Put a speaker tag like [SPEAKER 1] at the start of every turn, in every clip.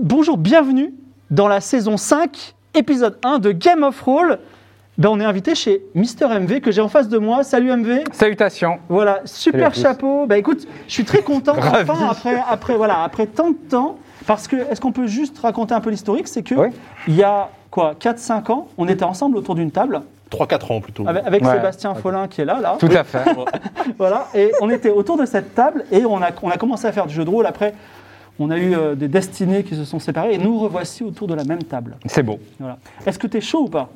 [SPEAKER 1] Bonjour, bienvenue dans la saison 5, épisode 1 de Game of Roll. Ben, on est invité chez Mister MV que j'ai en face de moi. Salut MV.
[SPEAKER 2] Salutations.
[SPEAKER 1] Voilà,
[SPEAKER 2] Salut à
[SPEAKER 1] super
[SPEAKER 2] tous.
[SPEAKER 1] chapeau. Bah écoute, je suis très content
[SPEAKER 2] Ravi.
[SPEAKER 1] enfin après après voilà, après tant de temps parce que est-ce qu'on peut juste raconter un peu l'historique, c'est que
[SPEAKER 2] Oui.
[SPEAKER 1] il y a quoi 4 5 ans, on était ensemble autour d'une table
[SPEAKER 3] 3-4 ans plutôt.
[SPEAKER 1] avec, avec
[SPEAKER 2] Ouais.
[SPEAKER 1] Sébastien Follin qui est là là.
[SPEAKER 2] Tout à fait.
[SPEAKER 1] Voilà, et on était autour de cette table et on a on a commencé à faire du jeu de rôle après on a eu euh, des destinées qui se sont séparées et nous revoici autour de la même table.
[SPEAKER 2] C'est beau.
[SPEAKER 1] Voilà. Est-ce que t'es chaud ou pas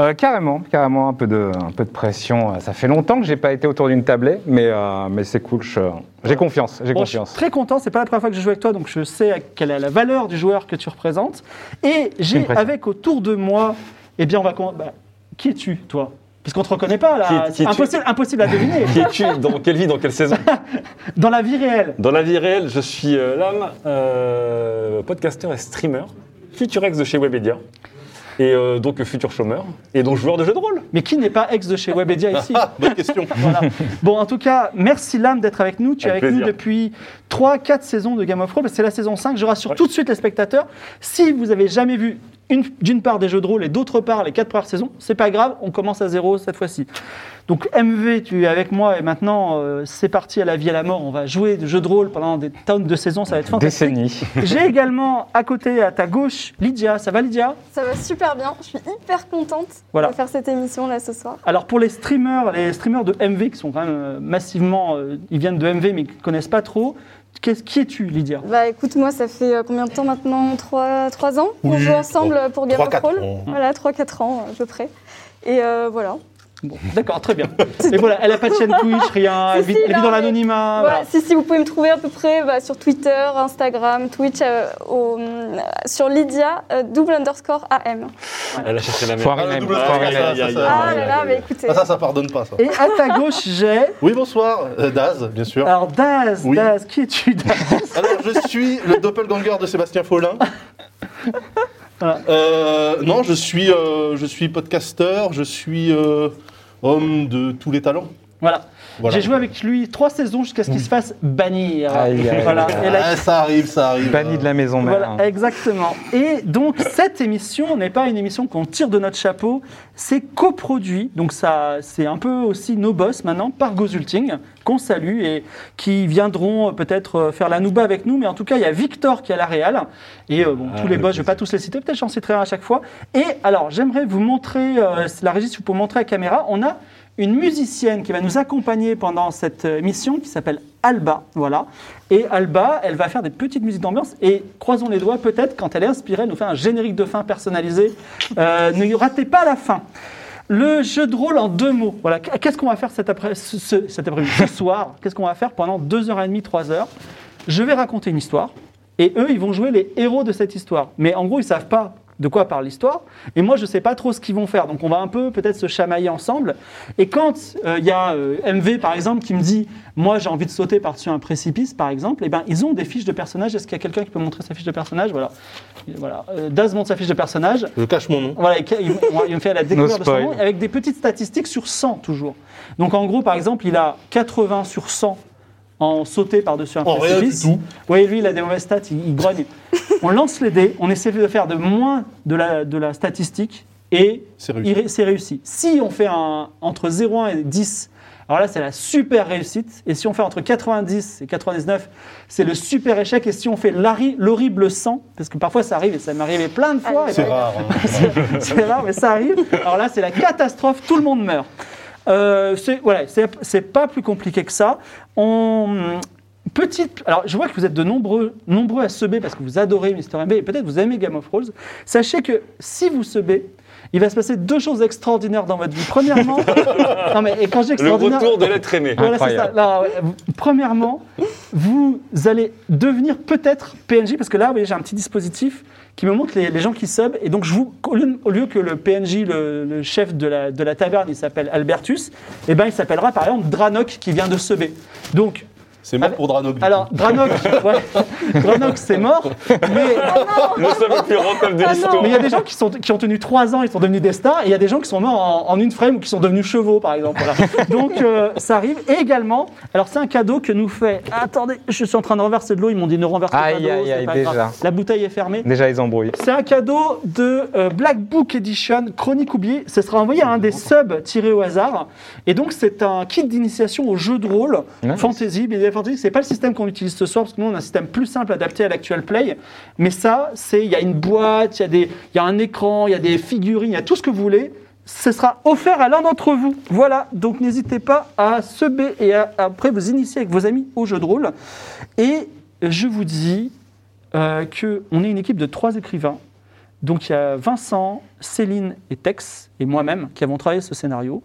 [SPEAKER 2] Euh, carrément, carrément, un peu, de, un peu de pression. Euh, Ça fait longtemps que j'ai pas été autour d'une tablée, mais, euh, mais c'est cool. je- J'ai confiance, j'ai
[SPEAKER 1] Bon, je suis
[SPEAKER 2] confiance.
[SPEAKER 1] très content, c'est pas la première fois que je joue avec toi, donc je sais à- quelle est la valeur du joueur que tu représentes. Et j'ai
[SPEAKER 2] pression.
[SPEAKER 1] avec autour de moi, eh bien on va... con- bah, qui es-tu, toi parce qu'on te reconnaît pas là,
[SPEAKER 3] Qui- qui es-tu
[SPEAKER 1] impossible, impossible à deviner.
[SPEAKER 3] Qui es-tu Dans quelle vie Dans quelle saison
[SPEAKER 1] Dans la vie réelle,
[SPEAKER 3] Dans la vie réelle, je suis euh, l'âme, euh, podcasteur et streamer, futurex de chez Webedia, et euh, donc futur chômeur, et donc joueur de jeux de rôle.
[SPEAKER 1] mais qui n'est pas ex de chez Webedia
[SPEAKER 4] Ah,
[SPEAKER 1] ici
[SPEAKER 3] bonne question.
[SPEAKER 1] Voilà. Bon, en tout cas, merci Lame d'être avec nous. Tu es avec
[SPEAKER 3] Avec
[SPEAKER 1] nous
[SPEAKER 3] plaisir.
[SPEAKER 1] depuis 3-4 saisons de Game of Thrones. C'est la saison 5. Je rassure tout de suite les spectateurs. Si vous avez jamais vu une- d'une part des jeux de rôle et d'autre part les 4 premières saisons, c'est pas grave, on commence à zéro cette fois-ci. Donc MV, tu es avec moi et maintenant euh, c'est parti à la vie et à la mort. On va jouer de jeux de rôle pendant des tonnes de saisons, ça va être fantastique.
[SPEAKER 2] Décennie.
[SPEAKER 1] J'ai également à côté, à ta gauche, Lydia. Ça va Lydia
[SPEAKER 5] Ça va super bien, je suis hyper contente
[SPEAKER 1] Voilà.
[SPEAKER 5] de faire cette émission là ce soir.
[SPEAKER 1] Alors pour les streamers, les streamers de MV qui sont quand même euh, massivement, euh, ils viennent de MV mais qui ne connaissent pas trop, qu'est-ce- qui es-tu Lydia
[SPEAKER 5] Bah écoute, moi ça fait euh, combien de temps maintenant 3, ans qu'on
[SPEAKER 3] Oui,
[SPEAKER 5] joue ensemble euh, pour Game
[SPEAKER 3] trois,
[SPEAKER 5] of
[SPEAKER 3] quatre
[SPEAKER 5] Thrones
[SPEAKER 3] ans.
[SPEAKER 5] Voilà, 3-4 ans euh, à peu près. Et euh, voilà.
[SPEAKER 1] Bon, d'accord, très bien. Et voilà, elle a pas de chaîne Twitch, rien,
[SPEAKER 5] Si,
[SPEAKER 1] elle vit,
[SPEAKER 5] si,
[SPEAKER 1] elle vit
[SPEAKER 5] non,
[SPEAKER 1] dans
[SPEAKER 5] mais-
[SPEAKER 1] l'anonymat.
[SPEAKER 5] Voilà, si, si vous pouvez me trouver à peu près bah, sur Twitter, Instagram, Twitch, euh, au- euh, sur Lydia, euh, double underscore AM.
[SPEAKER 3] Elle a cherché la
[SPEAKER 2] Foiré
[SPEAKER 4] Ah, le
[SPEAKER 2] même.
[SPEAKER 4] double
[SPEAKER 2] Foiré
[SPEAKER 4] strike, ça,
[SPEAKER 2] même.
[SPEAKER 4] ça, ça.
[SPEAKER 5] Ah
[SPEAKER 4] ouais,
[SPEAKER 5] là
[SPEAKER 4] ouais,
[SPEAKER 5] là,
[SPEAKER 4] ouais.
[SPEAKER 5] mais écoutez.
[SPEAKER 4] Ah, ça, ça pardonne pas. ça.
[SPEAKER 1] Et à ta gauche, j'ai...
[SPEAKER 4] Oui, bonsoir, euh, Daz, bien sûr.
[SPEAKER 1] Alors Daz,
[SPEAKER 4] Oui.
[SPEAKER 1] Daz, qui es-tu Daz
[SPEAKER 4] Alors, je suis le doppelganger de Sébastien Follin.
[SPEAKER 1] Voilà.
[SPEAKER 4] Euh, non, je suis, euh, je suis podcasteur, je suis euh, homme de tous les talents.
[SPEAKER 1] Voilà,
[SPEAKER 4] Voilà.
[SPEAKER 1] j'ai joué avec lui trois saisons jusqu'à ce qu'il se fasse bannir.
[SPEAKER 2] Mm. Aïe, aïe,
[SPEAKER 1] voilà.
[SPEAKER 2] aïe.
[SPEAKER 1] Et là,
[SPEAKER 4] Ah, ça arrive, ça arrive.
[SPEAKER 2] Banni de la maison mère. hein.
[SPEAKER 1] Voilà, exactement. Et donc, cette émission n'est pas une émission qu'on tire de notre chapeau, c'est coproduit. Donc, ça, c'est un peu aussi nos boss maintenant par Gozulting, qu'on salue et qui viendront euh, peut-être euh, faire la nouba avec nous. Mais en tout cas, il y a Victor qui est à la Real. Et euh, bon,
[SPEAKER 3] Ah,
[SPEAKER 1] tous les
[SPEAKER 3] le
[SPEAKER 1] boss, je ne vais pas tous les citer, peut-être j'en citerai un à chaque fois. Et alors, j'aimerais vous montrer, euh, la régie, si vous pouvez montrer à la caméra, on a une musicienne qui va nous accompagner pendant cette euh, émission qui s'appelle Alba. Voilà. Et Alba, elle va faire des petites musiques d'ambiance et croisons les doigts, peut-être quand elle est inspirée, elle nous fait un générique de fin personnalisé. Euh, ne ratez pas la fin. Le jeu de rôle en deux mots. Voilà. Qu'est-ce qu'on va faire cet après, ce, ce- cet après-midi, ce soir Qu'est-ce qu'on va faire pendant deux heures et demie, trois heures Je vais raconter une histoire et eux, ils vont jouer les héros de cette histoire. Mais en gros, ils savent pas de quoi parle l'histoire. Et moi, je sais pas trop ce qu'ils vont faire. Donc, on va un peu peut-être se chamailler ensemble. Et quand euh, il y a euh, MV, par exemple, qui me dit Moi, j'ai envie de sauter par-dessus un précipice, par exemple, et ben, ils ont des fiches de personnages. Est-ce qu'il y a quelqu'un qui peut montrer sa fiche de personnage Voilà. voilà. Euh, Daz montre sa fiche de personnage.
[SPEAKER 4] Je cache mon nom.
[SPEAKER 1] Voilà, et qu'il- il, on- il me fait la découverte de son
[SPEAKER 2] spoil.
[SPEAKER 1] nom, avec des petites statistiques sur 100 toujours. Donc en gros, par exemple, il a 80 sur 100 en sauté par-dessus un
[SPEAKER 4] En rien
[SPEAKER 1] précipice.
[SPEAKER 4] du tout.
[SPEAKER 1] Oui, lui, il a des mauvaises stats, il, il grogne. on lance les dés, on essaie de faire de moins de la, de la statistique et
[SPEAKER 4] C'est
[SPEAKER 1] il
[SPEAKER 4] réussi.
[SPEAKER 1] ré- c'est réussi. Si on fait un, entre 0,1 et 10, alors là, c'est la super réussite. Et si on fait entre 90 et 99, c'est le super échec. Et si on fait l'arri- l'horrible 100, parce que parfois ça arrive et ça m'est arrivé plein de fois. et
[SPEAKER 4] C'est
[SPEAKER 1] ben,
[SPEAKER 4] rare. hein.
[SPEAKER 1] c'est- c'est rare, mais ça arrive. Alors là, c'est la catastrophe, tout le monde meurt. Euh, c'est voilà, c'est c'est pas plus compliqué que ça. On petite. Alors, je vois que vous êtes de nombreux, nombreux à seber parce que vous adorez Mister MB et peut-être vous aimez Game of Thrones. Sachez que si vous sebez, il va se passer deux choses extraordinaires dans votre vie. Premièrement, non mais et quand j'ai
[SPEAKER 3] Le
[SPEAKER 1] extraordinaire,
[SPEAKER 3] retour de l'être aimé.
[SPEAKER 2] Ah,
[SPEAKER 1] voilà, c'est ça.
[SPEAKER 2] Incroyable.
[SPEAKER 1] Là, ouais, vous- premièrement, Vous allez devenir peut-être PNJ, parce que là, vous voyez, j'ai un petit dispositif qui me montre les, les gens qui sub. Et donc, je vous, au, lieu, au lieu que le PNJ, le, le chef de la, de la taverne, il s'appelle Albertus, eh ben, il s'appellera par exemple Dranoc qui vient de subber. Donc,
[SPEAKER 4] C'est mort
[SPEAKER 1] Ah,
[SPEAKER 4] pour Dranoc. du
[SPEAKER 1] alors, Dranoc, ouais, Dranoc c'est mort, mais
[SPEAKER 3] Nous sommes les plus rentables de
[SPEAKER 5] Ah non.
[SPEAKER 3] l'histoire.
[SPEAKER 1] mais il y a des gens qui, sont, qui ont tenu 3 ans, ils sont devenus des stars, et il y a des gens qui sont morts en, en une frame ou qui sont devenus chevaux, par exemple. voilà. Donc euh, ça arrive. Et également, alors c'est un cadeau que nous fait. Attendez, je suis en train de renverser de l'eau, ils m'ont dit ne renverse pas
[SPEAKER 2] Aïe,
[SPEAKER 1] d'eau,
[SPEAKER 2] aïe,
[SPEAKER 1] c'est
[SPEAKER 2] aïe,
[SPEAKER 1] pas
[SPEAKER 2] déjà.
[SPEAKER 1] grave. La bouteille est fermée.
[SPEAKER 2] Déjà, ils embrouillent.
[SPEAKER 1] C'est un cadeau de euh, Black Book Edition, chronique oubliée. Ce sera envoyé à un des subs tirés au hasard. Et donc, c'est un kit d'initiation au jeu de rôle,
[SPEAKER 2] Nice.
[SPEAKER 1] fantasy, BD fantasy. C'est pas le système qu'on utilise ce soir, parce que nous, on a un système plus simple adapté à l'actuel play. Mais ça, c'est il y a une boîte, il y, a des- il y a un écran, il y a des figurines, il y a tout ce que vous voulez. Ce sera offert à l'un d'entre vous. Voilà, donc n'hésitez pas à subber et à, après vous initier avec vos amis au jeu de rôle. Et je vous dis euh, que on est une équipe de trois écrivains. Donc il y a Vincent, Céline et Tex et moi-même qui avons travaillé ce scénario.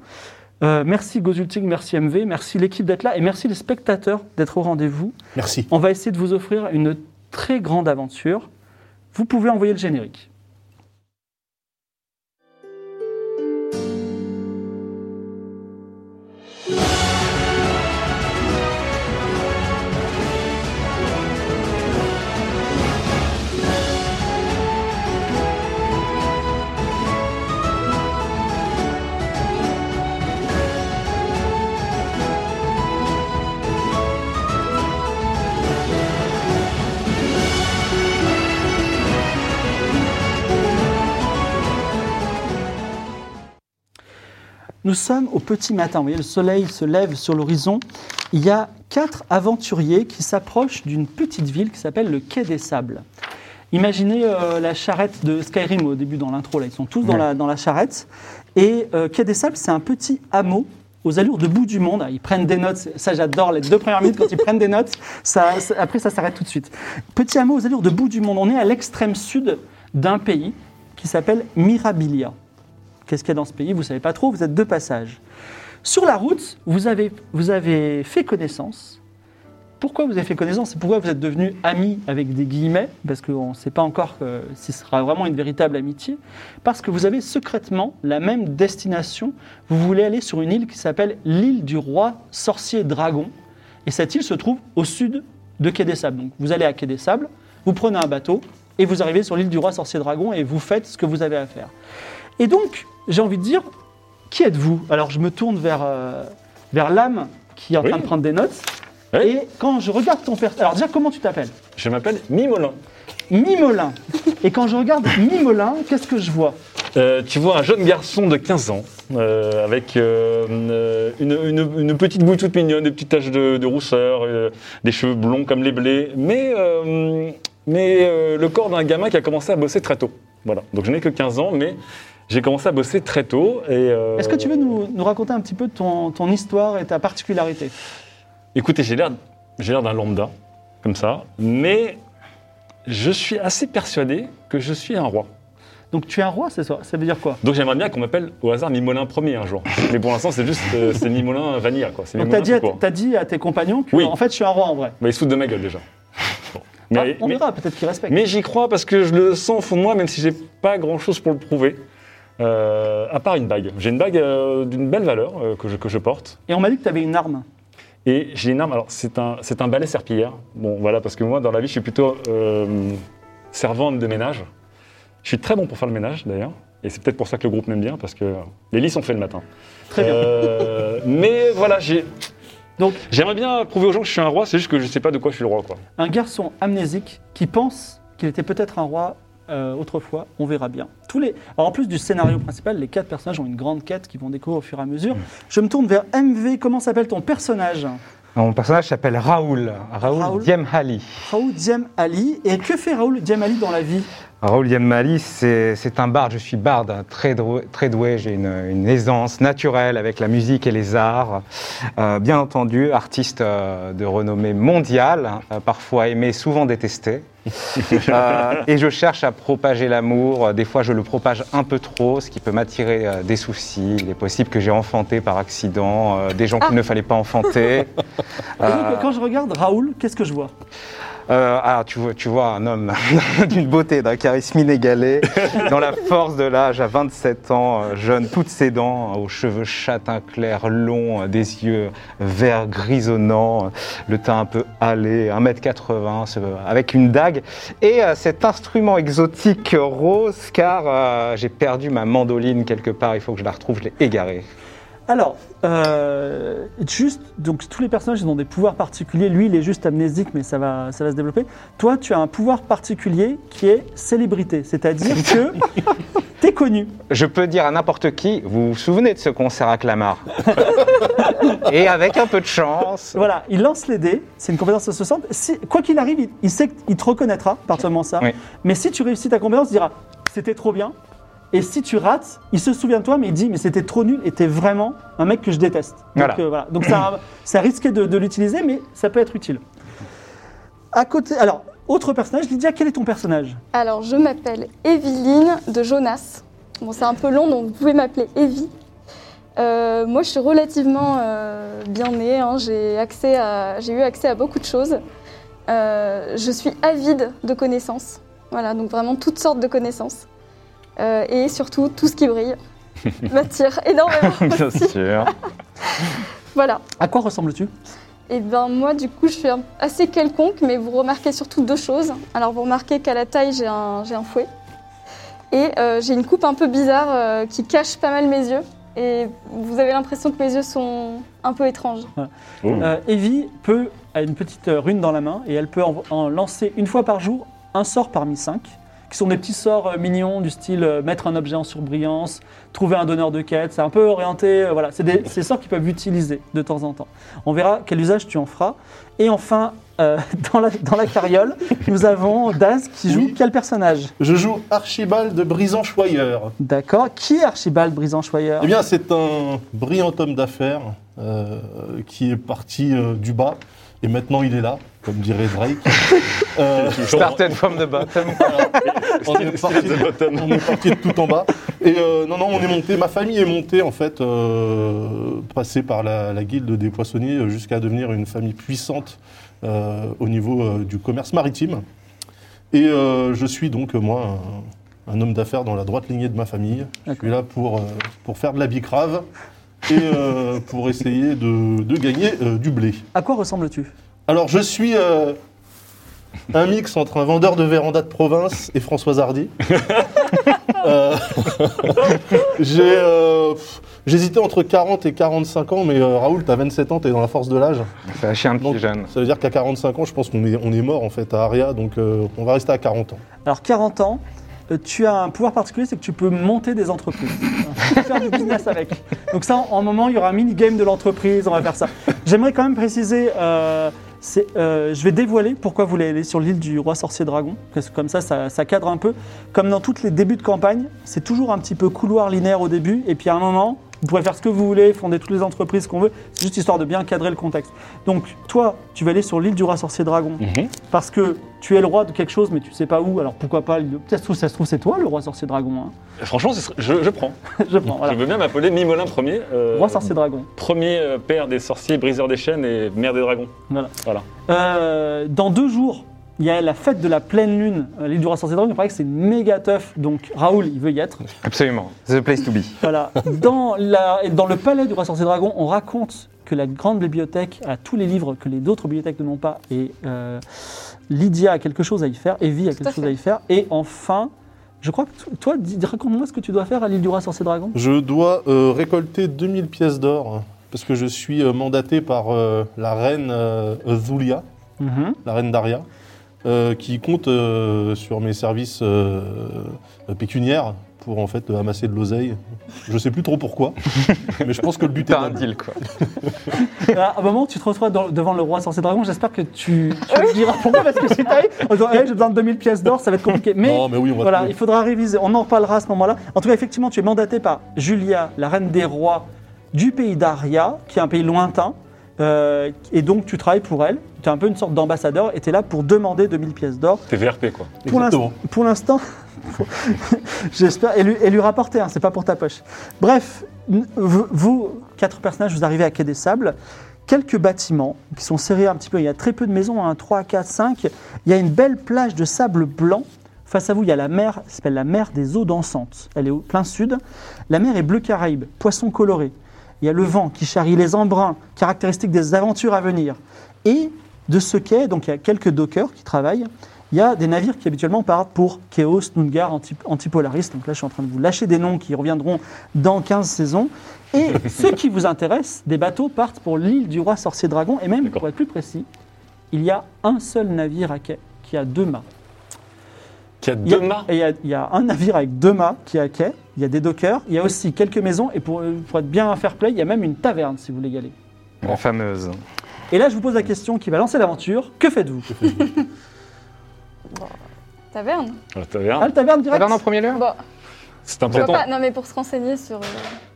[SPEAKER 1] Euh, merci Gozulting, merci MV, merci l'équipe d'être là et merci les spectateurs d'être au rendez-vous.
[SPEAKER 4] coup. Merci.
[SPEAKER 1] On va essayer de vous offrir une très grande aventure. Vous pouvez envoyer le générique. Nous sommes au petit matin. Vous voyez, le soleil se lève sur l'horizon. Il y a quatre aventuriers qui s'approchent d'une petite ville qui s'appelle le Quai des Sables. Imaginez euh, la charrette de Skyrim au début dans l'intro. Là, ils sont tous dans, la, dans la charrette. Et euh, Quai des Sables, c'est un petit hameau aux allures de bout du monde. Ils prennent des notes. Ça, j'adore les deux premières minutes quand ils prennent des notes. Ça, ça- après, ça s'arrête tout de suite. Petit hameau aux allures de bout du monde. On est à l'extrême sud d'un pays qui s'appelle Mirabilia. Qu'est-ce qu'il y a dans ce pays Vous ne savez pas trop, vous êtes de passage. Sur la route, vous avez, vous avez fait connaissance. Pourquoi vous avez fait connaissance et pourquoi vous êtes devenu ami avec des guillemets Parce qu'on ne sait pas encore euh, si ce sera vraiment une véritable amitié. Parce que vous avez secrètement la même destination. Vous voulez aller sur une île qui s'appelle l'île du roi sorcier dragon. Et cette île se trouve au sud de Quai des Sables. Donc vous allez à Quai des Sables, vous prenez un bateau et vous arrivez sur l'île du roi sorcier dragon et vous faites ce que vous avez à faire. Et donc, j'ai envie de dire, qui êtes-vous Alors, je me tourne vers, euh, vers l'âme qui est en
[SPEAKER 3] Oui.
[SPEAKER 1] train de prendre des notes.
[SPEAKER 3] Oui.
[SPEAKER 1] Et quand je regarde ton personnage... Alors, déjà, comment tu t'appelles
[SPEAKER 3] Je m'appelle Mimolin.
[SPEAKER 1] Mimolin. et quand je regarde Mimolin, qu'est-ce que je vois
[SPEAKER 3] Euh, tu vois un jeune garçon de 15 ans euh, avec euh, une, une- une petite bouille toute mignonne, des petites taches de, de rousseur, euh, des cheveux blonds comme les blés, mais, euh, mais euh, le corps d'un gamin qui a commencé à bosser très tôt. Voilà. Donc je n'ai que 15 ans, mais j'ai commencé à bosser très tôt. et, euh,
[SPEAKER 1] Est-ce que tu veux nous, nous raconter un petit peu ton, ton histoire et ta particularité
[SPEAKER 3] Écoutez, j'ai l'air, j'ai l'air d'un lambda, comme ça, mais je suis assez persuadé que je suis un roi.
[SPEAKER 1] Donc, tu es un roi, c'est ça Ça veut dire quoi
[SPEAKER 3] Donc j'aimerais bien qu'on m'appelle au hasard Mimolin premier un jour. Mais pour l'instant, c'est juste euh, c'est Mimolin Vanilla, quoi. C'est
[SPEAKER 1] Donc,
[SPEAKER 3] Mimolin
[SPEAKER 1] t'as dit, à-
[SPEAKER 3] tout court.
[SPEAKER 1] t'as dit à tes compagnons que,
[SPEAKER 3] Oui.
[SPEAKER 1] en fait, je suis un roi en vrai.
[SPEAKER 3] Bah, il se fout de ma gueule déjà. Bon. Mais,
[SPEAKER 1] Ah, on
[SPEAKER 3] mais-
[SPEAKER 1] verra, peut-être qu'ils respectent.
[SPEAKER 3] mais j'y crois parce que je le sens au fond de moi, même si j'ai pas grand chose pour le prouver. Euh, à part une bague. J'ai une bague euh, d'une belle valeur euh, que, je, que je porte.
[SPEAKER 1] Et on m'a dit que tu avais une arme.
[SPEAKER 3] Et j'ai une arme. Alors, c'est un, c'est un balai serpillière. Bon, voilà, parce que moi, dans la vie, je suis plutôt euh, servante de ménage. Je suis très bon pour faire le ménage, d'ailleurs. Et c'est peut-être pour ça que le groupe m'aime bien, parce que les lits sont faits le matin.
[SPEAKER 1] Très bien.
[SPEAKER 3] Euh, mais voilà, j'ai.
[SPEAKER 1] Donc-
[SPEAKER 3] j'aimerais bien prouver aux gens que je suis un roi, c'est juste que je sais pas de quoi je suis le roi, quoi.
[SPEAKER 1] Un garçon amnésique qui pense qu'il était peut-être un roi euh, autrefois, on verra bien. Tous les... Alors, en plus du scénario principal, les quatre personnages ont une grande quête qu'ils vont découvrir au fur et à mesure. Je me tourne vers MV, comment s'appelle ton personnage
[SPEAKER 2] Mon personnage s'appelle Raoul. Raoul,
[SPEAKER 1] Raoul
[SPEAKER 2] Diemhali.
[SPEAKER 1] Raoul Diem Ali. Et que fait Raoul Diem Ali dans la vie
[SPEAKER 2] Raoul Yemali, c'est c'est un barde, je suis barde, hein, très doué, très doué. j'ai une, une aisance naturelle avec la musique et les arts. Euh, bien entendu, artiste euh, de renommée mondiale, euh, parfois aimé, souvent détesté. Euh, et je cherche à propager l'amour. Euh, Des fois, je le propage un peu trop, ce qui peut m'attirer euh, des soucis. Il est possible que j'ai enfanté par accident euh, des gens qu'il ne fallait pas enfanter.
[SPEAKER 1] Et donc, quand je regarde Raoul, qu'est-ce que je vois
[SPEAKER 2] Euh, ah, tu vois, tu vois un homme d'une beauté, d'un charisme inégalé, dans la force de l'âge, à 27 ans, euh, jeune, toutes ses dents, euh, aux cheveux châtain clair, longs, euh, des yeux verts grisonnants, euh, le teint un peu hâlé, 1m80, ce- euh, avec une dague, et euh, cet instrument exotique rose, car euh, j'ai perdu ma mandoline quelque part, il faut que je la retrouve, je l'ai égarée.
[SPEAKER 1] Alors, euh, juste, donc tous les personnages ils ont des pouvoirs particuliers. Lui, il est juste amnésique, mais ça va, ça va se développer. Toi, tu as un pouvoir particulier qui est célébrité, c'est-à-dire que t'es connu.
[SPEAKER 2] Je peux dire à n'importe qui, vous vous souvenez de ce concert à Clamart Et avec un peu de chance,
[SPEAKER 1] Voilà, il lance les dés, c'est une compétence de 60. Si, quoi qu'il arrive, il, il sait qu'il te reconnaîtra à partir du moment où ça.
[SPEAKER 2] Oui.
[SPEAKER 1] Mais si tu réussis ta compétence, il dira c'était trop bien. Et si tu rates, il se souvient de toi, mais il dit mais c'était trop nul et t'es vraiment un mec que je déteste. Donc,
[SPEAKER 2] Voilà.
[SPEAKER 1] euh, voilà. Donc ça, ça risquait de, de l'utiliser, mais ça peut être utile. À côté, alors, autre personnage, Lydia, quel est ton personnage
[SPEAKER 5] Alors, je m'appelle Evelyne de Jonas. Bon, c'est un peu long, donc vous pouvez m'appeler Evie. Euh, moi, je suis relativement euh, bien née. hein. J'ai accès à- j'ai eu accès à beaucoup de choses. Euh, je suis avide de connaissances. Voilà, donc vraiment toutes sortes de connaissances. Euh, et surtout, tout ce qui brille m'attire énormément.
[SPEAKER 2] bien sûr.
[SPEAKER 5] Voilà.
[SPEAKER 1] À quoi ressembles-tu
[SPEAKER 5] Et ben moi du coup je suis un- assez quelconque mais vous remarquez surtout deux choses. Alors vous remarquez qu'à la taille j'ai un, j'ai un fouet et euh, j'ai une coupe un peu bizarre euh, qui cache pas mal mes yeux et vous avez l'impression que mes yeux sont un peu étranges.
[SPEAKER 1] Euh, Evie peut a une petite euh, rune dans la main et elle peut en, en lancer une fois par jour un sort parmi cinq, qui sont des petits sorts euh, mignons du style euh, mettre un objet en surbrillance, trouver un donneur de quête. C'est un peu orienté, euh, voilà. C'est des ces sorts qu'ils peuvent utiliser de temps en temps. On verra quel usage tu en feras. Et enfin, euh, dans, la, dans la carriole, nous avons Daz qui joue
[SPEAKER 4] Oui.
[SPEAKER 1] quel personnage
[SPEAKER 4] Je joue Archibald de Brisan-Choyeur.
[SPEAKER 1] D'accord. Qui est Archibald Brisanchoyeur
[SPEAKER 4] Eh bien, c'est un brillant homme d'affaires euh, qui est parti euh, du bas et maintenant il est là, comme dirait Drake. Euh,
[SPEAKER 2] Started from the bottom.
[SPEAKER 4] on, est parti de, on est parti de tout en bas. Et euh, non, non, on est monté, ma famille est montée en fait, euh, passée par la, la guilde des poissonniers euh, jusqu'à devenir une famille puissante euh, au niveau euh, du commerce maritime. Et euh, je suis donc, euh, moi, un, un homme d'affaires dans la droite lignée de ma famille. Je suis là pour, euh, pour faire de la bicrave et euh, pour essayer de, de gagner euh, du blé.
[SPEAKER 1] À quoi ressembles-tu
[SPEAKER 4] Alors, je suis euh, un mix entre un vendeur de véranda de province et Françoise Hardy. Euh, J'ai euh, pff, j'hésitais entre 40 et 45 ans, mais euh, Raoul, t'as 27 ans, t'es dans la force de l'âge.
[SPEAKER 2] C'est un chien de
[SPEAKER 4] Donc,
[SPEAKER 2] petit jeune.
[SPEAKER 4] Ça veut dire qu'à 45 ans, je pense qu'on est, on est mort en fait à Aria, donc euh, on va rester à 40 ans.
[SPEAKER 1] Alors, 40 ans, euh, tu as un pouvoir particulier, c'est que tu peux monter des entreprises. Tu peux faire du business avec. Donc ça, en, en moment, il y aura un mini-game de l'entreprise, on va faire ça. J'aimerais quand même préciser, euh, c'est, euh, je vais dévoiler pourquoi vous voulez aller sur l'île du roi sorcier dragon, parce que comme ça, ça, ça cadre un peu. Comme dans tous les débuts de campagne, c'est toujours un petit peu couloir linéaire au début, et puis à un moment... Vous pouvez faire ce que vous voulez, fonder toutes les entreprises qu'on veut. C'est juste histoire de bien cadrer le contexte. Donc, toi, tu vas aller sur l'île du roi sorcier dragon parce que tu es le roi de quelque chose, mais tu sais pas où. Alors pourquoi pas le- Ça se trouve, ça se trouve, c'est toi le roi sorcier dragon. hein.
[SPEAKER 3] Franchement, ce serait- je, je prends.
[SPEAKER 1] Je prends. Voilà.
[SPEAKER 3] Je veux bien m'appeler Mimolin Ier, euh,
[SPEAKER 1] Roi sorcier dragon.
[SPEAKER 3] premier euh, père des sorciers, briseur des chaînes et mère des dragons.
[SPEAKER 1] Voilà.
[SPEAKER 3] Voilà.
[SPEAKER 1] Euh, dans deux jours, il y a la fête de la pleine lune. Euh, L'île du roi sorcier dragon, il paraît que c'est méga tough. Donc Raoul, il veut y être.
[SPEAKER 2] Absolument. The place to be.
[SPEAKER 1] Voilà. Dans, la- dans le palais du roi sorcier dragon, on raconte que la grande bibliothèque a tous les livres que les autres bibliothèques n'ont pas. Et euh, Lydia a quelque chose à y faire. Evie a
[SPEAKER 5] Tout à
[SPEAKER 1] quelque chose
[SPEAKER 5] fait.
[SPEAKER 1] à y faire. Et enfin, je crois que t- toi, dis- raconte-moi ce que tu dois faire à l'île du roi sorcier dragon.
[SPEAKER 4] Je dois euh, récolter 2000 pièces d'or hein, parce que je suis euh, mandaté par euh, la reine euh, Zulia.
[SPEAKER 1] Mhm.
[SPEAKER 4] la reine Daria, euh, qui compte euh, sur mes services euh, euh, pécuniaires pour en fait amasser de l'oseille. Je sais plus trop pourquoi, mais je pense que le but est
[SPEAKER 2] T'as un
[SPEAKER 4] noble.
[SPEAKER 2] deal, quoi.
[SPEAKER 1] Ah, À un moment, tu te retrouves dans- devant le roi sorcier dragon. J'espère que tu, tu me diras pourquoi, parce que si t'arrives en disant Hey, j'ai besoin de 2000 pièces d'or, ça va être compliqué. Mais,
[SPEAKER 4] Non, mais oui, on va
[SPEAKER 1] voilà,
[SPEAKER 4] trouver.
[SPEAKER 1] il faudra réviser. On en reparlera à ce moment-là. En tout cas, effectivement, tu es mandaté par Julia, la reine des rois du pays d'Aria, qui est un pays lointain. Euh, et donc, tu travailles pour elle. Tu es un peu une sorte d'ambassadeur et tu es là pour demander 2000 pièces d'or.
[SPEAKER 3] T'es VRP, quoi.
[SPEAKER 1] Pour
[SPEAKER 4] Exactement.
[SPEAKER 1] l'instant- Pour l'instant, j'espère, et lui, et lui rapporter, hein, c'est pas pour ta poche. Bref, n- vous, vous, quatre personnages, vous arrivez à Quai des Sables. Quelques bâtiments qui sont serrés un petit peu, il y a très peu de maisons, hein, 3, 4, 5. Il y a une belle plage de sable blanc. Face à vous, il y a la mer, ça s'appelle la mer des eaux dansantes. Elle est au plein sud. La mer est bleu caraïbe, poisson coloré. Il y a le vent qui charrie les embruns, caractéristique des aventures à venir. Et de ce quai, donc il y a quelques dockers qui travaillent, il y a des navires qui habituellement partent pour Chaos, Nungar, Anti- Antipolaris. Donc là, je suis en train de vous lâcher des noms qui reviendront dans 15 saisons. Et ce qui vous intéresse, des bateaux partent pour l'île du roi sorcier dragon. Et même,
[SPEAKER 3] D'accord.
[SPEAKER 1] pour être plus précis, il y a un seul navire à quai qui a deux mâts.
[SPEAKER 3] Qui a
[SPEAKER 1] Il y a-
[SPEAKER 3] deux mâts.
[SPEAKER 1] et Il y, a, il y a un navire avec deux mâts qui est à quai. Il y a des dockers. Il y a aussi quelques maisons. Et pour, euh, pour être bien fair play, il y a même une taverne si vous voulez y aller.
[SPEAKER 2] La fameuse.
[SPEAKER 1] Et là, je vous pose la question qui va lancer l'aventure. Que faites-vous
[SPEAKER 5] Taverne
[SPEAKER 3] La taverne.
[SPEAKER 1] Ah, la taverne direct
[SPEAKER 2] Taverne en premier lieu
[SPEAKER 5] Bon,
[SPEAKER 3] C'est
[SPEAKER 5] pourquoi
[SPEAKER 3] important.
[SPEAKER 5] pas Non, mais pour se renseigner sur. euh,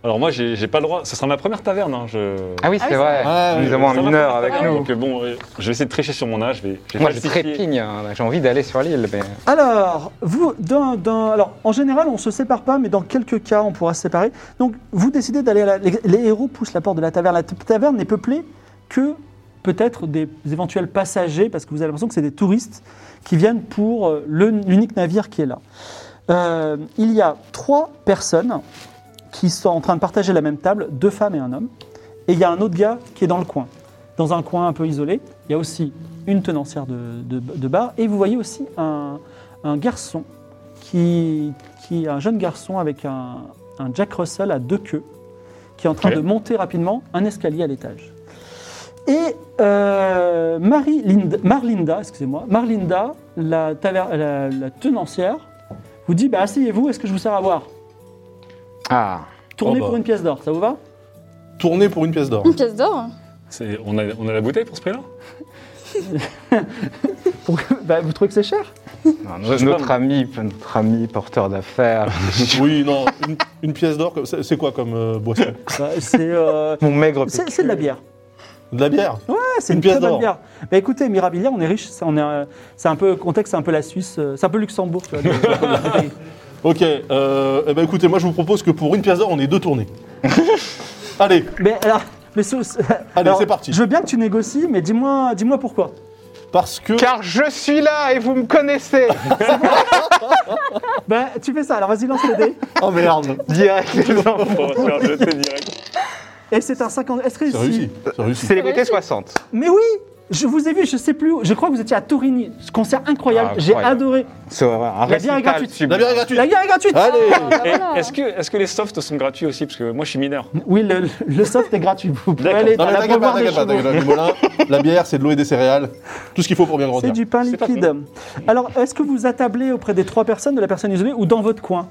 [SPEAKER 3] Alors moi, j'ai j'ai pas le droit. Ce sera ma première taverne. hein, je-
[SPEAKER 2] Ah oui,
[SPEAKER 5] Ah
[SPEAKER 2] c'est
[SPEAKER 5] oui,
[SPEAKER 2] vrai.
[SPEAKER 4] Ah,
[SPEAKER 2] nous
[SPEAKER 4] oui,
[SPEAKER 2] avons un
[SPEAKER 3] Ça va,
[SPEAKER 2] mineur
[SPEAKER 3] ça va,
[SPEAKER 2] avec
[SPEAKER 3] ça va.
[SPEAKER 2] nous.
[SPEAKER 3] Donc, bon, euh, je vais essayer de tricher sur mon âge. Je vais, je vais
[SPEAKER 2] Moi, je
[SPEAKER 3] falsifier.
[SPEAKER 2] trépigne. hein. J'ai envie d'aller sur l'île, mais...
[SPEAKER 1] Alors, vous, d'un- d'un- alors, en général, on ne se sépare pas, mais dans quelques cas, on pourra se séparer. Donc, vous décidez d'aller à la. Les, les héros poussent la porte de la taverne. La ta- taverne n'est peuplée que peut-être des éventuels passagers, parce que vous avez l'impression que c'est des touristes qui viennent pour euh, le- l'unique navire qui est là. Euh, il y a trois personnes qui sont en train de partager la même table, deux femmes et un homme. Et il y a un autre gars qui est dans le coin. Dans un coin un peu isolé, il y a aussi une tenancière de, de- de bar. Et vous voyez aussi un, un garçon, qui, qui un jeune garçon avec un, un Jack Russell à deux queues, qui est en train
[SPEAKER 3] Ok.
[SPEAKER 1] de monter rapidement un escalier à l'étage. Et euh, Marie Linda- Marlinda, excusez-moi, Marlinda, la, taver- la- la tenancière, vous dit bah, asseyez-vous, est-ce que je vous sers à boire
[SPEAKER 2] Ah,
[SPEAKER 1] Tournez
[SPEAKER 4] Oh bah.
[SPEAKER 1] pour une pièce d'or, ça vous va
[SPEAKER 4] Tourner pour une pièce d'or.
[SPEAKER 5] Une pièce d'or
[SPEAKER 3] C'est- On a, on a la bouteille pour ce prix-là
[SPEAKER 1] Pour- bah, Vous trouvez que c'est cher
[SPEAKER 2] non,
[SPEAKER 3] Je sais
[SPEAKER 2] notre,
[SPEAKER 3] pas.
[SPEAKER 2] ami, notre ami porteur d'affaires,
[SPEAKER 4] oui, non, une, une pièce d'or, comme- c'est c'est quoi comme euh, boisson
[SPEAKER 1] Bah, C'est euh,
[SPEAKER 2] mon maigre
[SPEAKER 1] c'est-
[SPEAKER 2] PQ.
[SPEAKER 1] c'est de la bière.
[SPEAKER 4] De la bière
[SPEAKER 1] Ouais, Ah, c'est une,
[SPEAKER 4] Une pièce
[SPEAKER 1] très bonne
[SPEAKER 4] d'or.
[SPEAKER 1] bière. Bah, écoutez, Mirabilia, on est riche, c'est on est, euh, c'est un peu contexte, c'est un peu la Suisse, euh, c'est un peu Luxembourg. Tu vois, de- de- de-
[SPEAKER 4] Ok, euh, eh ben écoutez, moi je vous propose que pour une pièce d'or, on ait deux tournées. Allez,
[SPEAKER 1] mais alors, mais c'est-
[SPEAKER 4] Allez,
[SPEAKER 1] alors,
[SPEAKER 4] c'est parti.
[SPEAKER 1] Je veux bien que tu négocies, mais dis-moi, dis-moi pourquoi.
[SPEAKER 4] parce que.
[SPEAKER 2] Car je suis là et vous me connaissez
[SPEAKER 1] Bah, tu fais ça. Alors vas-y, lance le dé.
[SPEAKER 4] Oh merde
[SPEAKER 2] Direct les enfants.
[SPEAKER 3] On va se faire jeter direct.
[SPEAKER 1] Et c'est un 50. Est-ce
[SPEAKER 4] C'est
[SPEAKER 1] réussi
[SPEAKER 4] réussi, c'est réussi.
[SPEAKER 2] Célébrité 60.
[SPEAKER 1] Mais oui, je vous ai vu. Je sais plus. Où. Je crois que vous étiez à Torigny. Ce concert incroyable.
[SPEAKER 2] Ah,
[SPEAKER 1] J'ai
[SPEAKER 2] incroyable.
[SPEAKER 1] adoré.
[SPEAKER 2] C'est
[SPEAKER 1] La
[SPEAKER 2] un
[SPEAKER 1] bière est
[SPEAKER 2] récital
[SPEAKER 1] gratuite.
[SPEAKER 2] sublime.
[SPEAKER 4] La bière est gratuite
[SPEAKER 1] La guerre est gratuite.
[SPEAKER 4] Allez
[SPEAKER 5] Ah,
[SPEAKER 3] Et
[SPEAKER 5] voilà.
[SPEAKER 3] Est-ce que, est que les softs sont gratuits aussi Parce que moi, je suis mineur.
[SPEAKER 1] Oui, le, le soft est gratuit. Vous pouvez
[SPEAKER 3] D'accord.
[SPEAKER 1] aller
[SPEAKER 4] Non,
[SPEAKER 1] dans
[SPEAKER 4] mais
[SPEAKER 1] la
[SPEAKER 4] t'inquiète pas,
[SPEAKER 1] brevoire des
[SPEAKER 4] t'inquiète pas,
[SPEAKER 1] chevaux.
[SPEAKER 4] t'inquiète pas, du moulin, La bière, c'est de l'eau et des céréales. Tout ce qu'il faut pour bien
[SPEAKER 1] C'est
[SPEAKER 4] grandir.
[SPEAKER 1] du pain
[SPEAKER 3] C'est pas
[SPEAKER 1] liquide. Alors, est-ce que vous attablez auprès des trois personnes, de la personne isolée ou dans votre coin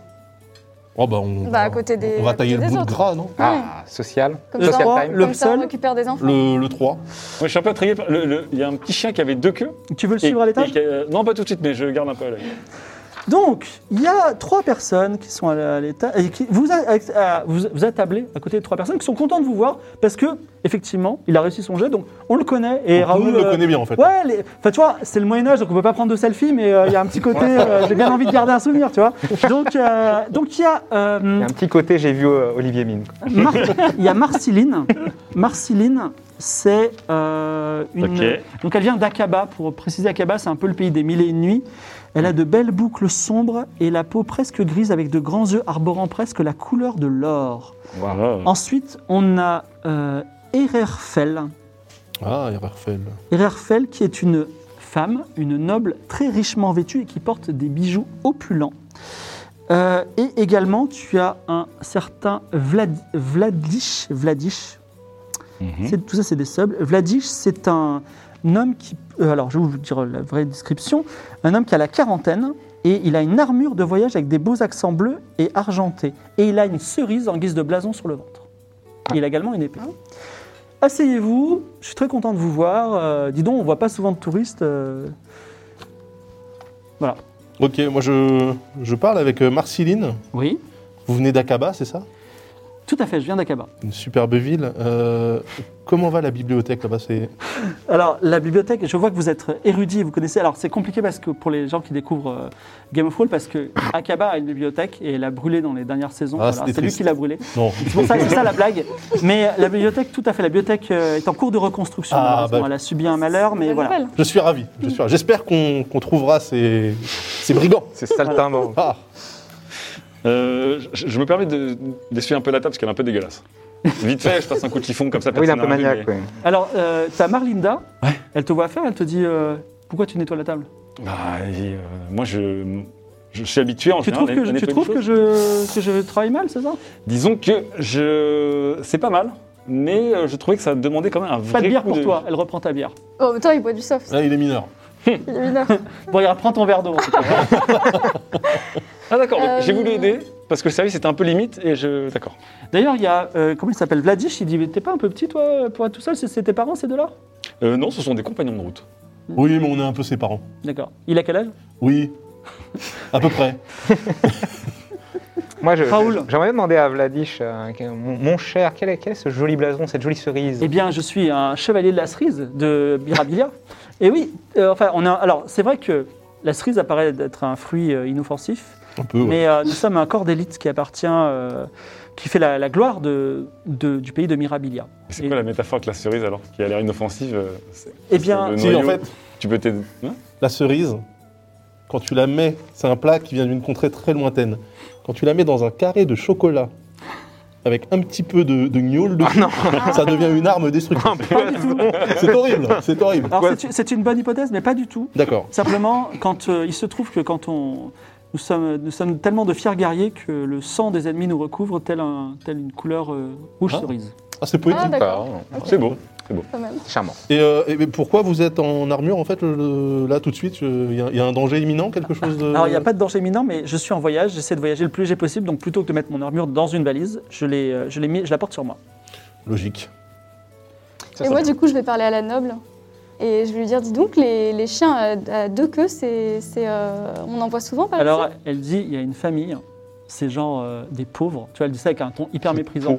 [SPEAKER 4] Oh bah, on,
[SPEAKER 5] Bah, à côté des-
[SPEAKER 4] on va tailler
[SPEAKER 5] des
[SPEAKER 4] le bout de
[SPEAKER 5] autres.
[SPEAKER 4] gras, non
[SPEAKER 2] Ah, social.
[SPEAKER 5] Comme
[SPEAKER 1] Le
[SPEAKER 5] ça,
[SPEAKER 2] social
[SPEAKER 1] trois,
[SPEAKER 2] time.
[SPEAKER 1] le
[SPEAKER 5] Comme ça, on
[SPEAKER 1] seul.
[SPEAKER 5] récupère des enfants.
[SPEAKER 4] Le, le 3.
[SPEAKER 3] Moi, je suis un peu intrigué. par- le- le- Il y a un petit chien qui avait deux queues.
[SPEAKER 1] Tu veux le
[SPEAKER 3] Et-
[SPEAKER 1] suivre à l'étage
[SPEAKER 3] et qui a- euh, Non, pas tout de suite, mais je garde un peu à l'œil.
[SPEAKER 1] Donc, il y a trois personnes qui sont à la- à l'état. et qui- Vous, a- à- à- vous, vous attablez à côté de trois personnes qui sont contentes de vous voir parce que, effectivement, il a réussi son jet, donc on le connaît. Et
[SPEAKER 4] Tout
[SPEAKER 1] Raoul.
[SPEAKER 4] le monde le
[SPEAKER 1] euh,
[SPEAKER 4] connaît bien, en fait.
[SPEAKER 1] Ouais, les- enfin tu vois, c'est le Moyen Âge, donc on peut pas prendre de selfie, mais euh, il y a un petit côté, euh, j'ai bien envie de garder un souvenir, tu vois. Donc euh, donc il y a,
[SPEAKER 2] Il
[SPEAKER 1] euh,
[SPEAKER 2] y a un petit côté, j'ai vu euh, Olivier Mine. quoi.
[SPEAKER 1] Mar- il y a Marceline. Marceline, c'est euh, une.
[SPEAKER 3] Ok.
[SPEAKER 1] Donc elle vient d'Akaba. Pour préciser, Akaba, c'est un peu le pays des mille et une nuits. Elle a de belles boucles sombres et la peau presque grise avec de grands yeux arborant presque la couleur de l'or.
[SPEAKER 3] Voilà.
[SPEAKER 1] Ensuite, on a euh, Ererfel.
[SPEAKER 4] Ah, il Raphaël.
[SPEAKER 1] Ererfel, qui est une femme, une noble très richement vêtue et qui porte des bijoux opulents. Euh, et également, tu as un certain Vlad, Vladish. Vladish. C'est- Tout ça, c'est des subs. Vladish, c'est un homme qui. euh, alors, je vais vous dire la vraie description. Un homme qui a la quarantaine, Et il a une armure de voyage avec des beaux accents bleus et argentés. Et il a une cerise en guise de blason sur le ventre. Et Il a également une épée. Asseyez-vous, je suis très content de vous voir. Euh, dis donc, on voit pas souvent de touristes. euh. Voilà.
[SPEAKER 4] Ok, moi je, je parle avec euh, Marceline.
[SPEAKER 1] Oui,
[SPEAKER 4] Vous venez d'Akaba, c'est ça
[SPEAKER 1] tout à fait, je viens d'Akaba.
[SPEAKER 4] Une superbe ville. Euh, comment va la bibliothèque là-bas C'est
[SPEAKER 1] Alors, la bibliothèque, je vois que vous êtes érudit, vous connaissez. Alors, c'est compliqué parce que pour les gens qui découvrent euh, Game of Thrones, parce que Akaba a une bibliothèque et elle a brûlé dans les dernières saisons.
[SPEAKER 4] Ah,
[SPEAKER 1] Voilà,
[SPEAKER 4] c'était
[SPEAKER 1] c'est lui
[SPEAKER 4] triste.
[SPEAKER 1] qui l'a brûlée.
[SPEAKER 4] non.
[SPEAKER 1] C'est pour ça que c'est ça la blague. Mais euh, la bibliothèque, tout à fait, la bibliothèque euh, est en cours de reconstruction.
[SPEAKER 4] Ah,
[SPEAKER 1] malheureusement.
[SPEAKER 4] bah.
[SPEAKER 1] Elle a subi un malheur, mais
[SPEAKER 5] Bonne
[SPEAKER 1] voilà.
[SPEAKER 5] nouvelle.
[SPEAKER 4] Je suis ravi. je suis ravi. J'espère qu'on qu'on trouvera ces, ces brigands.
[SPEAKER 2] C'est saltimbanque.
[SPEAKER 4] Ah,
[SPEAKER 3] Euh, je, je me permets de- d'essuyer un peu la table parce qu'elle est un peu dégueulasse. Vite fait, je passe un coup de chiffon comme ça.
[SPEAKER 2] Ah Oui, il est un
[SPEAKER 3] personne
[SPEAKER 2] peu
[SPEAKER 3] n'a vu,
[SPEAKER 2] maniaque,
[SPEAKER 3] mais-
[SPEAKER 2] oui.
[SPEAKER 1] Alors, euh, t'as Marlinda, elle te voit faire, elle te dit euh, Pourquoi tu nettoies la table
[SPEAKER 3] Ah, et, euh, moi, je, je suis habitué en
[SPEAKER 1] Tu trouves,
[SPEAKER 3] général à-
[SPEAKER 1] que,
[SPEAKER 3] à
[SPEAKER 1] je- tu
[SPEAKER 3] nettoyer
[SPEAKER 1] trouves
[SPEAKER 3] les
[SPEAKER 1] que,
[SPEAKER 3] choses.
[SPEAKER 1] je, que je travaille mal, c'est ça
[SPEAKER 3] Disons que je... c'est pas mal, mais euh, je trouvais que ça demandait quand même un vrai
[SPEAKER 1] Pas de bière
[SPEAKER 3] coup
[SPEAKER 1] pour toi, elle reprend ta bière.
[SPEAKER 5] Bon, en même temps, Oh, il boit du soft.
[SPEAKER 4] là, il est mineur.
[SPEAKER 5] Il est mineur.
[SPEAKER 1] Bon, regarde, prends ton verre d'eau. en tout cas.
[SPEAKER 3] Ah d'accord, donc
[SPEAKER 5] Euh,
[SPEAKER 3] j'ai voulu aider parce que le service était un peu limite et je... D'accord.
[SPEAKER 1] D'ailleurs, il y a, euh, comment il s'appelle Vladish, il dit Mais T'es pas un peu petit, toi, pour être tout seul C'est c'est tes parents, ces deux-là
[SPEAKER 3] Euh, non, ce sont des compagnons de route.
[SPEAKER 4] Oui, mais on est un peu ses parents.
[SPEAKER 1] D'accord. Il a quel âge
[SPEAKER 4] Oui, à peu près.
[SPEAKER 2] Moi, je- je-
[SPEAKER 1] Raoul.
[SPEAKER 2] j'aimerais bien demander à Vladish, euh, que- mon, mon cher, quel est, quel est ce joli blason, cette jolie cerise
[SPEAKER 1] Eh bien, je suis un chevalier de la cerise de Mirabilia. Et oui, euh, enfin, on a. Alors, c'est vrai que la cerise apparaît d'être un fruit euh, inoffensif,
[SPEAKER 4] Un peu. ouais.
[SPEAKER 1] mais euh, nous sommes un corps d'élite qui appartient, euh, qui fait la, la gloire de, de- du pays de Mirabilia.
[SPEAKER 3] C'est
[SPEAKER 1] Et-
[SPEAKER 3] quoi la métaphore avec la cerise alors Qui a l'air inoffensive euh, c'est-
[SPEAKER 1] Eh
[SPEAKER 3] c'est
[SPEAKER 1] bien,
[SPEAKER 3] le
[SPEAKER 4] Si, en
[SPEAKER 3] noyau.
[SPEAKER 4] fait,
[SPEAKER 3] Tu peux t'aider. Hein
[SPEAKER 4] la cerise, quand tu la mets, c'est un plat qui vient d'une contrée très lointaine. Quand tu la mets dans un carré de chocolat avec un petit peu de, de gnôle
[SPEAKER 3] Ah,
[SPEAKER 4] dessus, ça devient une arme destructrice.
[SPEAKER 1] pas du tout.
[SPEAKER 4] C'est horrible, c'est horrible.
[SPEAKER 1] Alors, c'est- c'est une bonne hypothèse, mais pas du tout.
[SPEAKER 4] D'accord.
[SPEAKER 1] Simplement, quand euh, il se trouve que quand on nous sommes, nous sommes tellement de fiers guerriers que le sang des ennemis nous recouvre tel, un, tel une couleur euh, rouge
[SPEAKER 4] Ah.
[SPEAKER 1] cerise.
[SPEAKER 4] Ah, c'est poétique.
[SPEAKER 5] Ah, d'accord.
[SPEAKER 2] Pas,
[SPEAKER 3] C'est beau.
[SPEAKER 5] Quand même.
[SPEAKER 2] Bah, oh, Charmant.
[SPEAKER 4] Et, euh, et mais pourquoi vous êtes en armure en fait le- le- là tout de suite Il y, a- y a un danger imminent, quelque chose de.
[SPEAKER 1] Alors, il n'y a pas de danger imminent, mais je suis en voyage, j'essaie de voyager le plus léger possible, donc plutôt que de mettre mon armure dans une valise, je, l'ai, euh, je, l'ai mis, je la porte sur moi.
[SPEAKER 4] Logique.
[SPEAKER 5] Et moi, du coup, je vais parler à la noble. Et je vais lui dire, dis donc, les, les chiens euh, à, à deux queues, c'est, c'est, euh, on en voit souvent par
[SPEAKER 1] Alors,
[SPEAKER 5] ici
[SPEAKER 1] elle dit il y a une famille, c'est genre euh, des pauvres, tu vois, elle dit ça avec un ton hyper méprisant.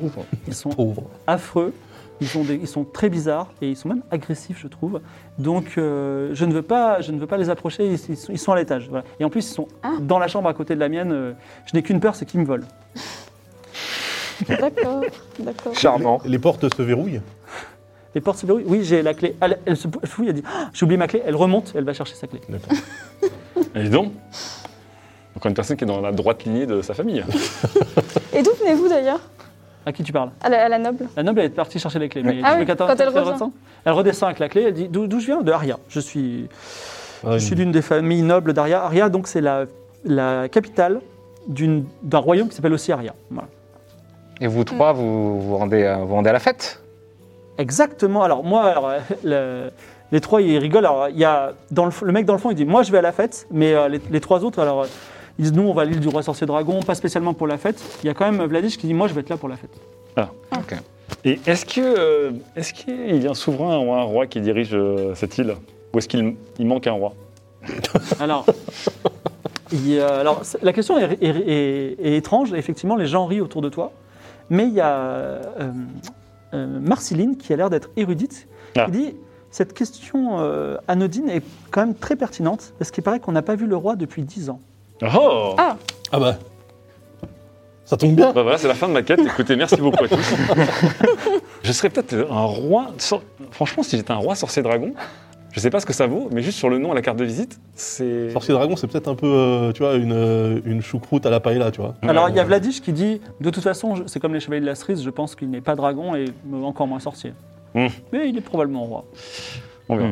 [SPEAKER 1] Ils sont
[SPEAKER 4] Pauvre.
[SPEAKER 1] affreux, ils, ont des- ils sont très bizarres et ils sont même agressifs, je trouve. Donc, euh, je, ne veux pas, je ne veux pas les approcher, ils, ils sont, ils sont à l'étage. voilà. Et en plus, ils sont
[SPEAKER 5] Ah.
[SPEAKER 1] dans la chambre à côté de la mienne. euh, je n'ai qu'une peur, c'est qu'ils me volent.
[SPEAKER 5] D'accord, d'accord.
[SPEAKER 2] Charmant.
[SPEAKER 4] Les, les portes se verrouillent.
[SPEAKER 1] Les portes se verrouillent. Oui, j'ai la clé. Elle, elle se fouille, elle dit Ah, J'ai oublié ma clé. Elle remonte, elle va chercher sa clé.
[SPEAKER 3] Et dis donc Encore une personne qui est dans la droite lignée de sa famille.
[SPEAKER 5] Et d'où venez-vous d'ailleurs
[SPEAKER 1] À qui tu parles
[SPEAKER 5] à la, à la noble
[SPEAKER 1] La noble elle est partie chercher les clés. Mais
[SPEAKER 5] Ah
[SPEAKER 1] je-
[SPEAKER 5] oui, quand elle revient.
[SPEAKER 1] redescend, elle redescend avec la clé, elle dit D'où d'où je viens De Aria. Je suis,
[SPEAKER 4] Ah,
[SPEAKER 1] je suis d'une des familles nobles d'Aria. Aria, donc, c'est la, la capitale d'une- d'un royaume qui s'appelle aussi Aria. Voilà.
[SPEAKER 2] Et vous trois, vous vous rendez, à- vous rendez à la fête
[SPEAKER 1] Exactement. Alors moi, alors, euh, le- les trois, ils rigolent. Alors il y a dans le, f- le mec dans le fond, il dit moi je vais à la fête, mais euh, les, les trois autres, alors euh, ils disent nous on va à l'île du roi sorcier dragon, pas spécialement pour la fête. Il y a quand même Vladish qui dit moi je vais être là pour la fête.
[SPEAKER 3] Et est-ce que euh, est-ce qu'il y a un souverain ou un roi qui dirige euh, cette île Ou est-ce qu'il il manque un roi
[SPEAKER 1] Alors. il y a- alors, c'est- la question est, est- est- est étrange. Effectivement, les gens rient autour de toi. Mais il y a euh, euh, Marceline, qui a l'air d'être érudite,
[SPEAKER 3] Ah.
[SPEAKER 1] qui dit Cette question euh, anodine est quand même très pertinente, parce qu'il paraît qu'on n'a pas vu le roi depuis 10 ans.
[SPEAKER 3] Oh
[SPEAKER 5] Ah.
[SPEAKER 4] Ah bah. Ça tombe bien.
[SPEAKER 3] Bah voilà, c'est la fin de ma quête. Écoutez, merci beaucoup à tous. je serais peut-être un roi. sor- Franchement, si j'étais un roi sorcier dragon, je sais pas ce que ça vaut, mais juste sur le nom à la carte de visite, c'est.
[SPEAKER 4] Sorcier dragon, c'est peut-être un peu, euh, tu vois, une, euh, une choucroute à la paella, tu vois.
[SPEAKER 1] Alors, il y a Vladish qui dit De toute façon, je- c'est comme les chevaliers de la cerise, je pense qu'il n'est pas dragon et encore moins sorcier.
[SPEAKER 3] Hmm.
[SPEAKER 1] Mais il est probablement roi.
[SPEAKER 3] On verra.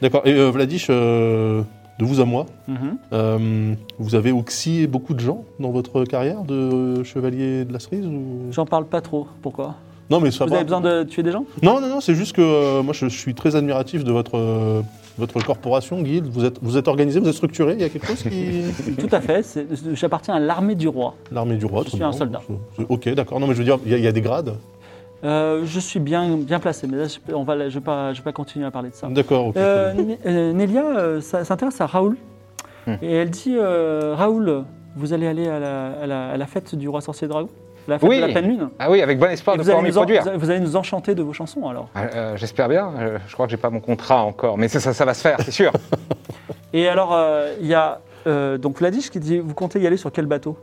[SPEAKER 4] D'accord. Et euh, Vladish, euh, de vous à moi,
[SPEAKER 1] Mhm.
[SPEAKER 4] euh, vous avez oxy beaucoup de gens dans votre carrière de euh, chevalier de la cerise ou...
[SPEAKER 1] J'en parle pas trop. Pourquoi
[SPEAKER 4] Non, mais ça
[SPEAKER 1] Vous
[SPEAKER 4] va.
[SPEAKER 1] avez besoin de tuer des gens
[SPEAKER 4] Non, non, non, c'est juste que euh, moi je suis très admiratif de votre, euh, votre corporation, guilde Vous êtes, vous êtes organisé, vous êtes structuré Il y a quelque chose qui.
[SPEAKER 1] Tout à fait, c'est- j'appartiens à l'armée du roi.
[SPEAKER 4] L'armée du roi.
[SPEAKER 1] Je
[SPEAKER 4] très
[SPEAKER 1] suis un
[SPEAKER 4] bien.
[SPEAKER 1] soldat.
[SPEAKER 4] Je- Ok, d'accord. Non, mais je veux dire, il y, a- il y a des grades.
[SPEAKER 1] Euh, je suis bien, bien placé, mais là, je ne vais, pas- je vais pas continuer à parler de ça.
[SPEAKER 4] D'accord, ok.
[SPEAKER 1] Euh, Né- euh, Nélia euh, ça- s'intéresse à Raoul.
[SPEAKER 2] Hmm.
[SPEAKER 1] Et elle dit euh, Raoul, vous allez aller à la, à la- à la fête du roi sorcier dragon La fête
[SPEAKER 2] Oui.
[SPEAKER 1] de la pleine lune
[SPEAKER 2] Ah oui, avec bon espoir
[SPEAKER 1] Et
[SPEAKER 2] de
[SPEAKER 1] vous, allez
[SPEAKER 2] pouvoir m'y
[SPEAKER 1] nous en-
[SPEAKER 2] produire.
[SPEAKER 1] vous allez- vous allez nous enchanter de vos chansons alors.
[SPEAKER 2] Ah, euh, J'espère bien. Euh, je crois que j'ai pas mon contrat encore, mais ça, ça, ça va se faire, c'est sûr. Euh,
[SPEAKER 1] Et alors, euh, il y a euh, donc Vladish qui dit Vous comptez y aller sur quel bateau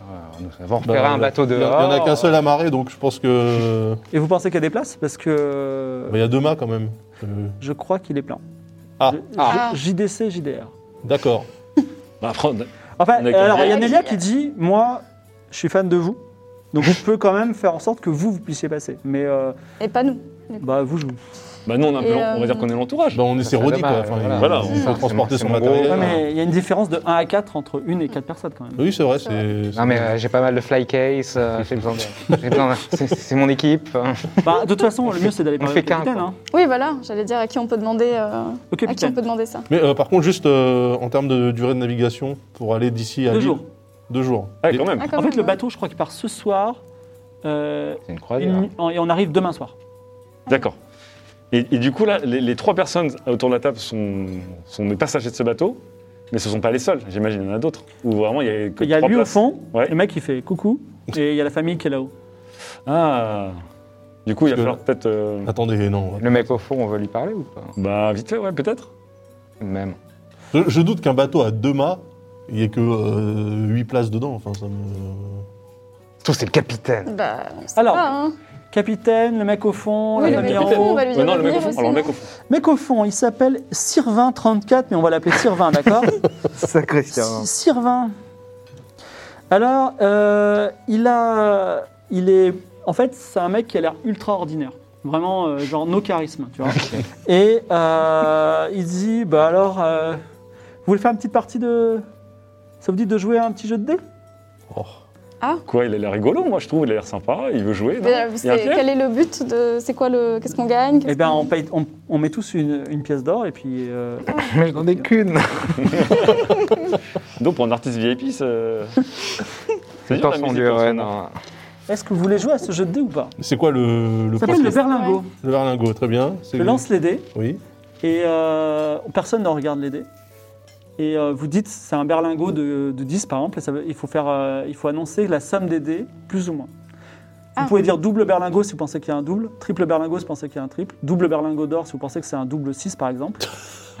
[SPEAKER 2] Alors, nous avons
[SPEAKER 4] Bah,
[SPEAKER 2] repéré un bateau
[SPEAKER 4] Il
[SPEAKER 2] de.
[SPEAKER 4] n'y en a qu'un seul à marrer, donc je pense que.
[SPEAKER 1] Et vous pensez qu'il y a des places Parce que euh,
[SPEAKER 4] bah, Il y a deux mâts quand même. Euh,
[SPEAKER 1] je crois qu'il est plein.
[SPEAKER 4] Ah.
[SPEAKER 1] Je-
[SPEAKER 5] Ah.
[SPEAKER 1] je- JDC, JDR.
[SPEAKER 4] D'accord.
[SPEAKER 3] Bah, après, on-
[SPEAKER 1] Enfin, euh,
[SPEAKER 3] D'accord.
[SPEAKER 1] alors il y a
[SPEAKER 5] Ah,
[SPEAKER 1] Nelia
[SPEAKER 5] génial.
[SPEAKER 1] qui dit Moi, je suis fan de vous, donc je peux quand même faire en sorte que vous, vous puissiez passer. Mais euh,
[SPEAKER 5] Et pas nous.
[SPEAKER 1] bah, vous, je vous.
[SPEAKER 3] bah, nous, on, a un peu
[SPEAKER 5] Et,
[SPEAKER 3] l'en- on va dire
[SPEAKER 5] euh,
[SPEAKER 3] qu'on est l'entourage.
[SPEAKER 4] Bah, on est
[SPEAKER 2] Ça
[SPEAKER 4] ses
[SPEAKER 2] serait
[SPEAKER 4] rodis, quoi.
[SPEAKER 2] dommage,
[SPEAKER 4] Enfin,
[SPEAKER 2] voilà.
[SPEAKER 4] il-
[SPEAKER 3] Voilà,
[SPEAKER 4] il faut
[SPEAKER 2] c'est mon-
[SPEAKER 4] transporter
[SPEAKER 2] c'est
[SPEAKER 4] son
[SPEAKER 2] mon
[SPEAKER 4] matériel.
[SPEAKER 2] gros-
[SPEAKER 1] Ouais, mais il y a une différence de 1 à 4 entre une et quatre personnes quand même.
[SPEAKER 4] Oui, c'est vrai. c'est...
[SPEAKER 2] Non, mais euh, j'ai pas mal de fly case. euh, j'ai besoin de. j'ai besoin de- c'est- C'est mon équipe. hein.
[SPEAKER 1] Bah, de toute façon, le mieux c'est d'aller
[SPEAKER 2] On
[SPEAKER 1] parler au
[SPEAKER 2] fait qu'un,
[SPEAKER 1] capitaine.
[SPEAKER 2] quoi.
[SPEAKER 1] Hein.
[SPEAKER 5] Oui, voilà, j'allais dire à qui on peut demander, euh,
[SPEAKER 1] Au
[SPEAKER 5] à qui on
[SPEAKER 1] capitaine.
[SPEAKER 5] peut demander ça.
[SPEAKER 4] Mais euh, par contre, juste euh, en termes de durée de navigation, pour aller d'ici à
[SPEAKER 1] Deux
[SPEAKER 4] Lille,
[SPEAKER 1] jours.
[SPEAKER 4] Deux jours.
[SPEAKER 3] Ouais,
[SPEAKER 4] Et-
[SPEAKER 3] quand même.
[SPEAKER 5] Ah, quand
[SPEAKER 1] En
[SPEAKER 5] même,
[SPEAKER 1] fait, le
[SPEAKER 5] ouais.
[SPEAKER 1] bateau, je crois qu'il part ce soir. euh,
[SPEAKER 2] C'est une
[SPEAKER 1] et,
[SPEAKER 2] croisière.
[SPEAKER 1] on- et on arrive demain soir.
[SPEAKER 3] D'accord. Et, et du coup, là, les, les trois personnes autour de la table sont, sont des passagers de ce bateau, mais ce ne sont pas les seuls. J'imagine qu'il y en a d'autres. Ou vraiment, il y a que
[SPEAKER 1] Il y a
[SPEAKER 3] trois
[SPEAKER 1] lui
[SPEAKER 3] places.
[SPEAKER 1] au fond,
[SPEAKER 3] Ouais.
[SPEAKER 1] le mec il fait coucou, et il y a la famille qui est là-haut.
[SPEAKER 3] Ah Du coup, il va
[SPEAKER 4] Parce que-
[SPEAKER 3] falloir peut-être. euh,
[SPEAKER 4] Attendez, non. on va-
[SPEAKER 2] Le mec au fond, on veut lui parler ou pas
[SPEAKER 3] bah, vite fait, ouais, peut-être.
[SPEAKER 2] Même.
[SPEAKER 4] Je, je doute qu'un bateau à deux mâts, il n'y ait que euh, huit places dedans. Enfin, ça me...
[SPEAKER 2] Tout, c'est le capitaine.
[SPEAKER 5] Bah, on sait
[SPEAKER 1] Alors,
[SPEAKER 5] pas, hein.
[SPEAKER 1] Capitaine, le mec au fond,
[SPEAKER 5] Oui,
[SPEAKER 1] la
[SPEAKER 5] le
[SPEAKER 1] famille
[SPEAKER 5] mec
[SPEAKER 1] en
[SPEAKER 5] au fond, on
[SPEAKER 1] haut.
[SPEAKER 5] va Ah, lui
[SPEAKER 3] Ouais,
[SPEAKER 5] dire.
[SPEAKER 3] non, le mec
[SPEAKER 5] de
[SPEAKER 3] au fond.
[SPEAKER 5] venir
[SPEAKER 3] Alors, le
[SPEAKER 5] aussi,
[SPEAKER 3] mec au fond.
[SPEAKER 1] Mec au fond, il s'appelle Sirvin34, mais on va l'appeler Sirvin, d'accord
[SPEAKER 2] Sacristien.
[SPEAKER 1] Si- Sirvin. Alors, euh, il a, il est, en fait, c'est un mec qui a l'air ultra ordinaire, vraiment euh, genre no charisme, tu vois. Et euh, il dit, bah alors, euh, vous voulez faire une petite partie de, ça vous dit de jouer à un petit jeu de dés
[SPEAKER 4] Oh.
[SPEAKER 3] Quoi, il a l'air rigolo, moi, je trouve. Il a l'air sympa, il veut jouer. non
[SPEAKER 5] Ah. Mais, euh, vous
[SPEAKER 3] Il y a un
[SPEAKER 5] savez,
[SPEAKER 3] piège
[SPEAKER 5] quel est le but de. C'est quoi le. Qu'est-ce qu'on gagne
[SPEAKER 1] Eh
[SPEAKER 5] Qu'est-ce
[SPEAKER 1] bien,
[SPEAKER 5] qu'on-
[SPEAKER 1] on, paye- on, on met tous une, une pièce d'or et puis. euh,
[SPEAKER 2] Mais j'en ai qu'une.
[SPEAKER 3] Donc, pour un artiste VIP, c'est.
[SPEAKER 2] Les temps sont durs, ouais, non.
[SPEAKER 1] Est-ce que vous voulez jouer à ce jeu de dés ou pas
[SPEAKER 4] C'est quoi le... le
[SPEAKER 1] Ça s'appelle le
[SPEAKER 4] process-
[SPEAKER 1] berlingot.
[SPEAKER 4] le berlingot, très bien. C'est-
[SPEAKER 1] Je lance les dés.
[SPEAKER 4] Oui.
[SPEAKER 1] Et euh, personne ne regarde les dés. Et euh, vous dites, c'est un berlingot de, de 10 par exemple, et ça veut- il, faut faire, euh, il faut annoncer la somme des dés, plus ou moins. Vous
[SPEAKER 5] Ah.
[SPEAKER 1] pouvez dire double berlingot si vous pensez qu'il y a un double, triple berlingot si vous pensez qu'il y a un triple, double berlingot d'or si vous pensez que c'est un double 6 par exemple.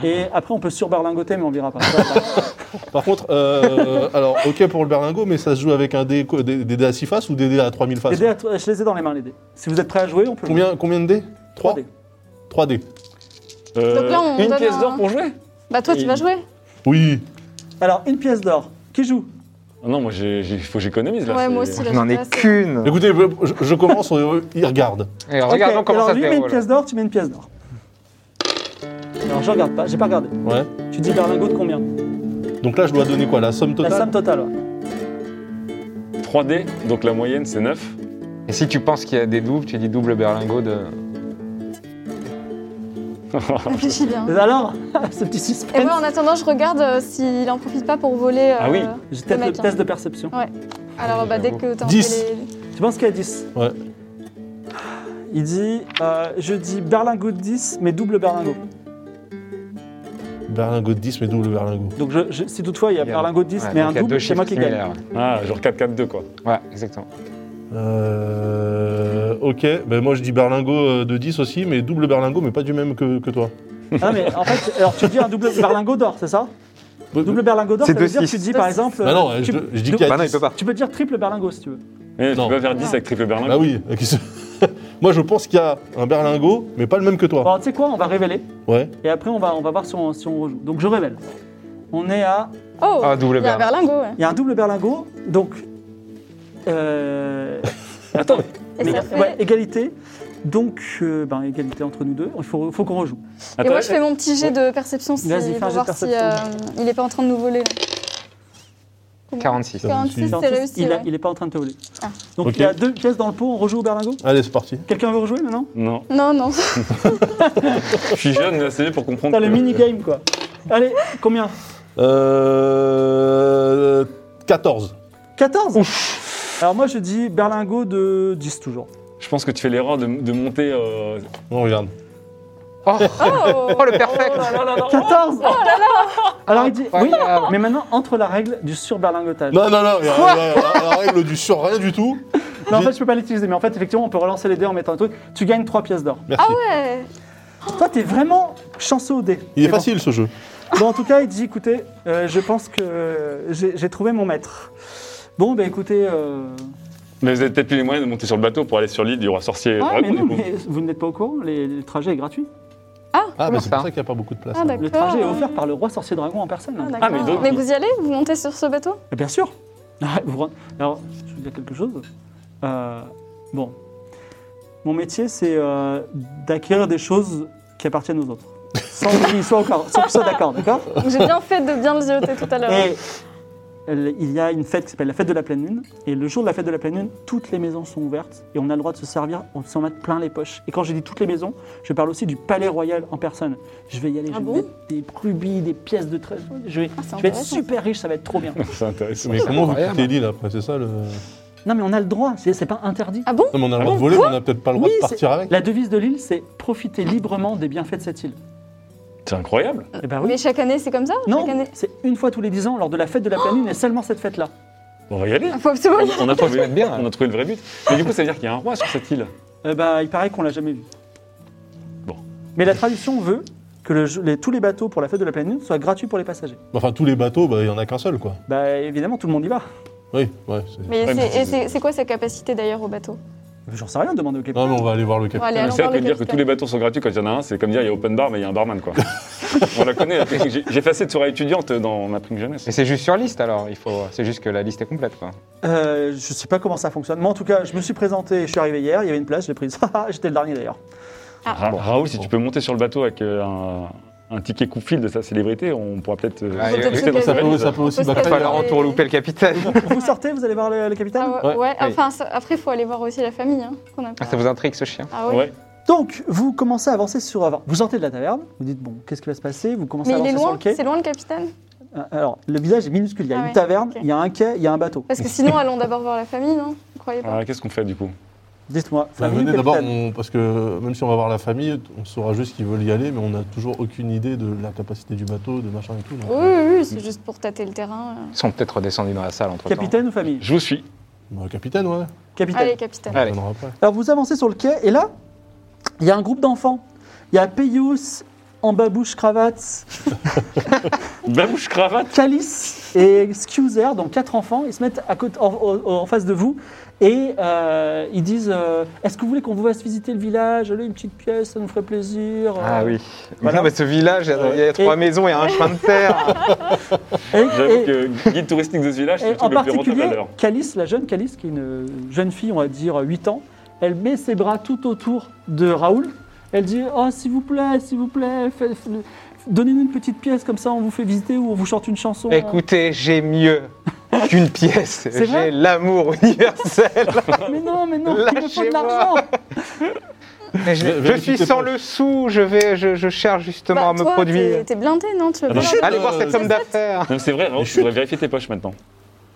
[SPEAKER 1] Et après, on peut surberlingoter, mais on verra pas. Ça, ça-
[SPEAKER 4] Par contre, euh, alors, ok pour le berlingot, mais ça se joue avec un dé, quoi, des, des dés à 6 faces ou des dés à 3000
[SPEAKER 1] Les
[SPEAKER 4] faces
[SPEAKER 1] dés, à toi- je les ai dans les mains, les dés. Si vous êtes prêts à jouer, on peut.
[SPEAKER 4] combien, combien de dés
[SPEAKER 1] 3
[SPEAKER 4] 3
[SPEAKER 1] dés.
[SPEAKER 4] 3 dés.
[SPEAKER 5] Donc là, on
[SPEAKER 3] une
[SPEAKER 5] donne
[SPEAKER 3] pièce
[SPEAKER 5] un-
[SPEAKER 3] d'or pour jouer
[SPEAKER 5] Bah, toi, tu vas jouer
[SPEAKER 4] Oui.
[SPEAKER 1] Alors, une pièce d'or. Qui joue
[SPEAKER 3] Ah Non, moi, il faut que j'économise, là.
[SPEAKER 5] Ouais,
[SPEAKER 3] c'est-
[SPEAKER 5] moi aussi,
[SPEAKER 2] Je
[SPEAKER 5] là.
[SPEAKER 2] n'en ai
[SPEAKER 5] pas assez.
[SPEAKER 2] qu'une.
[SPEAKER 4] Écoutez, je, je commence, on- il regarde.
[SPEAKER 2] Et
[SPEAKER 1] Ok,
[SPEAKER 2] regardons Ah, comment
[SPEAKER 1] Alors,
[SPEAKER 2] ça se
[SPEAKER 1] lui met une
[SPEAKER 2] déroule.
[SPEAKER 1] pièce d'or, tu mets une pièce d'or. Alors, je regarde pas, j'ai pas regardé.
[SPEAKER 4] Ouais.
[SPEAKER 1] Tu dis berlingot de combien
[SPEAKER 4] Donc là, je dois donner quoi La somme totale
[SPEAKER 1] La somme totale. ouais.
[SPEAKER 3] 3D, donc la moyenne, c'est 9.
[SPEAKER 2] Et si tu penses qu'il y a des doubles, tu dis double berlingot de.
[SPEAKER 5] Réfléchis bien.
[SPEAKER 1] Mais alors, ce petit
[SPEAKER 5] Et
[SPEAKER 1] suspense.
[SPEAKER 5] moi, en attendant, je regarde euh, s'il en profite pas pour voler. euh,
[SPEAKER 3] Ah oui.
[SPEAKER 1] J'ai
[SPEAKER 5] le
[SPEAKER 1] peut-être le
[SPEAKER 5] mec, hein.
[SPEAKER 1] test de perception.
[SPEAKER 5] Alors, bah, dès que t'as enlevé
[SPEAKER 4] Dix.
[SPEAKER 5] les.
[SPEAKER 1] Tu penses qu'il y a 10
[SPEAKER 4] Ouais.
[SPEAKER 1] Il dit euh, Je dis berlingot de 10, mais double berlingot.
[SPEAKER 4] Berlingot de 10, mais double berlingot.
[SPEAKER 1] Donc, je, je- si toutefois il y a berlingot de 10,
[SPEAKER 2] Ouais,
[SPEAKER 1] mais
[SPEAKER 2] donc
[SPEAKER 1] un
[SPEAKER 2] il y a deux
[SPEAKER 1] double, c'est moi
[SPEAKER 2] chiffres
[SPEAKER 1] qui gagne.
[SPEAKER 2] similaires.
[SPEAKER 3] Ah, genre 4-4-2, quoi.
[SPEAKER 2] Ouais, exactement.
[SPEAKER 4] Euh, ok, ben moi je dis berlingot euh, de 10 aussi, mais double berlingot, mais pas du même que, que toi.
[SPEAKER 1] Ah, mais en fait, alors tu dis un double berlingot d'or, c'est ça Double berlingot d'or, ça
[SPEAKER 2] C'est
[SPEAKER 1] veut
[SPEAKER 2] deux
[SPEAKER 1] dire que
[SPEAKER 2] six.
[SPEAKER 1] tu dis par exemple.
[SPEAKER 4] Bah non,
[SPEAKER 1] euh,
[SPEAKER 4] je,
[SPEAKER 1] tu,
[SPEAKER 4] je dis qu'il y a
[SPEAKER 2] Bah non, il
[SPEAKER 4] 10.
[SPEAKER 2] peut pas.
[SPEAKER 1] tu peux dire triple berlingot si tu veux.
[SPEAKER 3] Mais
[SPEAKER 4] Non.
[SPEAKER 3] tu vas vers
[SPEAKER 5] Ah.
[SPEAKER 3] 10 avec triple berlin.
[SPEAKER 4] Bah oui, qu'est-ce que- moi je pense qu'il y a un berlingot, mais pas le même que toi.
[SPEAKER 1] Bon, tu sais quoi On va révéler
[SPEAKER 4] Ouais.
[SPEAKER 1] et après on va, on va voir si on, si on rejoue. Donc, je révèle. On est à
[SPEAKER 5] Oh
[SPEAKER 2] Ah, double
[SPEAKER 5] Il y a un
[SPEAKER 2] berlingot.
[SPEAKER 5] berlingot, ouais.
[SPEAKER 1] Il y a un double berlingot, donc. euh,
[SPEAKER 3] Attends,
[SPEAKER 5] Et
[SPEAKER 1] mais-
[SPEAKER 5] ça fait-
[SPEAKER 1] ouais, égalité. Donc, euh, ben, égalité entre nous deux. Il faut, faut qu'on rejoue.
[SPEAKER 5] Et
[SPEAKER 3] attends,
[SPEAKER 5] moi, je fais mon petit jet de perception si,
[SPEAKER 1] Vas-y, fais un jet
[SPEAKER 5] pour
[SPEAKER 1] de
[SPEAKER 5] voir si
[SPEAKER 1] perception.
[SPEAKER 5] euh, il est pas en train de nous voler. là. combien
[SPEAKER 2] 46.
[SPEAKER 5] 46, c'est réussi.
[SPEAKER 1] il, a-
[SPEAKER 5] ouais.
[SPEAKER 1] il est pas en train de te voler.
[SPEAKER 5] Ah.
[SPEAKER 1] Donc
[SPEAKER 4] Ok.
[SPEAKER 1] il a deux pièces dans le pot, on rejoue au berlingot
[SPEAKER 4] Allez, c'est parti.
[SPEAKER 1] Quelqu'un veut rejouer maintenant
[SPEAKER 3] Non,
[SPEAKER 5] Non, non.
[SPEAKER 3] je suis jeune, mais assez vieux pour comprendre.
[SPEAKER 1] T'as le
[SPEAKER 3] que-
[SPEAKER 1] mini-game quoi. Allez, combien
[SPEAKER 4] Euh, 14.
[SPEAKER 1] 14 Alors moi je dis berlingot de 10 toujours.
[SPEAKER 3] Je pense que tu fais l'erreur de, de monter. euh,
[SPEAKER 4] On regarde.
[SPEAKER 2] Oh,
[SPEAKER 5] Oh,
[SPEAKER 2] Oh, le perfect
[SPEAKER 3] Oh là là là, oh
[SPEAKER 1] 14 Alors il dit, oui,
[SPEAKER 2] Incroyable.
[SPEAKER 1] mais maintenant entre la règle du sur-berlingotage.
[SPEAKER 4] Non, non, non, il y a- il y a la- la règle du sur rien du tout.
[SPEAKER 1] Non, en fait je peux pas l'utiliser, mais en fait effectivement on peut relancer les dés en mettant un truc. Tu gagnes 3 pièces d'or.
[SPEAKER 4] Merci.
[SPEAKER 5] ouais.
[SPEAKER 1] Toi t'es vraiment chanceux au dé.
[SPEAKER 4] Il est
[SPEAKER 1] Mais bon.
[SPEAKER 4] facile ce jeu. Ah,
[SPEAKER 1] Bon, en tout cas, il dit écoutez, euh, je pense que j'ai j'ai trouvé mon maître. Bon, ben écoutez. euh,
[SPEAKER 3] Mais vous avez peut-être plus les moyens de monter sur le bateau pour aller sur l'île du roi sorcier.
[SPEAKER 1] Ah,
[SPEAKER 3] dragon,
[SPEAKER 1] mais non,
[SPEAKER 3] du coup.
[SPEAKER 1] mais vous n'êtes pas au courant, les- le trajet est gratuit.
[SPEAKER 4] Ah, mais
[SPEAKER 2] Comment
[SPEAKER 4] c'est pour
[SPEAKER 2] ça
[SPEAKER 4] ça qu'il n'y a pas beaucoup de place.
[SPEAKER 5] Ah,
[SPEAKER 4] hein.
[SPEAKER 5] d'accord.
[SPEAKER 1] Le trajet est
[SPEAKER 5] Ah.
[SPEAKER 1] offert par le roi sorcier dragon en personne.
[SPEAKER 5] Ah,
[SPEAKER 1] hein.
[SPEAKER 3] mais
[SPEAKER 5] d'accord.
[SPEAKER 3] donc-
[SPEAKER 5] mais vous y allez Vous montez sur ce bateau
[SPEAKER 1] Mais bien sûr Ah, vous rend- Alors, je veux dire quelque chose. Euh, bon. Mon métier, c'est euh, d'acquérir des choses qui appartiennent aux autres. Sans qu'ils soient au courant- sans qu'ils soient d'accord, d'accord
[SPEAKER 5] J'ai bien fait de bien le zioter tout à l'heure.
[SPEAKER 1] Et elle- il y a une fête qui s'appelle la fête de la pleine lune. Et le jour de la fête de la pleine lune, toutes les maisons sont ouvertes et on a le droit de se servir, on s'en met plein les poches. Et quand je dis toutes les maisons, je parle aussi du palais royal en personne. Je vais y aller,
[SPEAKER 5] Ah
[SPEAKER 1] je vais
[SPEAKER 5] bon
[SPEAKER 1] mettre des rubis, des pièces de trésor. Je vais,
[SPEAKER 5] Ah, c'est
[SPEAKER 1] je vais être
[SPEAKER 5] intéressant.
[SPEAKER 1] super riche, ça va être trop bien.
[SPEAKER 3] C'est intéressant.
[SPEAKER 4] Mais comment vous
[SPEAKER 2] incroyable.
[SPEAKER 4] quittez l'île après C'est ça le.
[SPEAKER 1] non,
[SPEAKER 4] Non,
[SPEAKER 1] mais on a le droit, c'est c'est pas interdit.
[SPEAKER 5] Ah bon
[SPEAKER 4] mais on a le droit de voler, mais on n'a peut-être pas le droit
[SPEAKER 1] Oui,
[SPEAKER 4] de
[SPEAKER 1] c'est-
[SPEAKER 4] partir avec.
[SPEAKER 1] La devise de l'île, c'est profiter librement des bienfaits de cette île.
[SPEAKER 3] C'est incroyable.
[SPEAKER 1] Eh ben
[SPEAKER 5] Mais
[SPEAKER 1] oui.
[SPEAKER 5] chaque année, c'est comme ça
[SPEAKER 1] Non,
[SPEAKER 5] Chaque année
[SPEAKER 1] c'est une fois tous les 10 ans lors de la fête de la pleine lune et seulement cette fête-là.
[SPEAKER 3] On va y aller.
[SPEAKER 5] Il faut absolument. y aller.
[SPEAKER 3] On a, trouvé,
[SPEAKER 2] mettre bien, là.
[SPEAKER 3] on a trouvé le vrai but. Mais du coup, ça veut dire qu'il y a un roi sur cette île.
[SPEAKER 1] Eh ben, il paraît qu'on l'a jamais vu.
[SPEAKER 3] Bon.
[SPEAKER 1] Mais la tradition veut que le jeu- les- tous les bateaux pour la fête de la pleine lune soient gratuits pour les passagers.
[SPEAKER 4] Enfin, tous les bateaux, bah, il n'y en a qu'un seul, quoi.
[SPEAKER 1] Bah évidemment, tout le monde y va.
[SPEAKER 4] Oui, ouais. c'est-
[SPEAKER 5] Mais
[SPEAKER 3] Ouais, mais
[SPEAKER 5] c'est-
[SPEAKER 3] c'est-
[SPEAKER 5] et c'est c'est quoi sa capacité d'ailleurs au bateau
[SPEAKER 1] J'en sais rien, demandez au
[SPEAKER 4] Non,
[SPEAKER 1] capitaine.
[SPEAKER 4] mais on va aller voir le
[SPEAKER 5] On va aller à
[SPEAKER 4] capitaine.
[SPEAKER 3] Mais C'est
[SPEAKER 5] l'envers
[SPEAKER 3] vrai que
[SPEAKER 5] le
[SPEAKER 3] dire que tous les
[SPEAKER 5] capitaine.
[SPEAKER 3] bateaux sont gratuits quand il y en a un, c'est comme dire il y a open bar mais il y a un barman quoi. on la connaît, la technique. J'ai- j'ai fait assez de soirées étudiantes dans ma prime jeunesse.
[SPEAKER 2] Mais c'est juste sur liste alors, il faut. C'est juste que la liste est complète quoi.
[SPEAKER 1] Euh, je sais pas comment ça fonctionne. Moi, en tout cas, je me suis présenté, je suis arrivé hier, il y avait une place, j'ai prise. J'étais le dernier d'ailleurs.
[SPEAKER 3] Ra- Raoul, si tu peux monter sur le bateau avec euh, un, un ticket coup de fil de sa célébrité, on pourra peut-être. euh,
[SPEAKER 2] Ah,
[SPEAKER 3] rester
[SPEAKER 2] oui,
[SPEAKER 5] oui.
[SPEAKER 3] dans sa
[SPEAKER 4] Ça peut,
[SPEAKER 3] valise.
[SPEAKER 4] ça
[SPEAKER 5] On
[SPEAKER 4] peut aussi
[SPEAKER 5] peut se
[SPEAKER 2] Il va
[SPEAKER 4] backfire.
[SPEAKER 2] falloir entourlouper le capitaine.
[SPEAKER 1] Vous sortez, vous allez voir le, le capitaine
[SPEAKER 5] Ah ouais,
[SPEAKER 4] Ouais.
[SPEAKER 5] ouais.
[SPEAKER 2] Oui.
[SPEAKER 5] enfin, ça- après, il faut aller voir aussi la famille. Hein, qu'on a
[SPEAKER 2] Ah,
[SPEAKER 5] pas.
[SPEAKER 2] ça vous intrigue ce chien
[SPEAKER 5] Ah ouais.
[SPEAKER 3] Ouais.
[SPEAKER 1] Donc, vous commencez à avancer sur. enfin, Vous sortez de la taverne, vous dites, bon, qu'est-ce qui va se passer Vous commencez
[SPEAKER 5] Mais
[SPEAKER 1] à
[SPEAKER 5] il
[SPEAKER 1] avancer
[SPEAKER 5] est
[SPEAKER 1] sur
[SPEAKER 5] loin,
[SPEAKER 1] le quai.
[SPEAKER 5] c'est loin le capitaine
[SPEAKER 1] Euh, Alors, le village est minuscule. Il y a
[SPEAKER 5] Ah
[SPEAKER 1] une
[SPEAKER 5] ouais,
[SPEAKER 1] taverne,
[SPEAKER 5] ok.
[SPEAKER 1] il y a un quai, il y a un bateau.
[SPEAKER 5] Parce que sinon, allons d'abord voir la famille, non Vous croyez pas
[SPEAKER 3] Ah, Qu'est-ce qu'on fait du coup
[SPEAKER 1] Dites-moi.
[SPEAKER 4] Bah,
[SPEAKER 1] famille,
[SPEAKER 4] venez d'abord,
[SPEAKER 1] capitaine.
[SPEAKER 4] on- parce que même si on va voir la famille, on saura juste qu'ils veulent y aller, mais on n'a toujours aucune idée de la capacité du bateau, de machin et tout. donc,
[SPEAKER 5] Oui,
[SPEAKER 4] euh,
[SPEAKER 5] oui, oui, c'est juste pour tâter le terrain. euh.
[SPEAKER 2] Ils sont peut-être redescendus dans la salle entre temps.
[SPEAKER 1] Capitaine ou famille
[SPEAKER 3] Je vous suis.
[SPEAKER 4] bah, capitaine, ouais.
[SPEAKER 1] Capitaine.
[SPEAKER 5] Allez, capitaine.
[SPEAKER 2] Ah.
[SPEAKER 4] On
[SPEAKER 2] Allez.
[SPEAKER 4] reviendra après.
[SPEAKER 1] Alors, vous avancez sur le quai, et là, il y a un groupe d'enfants. Il y a Peyous, en babouche cravate,
[SPEAKER 3] Babouche cravate
[SPEAKER 1] Calice et Excuser, donc quatre enfants. Ils se mettent à côté, en, en- en face de vous et euh, ils disent euh, Est-ce que vous voulez qu'on vous fasse visiter le village Allez, une petite pièce, ça nous ferait plaisir.
[SPEAKER 2] Ah oui.
[SPEAKER 1] Voilà. Euh,
[SPEAKER 2] Non, mais ce village, il y a- il y a
[SPEAKER 1] Et-
[SPEAKER 2] trois maisons et un chemin de terre.
[SPEAKER 1] Et-
[SPEAKER 3] J'avoue
[SPEAKER 1] et-
[SPEAKER 3] que guide touristique de ce village, c'est
[SPEAKER 1] Et
[SPEAKER 3] le
[SPEAKER 1] en
[SPEAKER 3] truc le plus rentable à
[SPEAKER 1] particulier,
[SPEAKER 3] l'heure.
[SPEAKER 1] Calice, la jeune Calice, qui est une jeune fille, on va dire 8 ans, elle met ses bras tout autour de Raoul. Elle dit Oh, s'il vous plaît, s'il vous plaît, fait- fait- donnez-nous une petite pièce, comme ça on vous fait visiter ou on vous chante une chanson.
[SPEAKER 2] Écoutez, j'ai mieux qu'une pièce.
[SPEAKER 1] Oh. C'est vrai
[SPEAKER 2] J'ai l'amour universel.
[SPEAKER 1] Mais non, mais non, il me faut de
[SPEAKER 2] Lâchez-moi.
[SPEAKER 1] l'argent
[SPEAKER 2] Mais je,
[SPEAKER 4] Vé-
[SPEAKER 2] je
[SPEAKER 4] vérifie
[SPEAKER 2] suis
[SPEAKER 4] tes
[SPEAKER 2] sans
[SPEAKER 4] poches.
[SPEAKER 2] le sou, je vais, je, je cherche justement
[SPEAKER 5] Bah,
[SPEAKER 2] à me
[SPEAKER 5] toi,
[SPEAKER 2] produire.
[SPEAKER 5] t'es- T'es blindé, non Tu veux
[SPEAKER 3] Ah,
[SPEAKER 5] pas
[SPEAKER 3] mais
[SPEAKER 5] la-
[SPEAKER 3] chut.
[SPEAKER 2] Allez voir
[SPEAKER 4] Euh,
[SPEAKER 2] cette somme d'affaires.
[SPEAKER 3] Non, C'est vrai, Raoul, tu devrais vérifier tes poches maintenant.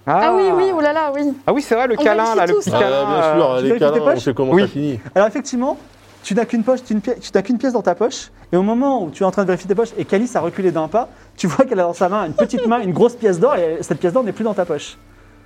[SPEAKER 5] Ah oui, oui, oh là là, oui.
[SPEAKER 2] Ah oui, c'est vrai, le
[SPEAKER 5] On
[SPEAKER 2] câlin,
[SPEAKER 5] vérifie
[SPEAKER 2] là, le
[SPEAKER 5] tout,
[SPEAKER 2] petit
[SPEAKER 5] ça.
[SPEAKER 2] câlin.
[SPEAKER 4] Ah, bien
[SPEAKER 2] euh,
[SPEAKER 4] sûr,
[SPEAKER 1] tu
[SPEAKER 4] allez,
[SPEAKER 1] vérifies tes
[SPEAKER 4] câlin, on
[SPEAKER 1] poches
[SPEAKER 4] sait comment
[SPEAKER 2] Oui.
[SPEAKER 4] ça finit.
[SPEAKER 1] Alors effectivement, tu n'as qu'une poche, tu n'as pièce- tu n'as qu'une pièce dans ta poche, et au moment où tu es en train de vérifier tes poches et Calice a reculé d'un pas, tu vois qu'elle a dans sa main une petite main, une grosse pièce d'or, et cette pièce d'or n'est plus dans ta poche.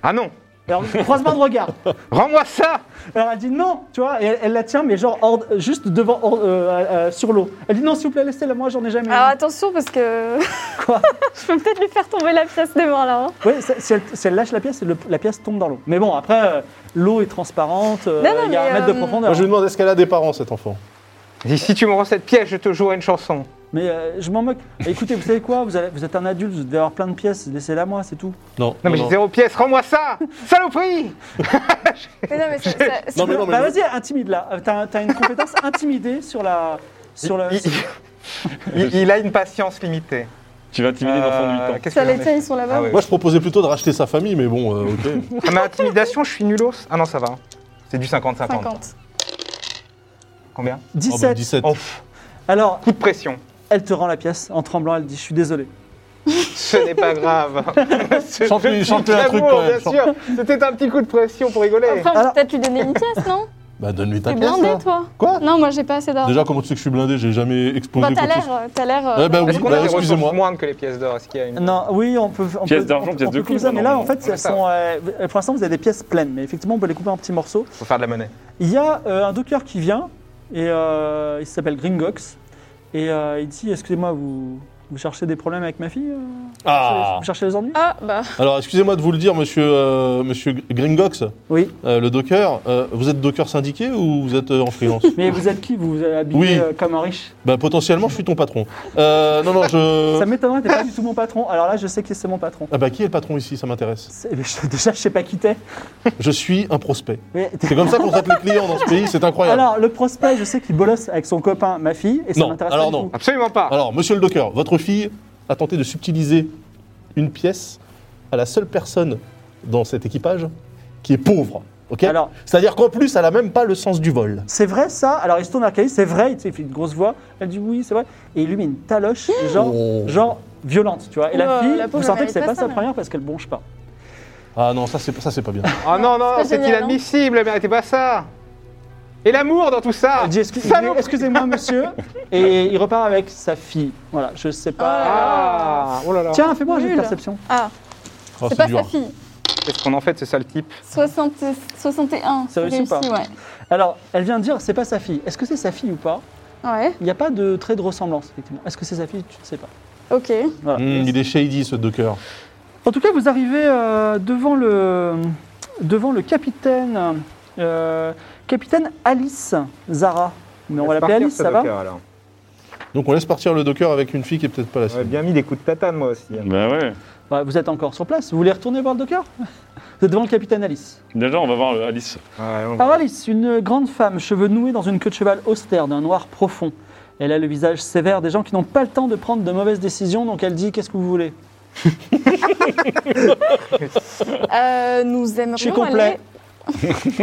[SPEAKER 2] Ah non,
[SPEAKER 1] Alors, croisement de regard
[SPEAKER 2] rends-moi ça
[SPEAKER 1] Alors elle dit non, tu vois, et elle, elle la tient, mais genre hors- juste devant, hors- euh, euh, sur l'eau. Elle dit non, s'il vous plaît, laissez-la, moi j'en ai jamais. eu.
[SPEAKER 5] Alors attention, parce que
[SPEAKER 1] Quoi
[SPEAKER 5] je peux peut-être lui faire tomber la pièce des mains là. hein.
[SPEAKER 1] Oui, c'est- si elle, si elle lâche la pièce, le- la pièce tombe dans l'eau. Mais bon, après, euh, l'eau est transparente, euh,
[SPEAKER 5] Non, non,
[SPEAKER 1] il y a
[SPEAKER 5] mais,
[SPEAKER 1] un mètre de
[SPEAKER 5] euh,
[SPEAKER 1] profondeur.
[SPEAKER 4] Moi, je lui demande est-ce qu'elle a des parents, cet enfant
[SPEAKER 2] Et si tu me rends cette pièce, je te jouerai une chanson.
[SPEAKER 1] Mais euh, je m'en moque. Écoutez, vous savez quoi vous, avez- vous êtes un adulte, vous devez avoir plein de pièces, laissez-la moi, c'est tout.
[SPEAKER 2] Non, mais j'ai zéro pièce, rends-moi ça Saloperie
[SPEAKER 5] Mais non, mais ça- ça-
[SPEAKER 4] Non, mais non, mais
[SPEAKER 1] bah
[SPEAKER 4] le-
[SPEAKER 1] vas-y, intimide-la. Euh, T'as t'as une compétence
[SPEAKER 4] Oh,
[SPEAKER 1] intimidée sur la... Sur le...
[SPEAKER 2] Il- il, il a une patience limitée. Euh,
[SPEAKER 3] Tu vas intimider l'enfant de 8 ans.
[SPEAKER 2] Qu'est-ce
[SPEAKER 5] Ça,
[SPEAKER 2] que
[SPEAKER 5] les
[SPEAKER 2] j'en ai
[SPEAKER 5] tiens, ils sont là-bas.
[SPEAKER 2] Ah oui.
[SPEAKER 4] Moi, je proposais plutôt de racheter sa famille, mais bon, euh, ok.
[SPEAKER 2] Ah, ma intimidation, je suis nulos. Ah non, ça va. C'est du 50-50.
[SPEAKER 5] 50.
[SPEAKER 2] Combien
[SPEAKER 1] 17.
[SPEAKER 4] Ah bah, 17.
[SPEAKER 2] Oh, pff,
[SPEAKER 1] Alors,
[SPEAKER 2] Coup de pression.
[SPEAKER 1] elle te rend la pièce en tremblant. Elle dit Je suis désolé.
[SPEAKER 2] Ce n'est pas grave. Ce-
[SPEAKER 4] Chante-lui-
[SPEAKER 2] petit
[SPEAKER 4] chante-lui un truc,
[SPEAKER 2] amour,
[SPEAKER 4] quand
[SPEAKER 2] bien
[SPEAKER 4] même.
[SPEAKER 2] sûr. C'était un petit coup de pression pour rigoler.
[SPEAKER 5] Après, on peut
[SPEAKER 1] Alors-
[SPEAKER 5] peut-être lui donner une pièce, non
[SPEAKER 4] Bah, donne-lui ta
[SPEAKER 5] T'es
[SPEAKER 4] pièce,
[SPEAKER 5] blindé,
[SPEAKER 4] là.
[SPEAKER 5] toi
[SPEAKER 4] Quoi
[SPEAKER 5] Non, moi, j'ai pas assez d'argent.
[SPEAKER 4] Déjà, comment tu sais que je suis blindé J'ai jamais explosé
[SPEAKER 5] Bah, t'as
[SPEAKER 4] quoi que ce soit.
[SPEAKER 5] l'air. T'as l'air. euh,
[SPEAKER 4] Ouais, bah oui,
[SPEAKER 2] Est-ce qu'on
[SPEAKER 4] bah,
[SPEAKER 2] a des
[SPEAKER 4] excusez-moi.
[SPEAKER 2] ressources moindres que les pièces d'or Est-ce qu'il y a une...
[SPEAKER 1] Non, oui, on peut. On
[SPEAKER 3] Pièce
[SPEAKER 1] peut-
[SPEAKER 3] d'argent,
[SPEAKER 1] on-
[SPEAKER 3] pièce
[SPEAKER 1] on
[SPEAKER 3] de
[SPEAKER 1] peut
[SPEAKER 3] couple,
[SPEAKER 1] couper ça, Mais là,
[SPEAKER 3] normalement.
[SPEAKER 1] en fait,
[SPEAKER 2] On
[SPEAKER 1] elles
[SPEAKER 2] est ça.
[SPEAKER 1] sont, euh, pour l'instant, vous avez des pièces pleines. Mais effectivement, on peut les couper en petits morceaux.
[SPEAKER 2] Faut faire de la monnaie.
[SPEAKER 1] Il y a euh, un docteur qui vient et euh, il s'appelle Gringox et euh, il dit excusez-moi vous vous cherchez des problèmes avec ma fille euh,
[SPEAKER 4] Ah
[SPEAKER 1] Vous cherchez les ennuis
[SPEAKER 5] Ah, bah.
[SPEAKER 4] Alors, excusez-moi de vous le dire, monsieur, euh, monsieur Gringox,
[SPEAKER 1] Oui.
[SPEAKER 4] euh, le docker. euh, vous êtes docker syndiqué ou vous êtes euh, en freelance
[SPEAKER 1] Mais vous êtes qui Vous vous habillez
[SPEAKER 4] Oui.
[SPEAKER 1] euh, comme un riche
[SPEAKER 4] Bah, potentiellement, je suis ton patron. Euh, non, non, je.
[SPEAKER 1] Ça m'étonnerait, t'es pas du tout mon patron. Alors là, je sais que c'est mon patron.
[SPEAKER 4] Ah bah, qui est le patron ici Ça m'intéresse.
[SPEAKER 1] C'est- mais je- déjà, je sais pas qui t'es.
[SPEAKER 4] Je suis un prospect.
[SPEAKER 1] Mais-
[SPEAKER 4] C'est comme ça qu'on traite les clients dans ce pays, c'est incroyable.
[SPEAKER 1] Alors, le prospect, je sais qu'il bolosse avec son copain, ma fille, et ça
[SPEAKER 4] Non,
[SPEAKER 1] m'intéresse
[SPEAKER 4] alors
[SPEAKER 1] pas du
[SPEAKER 4] non.
[SPEAKER 1] tout.
[SPEAKER 2] Absolument pas.
[SPEAKER 4] Alors, monsieur le docker, votre fille a tenté de subtiliser une pièce à la seule personne dans cet équipage qui est pauvre. ok
[SPEAKER 1] Alors-
[SPEAKER 4] C'est-à-dire qu'en plus, elle n'a même pas le sens du vol.
[SPEAKER 1] C'est vrai ça Alors, il se tourne vers Calice, c'est vrai, il fait une grosse voix, elle dit oui, c'est vrai. Et il lui met une taloche, genre,
[SPEAKER 4] Oh.
[SPEAKER 1] genre violente, tu vois. Et la
[SPEAKER 5] Ouah,
[SPEAKER 1] fille,
[SPEAKER 5] la
[SPEAKER 1] vous
[SPEAKER 5] pauvre,
[SPEAKER 1] sentez
[SPEAKER 5] elle
[SPEAKER 1] que c'est pas
[SPEAKER 5] mérite pas ça,
[SPEAKER 1] sa
[SPEAKER 5] mais-
[SPEAKER 1] première parce qu'elle bronche pas.
[SPEAKER 4] Ah non, ça c'est ça c'est pas bien.
[SPEAKER 2] Oh non, non,
[SPEAKER 5] pas
[SPEAKER 2] c'est
[SPEAKER 5] génial,
[SPEAKER 2] inadmissible, mais arrêtez pas ça Et l'amour dans tout ça
[SPEAKER 1] Elle dit Excuse-
[SPEAKER 2] Salaud
[SPEAKER 1] excusez-moi monsieur et il repart avec sa fille. Voilà, je sais pas.
[SPEAKER 2] Ah Oh là là
[SPEAKER 1] Tiens, fais-moi un jeu de
[SPEAKER 5] Nul.
[SPEAKER 1] perception.
[SPEAKER 5] Ah,
[SPEAKER 4] Oh,
[SPEAKER 5] c'est pas sa fille.
[SPEAKER 2] Qu'est-ce qu'on en fait de ce sale type
[SPEAKER 5] 60 61.
[SPEAKER 1] Ça réussit
[SPEAKER 5] réussi,
[SPEAKER 1] pas.
[SPEAKER 5] ouais.
[SPEAKER 1] Alors, elle vient de dire c'est pas sa fille. Est-ce que c'est sa fille ou pas
[SPEAKER 5] Ouais,
[SPEAKER 1] Il n'y a pas de trait de ressemblance effectivement. Est-ce que c'est sa fille Tu ne sais pas.
[SPEAKER 5] ok.
[SPEAKER 1] Voilà.
[SPEAKER 4] Hmm, il est shady ce docker.
[SPEAKER 1] En tout cas, vous arrivez euh, devant le devant le capitaine euh, capitaine Alice Zara. Mais on va l'appeler Alice, ça va
[SPEAKER 4] Donc on laisse partir le docker avec une fille qui est peut-être pas la
[SPEAKER 2] J'aurais
[SPEAKER 4] sienne.
[SPEAKER 2] bien mis des coups de tatane, moi aussi.
[SPEAKER 3] Bah ouais.
[SPEAKER 1] Bah, Vous êtes encore sur place. Vous voulez retourner voir le docker Vous êtes devant le capitaine Alice.
[SPEAKER 3] Déjà, on va voir euh, Alice.
[SPEAKER 1] Par Alice, une grande femme, cheveux noués dans une queue de cheval austère d'un noir profond. Elle a le visage sévère des gens qui n'ont pas le temps de prendre de mauvaises décisions, donc elle dit Qu'est-ce que vous voulez
[SPEAKER 5] Euh, nous aimerions
[SPEAKER 1] Je suis complet,
[SPEAKER 5] aller...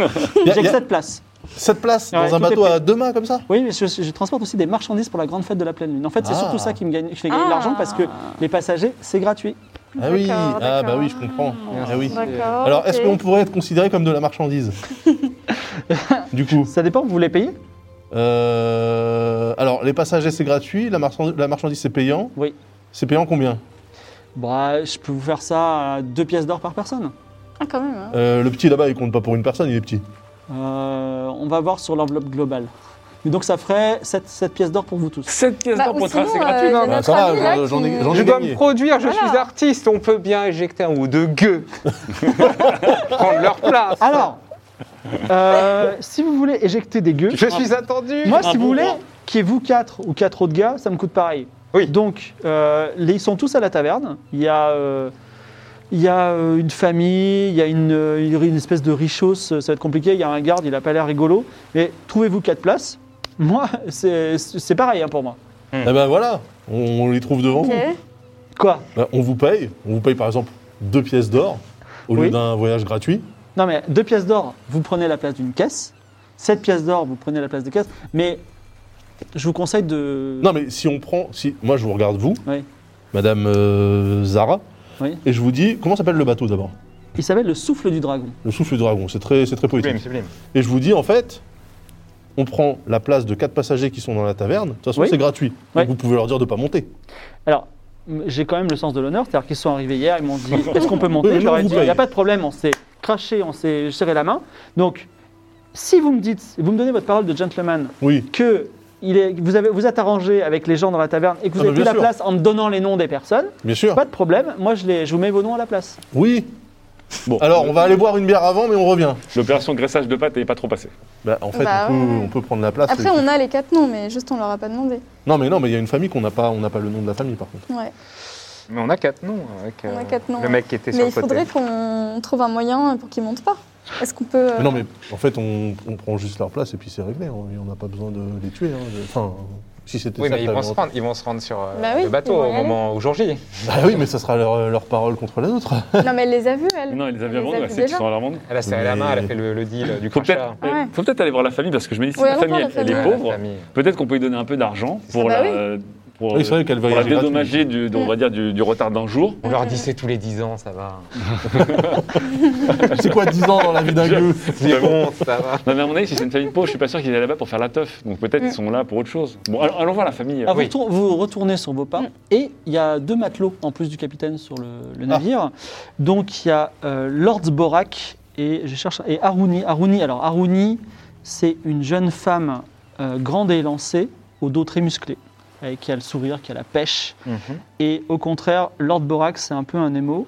[SPEAKER 4] Il y a-
[SPEAKER 1] j'ai
[SPEAKER 4] il y
[SPEAKER 1] que
[SPEAKER 4] a
[SPEAKER 1] cette place.
[SPEAKER 4] Cette place
[SPEAKER 1] Ouais,
[SPEAKER 4] dans un
[SPEAKER 1] tout est
[SPEAKER 4] bateau
[SPEAKER 1] pris.
[SPEAKER 4] à deux mains comme ça
[SPEAKER 1] Oui, mais je, je transporte aussi des marchandises pour la grande fête de la pleine lune. En fait, c'est
[SPEAKER 4] Ah.
[SPEAKER 1] surtout ça qui me gagne, qui fait gagner de l'argent parce que les passagers, c'est gratuit.
[SPEAKER 4] Ah oui,
[SPEAKER 5] D'accord,
[SPEAKER 4] ah bah
[SPEAKER 5] d'accord.
[SPEAKER 4] oui, je comprends. Ah oui.
[SPEAKER 5] D'accord.
[SPEAKER 4] Alors,
[SPEAKER 5] ok.
[SPEAKER 4] est-ce qu'on pourrait être considéré comme de la marchandise Du coup.
[SPEAKER 1] Ça dépend, vous voulez payer
[SPEAKER 4] Euh, alors, les passagers, c'est gratuit. La, marchand- la marchandise, c'est payant.
[SPEAKER 1] Oui.
[SPEAKER 4] C'est payant combien
[SPEAKER 1] Bah, je peux vous faire ça à deux pièces d'or par personne.
[SPEAKER 5] Ah, quand même. hein.
[SPEAKER 4] Euh, Le petit là-bas, il compte pas pour une personne, il est petit.
[SPEAKER 1] Euh, on va voir sur l'enveloppe globale. Mais donc ça ferait 7, pièces d'or pour vous tous.
[SPEAKER 3] 7 pièces
[SPEAKER 5] Bah,
[SPEAKER 3] d'or pour
[SPEAKER 5] ou
[SPEAKER 3] un train,
[SPEAKER 5] sinon,
[SPEAKER 3] c'est
[SPEAKER 5] euh,
[SPEAKER 3] gratuit.
[SPEAKER 5] il y a
[SPEAKER 4] Bah,
[SPEAKER 5] notre
[SPEAKER 4] ça va,
[SPEAKER 5] ami, là,
[SPEAKER 4] j'en- j'en ai-
[SPEAKER 5] qui-
[SPEAKER 4] j'en
[SPEAKER 2] Je
[SPEAKER 4] ai-
[SPEAKER 2] dois
[SPEAKER 4] gagné.
[SPEAKER 2] me produire, je
[SPEAKER 5] Voilà.
[SPEAKER 2] suis artiste, on peut bien éjecter un ou deux gueux. Prendre leur place.
[SPEAKER 1] Alors, euh, si vous voulez éjecter des gueux,
[SPEAKER 2] Je suis attendu.
[SPEAKER 1] Moi, si vous voulez, qui est vous quatre ou quatre autres gars, ça me coûte pareil.
[SPEAKER 2] Oui.
[SPEAKER 1] Donc, euh, les- ils sont tous à la taverne. Il y a, euh, il y a euh, une famille, il y a une, euh, une espèce de richos, euh, ça va être compliqué. Il y a un garde, il n'a pas l'air rigolo. Mais trouvez-vous quatre places. Moi, c'est c'est pareil hein, pour moi.
[SPEAKER 4] Eh ben voilà, on, on les trouve devant vous.
[SPEAKER 5] Ok.
[SPEAKER 1] Quoi
[SPEAKER 4] Bah, on vous paye. On vous paye par exemple deux pièces d'or au
[SPEAKER 1] Oui.
[SPEAKER 4] lieu d'un voyage gratuit.
[SPEAKER 1] Non, mais deux pièces d'or, vous prenez la place d'une caisse. Sept pièces d'or, vous prenez la place de caisse. Mais je vous conseille de.
[SPEAKER 4] Non, mais si on prend. Si, moi, je vous regarde, vous,
[SPEAKER 1] Oui.
[SPEAKER 4] madame euh, Zara,
[SPEAKER 1] Oui.
[SPEAKER 4] et je vous dis comment s'appelle le bateau d'abord
[SPEAKER 1] Il s'appelle le souffle du dragon.
[SPEAKER 4] Le souffle du dragon, c'est très, c'est très poétique.
[SPEAKER 2] Sublime, sublime.
[SPEAKER 4] Et je vous dis, en fait, on prend la place de quatre passagers qui sont dans la taverne. De toute façon,
[SPEAKER 1] Oui.
[SPEAKER 4] c'est gratuit. Donc,
[SPEAKER 1] Ouais.
[SPEAKER 4] vous pouvez leur dire de ne pas monter.
[SPEAKER 1] Alors, m- j'ai quand même le sens de l'honneur, c'est-à-dire qu'ils sont arrivés hier, ils m'ont dit est-ce qu'on peut
[SPEAKER 4] Oui,
[SPEAKER 1] monter
[SPEAKER 4] mais
[SPEAKER 1] Je
[SPEAKER 4] nous,
[SPEAKER 1] leur ai
[SPEAKER 4] vous
[SPEAKER 1] dit il n'y a
[SPEAKER 4] payez.
[SPEAKER 1] pas de problème, on s'est craché, on s'est serré la main. Donc, si vous me dites, vous me donnez votre parole de gentleman,
[SPEAKER 4] Oui.
[SPEAKER 1] que il est, vous, avez, vous êtes arrangé avec les gens dans la taverne et que vous
[SPEAKER 4] Ah,
[SPEAKER 1] avez
[SPEAKER 4] bah,
[SPEAKER 1] pris la
[SPEAKER 4] bien sûr. Ah.
[SPEAKER 1] place en me donnant les noms des personnes,
[SPEAKER 4] Bien sûr.
[SPEAKER 1] pas de problème, moi je, les, je vous mets vos noms à la place.
[SPEAKER 4] Oui.
[SPEAKER 3] Bon,
[SPEAKER 4] Alors, on va aller boire une bière avant, mais on revient.
[SPEAKER 3] l'opération graissage de pâte n'est pas trop passée.
[SPEAKER 4] Bah, en fait,
[SPEAKER 5] Bah,
[SPEAKER 4] on, peut,
[SPEAKER 5] ouais.
[SPEAKER 4] on peut prendre la place.
[SPEAKER 5] Après, on a les quatre noms, mais juste on leur a pas demandé.
[SPEAKER 4] Non, mais non, mais il y a une famille qu'on n'a pas, on n'a pas le nom de la famille, par contre.
[SPEAKER 5] Ouais.
[SPEAKER 2] Mais on a quatre noms avec
[SPEAKER 5] On a
[SPEAKER 2] euh,
[SPEAKER 5] quatre noms,
[SPEAKER 2] le mec qui était sur
[SPEAKER 5] Mais
[SPEAKER 2] le
[SPEAKER 5] il faudrait
[SPEAKER 2] côté.
[SPEAKER 5] qu'on trouve un moyen pour qu'ils montent pas. Est-ce qu'on peut. euh,
[SPEAKER 4] Mais non, mais en fait, on, on prend juste leur place et puis c'est réglé. On on n'a pas besoin de les tuer. hein. Enfin, Si c'était
[SPEAKER 2] Oui,
[SPEAKER 4] ça,
[SPEAKER 2] mais ils
[SPEAKER 4] t'avais
[SPEAKER 2] vont, se
[SPEAKER 4] entendu.
[SPEAKER 2] rendre, ils vont se rendre sur euh,
[SPEAKER 5] Bah oui,
[SPEAKER 2] le bateau
[SPEAKER 5] ils vont
[SPEAKER 2] au
[SPEAKER 5] y aller.
[SPEAKER 2] moment où jour J.
[SPEAKER 4] Bah oui, mais ça sera leur, leur parole contre la nôtre.
[SPEAKER 5] euh, Non, mais elle les a vus, elle. Oh
[SPEAKER 3] Non, il les a
[SPEAKER 5] Elle
[SPEAKER 3] bien vendus,
[SPEAKER 5] vus
[SPEAKER 3] c'est qu'ils
[SPEAKER 5] déjà.
[SPEAKER 3] sont à leur vendre.
[SPEAKER 2] Elle a serré ben, la main, elle a
[SPEAKER 4] Mais-
[SPEAKER 2] fait le, le deal euh, du
[SPEAKER 3] Faut peut-être
[SPEAKER 2] crachat.
[SPEAKER 5] Ah ouais.
[SPEAKER 3] faut peut-être aller voir la famille parce que je me dis si
[SPEAKER 5] Ouais,
[SPEAKER 3] la
[SPEAKER 5] allons
[SPEAKER 3] famille
[SPEAKER 5] voir
[SPEAKER 3] elle,
[SPEAKER 5] la
[SPEAKER 3] elle est
[SPEAKER 5] famille.
[SPEAKER 3] pauvre, peut-être qu'on peut lui donner un peu d'argent pour
[SPEAKER 5] Ah bah
[SPEAKER 3] la pour,
[SPEAKER 4] Oui, c'est vrai qu'elle va
[SPEAKER 3] pour la
[SPEAKER 4] voyager gratuit.
[SPEAKER 3] dédommager du, de- on va dire, du, du retard d'un jour.
[SPEAKER 2] On leur dit c'est tous les 10 ans, ça va.
[SPEAKER 4] C'est quoi 10 ans dans la vie d'un gueux
[SPEAKER 2] C'est bon, ça va.
[SPEAKER 3] Non mais à mon avis, si c'est une famille pauvre, je suis pas sûr qu'ils allaient là-bas pour faire la teuf. Donc
[SPEAKER 5] Mm.
[SPEAKER 3] peut-être ils sont là pour autre chose. Bon, allons, allons voir la famille.
[SPEAKER 1] Alors,
[SPEAKER 2] oui.
[SPEAKER 1] vous, retour- vous retournez sur vos pas et il y a deux matelots en plus du capitaine sur le, le navire. Donc il y a euh, Lord Borak et je cherche et Aruni. Aruni, alors Aruni, c'est une jeune femme euh, grande et élancée, au dos très musclé, avec qui a le sourire, qui a la pêche. Et au contraire, Lord Borak, c'est un peu un émo.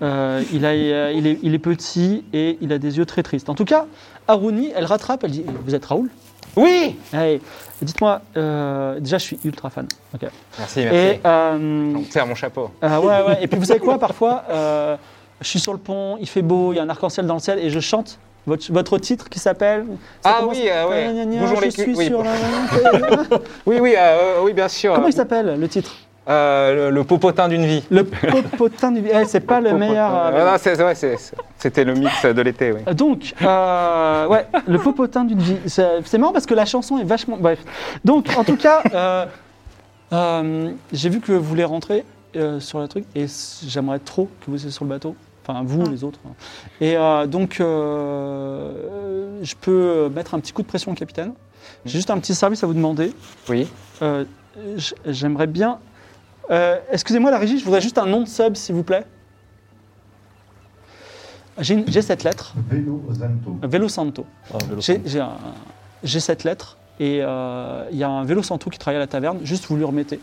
[SPEAKER 1] Euh, il, a, euh, il, est, il est petit et il a des yeux très tristes. En tout cas, Aruni, elle rattrape, elle dit Vous êtes Raoul
[SPEAKER 2] Oui
[SPEAKER 1] Hey, Dites-moi, euh, déjà je suis ultra fan. Ok.
[SPEAKER 2] Merci,
[SPEAKER 1] Et,
[SPEAKER 2] merci.
[SPEAKER 1] euh,
[SPEAKER 2] On serre mon chapeau.
[SPEAKER 1] euh, ouais, ouais. et puis vous savez quoi, parfois, euh, je suis sur le pont, il fait beau, il y a un arc-en-ciel dans le ciel et je chante votre, votre titre qui s'appelle. ça
[SPEAKER 2] Ah
[SPEAKER 1] commence-
[SPEAKER 2] oui, ah ouais.
[SPEAKER 1] Gna, gna, gna,
[SPEAKER 2] Bougeons
[SPEAKER 1] je
[SPEAKER 2] les
[SPEAKER 1] suis
[SPEAKER 2] culs, oui.
[SPEAKER 1] sur la-
[SPEAKER 2] Oui, oui, euh, euh, oui bien sûr.
[SPEAKER 1] Comment il s'appelle le titre
[SPEAKER 2] Euh, le, le popotin d'une vie.
[SPEAKER 1] Le popotin du. Eh, c'est pas le meilleur. euh,
[SPEAKER 2] Euh, non, c'est- c'est- ouais, c'est- c'est- C'était le mix de l'été, oui.
[SPEAKER 1] Donc, euh, ouais, le popotin d'une vie. C'est c'est marrant parce que la chanson est vachement. Bref. Donc, en tout cas, euh, euh, j'ai vu que vous voulez rentrer euh, sur le truc et s- j'aimerais trop que vous soyez sur le bateau. Enfin, vous, les autres. Et euh, donc, euh, je peux mettre un petit coup de pression au capitaine. J'ai juste un petit service à vous demander.
[SPEAKER 2] Oui.
[SPEAKER 1] Euh, j- J'aimerais bien. Euh, Excusez-moi, la régie, je voudrais juste un nom de sub, s'il vous plaît. J'ai une- j'ai cette lettre.
[SPEAKER 6] Vélo Zanto.
[SPEAKER 1] Vélo Santo.
[SPEAKER 4] Ah, vélo.
[SPEAKER 1] J'ai j'ai un- j'ai cette lettre et euh, il y a un Vélo Santo qui travaille à la taverne. Juste vous lui remettez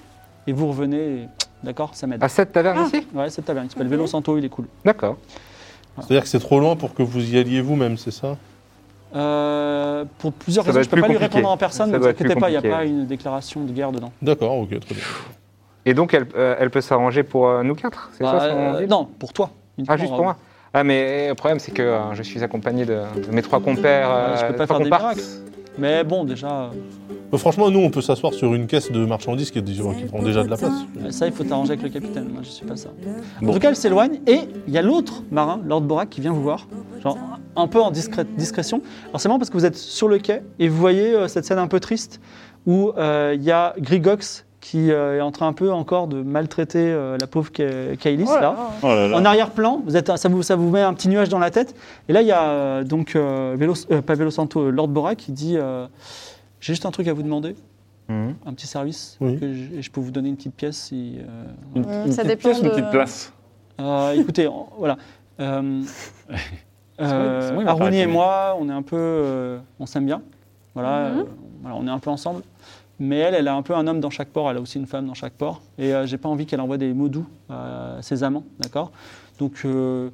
[SPEAKER 1] et vous revenez. et- D'accord, ça m'aide.
[SPEAKER 2] À cette
[SPEAKER 5] Ah.
[SPEAKER 2] taverne ici
[SPEAKER 1] Ouais, cette taverne. Il s'appelle Vélo Santo, il est cool.
[SPEAKER 2] D'accord.
[SPEAKER 4] C'est-à-dire que c'est trop loin pour que vous y alliez vous-même, c'est ça
[SPEAKER 1] Euh, pour plusieurs
[SPEAKER 2] Ça doit
[SPEAKER 1] raisons,
[SPEAKER 2] être
[SPEAKER 1] je ne peux
[SPEAKER 2] plus
[SPEAKER 1] pas lui
[SPEAKER 2] compliqué.
[SPEAKER 1] répondre en personne.
[SPEAKER 2] Ça
[SPEAKER 1] Ne vous
[SPEAKER 2] doit être plus
[SPEAKER 1] inquiétez pas, il n'y a
[SPEAKER 2] compliqué,
[SPEAKER 1] pas une déclaration de guerre dedans.
[SPEAKER 4] D'accord, ok, très bien.
[SPEAKER 2] Et donc, elle, euh, elle peut s'arranger pour euh, nous quatre C'est
[SPEAKER 1] Bah,
[SPEAKER 2] ça son
[SPEAKER 1] euh,
[SPEAKER 2] deal
[SPEAKER 1] non, pour toi.
[SPEAKER 2] Ah,
[SPEAKER 1] uniquement,
[SPEAKER 2] juste pour
[SPEAKER 1] Raoul.
[SPEAKER 2] moi Ah, mais le problème, c'est que euh, je suis accompagné de, de mes trois compères. euh,
[SPEAKER 1] Ouais, Ah, je peux pas
[SPEAKER 2] trois
[SPEAKER 1] faire des
[SPEAKER 2] comparses.
[SPEAKER 1] miracles. Mais bon, déjà, euh,
[SPEAKER 4] Bah, franchement, nous, on peut s'asseoir sur une caisse de marchandises qui, est déjà- qui prend déjà de la place.
[SPEAKER 1] euh, ça, il faut t'arranger avec le capitaine. Moi, je suis pas ça. En tout cas, elle s'éloigne et il y a l'autre marin, Lord Borak, qui vient vous voir, genre un peu en discré- discrétion. Alors c'est marrant parce que vous êtes sur le quai et vous voyez euh, cette scène un peu triste où euh, il y a Grigox qui euh, est en train un peu encore de maltraiter euh, la pauvre Ka- Kailis là.
[SPEAKER 3] Oh là
[SPEAKER 1] En arrière-plan, vous êtes, ça, vous, ça vous met un petit nuage dans la tête. Et là, il y a euh, donc euh, Velo- euh, pas Velo Santo, euh, Lord Bora qui dit euh, J'ai juste un truc à vous demander,
[SPEAKER 2] Mhm.
[SPEAKER 1] un petit service,
[SPEAKER 4] Oui.
[SPEAKER 1] que je, et je peux vous donner une petite pièce si. euh,
[SPEAKER 3] Une,
[SPEAKER 5] Euh,
[SPEAKER 3] une
[SPEAKER 5] ça
[SPEAKER 3] petite
[SPEAKER 5] dépend
[SPEAKER 3] pièce, une
[SPEAKER 5] de-
[SPEAKER 3] petite place.
[SPEAKER 1] euh, écoutez, en- voilà. Euh, euh,
[SPEAKER 3] c'est moi, il m'a pas
[SPEAKER 1] Aruni et
[SPEAKER 3] répondu.
[SPEAKER 1] moi, on est un peu, euh, on s'aime bien.
[SPEAKER 5] Mhm.
[SPEAKER 1] Voilà, euh, voilà, on est un peu ensemble. Mais elle, elle a un peu un homme dans chaque port. Elle a aussi une femme dans chaque port. Et euh, j'ai pas envie qu'elle envoie des mots doux à ses amants, d'accord Donc, euh,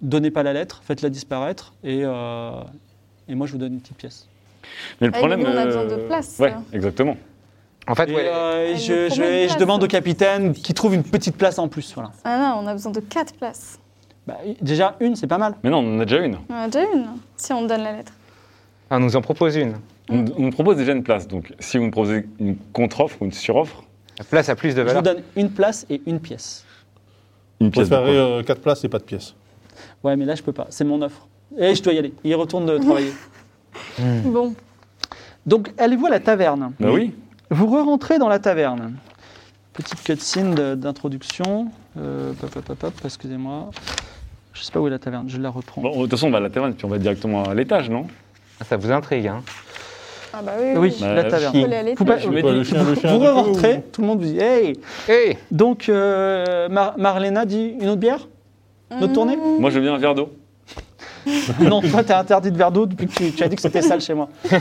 [SPEAKER 1] donnez pas la lettre, faites-la disparaître. Et, euh, et moi, je vous donne une petite pièce.
[SPEAKER 3] Mais le
[SPEAKER 5] Ah, mais
[SPEAKER 3] problème.
[SPEAKER 5] nous, on a besoin
[SPEAKER 3] euh,
[SPEAKER 5] de place.
[SPEAKER 3] Ouais, exactement.
[SPEAKER 2] En fait,
[SPEAKER 1] Et,
[SPEAKER 2] ouais,
[SPEAKER 1] euh, et
[SPEAKER 5] Elle
[SPEAKER 1] je,
[SPEAKER 5] nous
[SPEAKER 1] je-
[SPEAKER 5] promet une
[SPEAKER 1] et je
[SPEAKER 5] place.
[SPEAKER 1] demande au capitaine qu'il trouve une petite place en plus. Voilà.
[SPEAKER 5] Ah non, on a besoin de quatre places.
[SPEAKER 1] Bah, déjà une, c'est pas mal.
[SPEAKER 3] Mais non, on en a déjà une.
[SPEAKER 5] On en a déjà une, si on donne la lettre.
[SPEAKER 2] elle nous en propose une.
[SPEAKER 3] On,
[SPEAKER 5] Mm.
[SPEAKER 3] on me propose déjà une place. Donc si vous me proposez une contre-offre ou une suroffre,
[SPEAKER 2] La place a plus
[SPEAKER 1] Je
[SPEAKER 2] de
[SPEAKER 1] vous
[SPEAKER 2] valeur.
[SPEAKER 1] donne une place et une pièce.
[SPEAKER 3] une
[SPEAKER 4] Vous
[SPEAKER 3] pièce. de
[SPEAKER 4] préférez
[SPEAKER 3] quoi.
[SPEAKER 4] 4 euh, places et pas de pièces.
[SPEAKER 1] Ouais, mais là, je peux pas. C'est mon offre. Et je dois y aller. Il retourne euh, travailler.
[SPEAKER 5] Bon,
[SPEAKER 1] Donc, allez-vous à la taverne
[SPEAKER 3] Bah oui.
[SPEAKER 1] Vous re-rentrez dans la taverne. Petite cutscene de- d'introduction. Euh, pop, pop, pop, pop, excusez-moi. Je sais pas où est la taverne. Je la reprends.
[SPEAKER 3] Bon, de toute façon, on va à la taverne puis on va directement à l'étage, non
[SPEAKER 2] Ça vous intrigue, hein
[SPEAKER 5] ah bah oui,
[SPEAKER 1] Oui,
[SPEAKER 5] oui.
[SPEAKER 3] Bah,
[SPEAKER 1] la
[SPEAKER 3] je-
[SPEAKER 1] taverne.
[SPEAKER 5] On peut aller à
[SPEAKER 1] Vous,
[SPEAKER 5] l'étage.
[SPEAKER 3] Je vais
[SPEAKER 4] Quoi,
[SPEAKER 3] dire-
[SPEAKER 4] le chien, le chien avec eux,
[SPEAKER 1] rentrez tout le monde vous dit Hey
[SPEAKER 2] Hey
[SPEAKER 1] Donc, euh, Mar- Marlena dit Une autre bière Une autre tournée
[SPEAKER 5] Mm.
[SPEAKER 3] Moi, je veux bien un verre d'eau.
[SPEAKER 1] Non, toi, t'es interdit de verre d'eau depuis que tu, tu as dit que c'était sale chez moi.
[SPEAKER 4] ou-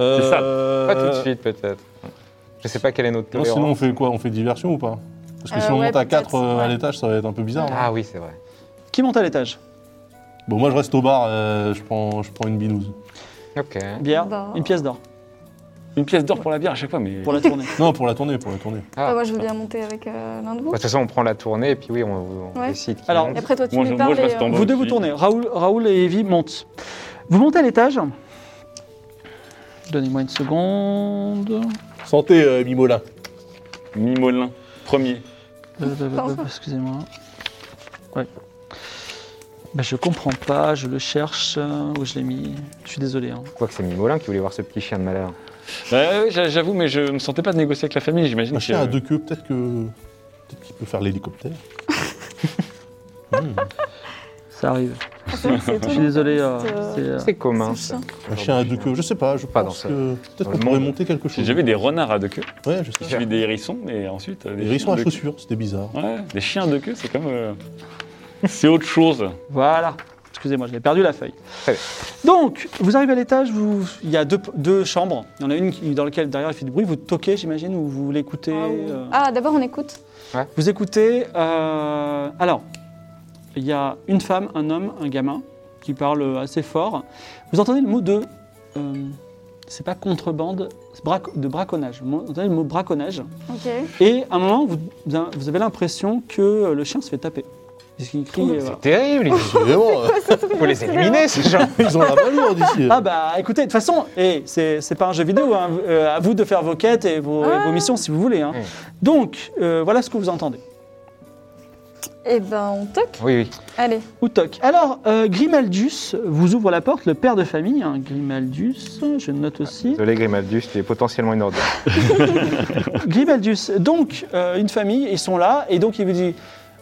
[SPEAKER 4] Euh,
[SPEAKER 3] C'est ça.
[SPEAKER 2] Pas tout de suite, peut-être. Je sais pas quelle est notre
[SPEAKER 4] non, sinon, on
[SPEAKER 2] tolérance.
[SPEAKER 4] fait quoi On fait diversion ou pas Parce que si
[SPEAKER 5] Euh,
[SPEAKER 4] on
[SPEAKER 5] ouais,
[SPEAKER 4] monte à
[SPEAKER 5] peut-être,
[SPEAKER 4] 4 à
[SPEAKER 5] ouais.
[SPEAKER 4] l'étage, ça va être un peu bizarre. hein.
[SPEAKER 2] Ah oui, c'est vrai.
[SPEAKER 1] Qui monte à l'étage
[SPEAKER 4] Bon, moi, je reste au bar, euh, je, prends, je prends une binouse.
[SPEAKER 2] Ok. Ah.
[SPEAKER 1] Bière,
[SPEAKER 5] Bah.
[SPEAKER 1] une pièce d'or
[SPEAKER 3] Une pièce d'or pour la bière à chaque fois, mais.
[SPEAKER 1] pour la tournée.
[SPEAKER 4] Non, pour la tournée, pour la tournée.
[SPEAKER 2] Ah.
[SPEAKER 5] Ah, moi, je veux bien monter avec euh, l'un de vous.
[SPEAKER 2] Bah, de toute façon, on prend la tournée et puis oui, on, on
[SPEAKER 5] Ouais.
[SPEAKER 2] décide. qui
[SPEAKER 1] Alors,
[SPEAKER 5] Et
[SPEAKER 2] monte.
[SPEAKER 5] après, toi, tu
[SPEAKER 3] Moi,
[SPEAKER 5] lui
[SPEAKER 3] je- moi,
[SPEAKER 5] parles
[SPEAKER 3] je
[SPEAKER 5] et,
[SPEAKER 3] reste en
[SPEAKER 5] euh,
[SPEAKER 3] bas.
[SPEAKER 1] Vous deux vous
[SPEAKER 3] aussi.
[SPEAKER 1] tournez. Raoul, Raoul et Evie montent. Vous montez à l'étage. Donnez-moi une seconde.
[SPEAKER 4] Santé, euh, Mimola.
[SPEAKER 3] Mimolin, premier.
[SPEAKER 1] euh, Excusez-moi. Ouais. Bah, je comprends pas, je le cherche, euh, où je l'ai mis. Je suis désolé. hein.
[SPEAKER 2] Je crois que c'est Mimolin qui voulait voir ce petit chien de malheur.
[SPEAKER 3] Ouais, ouais, Euh, j'a- j'avoue, mais je me sentais pas de négocier avec la famille, j'imagine.
[SPEAKER 4] Un
[SPEAKER 3] que-
[SPEAKER 4] chien à deux queues, peut-être que. Peut-être qu'il peut faire l'hélicoptère. Hmm.
[SPEAKER 1] Ça arrive.
[SPEAKER 5] C'est
[SPEAKER 1] Je suis désolé. euh,
[SPEAKER 5] euh,
[SPEAKER 1] c'est, euh,
[SPEAKER 2] C'est commun.
[SPEAKER 5] c'est
[SPEAKER 2] ça.
[SPEAKER 4] Un chien à deux queues, je sais pas, je
[SPEAKER 2] Pas dans
[SPEAKER 4] pense
[SPEAKER 2] ça.
[SPEAKER 4] que.
[SPEAKER 3] Dans
[SPEAKER 4] Peut-être qu'on
[SPEAKER 3] le
[SPEAKER 4] pourrait
[SPEAKER 3] monde.
[SPEAKER 4] monter quelque
[SPEAKER 3] J'ai
[SPEAKER 4] chose.
[SPEAKER 3] déjà vu des renards à deux queues.
[SPEAKER 4] Ouais, je sais.
[SPEAKER 3] J'ai vu des hérissons, mais ensuite. euh,
[SPEAKER 4] Des hérissons à
[SPEAKER 3] de queue.
[SPEAKER 4] chaussures, c'était bizarre.
[SPEAKER 3] Ouais, des chiens de queue, c'est comme. euh, c'est autre chose.
[SPEAKER 1] Voilà. Excusez-moi, j'avais perdu la feuille.
[SPEAKER 2] Très bien.
[SPEAKER 1] Donc, vous arrivez à l'étage, vous... il y a deux, deux chambres. Il y en a une qui- dans laquelle derrière il fait du bruit, vous toquez, j'imagine, ou vous l'écoutez. euh,
[SPEAKER 5] Ah, d'abord on écoute.
[SPEAKER 1] Vous écoutez. euh, alors, il y a une femme, un homme, un gamin qui parle assez fort. Vous entendez le mot de. euh, c'est pas contrebande, c'est braco- de braconnage. Vous entendez le mot braconnage.
[SPEAKER 5] Ok.
[SPEAKER 1] Et à un moment, vous, vous avez l'impression que le chien se fait taper. Parce qu'il crie. euh, voilà.
[SPEAKER 2] C'est terrible, il
[SPEAKER 4] Vraiment, euh,
[SPEAKER 2] faut les
[SPEAKER 5] hein.
[SPEAKER 2] éliminer ces gens.
[SPEAKER 4] ils ont la valeur d'ici. euh,
[SPEAKER 1] Ah bah écoutez, de toute façon, eh, c'est c'est pas un jeu vidéo, hein. Euh, à vous de faire vos quêtes et vos, et vos missions si vous voulez. hein.
[SPEAKER 2] Mm.
[SPEAKER 1] Donc, euh, voilà ce que vous entendez.
[SPEAKER 5] Eh ben on toque.
[SPEAKER 2] Oui, oui.
[SPEAKER 5] Allez.
[SPEAKER 1] Ou toc. Alors, euh, Grimaldus vous ouvre la porte, le père de famille, hein, Grimaldus, je note aussi.
[SPEAKER 2] Désolé Grimaldus, tu es potentiellement une ordure.
[SPEAKER 1] Grimaldus, donc, euh, une famille, ils sont là, et donc il vous dit,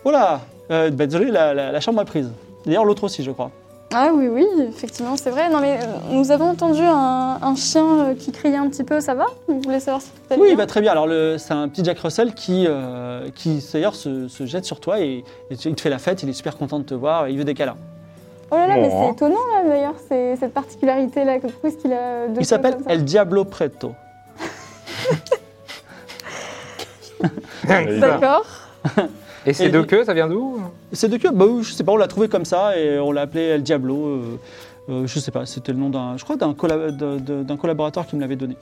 [SPEAKER 1] voilà, euh, bah, désolé, la, la- la chambre a prise. D'ailleurs, l'autre aussi, je crois.
[SPEAKER 5] Ah oui, oui, effectivement, c'est vrai. Non mais euh, nous avons entendu un, un chien euh, qui criait un petit peu, ça va Vous voulez savoir si tout allait
[SPEAKER 1] Oui,
[SPEAKER 5] bien
[SPEAKER 1] bah, très bien. Alors, le- c'est un petit Jack Russell qui, euh, qui d'ailleurs, se, se jette sur toi et, et tu- il te fait la fête, il est super content de te voir, il veut des câlins.
[SPEAKER 5] Oh là là, mais
[SPEAKER 2] Bon.
[SPEAKER 5] c'est étonnant là d'ailleurs, c'est- cette particularité là, que pourquoi est-ce qu'il a deux
[SPEAKER 1] Il s'appelle
[SPEAKER 5] queues comme ça
[SPEAKER 1] El Diablo Preto.
[SPEAKER 5] D'accord.
[SPEAKER 2] Et ces deux queues, ça vient d'où hein
[SPEAKER 1] C'est de qui bah, Je sais pas, on l'a trouvé comme ça et on l'a appelé El Diablo. euh, euh, je sais pas, c'était le nom d'un, je crois, d'un, colla- de- de- d'un collaborateur qui me l'avait donné.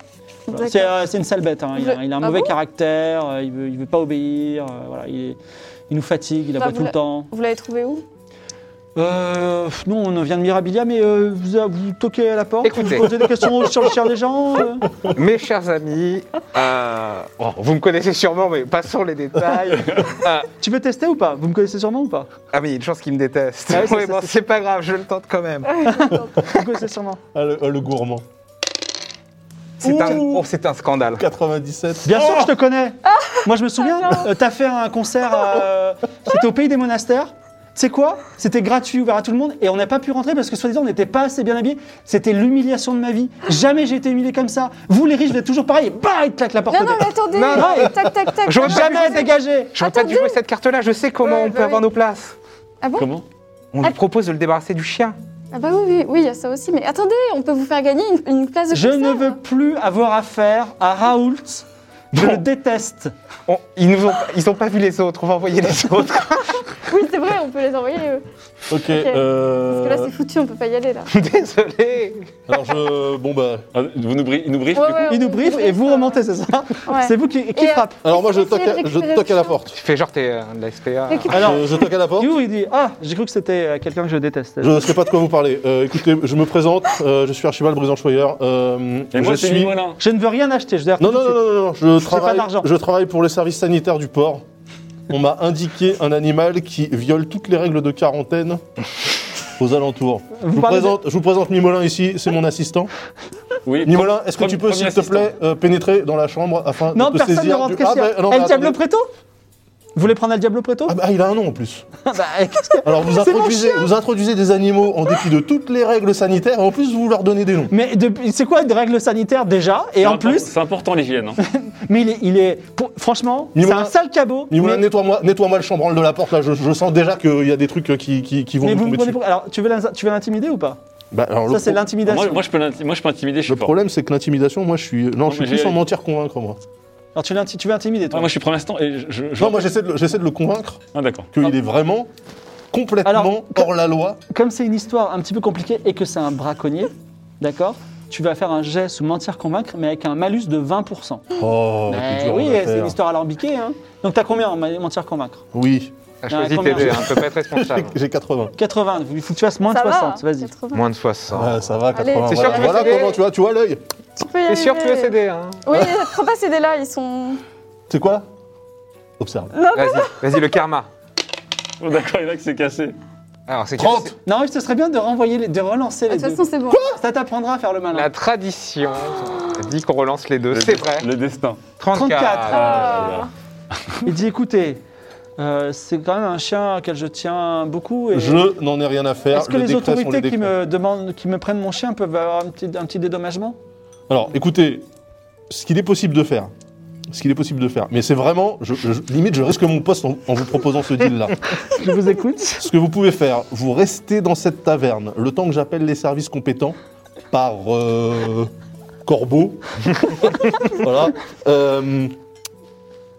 [SPEAKER 1] Voilà.
[SPEAKER 5] D'accord.
[SPEAKER 1] C'est, euh, c'est une sale bête, hein. il, a,
[SPEAKER 5] Je-
[SPEAKER 1] il a un
[SPEAKER 5] Ah
[SPEAKER 1] mauvais
[SPEAKER 5] bon
[SPEAKER 1] caractère, euh, il veut, il veut pas obéir, euh, voilà, il, est- il nous fatigue, il
[SPEAKER 5] Bah,
[SPEAKER 1] aboie
[SPEAKER 5] vous
[SPEAKER 1] tout le
[SPEAKER 5] la-
[SPEAKER 1] temps.
[SPEAKER 5] Vous l'avez trouvé où
[SPEAKER 1] Euh, pff, nous, on vient de Mirabilia, mais euh, vous, vous toquez à la porte,
[SPEAKER 2] Écoutez.
[SPEAKER 1] vous posez des questions sur le chien des gens. euh.
[SPEAKER 2] Mes chers amis, euh, bon, vous me connaissez sûrement, mais passons les détails. Euh,
[SPEAKER 1] Tu veux tester ou pas Vous me connaissez sûrement ou pas
[SPEAKER 2] ah, mais il y a une chance qu'ils me détestent.
[SPEAKER 1] Ah oui, ça,
[SPEAKER 2] Ouais,
[SPEAKER 1] ça,
[SPEAKER 2] bon,
[SPEAKER 1] c'est-
[SPEAKER 2] c'est pas grave, je le tente quand même.
[SPEAKER 1] Vous me connaissez sûrement.
[SPEAKER 4] Ah, le, ah, le gourmand.
[SPEAKER 2] C'est un, oh, c'est un scandale.
[SPEAKER 4] 97.
[SPEAKER 1] Bien sûr que je
[SPEAKER 5] Oh
[SPEAKER 1] te connais.
[SPEAKER 5] Ah
[SPEAKER 1] Moi, je me souviens, euh, t'as fait un concert, euh, c'était au Pays des Monastères. C'est quoi C'était gratuit, ouvert à tout le monde, et on n'a pas pu rentrer parce que soi-disant on n'était pas assez bien habillés. C'était l'humiliation de ma vie. Jamais j'ai été humilié comme ça. Vous les riches, vous êtes toujours pareil. Bah, il te claque la porte.
[SPEAKER 5] Non, non, mais attendez
[SPEAKER 2] Non,
[SPEAKER 1] non.
[SPEAKER 5] Tac, tac, tac
[SPEAKER 2] J'aurais
[SPEAKER 5] tac,
[SPEAKER 1] Jamais
[SPEAKER 5] tac, tac.
[SPEAKER 1] dégagé.
[SPEAKER 2] J'aurais pas dû jouer cette carte-là, je sais comment
[SPEAKER 5] Ouais,
[SPEAKER 2] on
[SPEAKER 5] bah
[SPEAKER 2] peut avoir
[SPEAKER 5] oui.
[SPEAKER 2] nos places.
[SPEAKER 5] Ah bon
[SPEAKER 3] Comment
[SPEAKER 2] On lui propose de le débarrasser du chien.
[SPEAKER 5] Ah bah oui, oui, oui, il y a ça aussi. Mais attendez, on peut vous faire gagner une, une place de
[SPEAKER 1] Je
[SPEAKER 5] concert.
[SPEAKER 1] ne veux plus avoir affaire à Raoult. Je
[SPEAKER 2] Bon.
[SPEAKER 1] le déteste.
[SPEAKER 2] On- ils nous ont, ils ont pas vu les autres, on va envoyer les autres.
[SPEAKER 5] Oui, c'est vrai, on peut les envoyer. euh,
[SPEAKER 4] Ok. euh,
[SPEAKER 5] Parce que là, c'est foutu, on peut pas y aller là.
[SPEAKER 2] Désolé.
[SPEAKER 4] Alors, je. Bon, bah.
[SPEAKER 3] Ah, Vous nous bri- ils nous briefent
[SPEAKER 5] Ouais,
[SPEAKER 3] du coup
[SPEAKER 5] ouais,
[SPEAKER 1] Il nous
[SPEAKER 5] on
[SPEAKER 1] briefe
[SPEAKER 5] briefe,
[SPEAKER 1] et vous
[SPEAKER 5] euh,
[SPEAKER 1] remontez, c'est ça
[SPEAKER 5] Ouais.
[SPEAKER 1] C'est vous qui, qui
[SPEAKER 5] Et, euh,
[SPEAKER 1] frappe.
[SPEAKER 4] Alors, moi, je
[SPEAKER 5] Essayez
[SPEAKER 4] toque,
[SPEAKER 5] de
[SPEAKER 4] à, je
[SPEAKER 5] récupérer
[SPEAKER 4] toque à
[SPEAKER 5] le
[SPEAKER 4] la
[SPEAKER 5] chien.
[SPEAKER 4] porte.
[SPEAKER 2] Tu fais genre t'es euh, de la SPA.
[SPEAKER 5] Récupère-
[SPEAKER 1] Alors-
[SPEAKER 4] je, je toque à la porte.
[SPEAKER 1] You, il dit Ah, j'ai cru que c'était euh, quelqu'un que je déteste.
[SPEAKER 4] Je ne sais pas de quoi vous parlez. Euh, écoutez, je me présente. euh, je suis Archibald Brisanchoyer. Euh,
[SPEAKER 3] Et moi,
[SPEAKER 4] je
[SPEAKER 3] c'est
[SPEAKER 4] suis.
[SPEAKER 3] Mimolin.
[SPEAKER 1] Je ne veux rien acheter. Je veux dire,
[SPEAKER 4] Non,
[SPEAKER 1] tout
[SPEAKER 4] non,
[SPEAKER 1] de
[SPEAKER 4] non,
[SPEAKER 1] suite.
[SPEAKER 4] non, non, non, je
[SPEAKER 1] fais pas
[SPEAKER 4] travaille,
[SPEAKER 1] d'argent.
[SPEAKER 4] je travaille pour les services sanitaires du port. On m'a indiqué un animal qui viole toutes les règles de quarantaine aux alentours. je, vous
[SPEAKER 1] parlez de-
[SPEAKER 4] présente, je vous présente Mimolin ici, c'est mon assistant.
[SPEAKER 3] Oui,
[SPEAKER 4] Mimolin, est-ce que
[SPEAKER 3] Premier-
[SPEAKER 4] tu peux, s'il
[SPEAKER 3] premier
[SPEAKER 4] te plaît, euh, pénétrer dans la chambre afin
[SPEAKER 1] Non,
[SPEAKER 4] de te
[SPEAKER 1] personne ne
[SPEAKER 4] saisir
[SPEAKER 1] rentre
[SPEAKER 4] du...
[SPEAKER 1] que
[SPEAKER 4] ah,
[SPEAKER 1] ça.
[SPEAKER 4] bah, non, mais
[SPEAKER 1] El Diablo
[SPEAKER 4] attendez.
[SPEAKER 1] Preto Vous voulez prendre El Diablo Preto
[SPEAKER 4] Ah, bah, il a un nom en plus.
[SPEAKER 1] Bah, qu'est-ce que-
[SPEAKER 4] Alors vous
[SPEAKER 1] C'est mon
[SPEAKER 4] introduisez, vous introduisez des animaux en dépit de toutes les règles sanitaires et en plus vous leur donnez des noms.
[SPEAKER 1] Mais depuis- c'est quoi une règle sanitaire déjà Et
[SPEAKER 3] c'est
[SPEAKER 1] en
[SPEAKER 3] important-
[SPEAKER 1] plus,
[SPEAKER 3] C'est important l'hygiène. hein.
[SPEAKER 1] mais il est, il est- pour- franchement, c'est
[SPEAKER 4] Mimouna-
[SPEAKER 1] un sale cabot.
[SPEAKER 4] Mimouna,
[SPEAKER 1] mais,
[SPEAKER 4] nettoie-moi nettoie le chambranle de la porte là, je, je sens déjà qu'il y a des trucs euh, qui, qui, qui vont
[SPEAKER 1] mais
[SPEAKER 4] nous
[SPEAKER 1] vous me
[SPEAKER 4] tomber
[SPEAKER 1] prenez
[SPEAKER 4] dessus.
[SPEAKER 1] pour. Alors, tu veux l'ins- tu veux l'intimider ou pas
[SPEAKER 4] Bah, alors, le
[SPEAKER 1] Ça, c'est
[SPEAKER 4] pro-
[SPEAKER 3] moi,
[SPEAKER 1] l'intimidation.
[SPEAKER 3] moi, je peux l'inti- moi, je peux intimider, je suis
[SPEAKER 4] Le
[SPEAKER 3] fort.
[SPEAKER 4] problème, c'est que l'intimidation, moi, je suis. Non, je suis
[SPEAKER 3] mais j'ai-
[SPEAKER 4] plus en mentir convaincre, moi.
[SPEAKER 1] Alors, tu, l'inti- tu veux intimider,
[SPEAKER 3] Ah,
[SPEAKER 1] toi
[SPEAKER 3] moi, je suis pour l'instant et je. je- je-
[SPEAKER 4] Non, moi, j'essaie de, le- j'essaie de le convaincre
[SPEAKER 3] Ah, d'accord.
[SPEAKER 4] qu'il est vraiment complètement
[SPEAKER 1] Alors,
[SPEAKER 4] hors la loi.
[SPEAKER 1] Comme c'est une histoire un petit peu compliquée et que c'est un braconnier, d'accord tu vas faire un geste ou mentir convaincre, mais avec un malus de 20%.
[SPEAKER 4] Oh,
[SPEAKER 1] Eh
[SPEAKER 4] c'est dur,
[SPEAKER 1] oui,
[SPEAKER 4] mon
[SPEAKER 1] c'est
[SPEAKER 4] affaire.
[SPEAKER 1] une histoire alambiquée. Hein. Donc t'as combien en ma- mentir convaincre
[SPEAKER 4] Oui,
[SPEAKER 2] T'as
[SPEAKER 1] Non,
[SPEAKER 2] choisi tes
[SPEAKER 1] combien
[SPEAKER 2] deux, hein, peut pas être
[SPEAKER 4] j'ai-
[SPEAKER 2] responsable.
[SPEAKER 4] j'ai 80.
[SPEAKER 1] 80, il faut que tu fasses moins
[SPEAKER 5] Ça
[SPEAKER 1] de
[SPEAKER 5] va, hein.
[SPEAKER 1] 60, vas-y.
[SPEAKER 5] 80.
[SPEAKER 2] Moins de 60.
[SPEAKER 4] Ah, ça va,
[SPEAKER 5] Allez,
[SPEAKER 4] 80.
[SPEAKER 5] C'est
[SPEAKER 4] voilà
[SPEAKER 2] sûr que
[SPEAKER 4] Voilà
[SPEAKER 2] vous avez-
[SPEAKER 4] comment tu vois, tu vois l'œil.
[SPEAKER 5] Tu peux y
[SPEAKER 2] T'es
[SPEAKER 5] aller.
[SPEAKER 2] sûr que tu veux céder hein
[SPEAKER 5] Oui, prends pas ces dés-là, ils sont.
[SPEAKER 4] C'est quoi Observe.
[SPEAKER 2] Vas-y, vas-y, le karma.
[SPEAKER 3] Oh, D'accord, il y en a qui s'est cassé.
[SPEAKER 2] Alors, c'est
[SPEAKER 4] 30
[SPEAKER 1] Non, mais ce serait bien de renvoyer, les- de relancer
[SPEAKER 5] Ah,
[SPEAKER 1] les
[SPEAKER 5] De toute
[SPEAKER 1] deux.
[SPEAKER 5] façon, c'est bon.
[SPEAKER 1] Ça t'apprendra à faire le malin.
[SPEAKER 2] La tradition dit qu'on relance les deux, c'est vrai.
[SPEAKER 3] Le destin.
[SPEAKER 1] 34.
[SPEAKER 5] Ah.
[SPEAKER 1] Il dit écoutez, euh, c'est quand même un chien auquel je tiens beaucoup. Et
[SPEAKER 4] Je n'en ai rien à faire.
[SPEAKER 1] Est-ce que
[SPEAKER 4] Le
[SPEAKER 1] les
[SPEAKER 4] décret sont
[SPEAKER 1] autorités
[SPEAKER 4] les
[SPEAKER 1] qui,
[SPEAKER 4] décrets.
[SPEAKER 1] me demandent, qui me prennent mon chien peuvent avoir un petit, un petit dédommagement
[SPEAKER 4] Alors, écoutez, ce qu'il est possible de faire. Ce qu'il est possible de faire. Mais c'est vraiment, je- je- limite, je risque mon poste en, en vous proposant ce deal-là.
[SPEAKER 1] Je vous écoute.
[SPEAKER 4] ce que vous pouvez faire, vous restez dans cette taverne le temps que j'appelle les services compétents par euh, corbeau. voilà. Euh,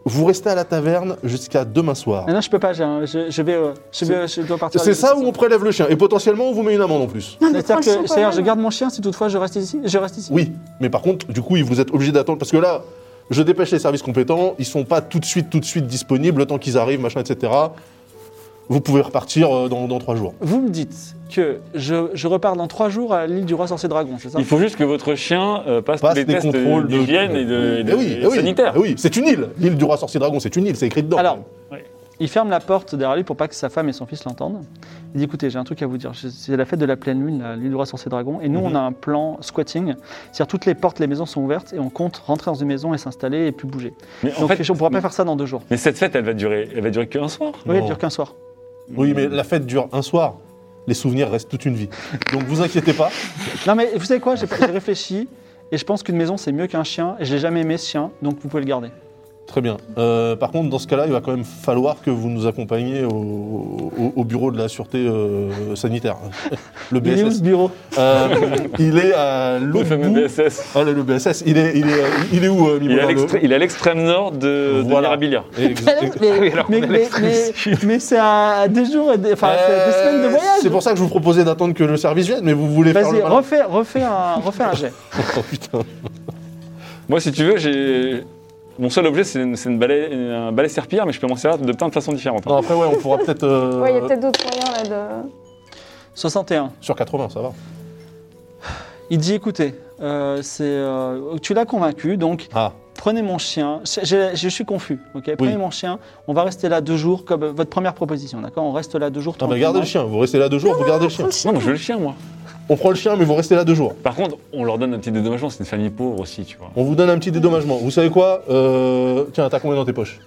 [SPEAKER 4] vous restez à la taverne jusqu'à demain soir.
[SPEAKER 1] Ah non, je peux pas, j'ai un- je, je vais, euh, je, vais- je dois partir.
[SPEAKER 4] C'est ça où on prélève le chien. Et potentiellement, on vous met une amende en plus.
[SPEAKER 5] Non, mais
[SPEAKER 1] C'est-à-dire
[SPEAKER 5] prends
[SPEAKER 1] que
[SPEAKER 5] le chien quand
[SPEAKER 1] c'est-à-dire,
[SPEAKER 5] même.
[SPEAKER 1] je garde mon chien si toutefois je reste ici. Je reste ici.
[SPEAKER 4] Oui, mais par contre, du coup, vous êtes obligé d'attendre parce que là, je dépêche les services compétents, ils sont pas tout de suite, tout de suite disponibles, le temps qu'ils arrivent, machin, etc. Vous pouvez repartir euh, dans, dans trois jours.
[SPEAKER 1] Vous me dites que je, je repars dans trois jours à l'île du roi sorcier dragon, c'est ça
[SPEAKER 3] Il faut juste que votre chien euh, passe,
[SPEAKER 4] Passe
[SPEAKER 3] tous les
[SPEAKER 4] des
[SPEAKER 3] tests
[SPEAKER 4] contrôles de-
[SPEAKER 3] d'hygiène et de, et de-
[SPEAKER 4] Eh oui,
[SPEAKER 3] et
[SPEAKER 4] eh oui,
[SPEAKER 3] sanitaires.
[SPEAKER 4] eh oui, c'est une île. L'île du roi sorcier dragon, c'est une île, c'est écrit dedans.
[SPEAKER 1] Alors,
[SPEAKER 3] Ouais.
[SPEAKER 1] il ferme la porte derrière lui pour pas que sa femme et son fils l'entendent. Il dit écoutez, j'ai un truc à vous dire. Je- C'est la fête de la pleine lune, la- l'île du roi sorcier dragon, et
[SPEAKER 4] Mhm.
[SPEAKER 1] nous on a un plan squatting, c'est-à-dire toutes les portes, les maisons sont ouvertes et on compte rentrer dans une maison et s'installer et plus bouger.
[SPEAKER 3] Mais en
[SPEAKER 1] Donc
[SPEAKER 3] fait,
[SPEAKER 1] on pourra
[SPEAKER 3] mais-
[SPEAKER 1] pas faire ça dans deux jours.
[SPEAKER 3] Mais cette fête, elle va durer, elle va durer qu'un soir.
[SPEAKER 1] Oui, elle
[SPEAKER 4] Non.
[SPEAKER 1] dure qu'un soir.
[SPEAKER 4] Oui, mais la fête dure un soir. Les souvenirs restent toute une vie. Donc vous inquiétez pas.
[SPEAKER 1] Non mais vous savez quoi J'ai j'ai réfléchi et je pense qu'une maison c'est mieux qu'un chien et je l'ai jamais aimé ce chien, donc vous pouvez le garder.
[SPEAKER 4] Très bien. Euh, par contre, dans ce cas-là, il va quand même falloir que vous nous accompagniez au, au- au bureau de la sûreté euh, sanitaire. Le
[SPEAKER 1] Il est où ce
[SPEAKER 4] BSS.
[SPEAKER 1] bureau
[SPEAKER 4] Euh, il est à
[SPEAKER 3] Le
[SPEAKER 4] l'autre
[SPEAKER 3] fameux
[SPEAKER 4] bout.
[SPEAKER 3] BSS.
[SPEAKER 4] Ah, le le BSS. Il est, il est, il est où, euh,
[SPEAKER 3] Il est
[SPEAKER 4] Mimolin,
[SPEAKER 3] à
[SPEAKER 4] le-
[SPEAKER 3] l'extré- il est à l'extrême nord de,
[SPEAKER 4] Voilà.
[SPEAKER 3] de Mirabilia.
[SPEAKER 4] Ex- ex-
[SPEAKER 1] Mais, mais, mais- mais c'est à des jours, et des, enfin c'est à des semaines de voyage.
[SPEAKER 4] Euh, C'est pour ça que je vous proposais d'attendre que le service vienne, mais vous voulez faire
[SPEAKER 1] Vas-y,
[SPEAKER 4] le malin.
[SPEAKER 1] refais, refais, un, refais un jet.
[SPEAKER 4] Oh, putain.
[SPEAKER 3] Moi, si tu veux, j'ai. Mon seul objet, c'est une- c'est une balai- un balai serpillard, mais je peux m'en servir de plein de façons différentes.
[SPEAKER 4] Non, après, ouais, on pourra peut-être... euh,
[SPEAKER 5] Ouais, il y a peut-être d'autres moyens là de.
[SPEAKER 1] 61.
[SPEAKER 4] Sur 80, ça va.
[SPEAKER 1] Il dit écoutez, euh, c'est, euh, tu l'as convaincu, donc
[SPEAKER 4] Ah,
[SPEAKER 1] prenez mon chien. Je, je- je suis confus, ok Prenez mon chien, on va rester là deux jours, comme euh, votre première proposition, d'accord On reste là deux jours.
[SPEAKER 4] Ah, bah,
[SPEAKER 1] tranquillement.
[SPEAKER 4] gardez le chien. Vous restez là deux jours, vous gardez le chien.
[SPEAKER 3] Non, mais je veux le chien, moi.
[SPEAKER 4] On prend le chien, mais vous restez là deux jours.
[SPEAKER 3] Par contre, on leur donne un petit dédommagement, c'est une famille pauvre aussi, tu vois.
[SPEAKER 4] On vous donne un petit dédommagement. Vous savez quoi Euh, Tiens, t'as combien dans tes poches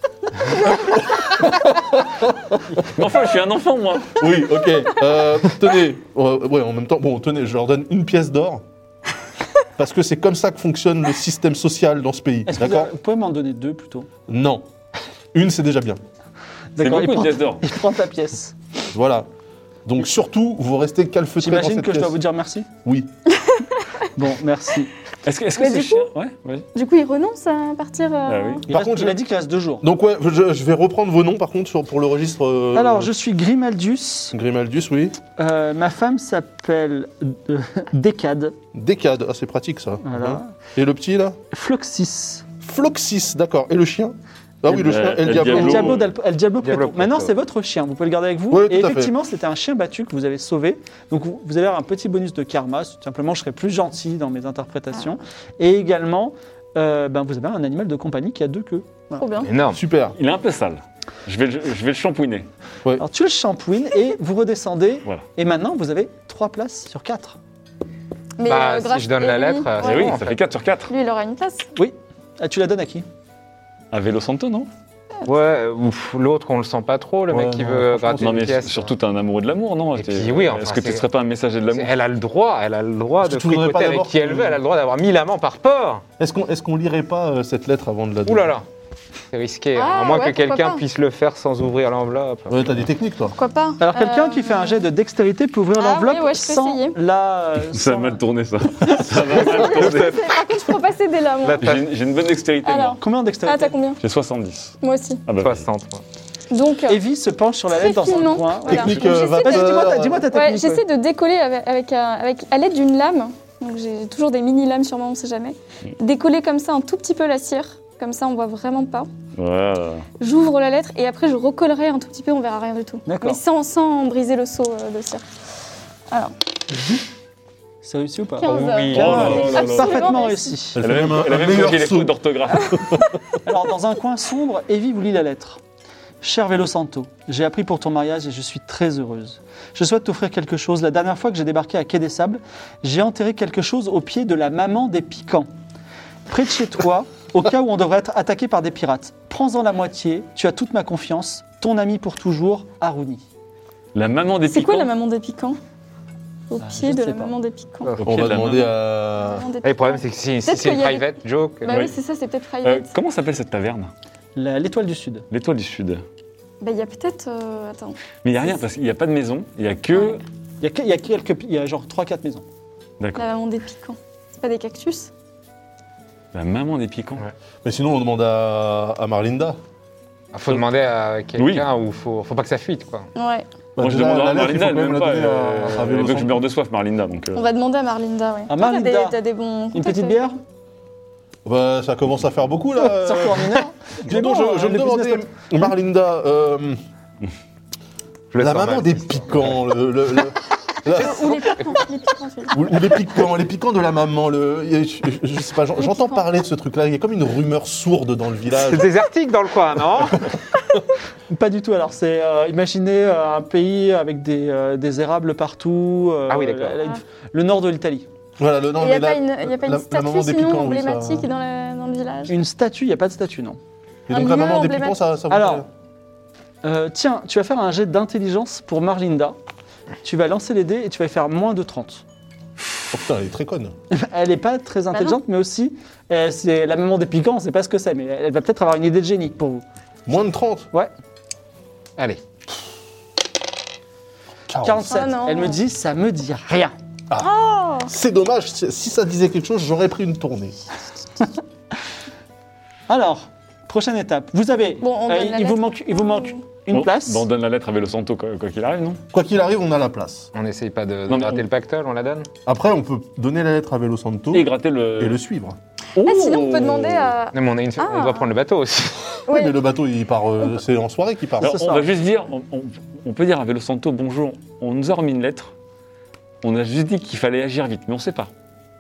[SPEAKER 3] Mais enfin, je suis un enfant, moi
[SPEAKER 4] Oui, ok. Euh, tenez. Euh, ouais, en même temps, bon, tenez, je leur donne une pièce d'or. Parce que c'est comme ça que fonctionne le système social dans ce pays.
[SPEAKER 1] Est-ce que vous,
[SPEAKER 4] D'accord
[SPEAKER 1] avez- vous pouvez m'en donner deux plutôt
[SPEAKER 4] Non. Une, c'est déjà bien.
[SPEAKER 3] C'est
[SPEAKER 1] il
[SPEAKER 3] beaucoup une
[SPEAKER 1] prend,
[SPEAKER 3] pièce d'or.
[SPEAKER 1] il prend ta pièce.
[SPEAKER 4] Voilà. Donc surtout, vous restez calfeutré dans
[SPEAKER 1] J'imagine
[SPEAKER 4] cette
[SPEAKER 1] que je dois
[SPEAKER 4] pièce.
[SPEAKER 1] vous dire merci.
[SPEAKER 4] Oui.
[SPEAKER 1] Bon, merci.
[SPEAKER 3] Est-ce que est-ce que
[SPEAKER 5] Mais
[SPEAKER 3] c'est
[SPEAKER 5] du
[SPEAKER 3] chien Ouais, vas-y.
[SPEAKER 5] Du coup, il renonce à partir. euh,
[SPEAKER 2] Bah
[SPEAKER 3] Ah oui.
[SPEAKER 1] Il,
[SPEAKER 4] Par
[SPEAKER 1] reste-
[SPEAKER 4] contre,
[SPEAKER 1] il
[SPEAKER 4] je-
[SPEAKER 1] a dit qu'il reste deux jours.
[SPEAKER 4] Donc ouais, je, je vais reprendre vos noms par contre sur- pour le registre. euh,
[SPEAKER 1] Alors, je suis Grimaldus,
[SPEAKER 4] Grimaldus, oui.
[SPEAKER 1] euh, ma femme s'appelle euh, Décade,
[SPEAKER 4] Décade, ah, c'est pratique ça.
[SPEAKER 1] voilà.
[SPEAKER 4] Et le petit là
[SPEAKER 1] Floxis,
[SPEAKER 4] Floxis, d'accord. Et le chien Ah oui, le
[SPEAKER 3] Euh,
[SPEAKER 4] chien, El
[SPEAKER 3] El
[SPEAKER 4] Diablo.
[SPEAKER 1] El
[SPEAKER 3] Diablo.
[SPEAKER 1] Diablo, d'Al- El Diablo Preto.
[SPEAKER 2] Diablo Preto.
[SPEAKER 1] Maintenant, c'est votre chien. Vous pouvez le garder avec vous.
[SPEAKER 4] Oui, tout
[SPEAKER 1] et
[SPEAKER 4] à fait.
[SPEAKER 1] effectivement, c'était un chien battu que vous avez sauvé. Donc, vous, vous allez avoir un petit bonus de karma. Simplement, je serai plus gentil dans mes interprétations.
[SPEAKER 5] Ah.
[SPEAKER 1] Et également, euh, ben, vous avez un animal de compagnie qui a deux queues.
[SPEAKER 5] Trop bien.
[SPEAKER 2] Énorme.
[SPEAKER 4] Super.
[SPEAKER 3] Il est un peu sale. Je vais, le- je vais le shampouiner.
[SPEAKER 1] Alors, tu le shampouines et vous redescendez.
[SPEAKER 3] Voilà.
[SPEAKER 1] Et maintenant, vous avez trois places sur quatre.
[SPEAKER 5] Mais
[SPEAKER 2] Bah,
[SPEAKER 5] euh,
[SPEAKER 2] si
[SPEAKER 5] grâce-
[SPEAKER 2] je donne
[SPEAKER 5] et
[SPEAKER 2] la
[SPEAKER 5] lui-
[SPEAKER 2] lettre, euh,
[SPEAKER 3] Ah
[SPEAKER 2] Ouais,
[SPEAKER 5] ouais.
[SPEAKER 3] oui,
[SPEAKER 2] bon, en
[SPEAKER 3] ça
[SPEAKER 2] fait.
[SPEAKER 3] fait 4 sur 4.
[SPEAKER 5] Lui, il aura une place.
[SPEAKER 1] Ah, tu la donnes à qui
[SPEAKER 3] Un vélo santo, non
[SPEAKER 2] Ouais, euh, ouf, l'autre, on le sent pas trop, le
[SPEAKER 4] Ouais,
[SPEAKER 2] mec qui
[SPEAKER 4] non,
[SPEAKER 2] veut
[SPEAKER 4] franchement,
[SPEAKER 2] gratter
[SPEAKER 3] Non,
[SPEAKER 2] une
[SPEAKER 3] mais
[SPEAKER 2] pièce.
[SPEAKER 3] surtout, t'es un amoureux de l'amour, non
[SPEAKER 2] Et
[SPEAKER 3] T'es-
[SPEAKER 2] puis oui, enfin,
[SPEAKER 3] Est-ce que tu
[SPEAKER 2] c'est-
[SPEAKER 3] serais pas un messager de l'amour
[SPEAKER 2] Elle a le droit, elle a le droit
[SPEAKER 4] Est-ce
[SPEAKER 2] de
[SPEAKER 4] que tu voudrais pas
[SPEAKER 2] fricoter avec
[SPEAKER 4] d'abord
[SPEAKER 2] qui elle veut,
[SPEAKER 4] que-
[SPEAKER 2] elle a le droit d'avoir mis la main par peur.
[SPEAKER 4] Est-ce qu'on est qu'on lirait pas euh, cette lettre avant de la
[SPEAKER 2] Ouh là là, c'est risqué, hein,
[SPEAKER 5] Ah,
[SPEAKER 2] à moins
[SPEAKER 5] ouais,
[SPEAKER 2] que
[SPEAKER 5] pourquoi
[SPEAKER 2] quelqu'un
[SPEAKER 5] pas.
[SPEAKER 2] puisse le faire sans ouvrir l'enveloppe.
[SPEAKER 4] Ouais, t'as des techniques, toi.
[SPEAKER 5] Pourquoi pas
[SPEAKER 1] Alors, quelqu'un
[SPEAKER 5] Euh,
[SPEAKER 1] qui fait un jet de dextérité peut ouvrir
[SPEAKER 5] Ah oui,
[SPEAKER 1] l'enveloppe
[SPEAKER 5] ouais, je peux
[SPEAKER 1] sans
[SPEAKER 5] essayer.
[SPEAKER 1] la. euh,
[SPEAKER 3] Ça a
[SPEAKER 1] sans-
[SPEAKER 3] mal tourné, ça. ça va mal tourner.
[SPEAKER 5] Par contre, je peux pas céder là, moi.
[SPEAKER 2] Là,
[SPEAKER 3] J'ai une- j'ai une bonne dextérité,
[SPEAKER 5] Alors.
[SPEAKER 3] moi.
[SPEAKER 1] Combien en
[SPEAKER 5] Ah,
[SPEAKER 1] dextérité
[SPEAKER 5] t'as combien
[SPEAKER 3] J'ai 70.
[SPEAKER 5] Moi aussi.
[SPEAKER 3] Ah bah, vas-y.
[SPEAKER 2] 60. moi.
[SPEAKER 5] Donc, euh,
[SPEAKER 1] Evie se penche sur la
[SPEAKER 5] Très
[SPEAKER 1] lettre dans un
[SPEAKER 5] finement.
[SPEAKER 1] coin.
[SPEAKER 5] Voilà.
[SPEAKER 4] Technique
[SPEAKER 5] Donc,
[SPEAKER 4] euh,
[SPEAKER 5] j'essaie de-
[SPEAKER 4] vapeur.
[SPEAKER 1] Vas-y, dis-moi ta, dis-moi ta technique.
[SPEAKER 5] ouais, j'essaie de décoller avec, avec, euh, avec- à l'aide d'une lame. Donc, j'ai toujours des mini lames sur moi, on sait jamais. Décoller comme ça un tout petit peu la cire. Comme ça, on voit vraiment pas.
[SPEAKER 3] Voilà.
[SPEAKER 5] J'ouvre la lettre et après, je recollerai un tout petit peu, on verra rien du tout.
[SPEAKER 1] D'accord.
[SPEAKER 5] Mais sans, sans briser le seau euh, de cire. Alors.
[SPEAKER 1] C'est réussi ou pas
[SPEAKER 5] 15
[SPEAKER 3] Oh
[SPEAKER 5] heures.
[SPEAKER 3] oui.
[SPEAKER 5] C'est
[SPEAKER 3] Oh là là là là.
[SPEAKER 5] absolument
[SPEAKER 1] Parfaitement réussi.
[SPEAKER 4] Elle
[SPEAKER 3] Elle
[SPEAKER 4] fait
[SPEAKER 3] a même,
[SPEAKER 4] même un,
[SPEAKER 3] elle a
[SPEAKER 4] un
[SPEAKER 3] même
[SPEAKER 4] meilleur
[SPEAKER 3] corrigé les
[SPEAKER 4] saut.
[SPEAKER 3] fautes d'orthographe.
[SPEAKER 1] Alors, dans un coin sombre, Evie vous lit la lettre. Cher Vélo Santo, j'ai appris pour ton mariage et je suis très heureuse. Je souhaite t'offrir quelque chose. La dernière fois que j'ai débarqué à Quai des Sables, j'ai enterré quelque chose au pied de la maman des piquants. Près de chez toi, au cas où on devrait être attaqué par des pirates. Prends-en la moitié, tu as toute ma confiance. Ton ami pour toujours, Haruni.
[SPEAKER 3] La maman des
[SPEAKER 5] C'est quoi la
[SPEAKER 3] piquants.
[SPEAKER 5] maman des piquants Au
[SPEAKER 1] Ah,
[SPEAKER 5] pied
[SPEAKER 1] je
[SPEAKER 5] de
[SPEAKER 1] sais
[SPEAKER 5] la
[SPEAKER 1] pas.
[SPEAKER 5] maman des piquants.
[SPEAKER 3] Au
[SPEAKER 4] On
[SPEAKER 3] pied
[SPEAKER 4] va
[SPEAKER 3] de la
[SPEAKER 4] demander
[SPEAKER 3] maman.
[SPEAKER 4] à.
[SPEAKER 5] Maman des
[SPEAKER 2] Et le problème,
[SPEAKER 5] piquants.
[SPEAKER 2] c'est que si, si
[SPEAKER 5] Peut-être
[SPEAKER 2] c'est une
[SPEAKER 5] qu'il y a des-
[SPEAKER 2] private joke.
[SPEAKER 5] Bah
[SPEAKER 2] euh,
[SPEAKER 5] oui,
[SPEAKER 3] Oui.
[SPEAKER 5] c'est ça, c'est peut-être
[SPEAKER 3] Euh,
[SPEAKER 5] private. Bah, Il
[SPEAKER 3] comment s'appelle cette taverne
[SPEAKER 1] La- L'étoile du Sud.
[SPEAKER 3] L'étoile du Sud.
[SPEAKER 5] Bah, y a peut-être. euh, attends.
[SPEAKER 3] Mais il n'y a rien, parce qu'il n'y a pas de maison, il n'y a que.
[SPEAKER 1] Il y a, que- il y a quelques, il y a genre 3-4 maisons.
[SPEAKER 3] D'accord.
[SPEAKER 5] La maman des piquants. C'est pas des cactus
[SPEAKER 3] La maman des piquants.
[SPEAKER 2] Ouais.
[SPEAKER 4] Mais sinon, on demande à, à Marlinda.
[SPEAKER 2] Faut demander à quelqu'un ou faut, faut pas que ça fuite, quoi.
[SPEAKER 5] Ouais.
[SPEAKER 3] Moi, je
[SPEAKER 4] Déjà,
[SPEAKER 3] demande à
[SPEAKER 4] Bah, la lettre, il
[SPEAKER 3] Marlinda, elle
[SPEAKER 4] faut quand même
[SPEAKER 3] même
[SPEAKER 4] la
[SPEAKER 3] pas.
[SPEAKER 4] donner à- à
[SPEAKER 3] Elle
[SPEAKER 4] Vélo
[SPEAKER 3] veut que je
[SPEAKER 4] Santo.
[SPEAKER 3] meure de soif, Marlinda. Donc, euh,
[SPEAKER 5] On va demander à Marlinda, ouais.
[SPEAKER 1] À
[SPEAKER 5] Toi, t'as des-
[SPEAKER 1] Ah, Marlinda.
[SPEAKER 5] T'as des, bons.
[SPEAKER 1] Une
[SPEAKER 5] contacts
[SPEAKER 1] petite
[SPEAKER 5] avec-
[SPEAKER 1] bière
[SPEAKER 4] Bah, ça commence à faire beaucoup
[SPEAKER 5] Euh.
[SPEAKER 4] là.
[SPEAKER 1] Surtout en mineur.
[SPEAKER 4] Dis donc,
[SPEAKER 1] bon,
[SPEAKER 4] je, je
[SPEAKER 1] euh,
[SPEAKER 4] me
[SPEAKER 1] le
[SPEAKER 4] demandais,
[SPEAKER 1] business
[SPEAKER 4] Marlinda, euh,
[SPEAKER 2] Je le
[SPEAKER 4] la
[SPEAKER 2] sens
[SPEAKER 4] maman
[SPEAKER 2] mal,
[SPEAKER 4] des
[SPEAKER 2] cette histoire.
[SPEAKER 4] piquants, le, le- le- la-
[SPEAKER 5] Ou les piquants. les piquants, c'est-
[SPEAKER 4] ou- ou les piquants, les piquants de la maman. Le, il y a- je, je sais pas, j'en-
[SPEAKER 5] Les
[SPEAKER 4] j'entends
[SPEAKER 5] piquants.
[SPEAKER 4] parler de ce truc-là. Il y a comme une rumeur sourde dans le village.
[SPEAKER 2] C'est désertique dans le coin, non
[SPEAKER 1] Pas du tout. Alors, c'est euh, imaginez euh, un pays avec des, euh, des érables partout. euh,
[SPEAKER 2] Ah oui, d'accord.
[SPEAKER 1] la- la- Le nord de l'Italie.
[SPEAKER 4] Voilà, le nom.
[SPEAKER 5] Il n'y a,
[SPEAKER 4] mais la-
[SPEAKER 5] pas une- il y a pas
[SPEAKER 4] la-
[SPEAKER 5] une
[SPEAKER 4] la maman
[SPEAKER 5] statue sinon
[SPEAKER 4] des piquants, oui, ça-
[SPEAKER 5] emblématique dans, la- dans le village
[SPEAKER 1] Une statue, il n'y a pas de statue, non.
[SPEAKER 4] Et donc
[SPEAKER 5] Un
[SPEAKER 4] la
[SPEAKER 5] lieu
[SPEAKER 4] maman des
[SPEAKER 5] emblématique.
[SPEAKER 4] piquants, ça, ça vous
[SPEAKER 1] Alors, euh, tiens, tu vas faire un jet d'intelligence pour Marlinda. Tu vas lancer les dés et tu vas faire moins de 30.
[SPEAKER 4] Oh putain, elle est très conne.
[SPEAKER 1] Elle n'est pas très intelligente, mais aussi, euh, c'est la maman des piquants, on ne sait pas ce que c'est, mais elle va peut-être avoir une idée de génie pour vous.
[SPEAKER 2] Ah
[SPEAKER 4] Moins de 30.
[SPEAKER 1] Ouais,
[SPEAKER 2] Allez.
[SPEAKER 4] 40.
[SPEAKER 1] 47.
[SPEAKER 5] Ah non.
[SPEAKER 1] elle me dit, ça me dit rien.
[SPEAKER 4] C'est dommage, si si ça disait quelque chose, j'aurais pris une tournée.
[SPEAKER 1] Alors, prochaine étape. Vous avez, euh,
[SPEAKER 5] Bon, on donne la
[SPEAKER 1] il, vous
[SPEAKER 5] lettre.
[SPEAKER 1] manque, il vous manque une
[SPEAKER 2] Oh,
[SPEAKER 3] on-
[SPEAKER 1] place.
[SPEAKER 3] bah, On donne la lettre à Vélo Santo, quoi quoi qu'il arrive, non
[SPEAKER 4] Quoi qu'il arrive, on a la place.
[SPEAKER 2] On n'essaye pas de, de
[SPEAKER 3] Non, mais
[SPEAKER 2] gratter
[SPEAKER 3] on-
[SPEAKER 2] le pactole, on la donne
[SPEAKER 4] Après, on peut donner la lettre à Velo Santo
[SPEAKER 3] Et
[SPEAKER 4] et,
[SPEAKER 3] gratter le. Oh
[SPEAKER 4] le suivre.
[SPEAKER 5] Ah, sinon, on peut demander à.
[SPEAKER 2] Non, mais on, a une- on
[SPEAKER 5] Ah.
[SPEAKER 2] doit prendre le bateau aussi.
[SPEAKER 4] Oui,
[SPEAKER 5] Ouais.
[SPEAKER 4] mais le bateau, il part. euh, c'est en soirée qu'il part.
[SPEAKER 3] Alors,
[SPEAKER 1] ce
[SPEAKER 3] on
[SPEAKER 1] soir.
[SPEAKER 3] va juste dire, on, on- on peut dire à Vélo Santo, bonjour, on nous a remis une lettre. On a juste dit qu'il fallait agir vite, mais on ne sait pas.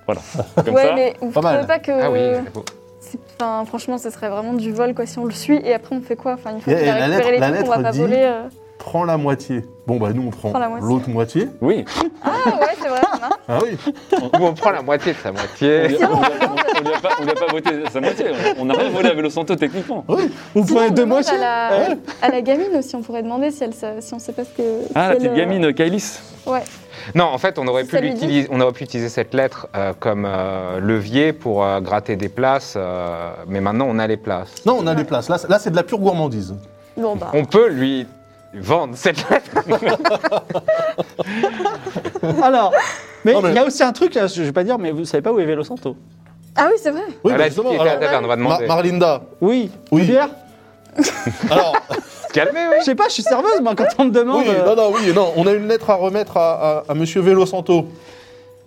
[SPEAKER 3] Voilà. Comme
[SPEAKER 5] ouais,
[SPEAKER 3] ça.
[SPEAKER 5] mais vous
[SPEAKER 4] Pas mal.
[SPEAKER 5] trouvez pas que.
[SPEAKER 2] Ah oui, mais faut-
[SPEAKER 5] c'est- Enfin, franchement, ce serait vraiment du vol quoi si on le suit et après on fait quoi Enfin, une fois
[SPEAKER 4] Et-
[SPEAKER 5] qu'on
[SPEAKER 4] et
[SPEAKER 5] a
[SPEAKER 4] la
[SPEAKER 5] récupéré
[SPEAKER 4] lettre- la
[SPEAKER 5] les trucs, on va
[SPEAKER 4] lettre
[SPEAKER 5] pas
[SPEAKER 4] dit-
[SPEAKER 5] voler. euh.
[SPEAKER 4] Prends la moitié. Bon, bah nous, on prend
[SPEAKER 5] Prends la moitié.
[SPEAKER 4] l'autre moitié.
[SPEAKER 3] Oui.
[SPEAKER 5] Ah ouais, c'est vrai, ça marche.
[SPEAKER 4] Ah oui.
[SPEAKER 2] Ou on prend la moitié de sa
[SPEAKER 3] On
[SPEAKER 2] moitié.
[SPEAKER 3] lui a- on lui a- on lui a pas- on lui a pas voté sa moitié. On n'a pas volé à Vélo Santo techniquement.
[SPEAKER 5] Oh,
[SPEAKER 1] Vous
[SPEAKER 5] Sinon,
[SPEAKER 1] prenez
[SPEAKER 5] on
[SPEAKER 1] deux
[SPEAKER 5] demande
[SPEAKER 1] moitiés.
[SPEAKER 5] à la, à la gamine aussi, on pourrait demander si, elle, sa- si on sait pas ce que.
[SPEAKER 3] Ah, la
[SPEAKER 5] quelle,
[SPEAKER 3] petite
[SPEAKER 5] euh,
[SPEAKER 3] gamine Kailis.
[SPEAKER 5] Ouais.
[SPEAKER 2] Non, en fait, on aurait,
[SPEAKER 5] Si
[SPEAKER 2] pu
[SPEAKER 5] ça lui dit.
[SPEAKER 2] l'utiliser, on aurait pu utiliser cette lettre euh, comme euh, levier pour euh, gratter des places, euh, mais maintenant on a les places.
[SPEAKER 4] Non, on a les places. Là, c'est- là, c'est de la pure gourmandise.
[SPEAKER 5] Bon bah.
[SPEAKER 2] On peut lui vendre cette lettre.
[SPEAKER 1] Alors, mais
[SPEAKER 4] Non,
[SPEAKER 1] il
[SPEAKER 4] mais-
[SPEAKER 1] y a aussi un truc, là, je ne vais pas dire, mais vous ne savez pas où est Vélo Santo.
[SPEAKER 5] Ah oui, c'est vrai.
[SPEAKER 4] Oui,
[SPEAKER 2] Elle
[SPEAKER 4] bah,
[SPEAKER 2] a dit qu'il était à la taverne, on va
[SPEAKER 4] Ma-
[SPEAKER 2] demander.
[SPEAKER 4] Marlinda.
[SPEAKER 1] Oui.
[SPEAKER 4] Oui.
[SPEAKER 1] Une bière
[SPEAKER 4] Alors,
[SPEAKER 2] Calmez,
[SPEAKER 1] Je
[SPEAKER 2] oui.
[SPEAKER 1] sais pas, je suis serveuse, moi, quand on me demande. euh,
[SPEAKER 4] oui,
[SPEAKER 5] euh.
[SPEAKER 4] non, non, oui, non. On a une lettre à remettre à, à, à Monsieur Vélo Santo.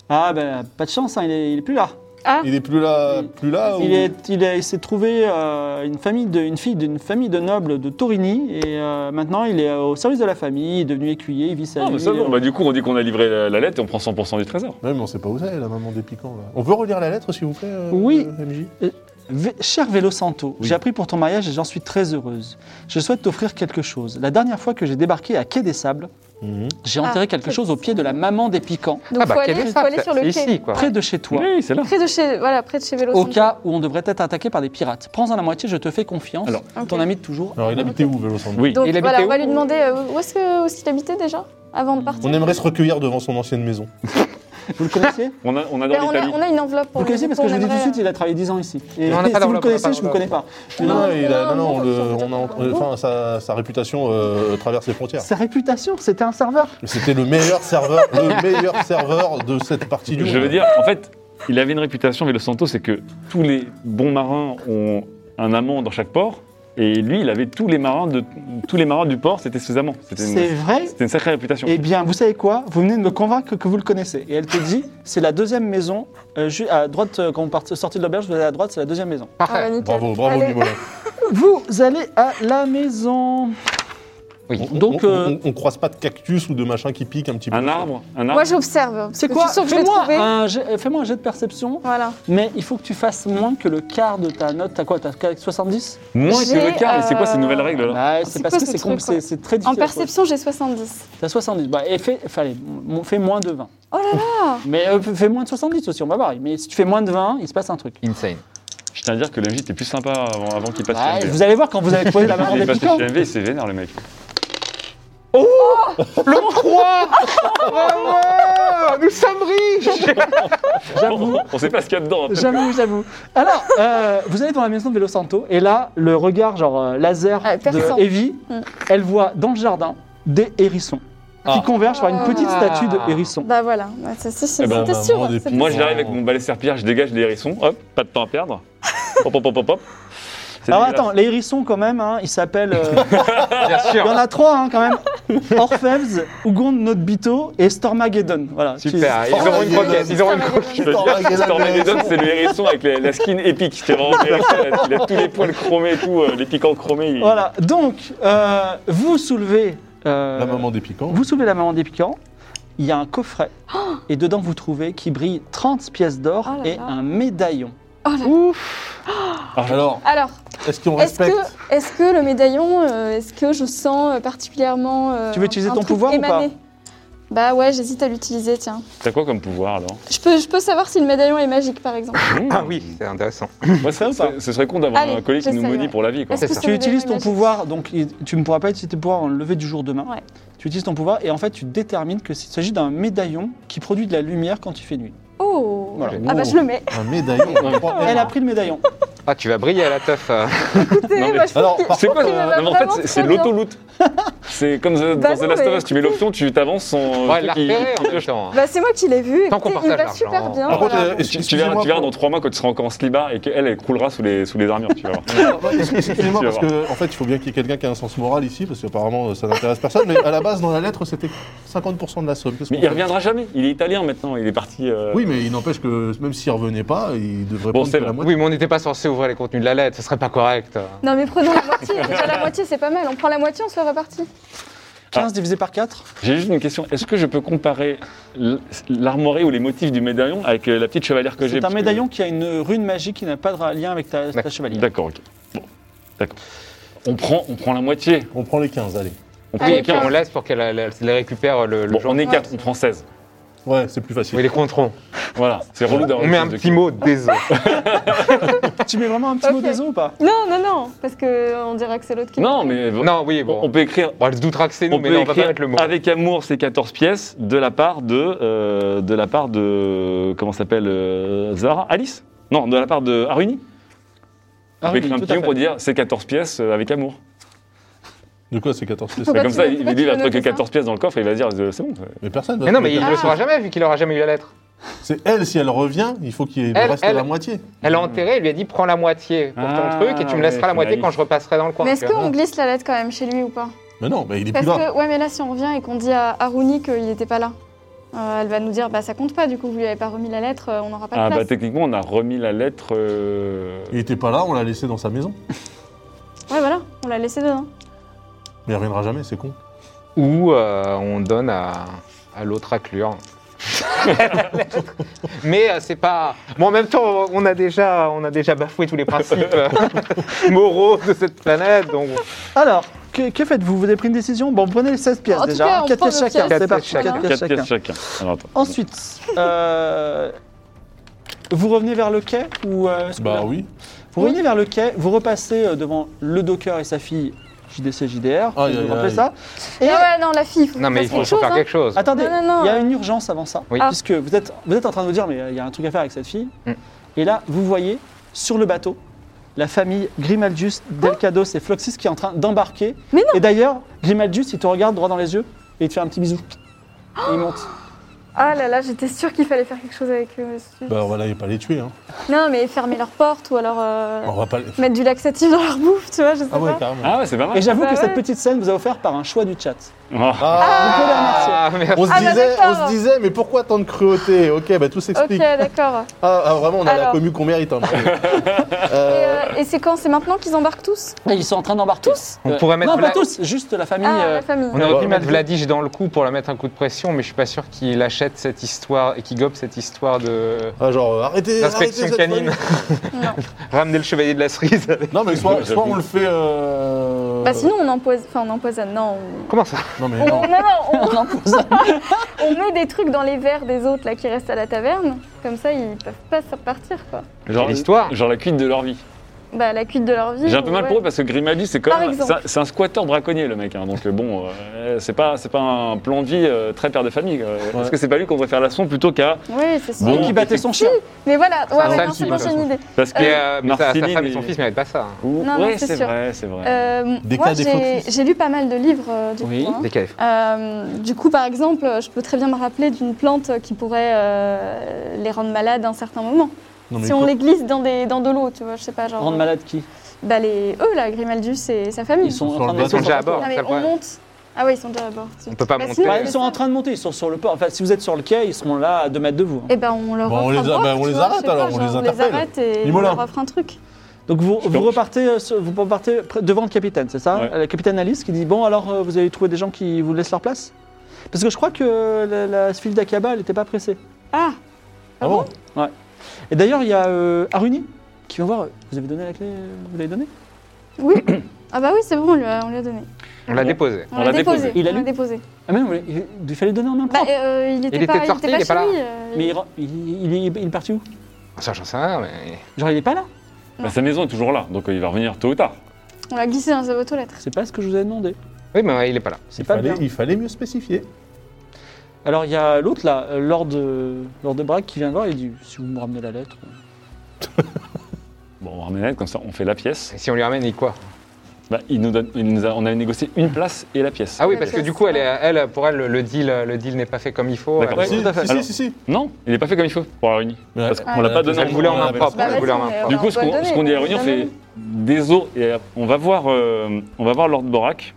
[SPEAKER 1] Ah, ben, pas de chance, hein, il, est, il est plus là.
[SPEAKER 5] Ah,
[SPEAKER 4] Il est plus là,
[SPEAKER 1] Oui.
[SPEAKER 4] plus là.
[SPEAKER 1] Il
[SPEAKER 4] ou-
[SPEAKER 1] est- il est- il s'est trouvé euh, une, famille de, une fille d'une famille de nobles de Torini, et euh, maintenant, il est au service de la famille, il est devenu écuyer, il vit sa
[SPEAKER 3] Ah,
[SPEAKER 1] vie.
[SPEAKER 3] mais ça va.
[SPEAKER 1] euh,
[SPEAKER 3] Bah, du coup, on dit qu'on a livré la, la lettre et on prend 100% du trésor.
[SPEAKER 4] Ouais, mais on sait pas où c'est, la maman des piquants. Là. On peut relire la lettre, s'il vous plaît euh,
[SPEAKER 1] Oui.
[SPEAKER 4] euh, MJ
[SPEAKER 1] Vé- Cher Vélo Santo,
[SPEAKER 4] Oui.
[SPEAKER 1] j'ai appris pour ton mariage et j'en suis très heureuse. Je souhaite t'offrir quelque chose. La dernière fois que j'ai débarqué à Quai des Sables,
[SPEAKER 4] Mhm.
[SPEAKER 1] j'ai enterré
[SPEAKER 5] Ah,
[SPEAKER 1] quelque
[SPEAKER 5] Quai
[SPEAKER 1] chose
[SPEAKER 5] des
[SPEAKER 1] au pied de la maman des piquants,
[SPEAKER 5] donc faut,
[SPEAKER 2] quel
[SPEAKER 5] aller,
[SPEAKER 2] est
[SPEAKER 5] faut
[SPEAKER 2] Ah ça,
[SPEAKER 5] aller sur le
[SPEAKER 2] bah, c'est
[SPEAKER 5] quai.
[SPEAKER 2] ici,
[SPEAKER 4] Ah.
[SPEAKER 2] quoi.
[SPEAKER 1] près de chez toi.
[SPEAKER 3] Oui, c'est là.
[SPEAKER 5] Près de chez, voilà, près de chez Vélo.
[SPEAKER 1] Au
[SPEAKER 5] Santo.
[SPEAKER 1] cas où on devrait être attaqué par des pirates. Prends-en la moitié, je te fais confiance.
[SPEAKER 3] Alors,
[SPEAKER 5] Ok.
[SPEAKER 1] Ton ami de toujours.
[SPEAKER 4] Alors, il habitait où, Vélo Santo
[SPEAKER 3] Oui.
[SPEAKER 5] Donc
[SPEAKER 2] Il
[SPEAKER 5] voilà,
[SPEAKER 2] habitait
[SPEAKER 5] on va
[SPEAKER 2] où
[SPEAKER 5] lui demander euh, où est-ce que- où est-ce qu'il habitait déjà avant de partir.
[SPEAKER 4] On aimerait se recueillir devant son ancienne maison.
[SPEAKER 1] Vous le connaissiez
[SPEAKER 3] On, a, on adore
[SPEAKER 5] Ben, on, a,
[SPEAKER 3] l'Italie.
[SPEAKER 5] on a une enveloppe
[SPEAKER 1] Vous
[SPEAKER 5] pour
[SPEAKER 1] le connaissez
[SPEAKER 5] lui,
[SPEAKER 1] parce que
[SPEAKER 5] on
[SPEAKER 1] je vous dis tout de
[SPEAKER 5] aimerait, euh,
[SPEAKER 1] suite, il a travaillé 10 ans ici. Et
[SPEAKER 2] Non, on n'a
[SPEAKER 1] si
[SPEAKER 2] pas
[SPEAKER 1] vous le
[SPEAKER 2] d'enveloppe, on
[SPEAKER 1] connaissez,
[SPEAKER 2] n'a
[SPEAKER 1] je
[SPEAKER 2] pas
[SPEAKER 1] ne vous connais pas.
[SPEAKER 5] Non,
[SPEAKER 4] Non,
[SPEAKER 5] non,
[SPEAKER 4] il a-
[SPEAKER 5] non,
[SPEAKER 4] non, non,
[SPEAKER 5] non,
[SPEAKER 4] le-
[SPEAKER 5] non,
[SPEAKER 4] on a-
[SPEAKER 5] non,
[SPEAKER 4] on-
[SPEAKER 5] non.
[SPEAKER 4] enfin, sa, sa réputation euh, traverse les frontières.
[SPEAKER 1] Sa réputation, c'était un serveur.
[SPEAKER 4] C'était le meilleur serveur, le meilleur serveur de cette partie du
[SPEAKER 3] Je
[SPEAKER 4] monde.
[SPEAKER 3] veux dire, en fait, il avait une réputation, Vélo Santo, c'est que tous les bons marins ont un amant dans chaque port. Et lui, il avait tous les marins, de, tous les marins du port, c'était ses amants. C'était
[SPEAKER 1] C'est
[SPEAKER 3] une,
[SPEAKER 1] vrai
[SPEAKER 3] c'était une sacrée réputation.
[SPEAKER 1] Eh bien, vous savez quoi Vous venez de me convaincre que vous le connaissez. Et elle te dit, c'est la deuxième maison. euh, ju- à droite, euh, quand vous partez, sortez de l'auberge, vous allez à droite, c'est la deuxième maison.
[SPEAKER 5] Ah, bah, euh, nickel.
[SPEAKER 4] Bravo, bravo
[SPEAKER 5] Allez.
[SPEAKER 4] Mimolin.
[SPEAKER 1] Vous allez à la maison.
[SPEAKER 2] Oui.
[SPEAKER 4] On,
[SPEAKER 1] Donc,
[SPEAKER 4] donc, on,
[SPEAKER 1] euh,
[SPEAKER 4] on- on croise pas de cactus ou de machin qui pique un petit peu.
[SPEAKER 3] Un arbre Un
[SPEAKER 5] Moi,
[SPEAKER 3] arbre
[SPEAKER 5] j'observe.
[SPEAKER 1] C'est
[SPEAKER 5] parce que
[SPEAKER 1] quoi
[SPEAKER 5] Je suis sûre que je vais
[SPEAKER 1] Fais-moi
[SPEAKER 5] trouver.
[SPEAKER 1] un, jet- euh, fais-moi un jet de perception,
[SPEAKER 5] Voilà.
[SPEAKER 1] mais il faut que tu fasses moins que le quart de ta note. T'as quoi T'as 70
[SPEAKER 3] Moins que
[SPEAKER 5] J'ai,
[SPEAKER 3] le quart, mais c'est quoi
[SPEAKER 5] euh,
[SPEAKER 3] ces nouvelles règles là
[SPEAKER 1] Bah,
[SPEAKER 5] C'est
[SPEAKER 1] C'est parce
[SPEAKER 5] quoi
[SPEAKER 1] que
[SPEAKER 5] ce
[SPEAKER 1] c'est com-
[SPEAKER 5] truc, quoi
[SPEAKER 1] c'est c'est très difficile.
[SPEAKER 5] En perception, j'ai 70.
[SPEAKER 1] T'as 70. Bah, et fais, fallait, m- fais moins de 20.
[SPEAKER 5] Oh là là
[SPEAKER 1] Mais euh, fais moins de 70 aussi, on va voir. Mais si tu fais moins de 20, il se passe un truc.
[SPEAKER 3] Bah,
[SPEAKER 2] Insane.
[SPEAKER 3] Je tiens à dire que la vie était plus sympa avant, avant qu'il passe
[SPEAKER 1] Ouais,
[SPEAKER 3] chez MV.
[SPEAKER 1] Bah, vous allez voir quand vous allez trouver la maman
[SPEAKER 3] Il est
[SPEAKER 1] des
[SPEAKER 3] passé
[SPEAKER 1] piquants.
[SPEAKER 3] chez MV et c'est vénère le mec.
[SPEAKER 2] Le 3 Bravo Nous sommes riches
[SPEAKER 1] J'avoue.
[SPEAKER 3] On sait pas ce qu'il y a dedans. hein.
[SPEAKER 1] J'avoue, j'avoue. Alors, euh, vous allez dans la maison de Velo Santo, et là, le regard, genre euh, laser
[SPEAKER 5] Ah, perçant.
[SPEAKER 1] de Evie,
[SPEAKER 5] Mm.
[SPEAKER 1] elle voit dans le jardin des hérissons
[SPEAKER 3] Ah.
[SPEAKER 1] qui convergent vers une petite
[SPEAKER 5] Ah.
[SPEAKER 1] statue de hérisson.
[SPEAKER 5] Bah voilà, Bah, ça, c'est
[SPEAKER 3] Eh ben,
[SPEAKER 5] c'était
[SPEAKER 4] bah,
[SPEAKER 5] sûr.
[SPEAKER 4] moi, des
[SPEAKER 5] c'est
[SPEAKER 4] petits-
[SPEAKER 3] Moi j'arrive avec mon balai serpillard, je dégage les hérissons. Hop, pas de temps à perdre. Hop, hop, hop, hop, hop. C'est
[SPEAKER 1] Alors
[SPEAKER 3] dégueulasse.
[SPEAKER 1] attends, les hérissons quand même, hein, ils s'appellent... euh,
[SPEAKER 2] Bien
[SPEAKER 1] il y en
[SPEAKER 2] sûr
[SPEAKER 1] a trois hein, quand même. Orfebvre, Ougon Notbito et Stormageddon. Voilà.
[SPEAKER 2] Super, ils
[SPEAKER 4] Oh,
[SPEAKER 2] auront une
[SPEAKER 4] il est
[SPEAKER 2] croquette, ils auront une
[SPEAKER 5] Stormageddon.
[SPEAKER 3] Je
[SPEAKER 2] croquette.
[SPEAKER 3] veux
[SPEAKER 4] Putain,
[SPEAKER 3] dire que
[SPEAKER 4] regarde
[SPEAKER 3] Stormageddon, c'est le hérisson avec la, la skin épique. C'est vraiment le hérisson, il a- il a tous les poils chromés et tout, euh, les piquants chromés. il-
[SPEAKER 1] Voilà, donc euh, vous soulevez euh,
[SPEAKER 4] La maman des piquants.
[SPEAKER 1] vous soulevez la maman des piquants. Il y a un coffret et dedans vous trouvez qui brille 30 pièces d'or
[SPEAKER 5] Oh là
[SPEAKER 1] et
[SPEAKER 5] là.
[SPEAKER 1] un médaillon.
[SPEAKER 4] Alors,
[SPEAKER 5] Alors,
[SPEAKER 4] est-ce qu'on
[SPEAKER 5] est-ce
[SPEAKER 4] respecte
[SPEAKER 5] que, est-ce que le médaillon, euh, est-ce que je sens euh, particulièrement. euh,
[SPEAKER 1] Tu veux utiliser
[SPEAKER 5] un
[SPEAKER 1] ton
[SPEAKER 5] truc
[SPEAKER 1] pouvoir ou pas
[SPEAKER 5] émaner Bah ouais, j'hésite à l'utiliser, tiens.
[SPEAKER 3] T'as quoi comme pouvoir alors
[SPEAKER 5] Je peux, je peux savoir si le médaillon est magique, par exemple.
[SPEAKER 2] Ah oui, c'est intéressant.
[SPEAKER 3] Moi, ça, ça- ce serait con d'avoir
[SPEAKER 5] Allez,
[SPEAKER 3] un collier qui nous
[SPEAKER 5] j'essaye,
[SPEAKER 3] maudit
[SPEAKER 5] ouais.
[SPEAKER 3] pour la vie. Quoi.
[SPEAKER 5] Est-ce que
[SPEAKER 2] ça.
[SPEAKER 5] c'est
[SPEAKER 1] Tu
[SPEAKER 5] le
[SPEAKER 1] utilises
[SPEAKER 5] médaillon
[SPEAKER 1] ton
[SPEAKER 5] magique
[SPEAKER 1] pouvoir, donc il- tu ne pourras pas utiliser tes pouvoirs en lever du jour demain.
[SPEAKER 5] Ouais.
[SPEAKER 1] Tu utilises ton pouvoir et en fait tu détermines que s'il s'agit d'un médaillon qui produit de la lumière quand il fait nuit.
[SPEAKER 5] Oh
[SPEAKER 1] Voilà.
[SPEAKER 5] Ah bah je le mets.
[SPEAKER 4] Un médaillon.
[SPEAKER 5] Oh
[SPEAKER 4] trois
[SPEAKER 1] Elle a
[SPEAKER 4] M.
[SPEAKER 1] pris le médaillon.
[SPEAKER 2] Ah, tu vas briller à la teuf. euh.
[SPEAKER 5] Écoutez,
[SPEAKER 3] Non, mais-
[SPEAKER 5] moi je
[SPEAKER 4] Alors,
[SPEAKER 5] trouve que-
[SPEAKER 4] par
[SPEAKER 3] C'est quoi
[SPEAKER 5] Il me
[SPEAKER 3] ça
[SPEAKER 5] va
[SPEAKER 3] Non, mais en fait,
[SPEAKER 5] vraiment
[SPEAKER 3] c'est- c'est
[SPEAKER 5] très bien.
[SPEAKER 3] l'autoloot. C'est comme The- dans
[SPEAKER 5] Bah
[SPEAKER 3] The
[SPEAKER 5] non,
[SPEAKER 3] Last
[SPEAKER 5] mais
[SPEAKER 3] of Us, tu mets l'option, tu t'avances son.
[SPEAKER 2] Ouais,
[SPEAKER 3] truc,
[SPEAKER 2] la
[SPEAKER 3] il-
[SPEAKER 2] repérer en même temps.
[SPEAKER 5] Bah c'est moi qui l'ai vu.
[SPEAKER 2] Tant qu'on
[SPEAKER 5] écoutez, il
[SPEAKER 2] partage
[SPEAKER 5] va
[SPEAKER 2] l'argent.
[SPEAKER 5] super bien.
[SPEAKER 4] Par contre,
[SPEAKER 5] voilà.
[SPEAKER 4] euh,
[SPEAKER 3] Tu,
[SPEAKER 4] excuse-
[SPEAKER 3] tu verras,
[SPEAKER 4] excusez-moi
[SPEAKER 3] tu verras
[SPEAKER 4] pour-
[SPEAKER 3] dans trois mois quand tu seras encore en slibard et qu'elle, elle croulera sous les, sous les armures, tu vas voir.
[SPEAKER 4] Excusez-moi,
[SPEAKER 3] Tu vas
[SPEAKER 4] parce que en fait, il faut bien qu'il y ait quelqu'un qui a un sens moral ici, parce qu'apparemment, ça n'intéresse personne. Mais à la base, dans la lettre, c'était 50% de la somme. Qu'est-ce
[SPEAKER 3] Mais
[SPEAKER 4] qu'on
[SPEAKER 3] il
[SPEAKER 4] fait
[SPEAKER 3] reviendra jamais, il est italien maintenant, il est parti. euh,
[SPEAKER 4] Oui, mais il n'empêche que même s'il revenait pas, il devrait
[SPEAKER 3] Bon,
[SPEAKER 4] prendre
[SPEAKER 3] c'est
[SPEAKER 4] que la
[SPEAKER 3] bon.
[SPEAKER 4] moitié.
[SPEAKER 2] Oui, mais on n'était pas censé ouvrir les contenus de la lettre, ce serait pas correct.
[SPEAKER 5] Non mais prenons la moitié. Déjà la moitié c'est pas mal. On prend la moitié, on se la répartit.
[SPEAKER 1] 15 divisé par 4.
[SPEAKER 3] J'ai juste une question, est-ce que je peux comparer l- l'armoirie ou les motifs du médaillon avec euh, la petite chevalière que j'ai
[SPEAKER 1] C'est un
[SPEAKER 3] parce que-
[SPEAKER 1] médaillon qui a une rune magique qui n'a pas de lien avec ta, ta chevalière.
[SPEAKER 3] D'accord, ok. Bon, d'accord. On prend, on prend la moitié.
[SPEAKER 4] On prend les 15, allez.
[SPEAKER 3] On prend
[SPEAKER 2] Oui,
[SPEAKER 5] Allez,
[SPEAKER 3] les
[SPEAKER 2] et puis
[SPEAKER 3] quinze.
[SPEAKER 2] on laisse pour qu'elle elle les récupère le, le
[SPEAKER 3] Bon,
[SPEAKER 2] jour.
[SPEAKER 3] on est
[SPEAKER 5] Ouais.
[SPEAKER 3] 4, on prend 16.
[SPEAKER 4] Ouais, c'est plus facile.
[SPEAKER 2] Oui, les compterons.
[SPEAKER 3] Voilà, c'est relou d'avoir
[SPEAKER 2] On
[SPEAKER 3] une
[SPEAKER 2] met un
[SPEAKER 3] chose de Ah.
[SPEAKER 2] petit
[SPEAKER 3] cul.
[SPEAKER 2] mot, désolé.
[SPEAKER 1] Tu mets vraiment un petit mot
[SPEAKER 5] Ok.
[SPEAKER 1] des os ou pas
[SPEAKER 5] Non, non, non, parce que on dirait que c'est l'autre qui.
[SPEAKER 3] Non, mais
[SPEAKER 2] Non, oui,
[SPEAKER 3] on, on
[SPEAKER 2] bon.
[SPEAKER 3] peut écrire.
[SPEAKER 2] Bon, elle se doutera que c'est nous,
[SPEAKER 3] On
[SPEAKER 2] mais
[SPEAKER 3] peut
[SPEAKER 2] non, on va pas
[SPEAKER 3] écrire
[SPEAKER 2] mettre le mot.
[SPEAKER 3] avec amour ces 14 pièces de la part de euh, de la part de comment ça s'appelle euh, Zara Alice Non, de la part de Aruni.
[SPEAKER 1] Ah
[SPEAKER 3] on peut
[SPEAKER 1] oui,
[SPEAKER 3] écrire un
[SPEAKER 1] tout
[SPEAKER 3] petit
[SPEAKER 1] à
[SPEAKER 3] mot pour
[SPEAKER 1] fait. Ah
[SPEAKER 3] dire ces 14 pièces euh, avec amour.
[SPEAKER 4] De quoi c'est 14 pièces
[SPEAKER 1] bah,
[SPEAKER 5] Pourquoi
[SPEAKER 3] comme
[SPEAKER 5] tu
[SPEAKER 3] ça,
[SPEAKER 5] veux-
[SPEAKER 3] il
[SPEAKER 5] pourquoi
[SPEAKER 3] lui dit
[SPEAKER 5] tu
[SPEAKER 3] il a
[SPEAKER 5] veux
[SPEAKER 3] trouvé que
[SPEAKER 5] noter ça
[SPEAKER 3] 14 pièces dans le coffre et il va se dire euh, c'est bon.
[SPEAKER 4] Mais personne. va
[SPEAKER 2] Mais non, mais il ne
[SPEAKER 4] trouver
[SPEAKER 2] le
[SPEAKER 5] Ah.
[SPEAKER 2] saura jamais, vu qu'il aura jamais eu la lettre.
[SPEAKER 4] personne. C'est elle, si elle revient, il faut qu'il
[SPEAKER 2] Elle,
[SPEAKER 4] reste
[SPEAKER 2] elle.
[SPEAKER 4] la moitié.
[SPEAKER 2] Elle a enterré, elle lui a dit prends la moitié pour
[SPEAKER 3] Ah,
[SPEAKER 2] ton truc et tu me laisseras
[SPEAKER 3] ouais,
[SPEAKER 2] la moitié
[SPEAKER 3] finaliste.
[SPEAKER 2] quand je repasserai dans le coin.
[SPEAKER 5] Mais est-ce
[SPEAKER 2] tu vois.
[SPEAKER 5] qu'on glisse la lettre quand même chez lui ou pas
[SPEAKER 4] Mais non, mais il est
[SPEAKER 5] Parce
[SPEAKER 4] plus là.
[SPEAKER 5] que, ouais, mais là, si on revient et qu'on dit à Aruni qu'il n'était pas là, euh, elle va nous dire, bah ça compte pas, du coup, vous lui avez pas remis la lettre, euh, on n'aura pas de
[SPEAKER 3] Ah bah
[SPEAKER 5] place.
[SPEAKER 3] techniquement on a remis la lettre. euh,
[SPEAKER 4] Il était pas là, on l'a laissé dans sa maison.
[SPEAKER 5] ouais, voilà, on l'a laissé dedans.
[SPEAKER 4] Mais il reviendra jamais, c'est con.
[SPEAKER 2] Ou euh, on donne à, à l'autre raclure. Mais euh, c'est pas. Bon, en même temps, on a déjà, on a déjà bafoué tous les principes euh, moraux de cette planète. Donc,
[SPEAKER 1] Alors, que, que faites-vous Vous avez pris une décision Bon, prenez les 16 pièces
[SPEAKER 5] En tout
[SPEAKER 1] déjà.
[SPEAKER 5] cas, on
[SPEAKER 1] 4
[SPEAKER 5] prend
[SPEAKER 1] pièces
[SPEAKER 5] nos
[SPEAKER 1] chacun.
[SPEAKER 5] pièces.
[SPEAKER 1] C'est parti,
[SPEAKER 5] Voilà.
[SPEAKER 1] 4 pièces
[SPEAKER 3] Quatre
[SPEAKER 1] chacun.
[SPEAKER 3] pièces chacun. Alors, attends.
[SPEAKER 1] Ensuite, euh, vous revenez vers le quai ou euh, est-ce que
[SPEAKER 4] Bah
[SPEAKER 1] vous-
[SPEAKER 4] oui.
[SPEAKER 1] Vous revenez vers le quai, vous repassez euh, devant le docker et sa fille JDC JDR.
[SPEAKER 4] Aïe,
[SPEAKER 1] vous
[SPEAKER 4] aïe,
[SPEAKER 1] rappelez
[SPEAKER 4] aïe.
[SPEAKER 1] ça Et-
[SPEAKER 5] Ah ouais, non, la fille, faut
[SPEAKER 2] non, mais il faut,
[SPEAKER 5] quelque
[SPEAKER 2] faut
[SPEAKER 5] chose,
[SPEAKER 2] faire
[SPEAKER 5] hein.
[SPEAKER 2] quelque chose.
[SPEAKER 1] Attendez,
[SPEAKER 5] Non, non, non.
[SPEAKER 1] il y a une urgence avant ça,
[SPEAKER 2] Oui.
[SPEAKER 1] puisque vous êtes, vous êtes en train de nous dire, mais euh, il y a un truc à faire avec cette fille.
[SPEAKER 2] Mm.
[SPEAKER 1] Et là, vous voyez sur le bateau la famille Grimaldus, Delcados et Floxis qui est en train d'embarquer.
[SPEAKER 5] Oh. Mais non.
[SPEAKER 1] Et d'ailleurs, Grimaldus, il te regarde droit dans les yeux et il te fait un petit bisou. Et il monte.
[SPEAKER 5] Ah là là, j'étais sûre qu'il fallait faire quelque chose avec eux.
[SPEAKER 4] Bah, on va les- pas les tuer. Hein.
[SPEAKER 5] Non, mais fermer leurs portes ou alors euh,
[SPEAKER 4] On va pas les...
[SPEAKER 5] mettre du laxatif dans leur bouffe, tu vois, je sais
[SPEAKER 4] Ah ouais,
[SPEAKER 5] pas.
[SPEAKER 4] carrément.
[SPEAKER 3] Ah ouais, c'est pas mal.
[SPEAKER 1] Et j'avoue
[SPEAKER 5] Bah
[SPEAKER 1] que cette
[SPEAKER 5] ouais.
[SPEAKER 1] petite scène vous a offert par un choix du chat.
[SPEAKER 3] Ah.
[SPEAKER 4] Ah,
[SPEAKER 1] Vous pouvez la remercier.
[SPEAKER 2] merci.
[SPEAKER 4] on, se
[SPEAKER 5] Ah, bah,
[SPEAKER 4] disait, on
[SPEAKER 5] d'accord.
[SPEAKER 4] se disait, mais pourquoi tant de cruauté Ok, bah tout s'explique.
[SPEAKER 5] Ok, d'accord.
[SPEAKER 4] Ah, ah, vraiment, on a la
[SPEAKER 5] Alors.
[SPEAKER 4] commu qu'on mérite. hein.
[SPEAKER 5] Et,
[SPEAKER 4] Euh,
[SPEAKER 5] euh, et c'est quand C'est maintenant qu'ils embarquent tous
[SPEAKER 1] Et ils sont en train d'embarquer. Tous
[SPEAKER 2] On pourrait mettre
[SPEAKER 1] Non, pas
[SPEAKER 2] la-
[SPEAKER 1] tous, juste la famille.
[SPEAKER 5] Ah,
[SPEAKER 1] euh,
[SPEAKER 5] la famille.
[SPEAKER 2] On aurait
[SPEAKER 4] Bah,
[SPEAKER 2] pu
[SPEAKER 4] on
[SPEAKER 2] mettre
[SPEAKER 4] a-
[SPEAKER 2] Vladish dans le coup pour la mettre un coup de pression, mais je suis pas sûr qu'il achète cette histoire et qu'il gobe cette histoire de
[SPEAKER 4] ah, genre, euh, arrêtez, arrêtez
[SPEAKER 2] l'inspection
[SPEAKER 4] cette
[SPEAKER 2] canine.
[SPEAKER 5] Non.
[SPEAKER 2] Ramener le chevalier de la cerise. avec-
[SPEAKER 4] folie. Non, mais soit,
[SPEAKER 3] Ouais,
[SPEAKER 4] soit
[SPEAKER 3] j'avoue.
[SPEAKER 4] on le fait. euh,
[SPEAKER 5] Bah sinon on empoisonne, enfin on empoisonne, non.
[SPEAKER 2] Comment ça
[SPEAKER 4] Non, mais
[SPEAKER 5] On,
[SPEAKER 4] non.
[SPEAKER 5] on- non, non, on, on met des trucs dans les verres des autres là qui restent à la taverne, comme ça ils peuvent pas se repartir quoi.
[SPEAKER 2] Quelle histoire
[SPEAKER 3] Genre la cuite de leur vie.
[SPEAKER 5] Bah la cuite de leur vie.
[SPEAKER 3] J'ai
[SPEAKER 2] Hmm,
[SPEAKER 3] un peu mal
[SPEAKER 5] ouais.
[SPEAKER 3] pour eux parce que Grimaldi, c'est quand
[SPEAKER 5] Par
[SPEAKER 3] même.
[SPEAKER 5] exemple.
[SPEAKER 3] c'est un- C'est un squatter braconnier, le mec. hein. donc euh, bon, euh, c'est pas, c'est pas un plan de vie euh, très père de famille. euh.
[SPEAKER 4] Ouais.
[SPEAKER 3] Est-ce que c'est pas lui qu'on devrait faire la son plutôt qu'à.
[SPEAKER 5] Oui, c'est sûr.
[SPEAKER 3] Bon.
[SPEAKER 1] qui battait son chien.
[SPEAKER 5] Mais voilà, ouais,
[SPEAKER 2] ça,
[SPEAKER 5] ouais, non,
[SPEAKER 2] si,
[SPEAKER 5] c'est
[SPEAKER 2] bah,
[SPEAKER 5] pas une idée.
[SPEAKER 3] Parce que
[SPEAKER 2] Mais, euh, mais sa, sa
[SPEAKER 3] Marceline
[SPEAKER 2] femme et
[SPEAKER 3] est-
[SPEAKER 2] son fils méritent pas ça. hein.
[SPEAKER 3] Ou-
[SPEAKER 5] Non, non,
[SPEAKER 3] ouais,
[SPEAKER 5] c'est
[SPEAKER 3] c'est
[SPEAKER 5] sûr.
[SPEAKER 3] vrai, c'est vrai.
[SPEAKER 5] Euh,
[SPEAKER 4] Des
[SPEAKER 5] moi
[SPEAKER 4] cas, des
[SPEAKER 5] j'ai
[SPEAKER 4] faux-fils.
[SPEAKER 5] j'ai lu pas mal de livres euh, du
[SPEAKER 3] Oui.
[SPEAKER 5] coup. hein.
[SPEAKER 2] Des KF.
[SPEAKER 5] Euh, du coup, par exemple, je peux très bien me rappeler d'une plante qui pourrait euh, les rendre malades à un certain moment.
[SPEAKER 4] Non, mais
[SPEAKER 5] Si on les glisse dans, des, dans de l'eau, tu vois, je sais pas, genre.
[SPEAKER 1] Rendre malade qui
[SPEAKER 5] Bah, les, eux, là, Grimaldus et sa famille.
[SPEAKER 1] Ils sont en
[SPEAKER 4] Ils sont
[SPEAKER 1] train de
[SPEAKER 2] Ils sont déjà à
[SPEAKER 5] Ah,
[SPEAKER 2] bord.
[SPEAKER 5] mais
[SPEAKER 2] ça,
[SPEAKER 5] on
[SPEAKER 2] ouais.
[SPEAKER 5] monte. Ah ouais, ils sont déjà à bord.
[SPEAKER 2] On peut pas monter.
[SPEAKER 1] Ouais, ils sont en train de monter, ils sont sur le port. Enfin, si vous êtes sur le quai, ils seront là à 2 mètres de vous. hein.
[SPEAKER 5] Et ben, on leur
[SPEAKER 4] Bon, on
[SPEAKER 5] offre
[SPEAKER 4] les
[SPEAKER 5] à
[SPEAKER 4] a-
[SPEAKER 5] boire,
[SPEAKER 4] bah, on
[SPEAKER 5] tu
[SPEAKER 4] les
[SPEAKER 5] vois,
[SPEAKER 4] arrête,
[SPEAKER 5] je sais
[SPEAKER 4] alors,
[SPEAKER 5] pas,
[SPEAKER 4] on les
[SPEAKER 5] genre,
[SPEAKER 4] interpelle.
[SPEAKER 5] arrête et
[SPEAKER 4] Limolin.
[SPEAKER 5] on leur offre un truc.
[SPEAKER 1] Donc vous,
[SPEAKER 3] Je
[SPEAKER 1] vous
[SPEAKER 3] pense.
[SPEAKER 1] repartez, euh, sur- vous repartez près- devant le capitaine, c'est ça Euh,
[SPEAKER 3] Ouais.
[SPEAKER 1] Le capitaine Alice qui dit Bon, alors euh, vous avez trouvé des gens qui vous laissent leur place Parce que je crois que la, la file d'Akaba, elle n'était pas pressée.
[SPEAKER 5] Ah
[SPEAKER 4] Ah bon
[SPEAKER 1] Et d'ailleurs, il y a euh, Aruni qui vient voir euh, Vous avez donné la clé euh, Vous l'avez donnée
[SPEAKER 5] Oui Ah bah oui, c'est bon, on lui a, on lui a donné.
[SPEAKER 2] On l'a
[SPEAKER 3] Bon.
[SPEAKER 2] déposé.
[SPEAKER 5] On,
[SPEAKER 3] On
[SPEAKER 5] l'a
[SPEAKER 3] l'a
[SPEAKER 5] déposé.
[SPEAKER 3] déposé.
[SPEAKER 1] Il a
[SPEAKER 5] on l'a
[SPEAKER 1] lu
[SPEAKER 5] déposé.
[SPEAKER 1] Ah, mais non, mais il, il fallait donner en main
[SPEAKER 5] Bah,
[SPEAKER 1] propre.
[SPEAKER 5] euh, il était
[SPEAKER 2] était
[SPEAKER 5] pas,
[SPEAKER 2] de sortie, il est
[SPEAKER 5] chez
[SPEAKER 2] pas là.
[SPEAKER 5] lui, euh,
[SPEAKER 1] mais il, re- il, il, est- il est parti où
[SPEAKER 2] Ça, j'en sais rien, mais.
[SPEAKER 1] Genre, il est pas là
[SPEAKER 3] Bah, sa maison est toujours là, donc euh, il va revenir tôt ou tard.
[SPEAKER 5] On l'a glissé dans sa boîte aux lettres.
[SPEAKER 1] C'est pas ce que je vous avais demandé.
[SPEAKER 2] Oui, mais ouais, il est pas là.
[SPEAKER 1] C'est
[SPEAKER 4] il
[SPEAKER 1] pas
[SPEAKER 4] fallait,
[SPEAKER 1] bien.
[SPEAKER 4] il fallait mieux spécifier.
[SPEAKER 1] Alors, il y a l'autre là, euh, Lord, euh, Lord Bragg qui vient voir et dit Si vous me ramenez la lettre.
[SPEAKER 3] Bon, on ramène elle, comme ça, on fait la pièce.
[SPEAKER 2] Et si on lui ramène, il quoi
[SPEAKER 3] Bah, il nous donne, il nous a- on a négocié une place et la pièce.
[SPEAKER 2] Ah oui,
[SPEAKER 5] La
[SPEAKER 2] parce que
[SPEAKER 5] pièce.
[SPEAKER 2] du coup, elle, est- elle, pour elle, le, le deal, le deal n'est pas fait comme il faut.
[SPEAKER 3] D'accord.
[SPEAKER 2] Elle-
[SPEAKER 4] si,
[SPEAKER 3] tout à fait.
[SPEAKER 4] si,
[SPEAKER 3] Alors-
[SPEAKER 4] si, si, si.
[SPEAKER 3] Non, il n'est pas fait comme il faut pour Aruni.
[SPEAKER 4] Mais
[SPEAKER 3] Parce qu'on
[SPEAKER 2] Ah,
[SPEAKER 5] ouais.
[SPEAKER 3] l'a pas donné.
[SPEAKER 2] Elle voulait en main
[SPEAKER 4] Ouais,
[SPEAKER 2] propre.
[SPEAKER 5] bah,
[SPEAKER 2] Elle voulait en
[SPEAKER 5] vas-y,
[SPEAKER 2] main
[SPEAKER 5] mais-
[SPEAKER 2] propre.
[SPEAKER 3] Du coup, ce
[SPEAKER 5] On va
[SPEAKER 3] qu'on
[SPEAKER 5] le
[SPEAKER 3] ce qu'on dit à
[SPEAKER 5] donner,
[SPEAKER 3] Réunion,
[SPEAKER 5] on
[SPEAKER 3] on
[SPEAKER 5] va le
[SPEAKER 3] fait des os et euh, on va voir, euh, on va voir Lord Borac.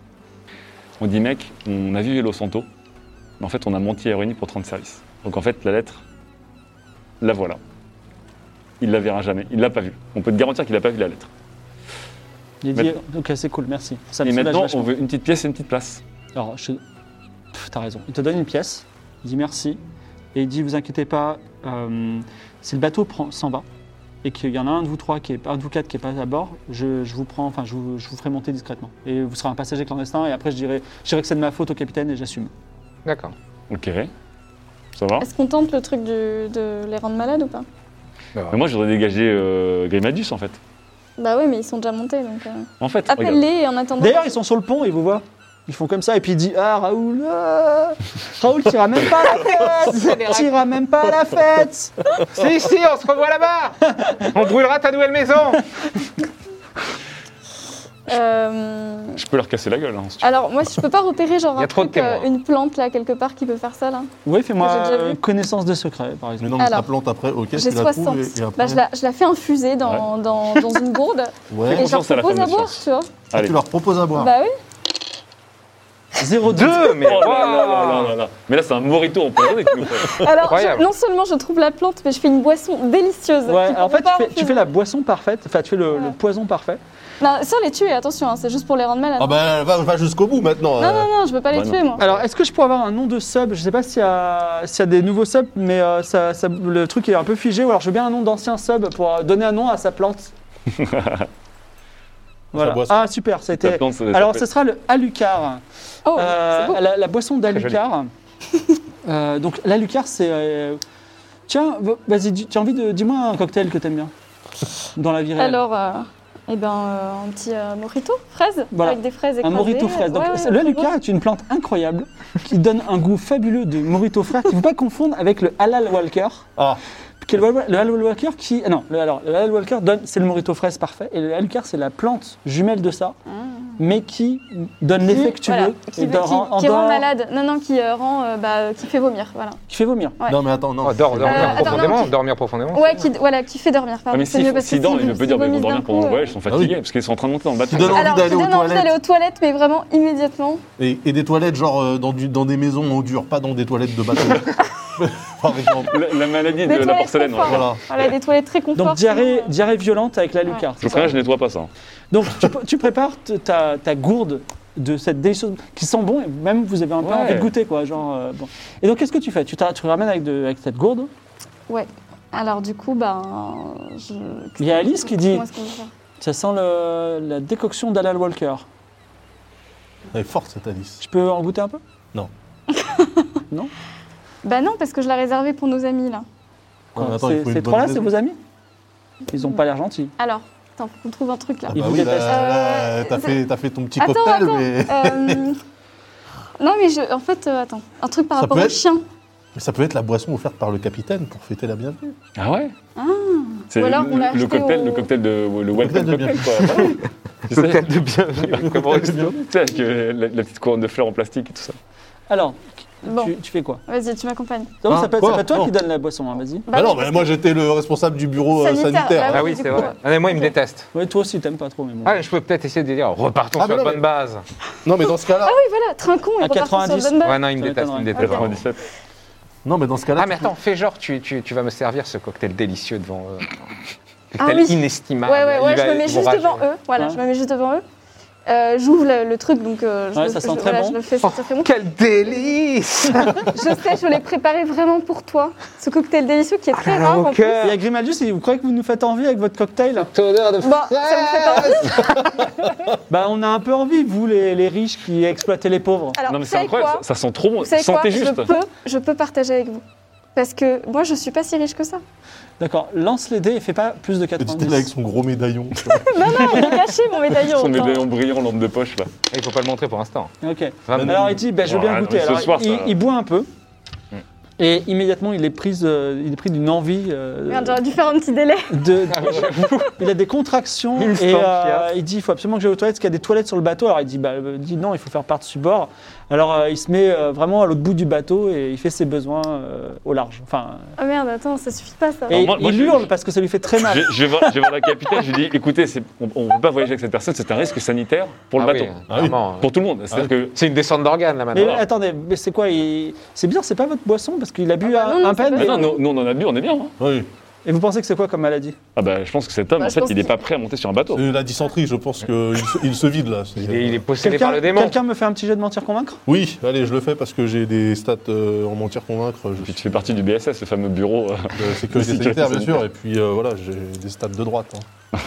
[SPEAKER 3] On dit, mec, on a vu Velo Santo, mais en fait, on a menti à Réunion pour 30 services. Donc en fait, la lettre, la voilà. Il la verra jamais. Il l'a pas vue. On peut te garantir qu'il n'a pas vu la lettre.
[SPEAKER 1] Il dit
[SPEAKER 3] Maintenant-
[SPEAKER 1] Ok, c'est cool, merci. Ça me
[SPEAKER 3] et
[SPEAKER 1] soulage
[SPEAKER 3] maintenant,
[SPEAKER 1] vachement.
[SPEAKER 3] on veut une petite pièce et une petite place.
[SPEAKER 1] Alors, je... Pff, t'as raison. Il te donne une pièce, il dit merci, et il dit vous inquiétez pas, euh, si le bateau prend- s'en va, et qu'il y en a un de vous trois, qui est, un de vous quatre qui est pas à bord, je, je vous prends, enfin, je vous, je vous ferai monter discrètement. Et vous serez un passager clandestin, et après je dirai, je dirai que c'est de ma faute au capitaine et j'assume.
[SPEAKER 2] D'accord.
[SPEAKER 3] Ok. Ça va.
[SPEAKER 5] Est-ce qu'on tente le truc du- de les rendre malades ou pas
[SPEAKER 3] Mais moi, j'aurais dégagé euh, Grimadus, en fait.
[SPEAKER 5] Bah oui, mais ils sont déjà montés donc. euh,
[SPEAKER 3] En fait, regarde.
[SPEAKER 5] Appelle-les en attendant.
[SPEAKER 1] D'ailleurs, ils sont sur le pont, ils vous voient. Ils font comme ça, et puis il dit Ah, Raoul, ah, Raoul, t'iras même pas à la fête T'iras même pas à la fête
[SPEAKER 2] Si, si, on se revoit là-bas On brûlera ta nouvelle maison
[SPEAKER 5] Euh,
[SPEAKER 3] je peux leur casser la gueule. hein, si tu veux.
[SPEAKER 5] Alors moi, si je peux pas repérer genre
[SPEAKER 2] Il y a
[SPEAKER 5] un
[SPEAKER 2] trop de
[SPEAKER 5] truc, euh,
[SPEAKER 2] témoins.
[SPEAKER 5] une plante là quelque part qui peut faire ça là.
[SPEAKER 1] Oui, fais-moi
[SPEAKER 5] J'ai déjà vu.
[SPEAKER 1] euh, connaissance des secrets, par exemple.
[SPEAKER 4] Mais non, mais
[SPEAKER 5] Alors,
[SPEAKER 4] ça plante après, ok,
[SPEAKER 5] J'ai
[SPEAKER 4] tu la
[SPEAKER 5] 60.
[SPEAKER 4] trouves et, et après.
[SPEAKER 5] Bah, je, la, je la fais infuser dans, dans, dans une gourde
[SPEAKER 4] Ouais.
[SPEAKER 5] et je leur
[SPEAKER 3] confiance à la
[SPEAKER 5] propose
[SPEAKER 3] femme
[SPEAKER 5] à
[SPEAKER 3] de
[SPEAKER 5] boire,
[SPEAKER 3] science.
[SPEAKER 5] tu vois.
[SPEAKER 4] Ah,
[SPEAKER 3] Allez.
[SPEAKER 4] tu leur proposes à boire.
[SPEAKER 5] Bah oui.
[SPEAKER 1] 0,2
[SPEAKER 2] Deux, mais
[SPEAKER 3] Oh là là là là
[SPEAKER 2] waouh.
[SPEAKER 3] là là. Mais là, c'est un morito en poison qui nous fait.
[SPEAKER 5] Alors je-
[SPEAKER 2] Incroyable.
[SPEAKER 5] non seulement je trouve la plante, mais je fais une boisson délicieuse.
[SPEAKER 1] Ouais,
[SPEAKER 5] qu'ils
[SPEAKER 1] alors en
[SPEAKER 5] pourront
[SPEAKER 1] fait,
[SPEAKER 5] pas
[SPEAKER 1] tu fais, tu
[SPEAKER 5] refuser.
[SPEAKER 1] fais la boisson parfaite, enfin, tu fais le,
[SPEAKER 5] Voilà.
[SPEAKER 1] le poison parfait.
[SPEAKER 5] Non, Bah, sans les tuer, attention, hein, c'est juste pour les rendre malades.
[SPEAKER 1] Oh,
[SPEAKER 4] Ah bah va, va jusqu'au bout maintenant.
[SPEAKER 5] Non,
[SPEAKER 4] euh.
[SPEAKER 5] non, non, je veux pas les
[SPEAKER 3] bah non.
[SPEAKER 5] tuer moi.
[SPEAKER 1] Alors, est-ce que je pourrais avoir un nom de sub Je sais pas s'il y, a- s'il y a des nouveaux subs, mais euh, ça, ça- le truc est un peu figé. Ou alors, je veux bien un nom d'ancien sub pour euh, donner un nom à sa plante. voilà.
[SPEAKER 4] Sa boisson.
[SPEAKER 1] Ah, super, ça a été.
[SPEAKER 3] La plante, ça- ça
[SPEAKER 1] Alors,
[SPEAKER 3] fait-
[SPEAKER 1] ce sera le Alucard.
[SPEAKER 5] Oh,
[SPEAKER 1] Euh,
[SPEAKER 5] c'est beau.
[SPEAKER 1] la, la boisson
[SPEAKER 2] joli.
[SPEAKER 1] d'Alucard. Euh, donc, l'Alucard, c'est. euh, Tiens, va- vas-y, dis- tu as envie de. Dis-moi un cocktail que t'aimes bien. Dans la vie réelle.
[SPEAKER 5] Alors, euh, eh ben, euh, un petit euh, mojito, fraise,
[SPEAKER 1] Voilà.
[SPEAKER 5] avec des fraises
[SPEAKER 1] Un
[SPEAKER 5] écrasées.
[SPEAKER 1] morito fraise. Donc,
[SPEAKER 5] Ouais, ouais,
[SPEAKER 1] le
[SPEAKER 5] c'est beau.
[SPEAKER 1] Lucas est une plante incroyable qui donne un goût fabuleux de morito fraise. Il ne faut pas confondre avec le halal walker,
[SPEAKER 4] Ah,
[SPEAKER 1] Qui est le, Wild- le Wild Walker qui. ah Non, le- alors, le Wild Walker donne. C'est le morito fraise parfait. Et le Wild Walker, c'est la plante jumelle de ça, mais qui donne l'effet que tu
[SPEAKER 5] Voilà.
[SPEAKER 1] veux.
[SPEAKER 5] Ah. Qui,
[SPEAKER 1] et
[SPEAKER 5] qui-
[SPEAKER 1] dort en-
[SPEAKER 5] qui rend
[SPEAKER 1] endort-
[SPEAKER 5] malade. Non, non, qui euh, rend, euh, bah, euh, qui fait vomir. Voilà.
[SPEAKER 1] Qui fait vomir.
[SPEAKER 5] Ouais.
[SPEAKER 6] Non, mais attends, non. Euh,
[SPEAKER 2] Oh, dors- dormir,
[SPEAKER 5] attends, non,
[SPEAKER 2] profondément,
[SPEAKER 5] tu-
[SPEAKER 2] dormir profondément.
[SPEAKER 5] Ouais, qui, voilà, qui fait dormir. Pardon,
[SPEAKER 3] Ah, mais
[SPEAKER 5] c'est
[SPEAKER 3] si,
[SPEAKER 5] mieux parce
[SPEAKER 3] si
[SPEAKER 5] que
[SPEAKER 3] dans,
[SPEAKER 5] si
[SPEAKER 3] il veut
[SPEAKER 5] vous-
[SPEAKER 3] pas
[SPEAKER 5] si
[SPEAKER 3] dire,
[SPEAKER 5] vous
[SPEAKER 3] mais ils vont
[SPEAKER 5] vomissez
[SPEAKER 3] dormir
[SPEAKER 5] d'un
[SPEAKER 3] pendant
[SPEAKER 5] coup,
[SPEAKER 3] le
[SPEAKER 5] euh,
[SPEAKER 3] voyage, ils sont
[SPEAKER 6] Ah oui.
[SPEAKER 3] fatigués, parce qu'ils sont en train de monter dans le bateau.
[SPEAKER 6] Qui donne envie
[SPEAKER 5] Alors,
[SPEAKER 6] d'aller
[SPEAKER 5] qui
[SPEAKER 6] aux
[SPEAKER 5] donne envie d'aller aux toilettes, mais vraiment immédiatement.
[SPEAKER 6] Et, et des toilettes, genre euh, dans, du- dans des maisons en dur, pas dans des toilettes de bateau. Par exemple.
[SPEAKER 3] La, la maladie de
[SPEAKER 5] Des
[SPEAKER 3] la
[SPEAKER 5] toilettes
[SPEAKER 3] porcelaine.
[SPEAKER 5] confort.
[SPEAKER 3] ouais.
[SPEAKER 6] Voilà.
[SPEAKER 5] Voilà, des toilettes très confortables. Euh,
[SPEAKER 1] Donc diarrhée, diarrhée violente avec la lucarne.
[SPEAKER 3] Je
[SPEAKER 1] c'est ça
[SPEAKER 3] préviens, je nettoie pas ça.
[SPEAKER 1] Donc tu, tu prépares t- ta, ta gourde de cette délicieuse qui sent bon et même vous avez un peu
[SPEAKER 3] Ouais.
[SPEAKER 1] envie de goûter quoi genre euh, bon. Et donc qu'est-ce que tu fais Tu t'as- tu ramènes avec, de- avec cette gourde.
[SPEAKER 5] Ouais. Alors du coup, ben, je-
[SPEAKER 1] Il y a Alice qui dit-
[SPEAKER 5] Comment est-ce qu'on va faire
[SPEAKER 1] Ça sent le- la décoction d'Alal Walker.
[SPEAKER 6] Elle est forte cette Alice.
[SPEAKER 1] Je peux en goûter un peu
[SPEAKER 5] Bah non, parce que je l'ai réservée pour nos amis là.
[SPEAKER 1] Quoi,
[SPEAKER 6] mais attends, il
[SPEAKER 1] Ces
[SPEAKER 6] faut une
[SPEAKER 1] ces
[SPEAKER 6] bonne
[SPEAKER 1] trois-là,
[SPEAKER 6] raison.
[SPEAKER 1] c'est vos amis Ils ont pas l'air gentils.
[SPEAKER 5] Alors, attends, faut qu'on trouve un truc là.
[SPEAKER 6] Ah
[SPEAKER 1] Il
[SPEAKER 6] bah
[SPEAKER 1] vous
[SPEAKER 6] oui, là,
[SPEAKER 1] déteste.
[SPEAKER 6] là,
[SPEAKER 5] Euh,
[SPEAKER 6] t'as
[SPEAKER 5] c'est-
[SPEAKER 6] fait, t'as fait ton petit
[SPEAKER 5] Attends,
[SPEAKER 6] cocktail,
[SPEAKER 5] attends.
[SPEAKER 6] mais...
[SPEAKER 5] Euh, Non mais je, en fait, euh, attends, un truc par
[SPEAKER 6] Ça
[SPEAKER 5] rapport
[SPEAKER 6] peut
[SPEAKER 5] au
[SPEAKER 6] être-
[SPEAKER 5] chien.
[SPEAKER 6] mais ça peut être la boisson offerte par le capitaine pour fêter la bienvenue.
[SPEAKER 3] Ah ouais C'est
[SPEAKER 5] Ou alors, on
[SPEAKER 3] le,
[SPEAKER 5] l'a
[SPEAKER 3] le
[SPEAKER 5] acheté
[SPEAKER 3] cocktail,
[SPEAKER 5] au-
[SPEAKER 3] le cocktail de. Le welcome
[SPEAKER 6] cocktail de
[SPEAKER 3] cocktail, quoi. voilà. Tu sais,
[SPEAKER 2] Cocktail de bienvenue. Comment est-ce que-
[SPEAKER 3] tu sais, avec euh, la, la petite couronne de fleurs en plastique et tout ça.
[SPEAKER 1] Alors,
[SPEAKER 5] Bon,
[SPEAKER 1] tu, tu fais quoi
[SPEAKER 5] vas-y, tu m'accompagnes.
[SPEAKER 1] Non,
[SPEAKER 6] Hein,
[SPEAKER 1] ça peut être,
[SPEAKER 6] quoi
[SPEAKER 1] ça peut être toi
[SPEAKER 6] Non.
[SPEAKER 1] qui donne la boisson, hein, vas-y.
[SPEAKER 6] Bah non, mais moi j'étais le responsable du bureau euh,
[SPEAKER 5] Sanitaire,
[SPEAKER 6] sanitaire.
[SPEAKER 5] bah
[SPEAKER 2] Ah oui,
[SPEAKER 5] Du
[SPEAKER 2] c'est
[SPEAKER 5] coup,
[SPEAKER 2] vrai.
[SPEAKER 5] ouais.
[SPEAKER 2] Ah, mais moi, il me déteste.
[SPEAKER 1] Ouais, toi aussi, t'aimes pas trop, mais bon.
[SPEAKER 2] Ah, je peux peut-être essayer de dire repartons
[SPEAKER 6] Ah,
[SPEAKER 2] sur
[SPEAKER 6] mais
[SPEAKER 2] la
[SPEAKER 6] non,
[SPEAKER 2] bonne
[SPEAKER 6] mais-
[SPEAKER 2] base.
[SPEAKER 6] Non, mais dans ce cas-là...
[SPEAKER 5] ah Oui, voilà, trinquons et
[SPEAKER 1] À
[SPEAKER 5] repartons sur
[SPEAKER 1] 90.
[SPEAKER 5] le Bumble.
[SPEAKER 2] Ouais, non, il me
[SPEAKER 1] Ça
[SPEAKER 2] déteste,
[SPEAKER 1] m'étonnerait.
[SPEAKER 2] il me déteste.
[SPEAKER 5] Ok.
[SPEAKER 2] vraiment.
[SPEAKER 3] 97.
[SPEAKER 6] Non, mais dans ce cas-là...
[SPEAKER 2] Ah, mais attends, fais genre, tu, tu, tu vas me servir ce cocktail délicieux devant eux.
[SPEAKER 5] Ah
[SPEAKER 2] Cocktail
[SPEAKER 5] oui.
[SPEAKER 2] inestimable.
[SPEAKER 5] Ouais, ouais,
[SPEAKER 2] Il
[SPEAKER 5] ouais,
[SPEAKER 2] va-
[SPEAKER 5] je me mets
[SPEAKER 2] ils vont
[SPEAKER 5] juste
[SPEAKER 2] rager.
[SPEAKER 5] devant eux. Voilà,
[SPEAKER 1] Ouais.
[SPEAKER 5] je me mets juste devant eux. Euh, J'ouvre le, le truc, donc euh, je,
[SPEAKER 1] Ouais,
[SPEAKER 5] le-
[SPEAKER 1] ça sent
[SPEAKER 5] je-
[SPEAKER 1] très
[SPEAKER 5] voilà,
[SPEAKER 1] bon.
[SPEAKER 5] je le fais, ça sent très bon.
[SPEAKER 2] Quel délice
[SPEAKER 5] Je sais, je l'ai préparé vraiment pour toi. Ce cocktail délicieux qui est très
[SPEAKER 2] là,
[SPEAKER 5] rare
[SPEAKER 2] au
[SPEAKER 5] Ah, en plus.
[SPEAKER 1] Il y a Grimaldus, il dit, vous croyez que vous nous faites envie avec votre cocktail
[SPEAKER 2] Odeur de
[SPEAKER 5] Bon, ça vous fait pas envie
[SPEAKER 1] Bah, on a un peu envie, vous, les, les riches qui exploitez les pauvres.
[SPEAKER 5] Alors,
[SPEAKER 3] Non, mais
[SPEAKER 5] vous
[SPEAKER 3] c'est
[SPEAKER 5] savez
[SPEAKER 3] incroyable,
[SPEAKER 5] quoi
[SPEAKER 3] ça, ça sent trop bon.
[SPEAKER 5] Vous savez
[SPEAKER 3] Sentez
[SPEAKER 5] quoi
[SPEAKER 3] juste.
[SPEAKER 5] je, peux, je peux partager avec vous. Parce que moi, je suis pas si riche que ça.
[SPEAKER 1] D'accord, lance les dés et fais pas plus de
[SPEAKER 5] Ah,
[SPEAKER 6] Petit là avec
[SPEAKER 1] 90.
[SPEAKER 6] son gros médaillon. tu vois.
[SPEAKER 5] Non, non, il est caché, mon médaillon.
[SPEAKER 3] Son
[SPEAKER 5] attends.
[SPEAKER 3] médaillon brillant en lampe de poche, là.
[SPEAKER 2] Ah, Il faut pas le montrer pour l'instant.
[SPEAKER 1] Ok.
[SPEAKER 2] Vraiment.
[SPEAKER 1] Alors il dit, ben, je veux
[SPEAKER 3] Bon,
[SPEAKER 1] bien
[SPEAKER 3] ah,
[SPEAKER 1] goûter.
[SPEAKER 3] non, mais ce
[SPEAKER 1] Alors,
[SPEAKER 3] soir,
[SPEAKER 1] il,
[SPEAKER 3] ça- Hmm.
[SPEAKER 1] il boit un peu. Et immédiatement, il est, pris, euh, il est pris d'une envie. euh,
[SPEAKER 5] Merde, j'aurais dû faire un petit délai.
[SPEAKER 1] de, il a des contractions.
[SPEAKER 2] Instant
[SPEAKER 1] et euh,
[SPEAKER 2] fiasco.
[SPEAKER 1] il dit il faut absolument que j'aille aux toilettes, parce qu'il y a des toilettes sur le bateau. Alors il dit, bah, euh, dit non, il faut faire par-dessus bord. Alors euh, il se met euh, vraiment à l'autre bout du bateau et il fait ses besoins euh, au large. Enfin,
[SPEAKER 5] Ah merde, attends, ça suffit pas ça.
[SPEAKER 1] et
[SPEAKER 3] moi- moi,
[SPEAKER 1] il
[SPEAKER 3] je-
[SPEAKER 1] hurle parce que ça lui fait très mal.
[SPEAKER 3] Je, je vais voir, je vais voir la capitaine, je lui dis écoutez, c'est- on ne peut pas voyager avec cette personne, c'est un risque sanitaire pour le
[SPEAKER 2] Ah oui,
[SPEAKER 3] bateau.
[SPEAKER 5] hein.
[SPEAKER 6] Ah oui.
[SPEAKER 2] clairement.
[SPEAKER 3] Pour tout le monde.
[SPEAKER 5] Ah
[SPEAKER 3] C'est-à-dire que
[SPEAKER 2] C'est une descente d'organes, là,
[SPEAKER 1] Mais
[SPEAKER 2] maintenant.
[SPEAKER 1] attendez, mais c'est quoi il- C'est bizarre, c'est pas votre boisson parce qu'il a bu
[SPEAKER 5] Ah bah
[SPEAKER 1] un-
[SPEAKER 5] non, non,
[SPEAKER 1] un
[SPEAKER 5] c'est
[SPEAKER 1] peu.
[SPEAKER 5] pas
[SPEAKER 3] Ah
[SPEAKER 1] Et,
[SPEAKER 3] non, nous, nous, on en a bu, on est bien. hein.
[SPEAKER 6] Oui,
[SPEAKER 1] et vous pensez que c'est quoi comme maladie
[SPEAKER 3] Ah bah, je pense que cet homme,
[SPEAKER 5] Bah,
[SPEAKER 3] en
[SPEAKER 5] je
[SPEAKER 3] fait,
[SPEAKER 5] pense
[SPEAKER 3] il n'est
[SPEAKER 5] qu'il-
[SPEAKER 3] pas prêt à monter sur un bateau.
[SPEAKER 6] Euh, la dysenterie, je pense qu'il se, il se vide là. C'est-
[SPEAKER 2] Il est, il est possédé
[SPEAKER 1] Quelqu'un
[SPEAKER 2] par le démon.
[SPEAKER 1] quelqu'un me fait un petit jeu de mentir convaincre
[SPEAKER 6] Oui, allez, je le fais parce que j'ai des stats euh, en mentir convaincre. Je
[SPEAKER 3] Puis tu
[SPEAKER 6] suis
[SPEAKER 3] fais partie du BSS, le fameux bureau. euh.
[SPEAKER 6] de sécurité
[SPEAKER 3] Sécurité
[SPEAKER 6] sanitaire, bien
[SPEAKER 3] sanitaire.
[SPEAKER 6] sûr, et puis euh, voilà, j'ai des stats de droite. hein.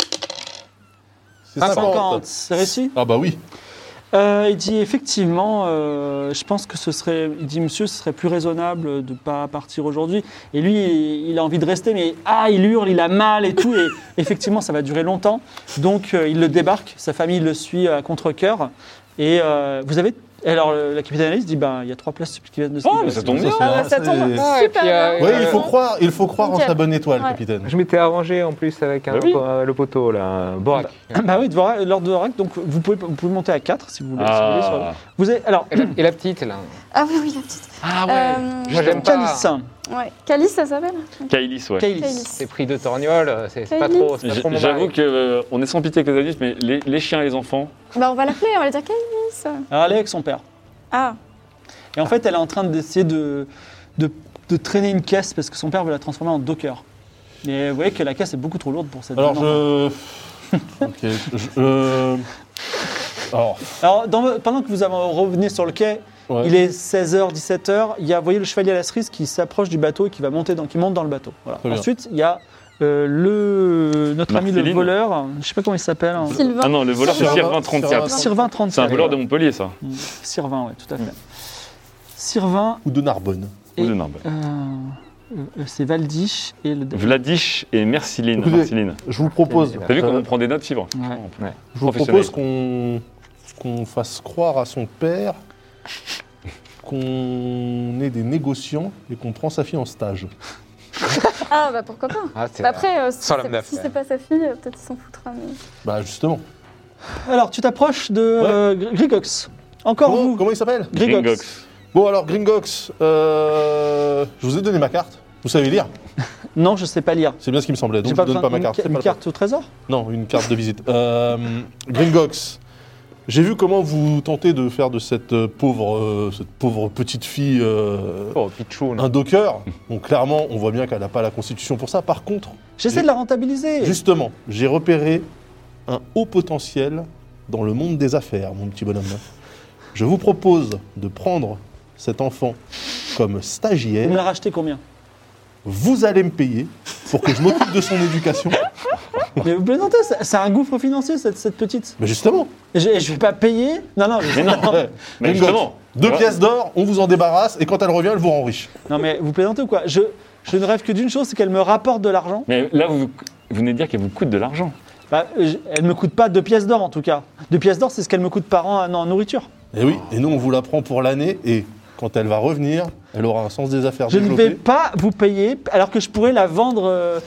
[SPEAKER 6] C'est
[SPEAKER 1] 50, c'est réussi
[SPEAKER 6] Ah bah oui.
[SPEAKER 1] Euh, il dit effectivement, euh, je pense que ce serait, il dit monsieur, ce serait plus raisonnable de ne pas partir aujourd'hui. Et lui, il, il a envie de rester, mais ah, il hurle, il a mal et tout. Et effectivement, ça va durer longtemps. Donc, euh, il le débarque, sa famille le suit à contre-coeur. Et euh, vous avez. et Alors, le- la capitaine Alice dit ben, il y a trois places qui viennent de se
[SPEAKER 3] Oh, mais
[SPEAKER 1] libérer.
[SPEAKER 3] ça tombe
[SPEAKER 6] Ça,
[SPEAKER 3] bien.
[SPEAKER 6] c'est-
[SPEAKER 5] Ah bah, ça
[SPEAKER 6] c'est-
[SPEAKER 5] tombe
[SPEAKER 6] Ouais,
[SPEAKER 2] et
[SPEAKER 5] super
[SPEAKER 2] puis,
[SPEAKER 5] bien.
[SPEAKER 2] euh,
[SPEAKER 6] Oui, il faut
[SPEAKER 2] Euh,
[SPEAKER 6] croire, il faut croire en
[SPEAKER 5] Nickel.
[SPEAKER 6] sa bonne étoile,
[SPEAKER 5] Ouais.
[SPEAKER 6] capitaine.
[SPEAKER 2] Je m'étais arrangé en plus avec un,
[SPEAKER 3] Bah oui.
[SPEAKER 2] po- le poteau, là. Borak.
[SPEAKER 1] Bah oui, Dvorak- Lord Dvorak, donc vous pouvez, vous pouvez monter à 4 si vous voulez. si vous voulez, sur-
[SPEAKER 3] Ah,
[SPEAKER 1] vous avez, alors,
[SPEAKER 2] Et, la, et la petite, là.
[SPEAKER 5] Ah oui, oui, la petite.
[SPEAKER 2] Ah
[SPEAKER 5] ouais.
[SPEAKER 2] Moi, j'aime pas.
[SPEAKER 1] Calice,
[SPEAKER 5] Ouais. Calice, ça s'appelle
[SPEAKER 3] Kailis, ouais.
[SPEAKER 1] Calice.
[SPEAKER 5] Calice.
[SPEAKER 2] C'est pris de torgnoles, c'est c'est pas
[SPEAKER 5] Calice.
[SPEAKER 2] trop, c'est pas
[SPEAKER 3] J-
[SPEAKER 2] trop mon
[SPEAKER 3] J'avoue
[SPEAKER 2] bail.
[SPEAKER 3] que euh, on est sans pitié avec les adultes, mais les, les chiens et les enfants.
[SPEAKER 5] Bah, on va l'appeler, on va lui dire Calice.
[SPEAKER 1] Allez avec son père.
[SPEAKER 5] Ah,
[SPEAKER 1] Et en fait, elle est en train d'essayer de, de, de traîner une caisse parce que son père veut la transformer en docker. Mais vous voyez que la caisse est beaucoup trop lourde pour cette
[SPEAKER 6] Alors
[SPEAKER 1] jeune enfant.
[SPEAKER 6] je. ok. je- euh, Alors.
[SPEAKER 1] Alors, dans le- pendant que vous avez- revenez sur le quai,
[SPEAKER 6] ouais.
[SPEAKER 1] il est 16h, 17h. Il y a, vous voyez, le chevalier à la cerise qui s'approche du bateau et qui, va monter dans, qui monte dans le bateau. Voilà.
[SPEAKER 6] Très bien.
[SPEAKER 1] Ensuite, il y a euh, le, notre ami le
[SPEAKER 3] Marceline.
[SPEAKER 1] voleur. Je ne sais pas comment il s'appelle. hein.
[SPEAKER 5] Sylvain.
[SPEAKER 3] Ah non, le voleur, c'est
[SPEAKER 6] Sirvin,
[SPEAKER 3] Sirvin 34.
[SPEAKER 6] Sirvin.
[SPEAKER 1] Sylvain
[SPEAKER 3] C'est
[SPEAKER 1] 35.
[SPEAKER 3] un voleur de Mm. Montpellier, ça.
[SPEAKER 1] Sylvain, oui, tout à fait. Sylvain,
[SPEAKER 6] Ou de Narbonne.
[SPEAKER 3] Ou
[SPEAKER 1] Et-
[SPEAKER 3] de Narbonne.
[SPEAKER 1] euh, euh, c'est Valdish et le.
[SPEAKER 3] Vladish et Merciline.
[SPEAKER 6] Écoutez,
[SPEAKER 3] Merciline.
[SPEAKER 6] Je vous propose.
[SPEAKER 3] T'as vu
[SPEAKER 6] euh,
[SPEAKER 3] comment on prend des notes fibres
[SPEAKER 1] Ouais.
[SPEAKER 6] Je vous
[SPEAKER 3] Professionnel.
[SPEAKER 6] propose qu'on qu'on fasse croire à son père qu'on est des négociants et qu'on prend sa fille en stage.
[SPEAKER 5] Ah, bah pourquoi pas.
[SPEAKER 2] Ah, c'est-
[SPEAKER 5] Bah, après, euh, si
[SPEAKER 2] Sans lame
[SPEAKER 5] c'est
[SPEAKER 2] d'affaires.
[SPEAKER 5] si c'est pas sa fille, euh, peut-être il s'en foutra. Mais...
[SPEAKER 6] Bah justement.
[SPEAKER 1] Alors, tu t'approches de euh, Gr- Grigox. Encore
[SPEAKER 4] Comment-
[SPEAKER 1] vous,
[SPEAKER 4] comment il s'appelle
[SPEAKER 1] Grigox.
[SPEAKER 3] Gringox.
[SPEAKER 4] Bon alors Gringox, euh, je vous ai donné ma carte. Vous savez lire
[SPEAKER 1] Non, je sais pas lire.
[SPEAKER 4] C'est bien ce qui me semblait. Ah Donc
[SPEAKER 1] J'ai
[SPEAKER 4] je ne donne
[SPEAKER 1] besoin
[SPEAKER 4] pas ma
[SPEAKER 1] d'une
[SPEAKER 4] carte.
[SPEAKER 1] ca-
[SPEAKER 4] C'est
[SPEAKER 1] Une,
[SPEAKER 4] pas le
[SPEAKER 1] carte au trésor
[SPEAKER 4] problème. Non, une carte de visite. Euh, Gringox, j'ai vu comment vous tentez de faire de cette euh, pauvre, euh, cette pauvre petite fille euh,
[SPEAKER 2] Oh, Pichou, non.
[SPEAKER 4] un docker. Donc clairement, on voit bien qu'elle n'a pas la constitution pour ça. Par contre,
[SPEAKER 1] J'essaie de la rentabiliser.
[SPEAKER 4] justement, j'ai repéré un haut potentiel dans le monde des affaires, mon petit bonhomme. Je vous propose de prendre cet enfant comme
[SPEAKER 1] Vous
[SPEAKER 4] stagiaire.
[SPEAKER 1] me la rachetez combien
[SPEAKER 4] vous allez me payer pour que je m'occupe de son éducation.
[SPEAKER 1] Mais vous plaisantez, c'est- c'est un gouffre financier cette, cette petite.
[SPEAKER 4] Mais justement,
[SPEAKER 1] Je, je vais pas payer. Non, non, je-
[SPEAKER 3] Mais non, mais
[SPEAKER 4] Ringox,
[SPEAKER 3] justement.
[SPEAKER 4] deux
[SPEAKER 3] Ouais.
[SPEAKER 4] pièces d'or, on vous en débarrasse, et quand elle revient, elle vous rend riche.
[SPEAKER 1] non, mais vous plaisantez ou quoi je, je ne rêve que d'une chose, c'est qu'elle me rapporte de l'argent.
[SPEAKER 3] Mais là, vous, vous venez de dire qu'elle vous coûte de l'argent.
[SPEAKER 1] Bah, je- elle me coûte pas deux pièces d'or en tout cas. Deux pièces d'or, c'est ce qu'elle me coûte par an en- en nourriture.
[SPEAKER 4] Et Eh oui, et nous, on vous la prend pour l'année, et quand elle va revenir, elle aura un sens des affaires
[SPEAKER 1] Je ne
[SPEAKER 4] développé.
[SPEAKER 1] vais pas vous payer alors que je pourrais la vendre, euh,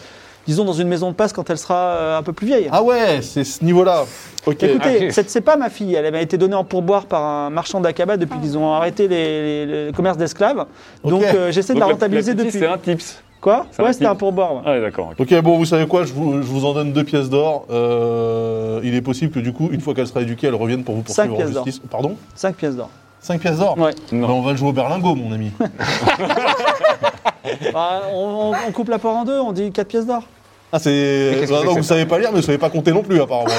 [SPEAKER 1] disons, dans une maison de passe quand elle sera euh, un peu plus vieille.
[SPEAKER 4] Ah ouais, c'est ce niveau-là. Ok.
[SPEAKER 1] Écoutez,
[SPEAKER 2] ok.
[SPEAKER 1] cette c'est pas ma fille. Elle m'a été donnée en pourboire par un marchand d'acaba depuis qu'ils ont arrêté les, les- le commerce d'esclaves. Donc
[SPEAKER 4] Ok.
[SPEAKER 1] euh, j'essaie de la
[SPEAKER 3] Donc,
[SPEAKER 1] rentabiliser
[SPEAKER 3] petite,
[SPEAKER 1] depuis.
[SPEAKER 3] C'est un tips.
[SPEAKER 1] Quoi
[SPEAKER 3] c'est un
[SPEAKER 1] Ouais, c'était
[SPEAKER 3] petit-
[SPEAKER 1] un pourboire. ouais.
[SPEAKER 3] Ah, ouais, d'accord. ok.
[SPEAKER 4] Ok, bon, vous savez quoi, je vous, je vous en donne deux pièces d'or. euh, il est possible que du coup, une fois qu'elle sera éduquée, elle revienne pour vous
[SPEAKER 1] Cinq
[SPEAKER 4] poursuivre en
[SPEAKER 1] pièces d'or.
[SPEAKER 4] justice. Pardon
[SPEAKER 1] 5 pièces d'or.
[SPEAKER 4] 5 pièces d'or
[SPEAKER 1] Ouais.
[SPEAKER 4] Bah, On va le jouer au berlingot, mon ami.
[SPEAKER 1] Bah, on, on- on coupe la poire en deux, on dit 4 pièces d'or.
[SPEAKER 4] Ah, c'est.
[SPEAKER 2] qu'est-ce que
[SPEAKER 4] Ah,
[SPEAKER 2] c'est
[SPEAKER 4] non,
[SPEAKER 2] que
[SPEAKER 4] vous
[SPEAKER 2] ça
[SPEAKER 4] savez pas lire, mais vous savez pas compter non plus, apparemment.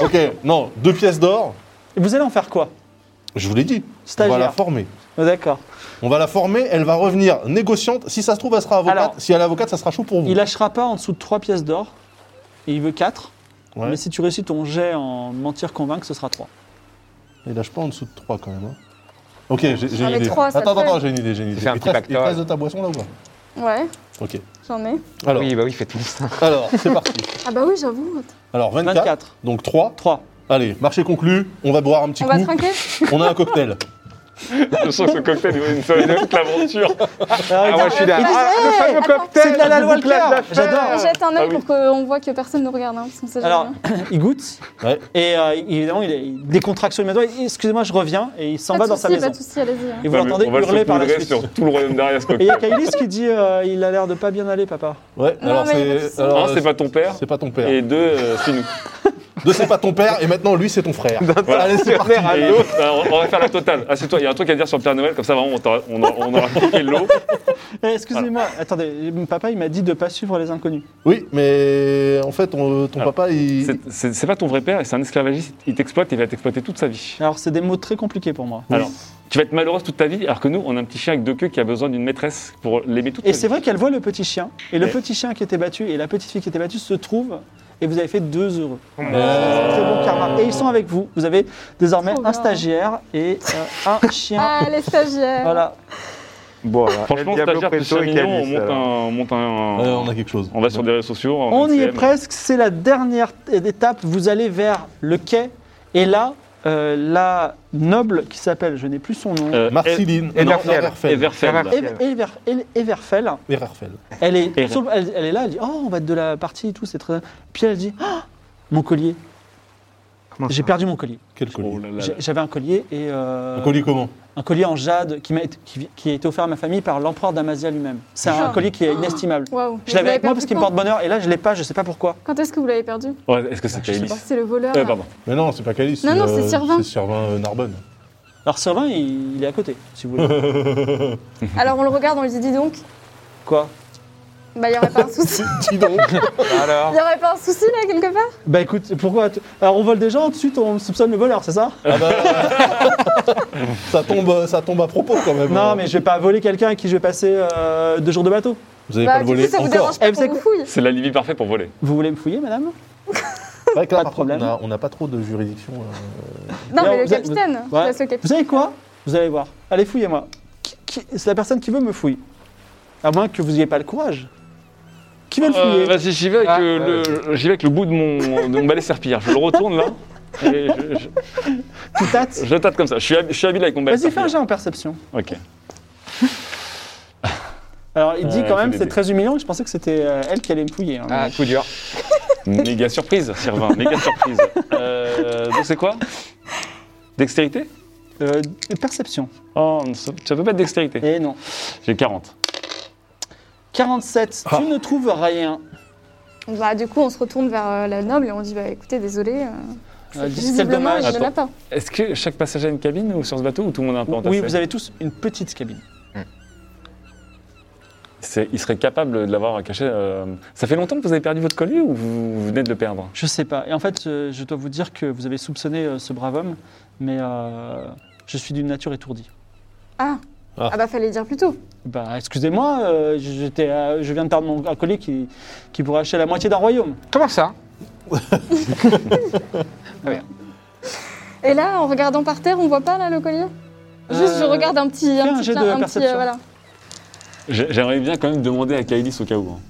[SPEAKER 4] ok, non, deux pièces d'or,
[SPEAKER 1] Et vous allez en faire quoi
[SPEAKER 4] je vous l'ai dit. On
[SPEAKER 1] Stagiaire.
[SPEAKER 4] va la former.
[SPEAKER 1] Oh, D'accord.
[SPEAKER 4] On va la former, elle va revenir négociante. Si ça se trouve, elle sera avocate.
[SPEAKER 1] Alors,
[SPEAKER 4] si elle est avocate, ça sera chaud pour vous.
[SPEAKER 1] Il lâchera pas en dessous de 3 pièces d'or. Et il veut 4.
[SPEAKER 4] Ouais.
[SPEAKER 1] Mais si tu réussis ton jet en mentir convaincre, ce sera 3.
[SPEAKER 4] Il lâche pas en dessous de 3 quand même. hein. Ok, j'ai j'ai
[SPEAKER 5] Ah, mais
[SPEAKER 4] une idée.
[SPEAKER 5] trois, ça
[SPEAKER 4] attends,
[SPEAKER 5] le
[SPEAKER 4] attends,
[SPEAKER 5] fait.
[SPEAKER 4] attends, j'ai une idée, j'ai une idée.
[SPEAKER 2] fait un
[SPEAKER 4] Il
[SPEAKER 2] petit
[SPEAKER 4] te reste- il te reste
[SPEAKER 2] pactole.
[SPEAKER 4] de ta boisson là ou pas
[SPEAKER 5] Ouais,
[SPEAKER 4] Ok.
[SPEAKER 5] j'en ai.
[SPEAKER 4] Alors,
[SPEAKER 2] Oui, bah oui, faites tout ça.
[SPEAKER 4] alors c'est parti.
[SPEAKER 5] Ah bah oui, j'avoue.
[SPEAKER 4] Alors, 24,
[SPEAKER 1] 24.
[SPEAKER 4] donc 3.
[SPEAKER 1] 3.
[SPEAKER 4] Allez, marché conclu, on va boire un petit
[SPEAKER 5] On
[SPEAKER 4] coup.
[SPEAKER 5] va trinquer
[SPEAKER 4] on a un cocktail.
[SPEAKER 3] Je sens que ce cocktail est une seule toute l'aventure.
[SPEAKER 2] Ah, ouais, je suis là.
[SPEAKER 5] il est-
[SPEAKER 2] Ah, le fameux
[SPEAKER 5] attends,
[SPEAKER 2] cocktail
[SPEAKER 1] c'est de la Lala Walker.
[SPEAKER 2] boucle d'affaires.
[SPEAKER 1] J'adore.
[SPEAKER 5] On Euh, Jette un
[SPEAKER 3] Ah
[SPEAKER 5] œil
[SPEAKER 3] oui.
[SPEAKER 5] pour qu'on voit que personne ne regarde, hein, parce qu'on sait jamais.
[SPEAKER 1] Alors,
[SPEAKER 5] hein.
[SPEAKER 1] il goûte.
[SPEAKER 4] Ouais.
[SPEAKER 1] Et euh, évidemment, il, est- il décontracte sur les doigts. Excusez-moi, je reviens. Et il s'en va
[SPEAKER 5] Pas de
[SPEAKER 1] dans sa
[SPEAKER 5] soucis, pas
[SPEAKER 1] maison.
[SPEAKER 5] de soucis, allez-y. hein.
[SPEAKER 1] Et vous l'entendez
[SPEAKER 3] Ah, On va
[SPEAKER 1] hurler
[SPEAKER 3] se
[SPEAKER 1] par la
[SPEAKER 3] poudrer
[SPEAKER 1] suite.
[SPEAKER 3] sur tout le royaume derrière ce
[SPEAKER 1] Et il y a
[SPEAKER 3] cocktail.
[SPEAKER 1] Kailis qui dit euh, il a l'air de pas bien aller, papa.
[SPEAKER 4] Ouais,
[SPEAKER 5] Non,
[SPEAKER 4] alors
[SPEAKER 5] mais y a pas de
[SPEAKER 4] c'est.
[SPEAKER 5] souci.
[SPEAKER 4] alors,
[SPEAKER 3] Un, c'est pas ton père.
[SPEAKER 4] C'est pas ton père.
[SPEAKER 3] Et deux, euh, c'est nous.
[SPEAKER 4] Deux, c'est pas ton père, et maintenant, lui, c'est ton frère.
[SPEAKER 3] Voilà.
[SPEAKER 4] Allez, c'est parti.
[SPEAKER 3] Et- Alors, on va faire la totale. Assieds-toi, il y a un truc à dire sur le Père Noël, comme ça vraiment on, t'aura- on aura- on aura compris l'eau.
[SPEAKER 1] Eh, Excusez-moi, attendez, papa il m'a dit de pas suivre les inconnus.
[SPEAKER 4] Oui, mais en fait, on- ton
[SPEAKER 3] Alors,
[SPEAKER 4] papa, il.
[SPEAKER 3] C'est- C'est c'est pas ton vrai père, et c'est un esclavagiste. Il t'exploite, il va t'exploiter toute sa vie.
[SPEAKER 1] Alors c'est des mots très compliqués pour moi.
[SPEAKER 3] Alors, tu vas être malheureuse toute ta vie, alors que nous, on a un petit chien avec deux queues qui a besoin d'une maîtresse pour l'aimer toute
[SPEAKER 1] Et
[SPEAKER 3] sa
[SPEAKER 1] c'est
[SPEAKER 3] vie.
[SPEAKER 1] vrai qu'elle voit le petit chien, et le
[SPEAKER 4] Ouais.
[SPEAKER 1] petit chien qui était battu et la petite fille qui était battue se trouvent, et vous avez fait deux heureux.
[SPEAKER 3] Oh
[SPEAKER 4] Euh,
[SPEAKER 1] Très bon karma. Et ils sont avec vous. Vous avez désormais
[SPEAKER 5] Trop
[SPEAKER 1] un
[SPEAKER 5] bien.
[SPEAKER 1] stagiaire et euh, un chien.
[SPEAKER 5] Ah, les stagiaires.
[SPEAKER 1] Voilà.
[SPEAKER 2] Bon, alors,
[SPEAKER 3] Franchement,
[SPEAKER 2] El Diablo
[SPEAKER 3] stagiaire plus
[SPEAKER 2] Preto
[SPEAKER 3] chien
[SPEAKER 2] et
[SPEAKER 3] mignon, on
[SPEAKER 2] Calice,
[SPEAKER 3] monte un.
[SPEAKER 2] alors.
[SPEAKER 3] On, monte un-
[SPEAKER 4] euh, on a quelque chose.
[SPEAKER 3] on va sur des réseaux sociaux. en
[SPEAKER 1] On y est
[SPEAKER 3] XM.
[SPEAKER 1] presque, c'est la dernière t- étape. Vous allez vers le quai, et là, euh, la noble qui s'appelle, je n'ai plus son nom,
[SPEAKER 3] Euh,
[SPEAKER 4] Marceline.
[SPEAKER 2] et-
[SPEAKER 4] non,
[SPEAKER 2] Everfell.
[SPEAKER 3] Et
[SPEAKER 4] Everfell.
[SPEAKER 3] Everfell.
[SPEAKER 2] Everfell.
[SPEAKER 1] Ever- Ever- El- Everfell,
[SPEAKER 4] Everfell.
[SPEAKER 1] elle est,
[SPEAKER 3] Et-
[SPEAKER 1] sur- elle, elle est là, elle dit Oh, on va être de la partie et tout, c'est très. Puis elle dit Ah, Mon collier,
[SPEAKER 2] Comment ça
[SPEAKER 1] j'ai perdu mon collier.
[SPEAKER 4] Quel colis
[SPEAKER 3] Oh là là.
[SPEAKER 1] J'ai- J'avais un collier et. euh,
[SPEAKER 4] Un colis comment
[SPEAKER 1] un collier en jade qui, m'a été- qui, qui a été offert à ma famille par l'empereur Damasia lui-même. C'est un
[SPEAKER 5] Ah.
[SPEAKER 1] collier qui est inestimable.
[SPEAKER 5] Waouh.
[SPEAKER 1] Je
[SPEAKER 5] Vous
[SPEAKER 1] l'avais
[SPEAKER 5] l'avez
[SPEAKER 1] avec moi parce
[SPEAKER 5] perdu
[SPEAKER 1] qu'il me
[SPEAKER 5] quand
[SPEAKER 1] porte bonheur et là je l'ai pas, je sais pas pourquoi.
[SPEAKER 5] Quand est-ce que vous l'avez perdu Ah,
[SPEAKER 3] Ouais, Est-ce que c'est Calice
[SPEAKER 5] C'est le voleur.
[SPEAKER 3] Euh,
[SPEAKER 5] là.
[SPEAKER 3] Pardon.
[SPEAKER 4] Mais non, c'est pas Calice.
[SPEAKER 5] Non, non, c'est Servin.
[SPEAKER 4] Servin. C'est Servin euh, Narbonne.
[SPEAKER 1] Alors Servin il, il est à côté, si vous voulez.
[SPEAKER 5] Alors on le regarde, on lui dit dis donc,
[SPEAKER 1] Quoi
[SPEAKER 5] bah il y aurait pas un souci.
[SPEAKER 4] Dis donc.
[SPEAKER 5] Il
[SPEAKER 2] Alors,
[SPEAKER 5] y aurait pas un souci là quelque part
[SPEAKER 1] Bah écoute, pourquoi tu- Alors on vole des gens, ensuite on soupçonne le voleur, c'est ça
[SPEAKER 4] Ah bah, ça, tombe, ça tombe à propos quand même. hein.
[SPEAKER 1] Non mais je vais pas voler quelqu'un à qui je vais passer euh, deux jours de bateau.
[SPEAKER 4] Vous avez
[SPEAKER 5] Bah
[SPEAKER 4] pas le
[SPEAKER 5] du coup
[SPEAKER 4] volé
[SPEAKER 5] ça vous
[SPEAKER 4] encore.
[SPEAKER 5] dérange pas
[SPEAKER 1] Eh, vous
[SPEAKER 5] qu'on
[SPEAKER 1] savez
[SPEAKER 5] vous fouille
[SPEAKER 3] C'est l'alibi parfait pour voler.
[SPEAKER 1] Vous voulez me fouiller madame
[SPEAKER 4] C'est vrai que
[SPEAKER 1] Pas de
[SPEAKER 4] là, par contre,
[SPEAKER 1] problème.
[SPEAKER 4] on a- on n'a pas trop de juridiction. euh.
[SPEAKER 5] Non
[SPEAKER 1] Non,
[SPEAKER 5] mais le
[SPEAKER 1] vous êtes-
[SPEAKER 5] capitaine, je
[SPEAKER 1] Ouais.
[SPEAKER 5] laisse le
[SPEAKER 1] Vous
[SPEAKER 5] capitaine.
[SPEAKER 1] savez quoi Vous allez voir. Allez fouillez-moi. Qui- qui- C'est la personne qui veut me fouiller. À moins que vous n'ayez pas le courage. Qui veut le fouiller
[SPEAKER 3] Euh, Vas-y, j'y vais, avec,
[SPEAKER 2] Ah,
[SPEAKER 3] euh,
[SPEAKER 2] ouais,
[SPEAKER 3] le- j'y vais avec le bout de mon, de mon balai serpillard. Je le retourne là. Et je, je,
[SPEAKER 1] Tu tâtes
[SPEAKER 3] je le tâte comme ça. Je suis, hab- je suis habile avec mon balai
[SPEAKER 1] Vas-y fais un
[SPEAKER 3] serpillard.
[SPEAKER 1] jet en perception.
[SPEAKER 3] Ok.
[SPEAKER 1] Alors, il dit
[SPEAKER 3] Ouais,
[SPEAKER 1] quand même,
[SPEAKER 3] c'est
[SPEAKER 1] c'est
[SPEAKER 3] des-
[SPEAKER 1] très humiliant. Je pensais que c'était euh, elle qui allait me fouiller. hein.
[SPEAKER 2] Ah, coup dur.
[SPEAKER 3] Méga surprise, Sylvain, méga surprise. Euh, donc c'est quoi Dextérité
[SPEAKER 1] Euh, perception.
[SPEAKER 3] Oh, ça, ça peut pas être dextérité.
[SPEAKER 1] Et non.
[SPEAKER 3] J'ai 40. Ah.
[SPEAKER 1] 47, tu ne trouves rien.
[SPEAKER 5] Bah, du coup, on se retourne vers euh, la noble et on dit bah écoutez, désolé. euh,
[SPEAKER 1] Euh, dis- Quel
[SPEAKER 5] visiblement,
[SPEAKER 1] dommage.
[SPEAKER 5] il n'y en a pas.
[SPEAKER 3] Est-ce que chaque passager a une cabine ou sur ce bateau ou tout le monde a un peu
[SPEAKER 1] Oui,
[SPEAKER 3] entassé
[SPEAKER 1] vous avez tous une petite cabine.
[SPEAKER 3] C'est- Il serait capable de l'avoir caché. euh, Ça fait longtemps que vous avez perdu votre collier ou vous, vous venez de le perdre
[SPEAKER 1] Je sais pas. Et en fait, euh, je dois vous dire que vous avez soupçonné euh, ce brave homme, mais euh, je suis d'une nature étourdie.
[SPEAKER 5] Ah.
[SPEAKER 4] Ah.
[SPEAKER 5] ah bah fallait dire plus tôt.
[SPEAKER 1] Bah, excusez-moi, euh, j'étais, euh, je viens de perdre mon un collier qui, qui pourrait acheter la moitié d'un royaume.
[SPEAKER 2] Comment ça
[SPEAKER 5] Et là, en regardant par terre, on voit pas là le collier Juste,
[SPEAKER 1] Euh,
[SPEAKER 5] je regarde un petit,
[SPEAKER 1] fais
[SPEAKER 5] un
[SPEAKER 1] un
[SPEAKER 5] petit
[SPEAKER 1] jet de
[SPEAKER 5] clin- un petit,
[SPEAKER 1] perception.
[SPEAKER 5] voilà.
[SPEAKER 3] J'ai- J'aimerais bien quand même demander à Kailis au cas où. hein.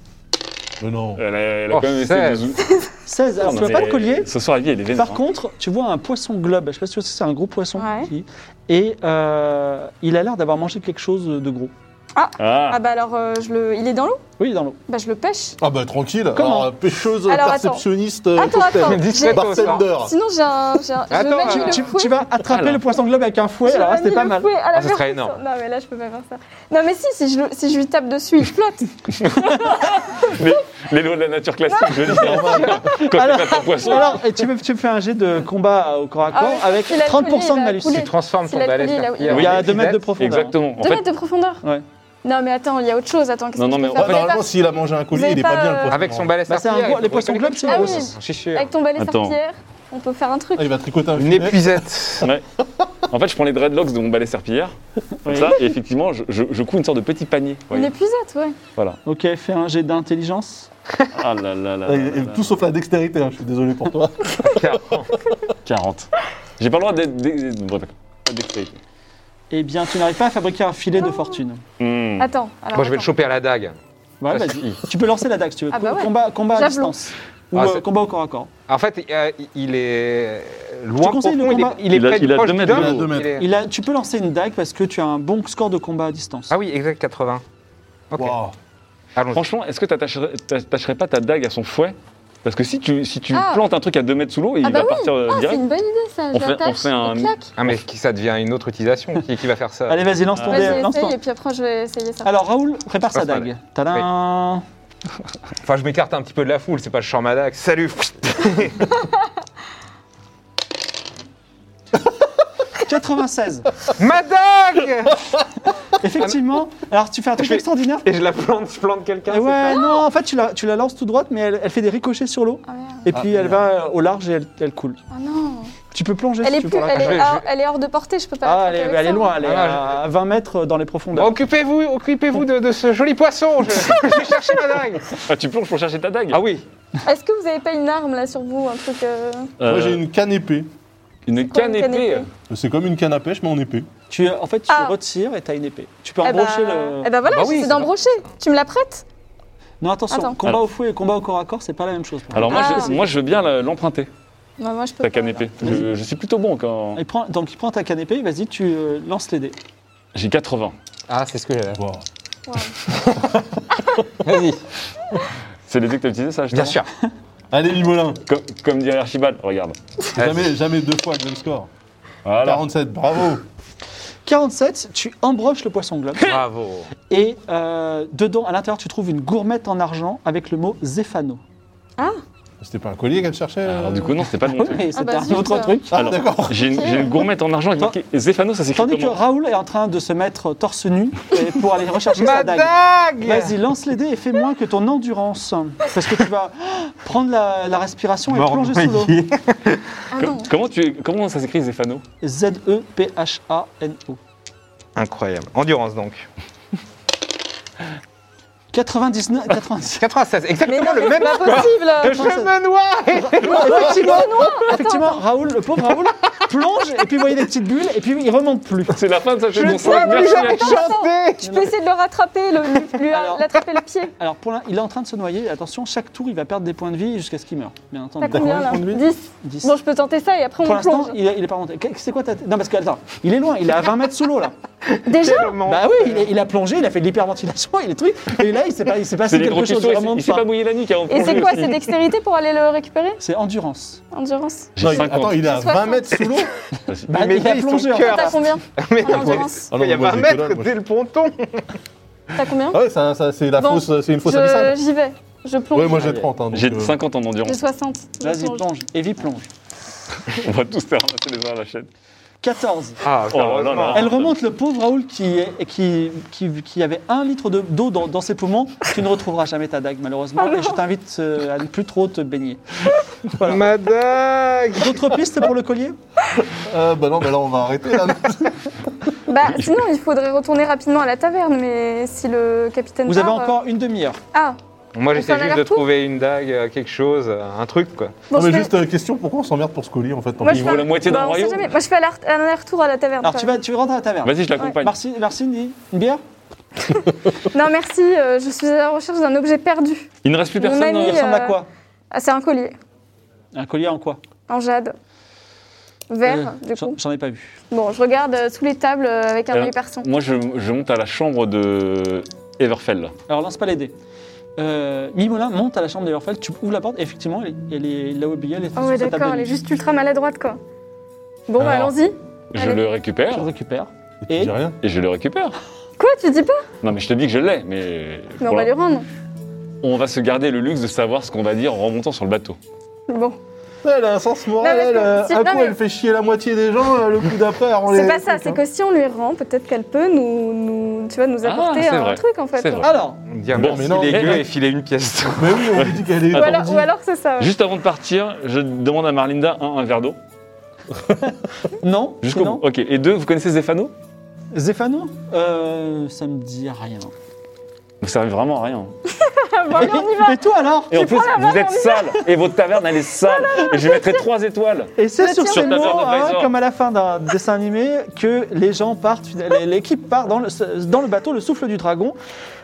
[SPEAKER 4] Mais non.
[SPEAKER 3] Elle a, elle a
[SPEAKER 2] Oh,
[SPEAKER 3] quand même essayé de
[SPEAKER 2] 16.
[SPEAKER 3] nous-
[SPEAKER 1] 16, alors
[SPEAKER 3] Non,
[SPEAKER 1] tu vois pas
[SPEAKER 3] mais
[SPEAKER 1] de collier.
[SPEAKER 3] Ce soir, la vie, elle est vénère.
[SPEAKER 1] Par
[SPEAKER 3] hein.
[SPEAKER 1] contre, tu vois un poisson globe. Je sais pas si tu vois ce que c'est un gros poisson.
[SPEAKER 5] Ouais.
[SPEAKER 1] qui- et euh, il a l'air d'avoir mangé quelque chose de gros.
[SPEAKER 3] Ah,
[SPEAKER 5] Ah bah alors, euh, je le... il est dans l'eau
[SPEAKER 1] Oui, il est dans l'eau.
[SPEAKER 5] Bah je le pêche.
[SPEAKER 6] Ah bah tranquille.
[SPEAKER 1] Comment
[SPEAKER 6] Alors, pêcheuse,
[SPEAKER 5] Alors, attends.
[SPEAKER 6] perceptionniste, euh,
[SPEAKER 5] Attends,
[SPEAKER 6] cocktail.
[SPEAKER 5] attends.
[SPEAKER 2] Discret.
[SPEAKER 5] j'ai-
[SPEAKER 6] bartender.
[SPEAKER 5] Sinon, j'ai un. j'ai un- je
[SPEAKER 2] Attends,
[SPEAKER 5] mets
[SPEAKER 2] tu-
[SPEAKER 5] le
[SPEAKER 1] Tu,
[SPEAKER 5] fouet.
[SPEAKER 1] tu vas attraper
[SPEAKER 3] Alors.
[SPEAKER 1] le poisson globe avec un fouet.
[SPEAKER 5] J'ai
[SPEAKER 1] Alors là, c'était
[SPEAKER 5] mis
[SPEAKER 1] pas
[SPEAKER 5] le
[SPEAKER 1] mal.
[SPEAKER 5] fouet à la
[SPEAKER 2] Ah, ce serait
[SPEAKER 5] version.
[SPEAKER 2] énorme.
[SPEAKER 5] Non mais là, je peux pas faire ça. Non mais si, si je, le- si je lui tape dessus, il flotte. Ah.
[SPEAKER 3] les lois de la nature classique, je dis. Quand
[SPEAKER 1] Alors-
[SPEAKER 3] tu pas ton poisson.
[SPEAKER 1] Alors, et tu me, tu me fais un jet de combat euh, au corps à
[SPEAKER 5] Ah
[SPEAKER 1] corps
[SPEAKER 5] ouais,
[SPEAKER 1] avec
[SPEAKER 5] il a le
[SPEAKER 1] 30% de
[SPEAKER 5] collier, il a le
[SPEAKER 1] malus.
[SPEAKER 5] collier.
[SPEAKER 2] Tu transformes
[SPEAKER 5] C'est
[SPEAKER 2] ton
[SPEAKER 5] la
[SPEAKER 2] balai.
[SPEAKER 5] folie, là où-
[SPEAKER 1] Il y a 2 mètres de profondeur.
[SPEAKER 3] Exactement. En
[SPEAKER 5] Deux
[SPEAKER 3] fait,
[SPEAKER 5] mètres de profondeur
[SPEAKER 1] Ouais.
[SPEAKER 5] Non mais attends, il y a autre chose. Attends, qu'est-ce
[SPEAKER 3] Non,
[SPEAKER 5] que
[SPEAKER 3] non,
[SPEAKER 5] je peux
[SPEAKER 4] Ah,
[SPEAKER 3] mais-
[SPEAKER 6] Ouais,
[SPEAKER 5] faire Je vais
[SPEAKER 6] normalement,
[SPEAKER 5] faire-
[SPEAKER 6] s'il a mangé un
[SPEAKER 5] Vous
[SPEAKER 6] collier,
[SPEAKER 5] avez
[SPEAKER 6] il est pas
[SPEAKER 5] pas,
[SPEAKER 6] bien
[SPEAKER 5] euh,
[SPEAKER 6] le poisson.
[SPEAKER 2] Avec son balai
[SPEAKER 1] Bah, c'est un
[SPEAKER 2] serpillère,
[SPEAKER 1] gros-
[SPEAKER 2] il
[SPEAKER 1] les
[SPEAKER 2] faut
[SPEAKER 1] poissons
[SPEAKER 2] reconnaître
[SPEAKER 1] globes, c'est
[SPEAKER 2] quelque
[SPEAKER 5] gros,
[SPEAKER 2] chose.
[SPEAKER 5] ça.
[SPEAKER 2] Un chichu.
[SPEAKER 5] Avec ton balai
[SPEAKER 3] Attends.
[SPEAKER 5] serpillière, on peut faire un truc.
[SPEAKER 6] Ah, Il va tricoter un
[SPEAKER 2] Une
[SPEAKER 6] filet.
[SPEAKER 2] épuisette.
[SPEAKER 3] en fait, je prends les dreadlocks de mon balai serpillière, comme
[SPEAKER 1] Oui.
[SPEAKER 3] ça, et effectivement, je, je, je couds une sorte de petit panier. vous
[SPEAKER 5] Une
[SPEAKER 3] voyez.
[SPEAKER 5] épuisette, ouais.
[SPEAKER 1] Ok, fais un jet d'intelligence.
[SPEAKER 3] Ah là là là.
[SPEAKER 4] Et-
[SPEAKER 3] là
[SPEAKER 4] et
[SPEAKER 3] là.
[SPEAKER 4] Euh, tout sauf la dextérité, hein, je suis désolé pour toi.
[SPEAKER 3] 40. J'ai pas le droit d'être. d'être- bref, d'accord. Pas d'extrémité.
[SPEAKER 1] Eh bien, tu n'arrives pas à fabriquer un filet de fortune.
[SPEAKER 3] Hmm.
[SPEAKER 5] Attends. Alors,
[SPEAKER 2] Moi, je vais le
[SPEAKER 5] attends.
[SPEAKER 2] choper à la dague.
[SPEAKER 1] Ouais,
[SPEAKER 2] Ça
[SPEAKER 1] vas-y.
[SPEAKER 2] suffit.
[SPEAKER 1] Tu peux lancer la dague si tu veux.
[SPEAKER 5] Ah bah ouais.
[SPEAKER 1] combat, combat à
[SPEAKER 5] Javelot.
[SPEAKER 1] distance. Ou
[SPEAKER 2] Ah,
[SPEAKER 1] euh,
[SPEAKER 2] c'est-
[SPEAKER 1] combat au corps à corps.
[SPEAKER 2] En fait, euh, il est
[SPEAKER 1] Je
[SPEAKER 2] loin
[SPEAKER 1] te conseille le
[SPEAKER 2] profond, il est,
[SPEAKER 1] combat.
[SPEAKER 2] il est
[SPEAKER 3] Il a-
[SPEAKER 2] près du
[SPEAKER 3] il a
[SPEAKER 2] proche
[SPEAKER 3] deux
[SPEAKER 2] du
[SPEAKER 3] mètres de
[SPEAKER 2] dôme,
[SPEAKER 6] haut. deux
[SPEAKER 2] il
[SPEAKER 6] mètres.
[SPEAKER 2] est-
[SPEAKER 1] Il a- tu peux lancer une dague parce que tu as un bon score de combat à distance.
[SPEAKER 2] Ah oui, exact, 80. Ok,
[SPEAKER 6] Waouh.
[SPEAKER 2] allons-y.
[SPEAKER 3] Franchement, est-ce que t'attacherais t'attacherais pas ta dague à son fouet Parce que si tu, si tu
[SPEAKER 5] Ah.
[SPEAKER 3] plantes un truc à 2 mètres sous l'eau, il
[SPEAKER 5] Ah bah
[SPEAKER 3] va
[SPEAKER 5] oui.
[SPEAKER 3] partir euh,
[SPEAKER 5] Ah, c'est
[SPEAKER 3] direct.
[SPEAKER 5] une bonne idée ça.
[SPEAKER 3] On fait-
[SPEAKER 5] J'attache,
[SPEAKER 3] on fait un-
[SPEAKER 5] et claque.
[SPEAKER 2] Ah, mais qui- ça devient une autre utilisation. qui, qui va faire ça
[SPEAKER 1] Allez, vas-y, lance ton dé.
[SPEAKER 5] Vas-y,
[SPEAKER 1] lance ton-
[SPEAKER 5] essaye et puis après je vais essayer ça.
[SPEAKER 1] Alors, Raoul, prépare sa
[SPEAKER 2] Passe pas
[SPEAKER 1] dague. Tadam
[SPEAKER 2] Enfin, je m'écarte un petit peu de la foule, c'est pas le charme à dague. Salut pfft.
[SPEAKER 1] 96
[SPEAKER 2] Ma dague
[SPEAKER 1] Effectivement. Alors, tu fais un truc
[SPEAKER 2] Je fais-
[SPEAKER 1] extraordinaire.
[SPEAKER 2] Et je la plante, je plante quelqu'un.
[SPEAKER 1] Et
[SPEAKER 2] c'est
[SPEAKER 1] ouais, non, en fait, tu la, tu la lances tout droite, mais elle, elle fait des ricochets sur l'eau.
[SPEAKER 5] Ah merde.
[SPEAKER 1] Et puis, elle va euh, au large et elle, elle coule.
[SPEAKER 5] Ah non.
[SPEAKER 1] Tu peux plonger
[SPEAKER 5] Elle
[SPEAKER 1] si
[SPEAKER 5] est
[SPEAKER 1] tu
[SPEAKER 5] plus,
[SPEAKER 1] veux. pour la-
[SPEAKER 5] elle
[SPEAKER 2] je vais-
[SPEAKER 5] est
[SPEAKER 2] je
[SPEAKER 5] hors-
[SPEAKER 2] vais-
[SPEAKER 5] elle est hors de portée, je peux pas.
[SPEAKER 1] Ah, elle est,
[SPEAKER 5] l'attraper avec
[SPEAKER 1] elle est
[SPEAKER 5] ça.
[SPEAKER 1] loin, elle est
[SPEAKER 2] Ah,
[SPEAKER 1] à à 20 mètres dans les
[SPEAKER 2] pas-
[SPEAKER 1] profondeurs.
[SPEAKER 2] Occupez-vous, occupez-vous de, de ce joli poisson. Je, je vais chercher ma dague.
[SPEAKER 3] Ah, tu plonges pour chercher ta dague
[SPEAKER 2] Ah oui,
[SPEAKER 5] Est-ce que vous avez pas une arme là sur vous, un truc euh,
[SPEAKER 3] Euh,
[SPEAKER 4] Moi j'ai une canne épée.
[SPEAKER 3] une
[SPEAKER 5] quoi, une
[SPEAKER 3] canne épée.
[SPEAKER 1] euh,
[SPEAKER 4] C'est comme une canne à pêche, mais en épée.
[SPEAKER 1] Tu, en fait, tu
[SPEAKER 5] Ah.
[SPEAKER 1] retires et t'as une épée. Tu peux
[SPEAKER 5] Eh bah,
[SPEAKER 1] embrocher
[SPEAKER 5] eh
[SPEAKER 1] le.
[SPEAKER 5] bah voilà,
[SPEAKER 2] Bah oui,
[SPEAKER 5] j'essaie
[SPEAKER 2] c'est
[SPEAKER 5] d'embrocher. Tu me la prêtes
[SPEAKER 1] Non, attention,
[SPEAKER 5] Attends.
[SPEAKER 1] combat
[SPEAKER 3] Alors-
[SPEAKER 1] au fouet et combat au corps à corps, c'est pas la même chose. pour
[SPEAKER 3] Alors moi,
[SPEAKER 5] Ah.
[SPEAKER 3] je, moi, je veux bien la- l'emprunter,
[SPEAKER 5] Bah, Moi je peux.
[SPEAKER 3] ta
[SPEAKER 5] pas.
[SPEAKER 3] canne épée. Je, je suis plutôt bon quand.
[SPEAKER 1] Il prend, donc il prend ta canne épée, vas-y, tu euh, lances les dés.
[SPEAKER 3] J'ai 80.
[SPEAKER 2] ah c'est ce que j'avais.
[SPEAKER 4] Waouh.
[SPEAKER 2] Vas-y,
[SPEAKER 3] C'est les dés que t'as utilisés, ça
[SPEAKER 2] bien
[SPEAKER 3] justement
[SPEAKER 2] sûr.
[SPEAKER 4] Allez, Limolin.
[SPEAKER 3] Comme, comme dirait Archibald, regarde.
[SPEAKER 4] Jamais, jamais deux fois le même score.
[SPEAKER 3] Voilà.
[SPEAKER 4] 47, bravo.
[SPEAKER 1] 47, tu embroches le poisson globe
[SPEAKER 2] Bravo.
[SPEAKER 1] et euh, dedans, à l'intérieur, tu trouves une gourmette en argent avec le mot Zéphano.
[SPEAKER 4] C'était pas un collier qu'elle cherchait
[SPEAKER 3] Alors
[SPEAKER 4] euh
[SPEAKER 3] du coup, non, c'était pas le bon
[SPEAKER 1] Oui,
[SPEAKER 3] truc.
[SPEAKER 1] mais c'était
[SPEAKER 5] bah
[SPEAKER 1] un
[SPEAKER 5] zut.
[SPEAKER 1] autre truc.
[SPEAKER 4] Ah,
[SPEAKER 3] Alors,
[SPEAKER 4] d'accord.
[SPEAKER 3] J'ai une, j'ai une gourmette en argent,
[SPEAKER 1] Attends.
[SPEAKER 3] j'ai Zéphano, ça s'écrit
[SPEAKER 1] Tandis que
[SPEAKER 3] comment
[SPEAKER 1] Raoul est en train de se mettre torse nu et- pour aller rechercher
[SPEAKER 2] Ma
[SPEAKER 1] sa dague.
[SPEAKER 2] dague
[SPEAKER 1] Vas-y, lance les dés et fais moins que ton endurance. Parce que tu vas prendre la, la respiration et plonger sous l'eau.
[SPEAKER 2] Mordoyer.
[SPEAKER 5] Ah
[SPEAKER 3] Com-
[SPEAKER 5] non.
[SPEAKER 3] comment, tu, comment ça s'écrit Zéphano
[SPEAKER 1] E Z-E-P-H-A-N-O.
[SPEAKER 2] Incroyable. Endurance donc.
[SPEAKER 1] 99, 96.
[SPEAKER 2] 96, exactement le même
[SPEAKER 5] Pas possible.
[SPEAKER 2] chemin noir
[SPEAKER 5] Ah,
[SPEAKER 1] effectivement, effectivement Raoul, le pauvre Raoul, plonge et puis vous voyez des petites bulles et puis il remonte plus.
[SPEAKER 3] C'est la fin de ça, c'est
[SPEAKER 2] Je
[SPEAKER 3] bon
[SPEAKER 2] ne
[SPEAKER 3] sang.
[SPEAKER 2] sais plus
[SPEAKER 3] Merci.
[SPEAKER 2] jamais chanter
[SPEAKER 5] Je peux essayer de le rattraper, le- lui lui
[SPEAKER 1] Alors.
[SPEAKER 5] l'attraper le pied.
[SPEAKER 1] Alors pour l'in- il est en train de se noyer. Attention, chaque tour, il va perdre des points de vie jusqu'à ce qu'il meure. Bien entendu.
[SPEAKER 5] T'as combien là 10.
[SPEAKER 1] 10.
[SPEAKER 5] Bon, je peux tenter ça et après
[SPEAKER 1] Pour
[SPEAKER 5] on
[SPEAKER 1] l'instant,
[SPEAKER 5] plonge.
[SPEAKER 1] il, est- il est pas monté. Qu'est- C'est quoi ta. Non, parce que attends, il est loin, il est à 20 mètres sous l'eau là.
[SPEAKER 5] Déjà
[SPEAKER 2] Tellement.
[SPEAKER 1] Bah oui, il, est- il a plongé, il a fait de l'hyperventilation et les trucs. Et là, il s'est pas, il s'est passé
[SPEAKER 3] C'est des gros
[SPEAKER 1] quelque chose
[SPEAKER 3] cristaux, il s'est-
[SPEAKER 1] vraiment de
[SPEAKER 3] il s'est
[SPEAKER 1] fort.
[SPEAKER 3] pas mouillé la nuque hein. avant de
[SPEAKER 5] Et c'est
[SPEAKER 3] plonger
[SPEAKER 5] quoi
[SPEAKER 3] aussi.
[SPEAKER 5] C'est dextérité pour aller le récupérer
[SPEAKER 1] C'est endurance.
[SPEAKER 5] Endurance
[SPEAKER 3] J'ai
[SPEAKER 6] Non, il-
[SPEAKER 3] 50.
[SPEAKER 6] Attends, il est à 20
[SPEAKER 5] 60.
[SPEAKER 6] mètres sous l'eau
[SPEAKER 1] Bah,
[SPEAKER 2] Mais
[SPEAKER 1] il a
[SPEAKER 2] ils sont
[SPEAKER 1] plongé. en
[SPEAKER 2] cœur.
[SPEAKER 1] fait.
[SPEAKER 5] T'as combien
[SPEAKER 2] Mais
[SPEAKER 5] En endurance
[SPEAKER 2] il y a
[SPEAKER 4] Ah non, moi,
[SPEAKER 2] 20
[SPEAKER 4] je
[SPEAKER 2] mètres,
[SPEAKER 4] déconne, moi.
[SPEAKER 2] dès le ponton.
[SPEAKER 5] T'as combien
[SPEAKER 6] Ah ouais, ça, ça, c'est la
[SPEAKER 5] Bon,
[SPEAKER 6] fausse, c'est une fausse
[SPEAKER 5] Je-
[SPEAKER 6] abyssale.
[SPEAKER 5] J'y vais. Je plonge.
[SPEAKER 6] Ouais, moi j'ai 30. Hein, donc,
[SPEAKER 3] J'ai
[SPEAKER 6] euh,
[SPEAKER 3] 50 ans
[SPEAKER 5] J'ai
[SPEAKER 3] d'endurance.
[SPEAKER 5] 60. Je
[SPEAKER 1] Vas-y,
[SPEAKER 5] plonge.
[SPEAKER 1] plonge. Evie plonge.
[SPEAKER 3] On va tous faire ramasser les uns à la chaîne.
[SPEAKER 1] 14.
[SPEAKER 2] Ah,
[SPEAKER 3] Oh là là.
[SPEAKER 2] heureusement.
[SPEAKER 1] Elle remonte le pauvre Raoul qui, est- qui, qui, qui avait un litre de- d'eau dans, dans ses poumons. Tu ne retrouveras jamais ta dague,
[SPEAKER 5] Ah
[SPEAKER 1] malheureusement. et je t'invite euh, à ne plus trop te baigner. Voilà.
[SPEAKER 2] Ma dague
[SPEAKER 1] D'autres pistes pour le collier
[SPEAKER 6] euh, bah non, mais là on va arrêter. Là.
[SPEAKER 5] Bah, sinon, il faudrait retourner rapidement à la taverne, mais si le capitaine.
[SPEAKER 1] Vous avez
[SPEAKER 5] part, euh,
[SPEAKER 1] encore une demi-heure.
[SPEAKER 5] Ah,
[SPEAKER 2] Moi,
[SPEAKER 5] On
[SPEAKER 2] j'essaie
[SPEAKER 5] s'en a
[SPEAKER 2] juste
[SPEAKER 5] l'air
[SPEAKER 2] de
[SPEAKER 5] tout.
[SPEAKER 2] trouver une dague, euh, quelque chose, euh, un truc, quoi.
[SPEAKER 5] bon,
[SPEAKER 6] non, mais
[SPEAKER 5] je fais-
[SPEAKER 6] juste euh, question, pourquoi on s'emmerde pour ce colis en fait tant
[SPEAKER 5] Moi,
[SPEAKER 6] pis.
[SPEAKER 5] je
[SPEAKER 3] vaut
[SPEAKER 5] fais-
[SPEAKER 3] la moitié d'un
[SPEAKER 5] Bah, on sait
[SPEAKER 3] royaume. Ah,
[SPEAKER 5] jamais. Moi, je fais aller- un aller-retour à la taverne.
[SPEAKER 1] Alors
[SPEAKER 5] quand
[SPEAKER 1] tu
[SPEAKER 5] même.
[SPEAKER 1] vas, tu rentres à la taverne.
[SPEAKER 3] Vas-y, je l'accompagne.
[SPEAKER 1] Merci, merci, Nini. Une bière
[SPEAKER 2] Moi,
[SPEAKER 5] Non, merci, euh, je suis à la recherche d'un objet perdu.
[SPEAKER 3] Il ne reste plus
[SPEAKER 5] Mon
[SPEAKER 3] personne.
[SPEAKER 5] ami,
[SPEAKER 3] hein.
[SPEAKER 1] Il ressemble à
[SPEAKER 5] euh,
[SPEAKER 1] quoi
[SPEAKER 5] Ah, c'est un collier,
[SPEAKER 1] Un collier en quoi
[SPEAKER 5] en jade. Vert,
[SPEAKER 1] Euh,
[SPEAKER 5] du
[SPEAKER 1] j'en-
[SPEAKER 5] coup.
[SPEAKER 1] J'en ai pas vu.
[SPEAKER 5] Bon, je regarde euh, sous les tables euh, avec un
[SPEAKER 3] Alors,
[SPEAKER 5] œil perçant.
[SPEAKER 3] Moi, je, je monte à la chambre de Everfell.
[SPEAKER 1] Alors lance pas les dés. Euh, Mimolin monte à la chambre d'Everfell, tu ouvres la porte, et effectivement, elle est, elle est là où Abigail, elle est
[SPEAKER 5] Oh,
[SPEAKER 1] sur
[SPEAKER 5] ouais,
[SPEAKER 1] sa table
[SPEAKER 5] d'accord,
[SPEAKER 1] de
[SPEAKER 5] elle est
[SPEAKER 1] nuit.
[SPEAKER 5] juste ultra maladroite, quoi. Bon, bah,
[SPEAKER 3] Alors.
[SPEAKER 5] allons-y.
[SPEAKER 3] Je
[SPEAKER 5] Allez.
[SPEAKER 3] le
[SPEAKER 1] Tu le
[SPEAKER 3] récupère.
[SPEAKER 1] récupères.
[SPEAKER 6] Tu
[SPEAKER 1] Et
[SPEAKER 6] dis rien.
[SPEAKER 3] Et je le récupère.
[SPEAKER 5] Quoi, tu dis pas
[SPEAKER 3] Non, mais je te dis que je l'ai, mais.
[SPEAKER 5] Mais on
[SPEAKER 3] pour
[SPEAKER 5] va
[SPEAKER 3] la-
[SPEAKER 5] lui rendre.
[SPEAKER 3] on va se garder le luxe de savoir ce qu'on va dire en remontant sur le bateau.
[SPEAKER 5] Bon,
[SPEAKER 6] Elle a un sens moral.
[SPEAKER 5] Non, mais
[SPEAKER 6] elle, euh,
[SPEAKER 5] c'est- c'est-
[SPEAKER 6] un
[SPEAKER 5] non,
[SPEAKER 6] coup
[SPEAKER 5] mais-
[SPEAKER 6] elle fait chier la moitié des gens, euh, le coup d'après elle rend les- hein.
[SPEAKER 5] c'est pas ça,
[SPEAKER 6] les
[SPEAKER 5] c'est
[SPEAKER 6] trucs,
[SPEAKER 5] que si on lui rend, peut-être qu'elle peut nous, nous, tu vois, nous
[SPEAKER 3] Ah,
[SPEAKER 5] apporter
[SPEAKER 3] c'est
[SPEAKER 5] un
[SPEAKER 3] vrai.
[SPEAKER 5] truc, en fait. hein.
[SPEAKER 3] C'est vrai.
[SPEAKER 1] alors,
[SPEAKER 2] On me dit, ah,
[SPEAKER 3] Bon,
[SPEAKER 2] merci
[SPEAKER 6] mais non,
[SPEAKER 2] les
[SPEAKER 3] mais-
[SPEAKER 2] gueux et filer une pièce.
[SPEAKER 6] hein. Mais oui, on lui dit qu'elle est.
[SPEAKER 5] Ou alors,
[SPEAKER 6] étourdie.
[SPEAKER 5] ou alors c'est ça. ouais.
[SPEAKER 3] Juste avant de partir, je demande à Marlinda, un, un verre d'eau.
[SPEAKER 1] non,
[SPEAKER 3] Jusqu'au
[SPEAKER 1] sinon-
[SPEAKER 3] bout. Ok, et deux, vous connaissez Zéphano
[SPEAKER 1] Zéphano euh, Ça me dit rien.
[SPEAKER 3] Vous servez vraiment à rien. hein.
[SPEAKER 5] Ah, bon, allez, on y va.
[SPEAKER 1] Et toi alors
[SPEAKER 3] Et en plus,
[SPEAKER 5] la
[SPEAKER 3] vous
[SPEAKER 5] main,
[SPEAKER 3] êtes
[SPEAKER 5] on y
[SPEAKER 3] sale Et votre taverne, elle est sale Et je mettrai trois étoiles
[SPEAKER 1] Et c'est sur
[SPEAKER 3] tiens.
[SPEAKER 1] ces
[SPEAKER 3] Sur ta
[SPEAKER 1] mots,
[SPEAKER 3] Taverne
[SPEAKER 1] hein,
[SPEAKER 3] Advisor.
[SPEAKER 1] comme à la fin d'un dessin animé, que les gens partent, les- l'équipe part dans le, dans le bateau, le souffle du dragon.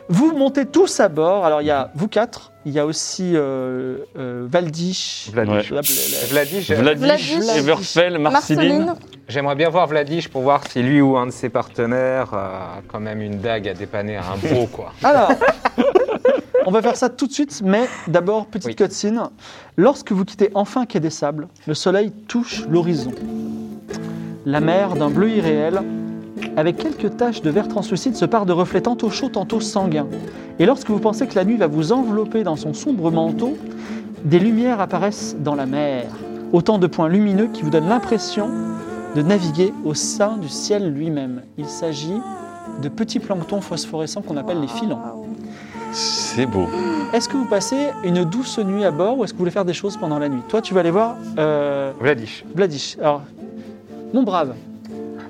[SPEAKER 1] Vous montez tous à bord. Alors, il y a vous quatre, il y a aussi euh, euh, Valdish.
[SPEAKER 2] Vladish.
[SPEAKER 1] La- la- la-
[SPEAKER 2] Vladish, euh,
[SPEAKER 3] Vladish,
[SPEAKER 5] Vladish.
[SPEAKER 3] Everfell, Marceline.
[SPEAKER 5] Marceline,
[SPEAKER 2] j'aimerais bien voir Vladish pour voir si lui ou un de ses partenaires a quand même une dague à dépanner à un bro, quoi.
[SPEAKER 1] Alors, on va faire ça tout de suite, mais d'abord, petite
[SPEAKER 2] Oui.
[SPEAKER 1] cutscene. Lorsque vous quittez enfin Quai des Sables, le soleil touche l'horizon. La mer, d'un bleu irréel, avec quelques taches de vert translucide, se part de reflets tantôt chauds, tantôt sanguins. Et lorsque vous pensez que la nuit va vous envelopper dans son sombre manteau, des lumières apparaissent dans la mer. Autant de points lumineux qui vous donnent l'impression de naviguer au sein du ciel lui-même. Il s'agit de petits planctons phosphorescents qu'on appelle les filants.
[SPEAKER 3] C'est beau.
[SPEAKER 1] Est-ce que vous passez une douce nuit à bord ou est-ce que vous voulez faire des choses pendant la nuit Toi, tu vas aller voir euh,
[SPEAKER 2] Vladish.
[SPEAKER 1] Vladish. Alors, mon brave,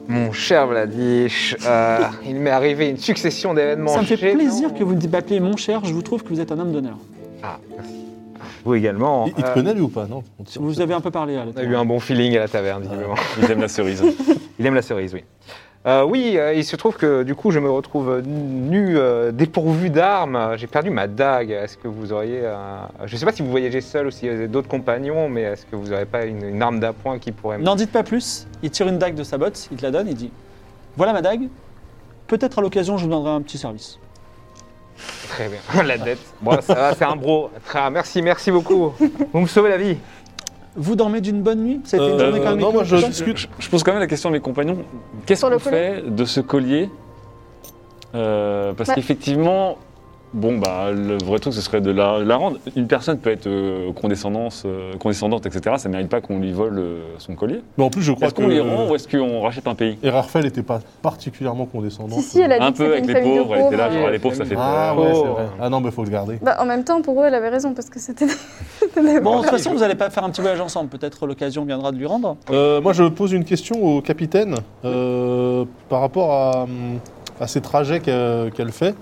[SPEAKER 2] Mon cher Vladish, euh, il m'est arrivé une succession d'événements.
[SPEAKER 1] ça me fait
[SPEAKER 2] gênants.
[SPEAKER 1] plaisir que vous m'appeliez mon cher. Je vous trouve que vous êtes un homme d'honneur.
[SPEAKER 2] Ah, merci. Vous également.
[SPEAKER 6] Il, il te
[SPEAKER 2] Euh,
[SPEAKER 6] connaît lui ou pas Non. On tire-
[SPEAKER 1] Vous avez un peu parlé. à
[SPEAKER 2] On a eu un bon feeling à la taverne, visiblement.
[SPEAKER 3] Ils aiment la cerise.
[SPEAKER 2] Il aime la cerise, oui. Euh, oui, euh, il se trouve que du coup, je me retrouve euh, nu, euh, dépourvu d'armes. J'ai perdu ma dague. Est-ce que vous auriez. euh, Je ne sais pas si vous voyagez seul ou si vous avez d'autres compagnons, mais est-ce que vous n'aurez pas une, une arme d'appoint qui pourrait. me-
[SPEAKER 1] N'en dites pas plus. Il tire une dague de sa botte, il te la donne, il dit Voilà ma dague. Peut-être à l'occasion, je vous donnerai un petit service.
[SPEAKER 2] Très bien. la dette. Bon, ça va, c'est un bro. Très- Merci, merci beaucoup. Vous me sauvez la vie.
[SPEAKER 1] Vous dormez d'une bonne nuit C'était une
[SPEAKER 6] Euh,
[SPEAKER 1] journée quand même
[SPEAKER 6] non, moi je
[SPEAKER 1] éclate-
[SPEAKER 6] discute.
[SPEAKER 3] Je, je pose quand même la question à mes compagnons. Qu'est-ce
[SPEAKER 5] Sur le
[SPEAKER 3] qu'on fait de ce collier Euh, Parce
[SPEAKER 5] Bah.
[SPEAKER 3] qu'effectivement, bon bah le vrai truc ce serait de la, la rendre. Une personne peut être euh, condescendance, euh, condescendante, etc. Ça mérite pas qu'on lui vole euh, son collier.
[SPEAKER 6] Mais en plus, je crois
[SPEAKER 3] Est-ce qu'on lui rend
[SPEAKER 6] que.
[SPEAKER 3] ou est-ce qu'on rachète un pays
[SPEAKER 6] Et Raphaël n'était pas particulièrement condescendant.
[SPEAKER 5] Si, si, elle a dit
[SPEAKER 3] Un
[SPEAKER 5] que
[SPEAKER 3] peu
[SPEAKER 5] c'était
[SPEAKER 3] avec
[SPEAKER 5] une
[SPEAKER 3] les
[SPEAKER 5] famille de
[SPEAKER 3] pauvres, elle était là,
[SPEAKER 5] pauvres.
[SPEAKER 3] genre les pauvres ça fait
[SPEAKER 6] Ah
[SPEAKER 3] peur.
[SPEAKER 6] ouais,
[SPEAKER 2] Oh.
[SPEAKER 6] c'est vrai. Ah non, mais faut le garder.
[SPEAKER 5] Bah, en même temps, pour eux, elle avait raison, parce que c'était...
[SPEAKER 1] Bon, de toute façon, vous allez pas faire un petit voyage ensemble. Peut-être l'occasion viendra de lui rendre.
[SPEAKER 6] Euh, moi, je pose une question au capitaine euh, par rapport à, hum, à ces trajets qu'elle qu'elle fait.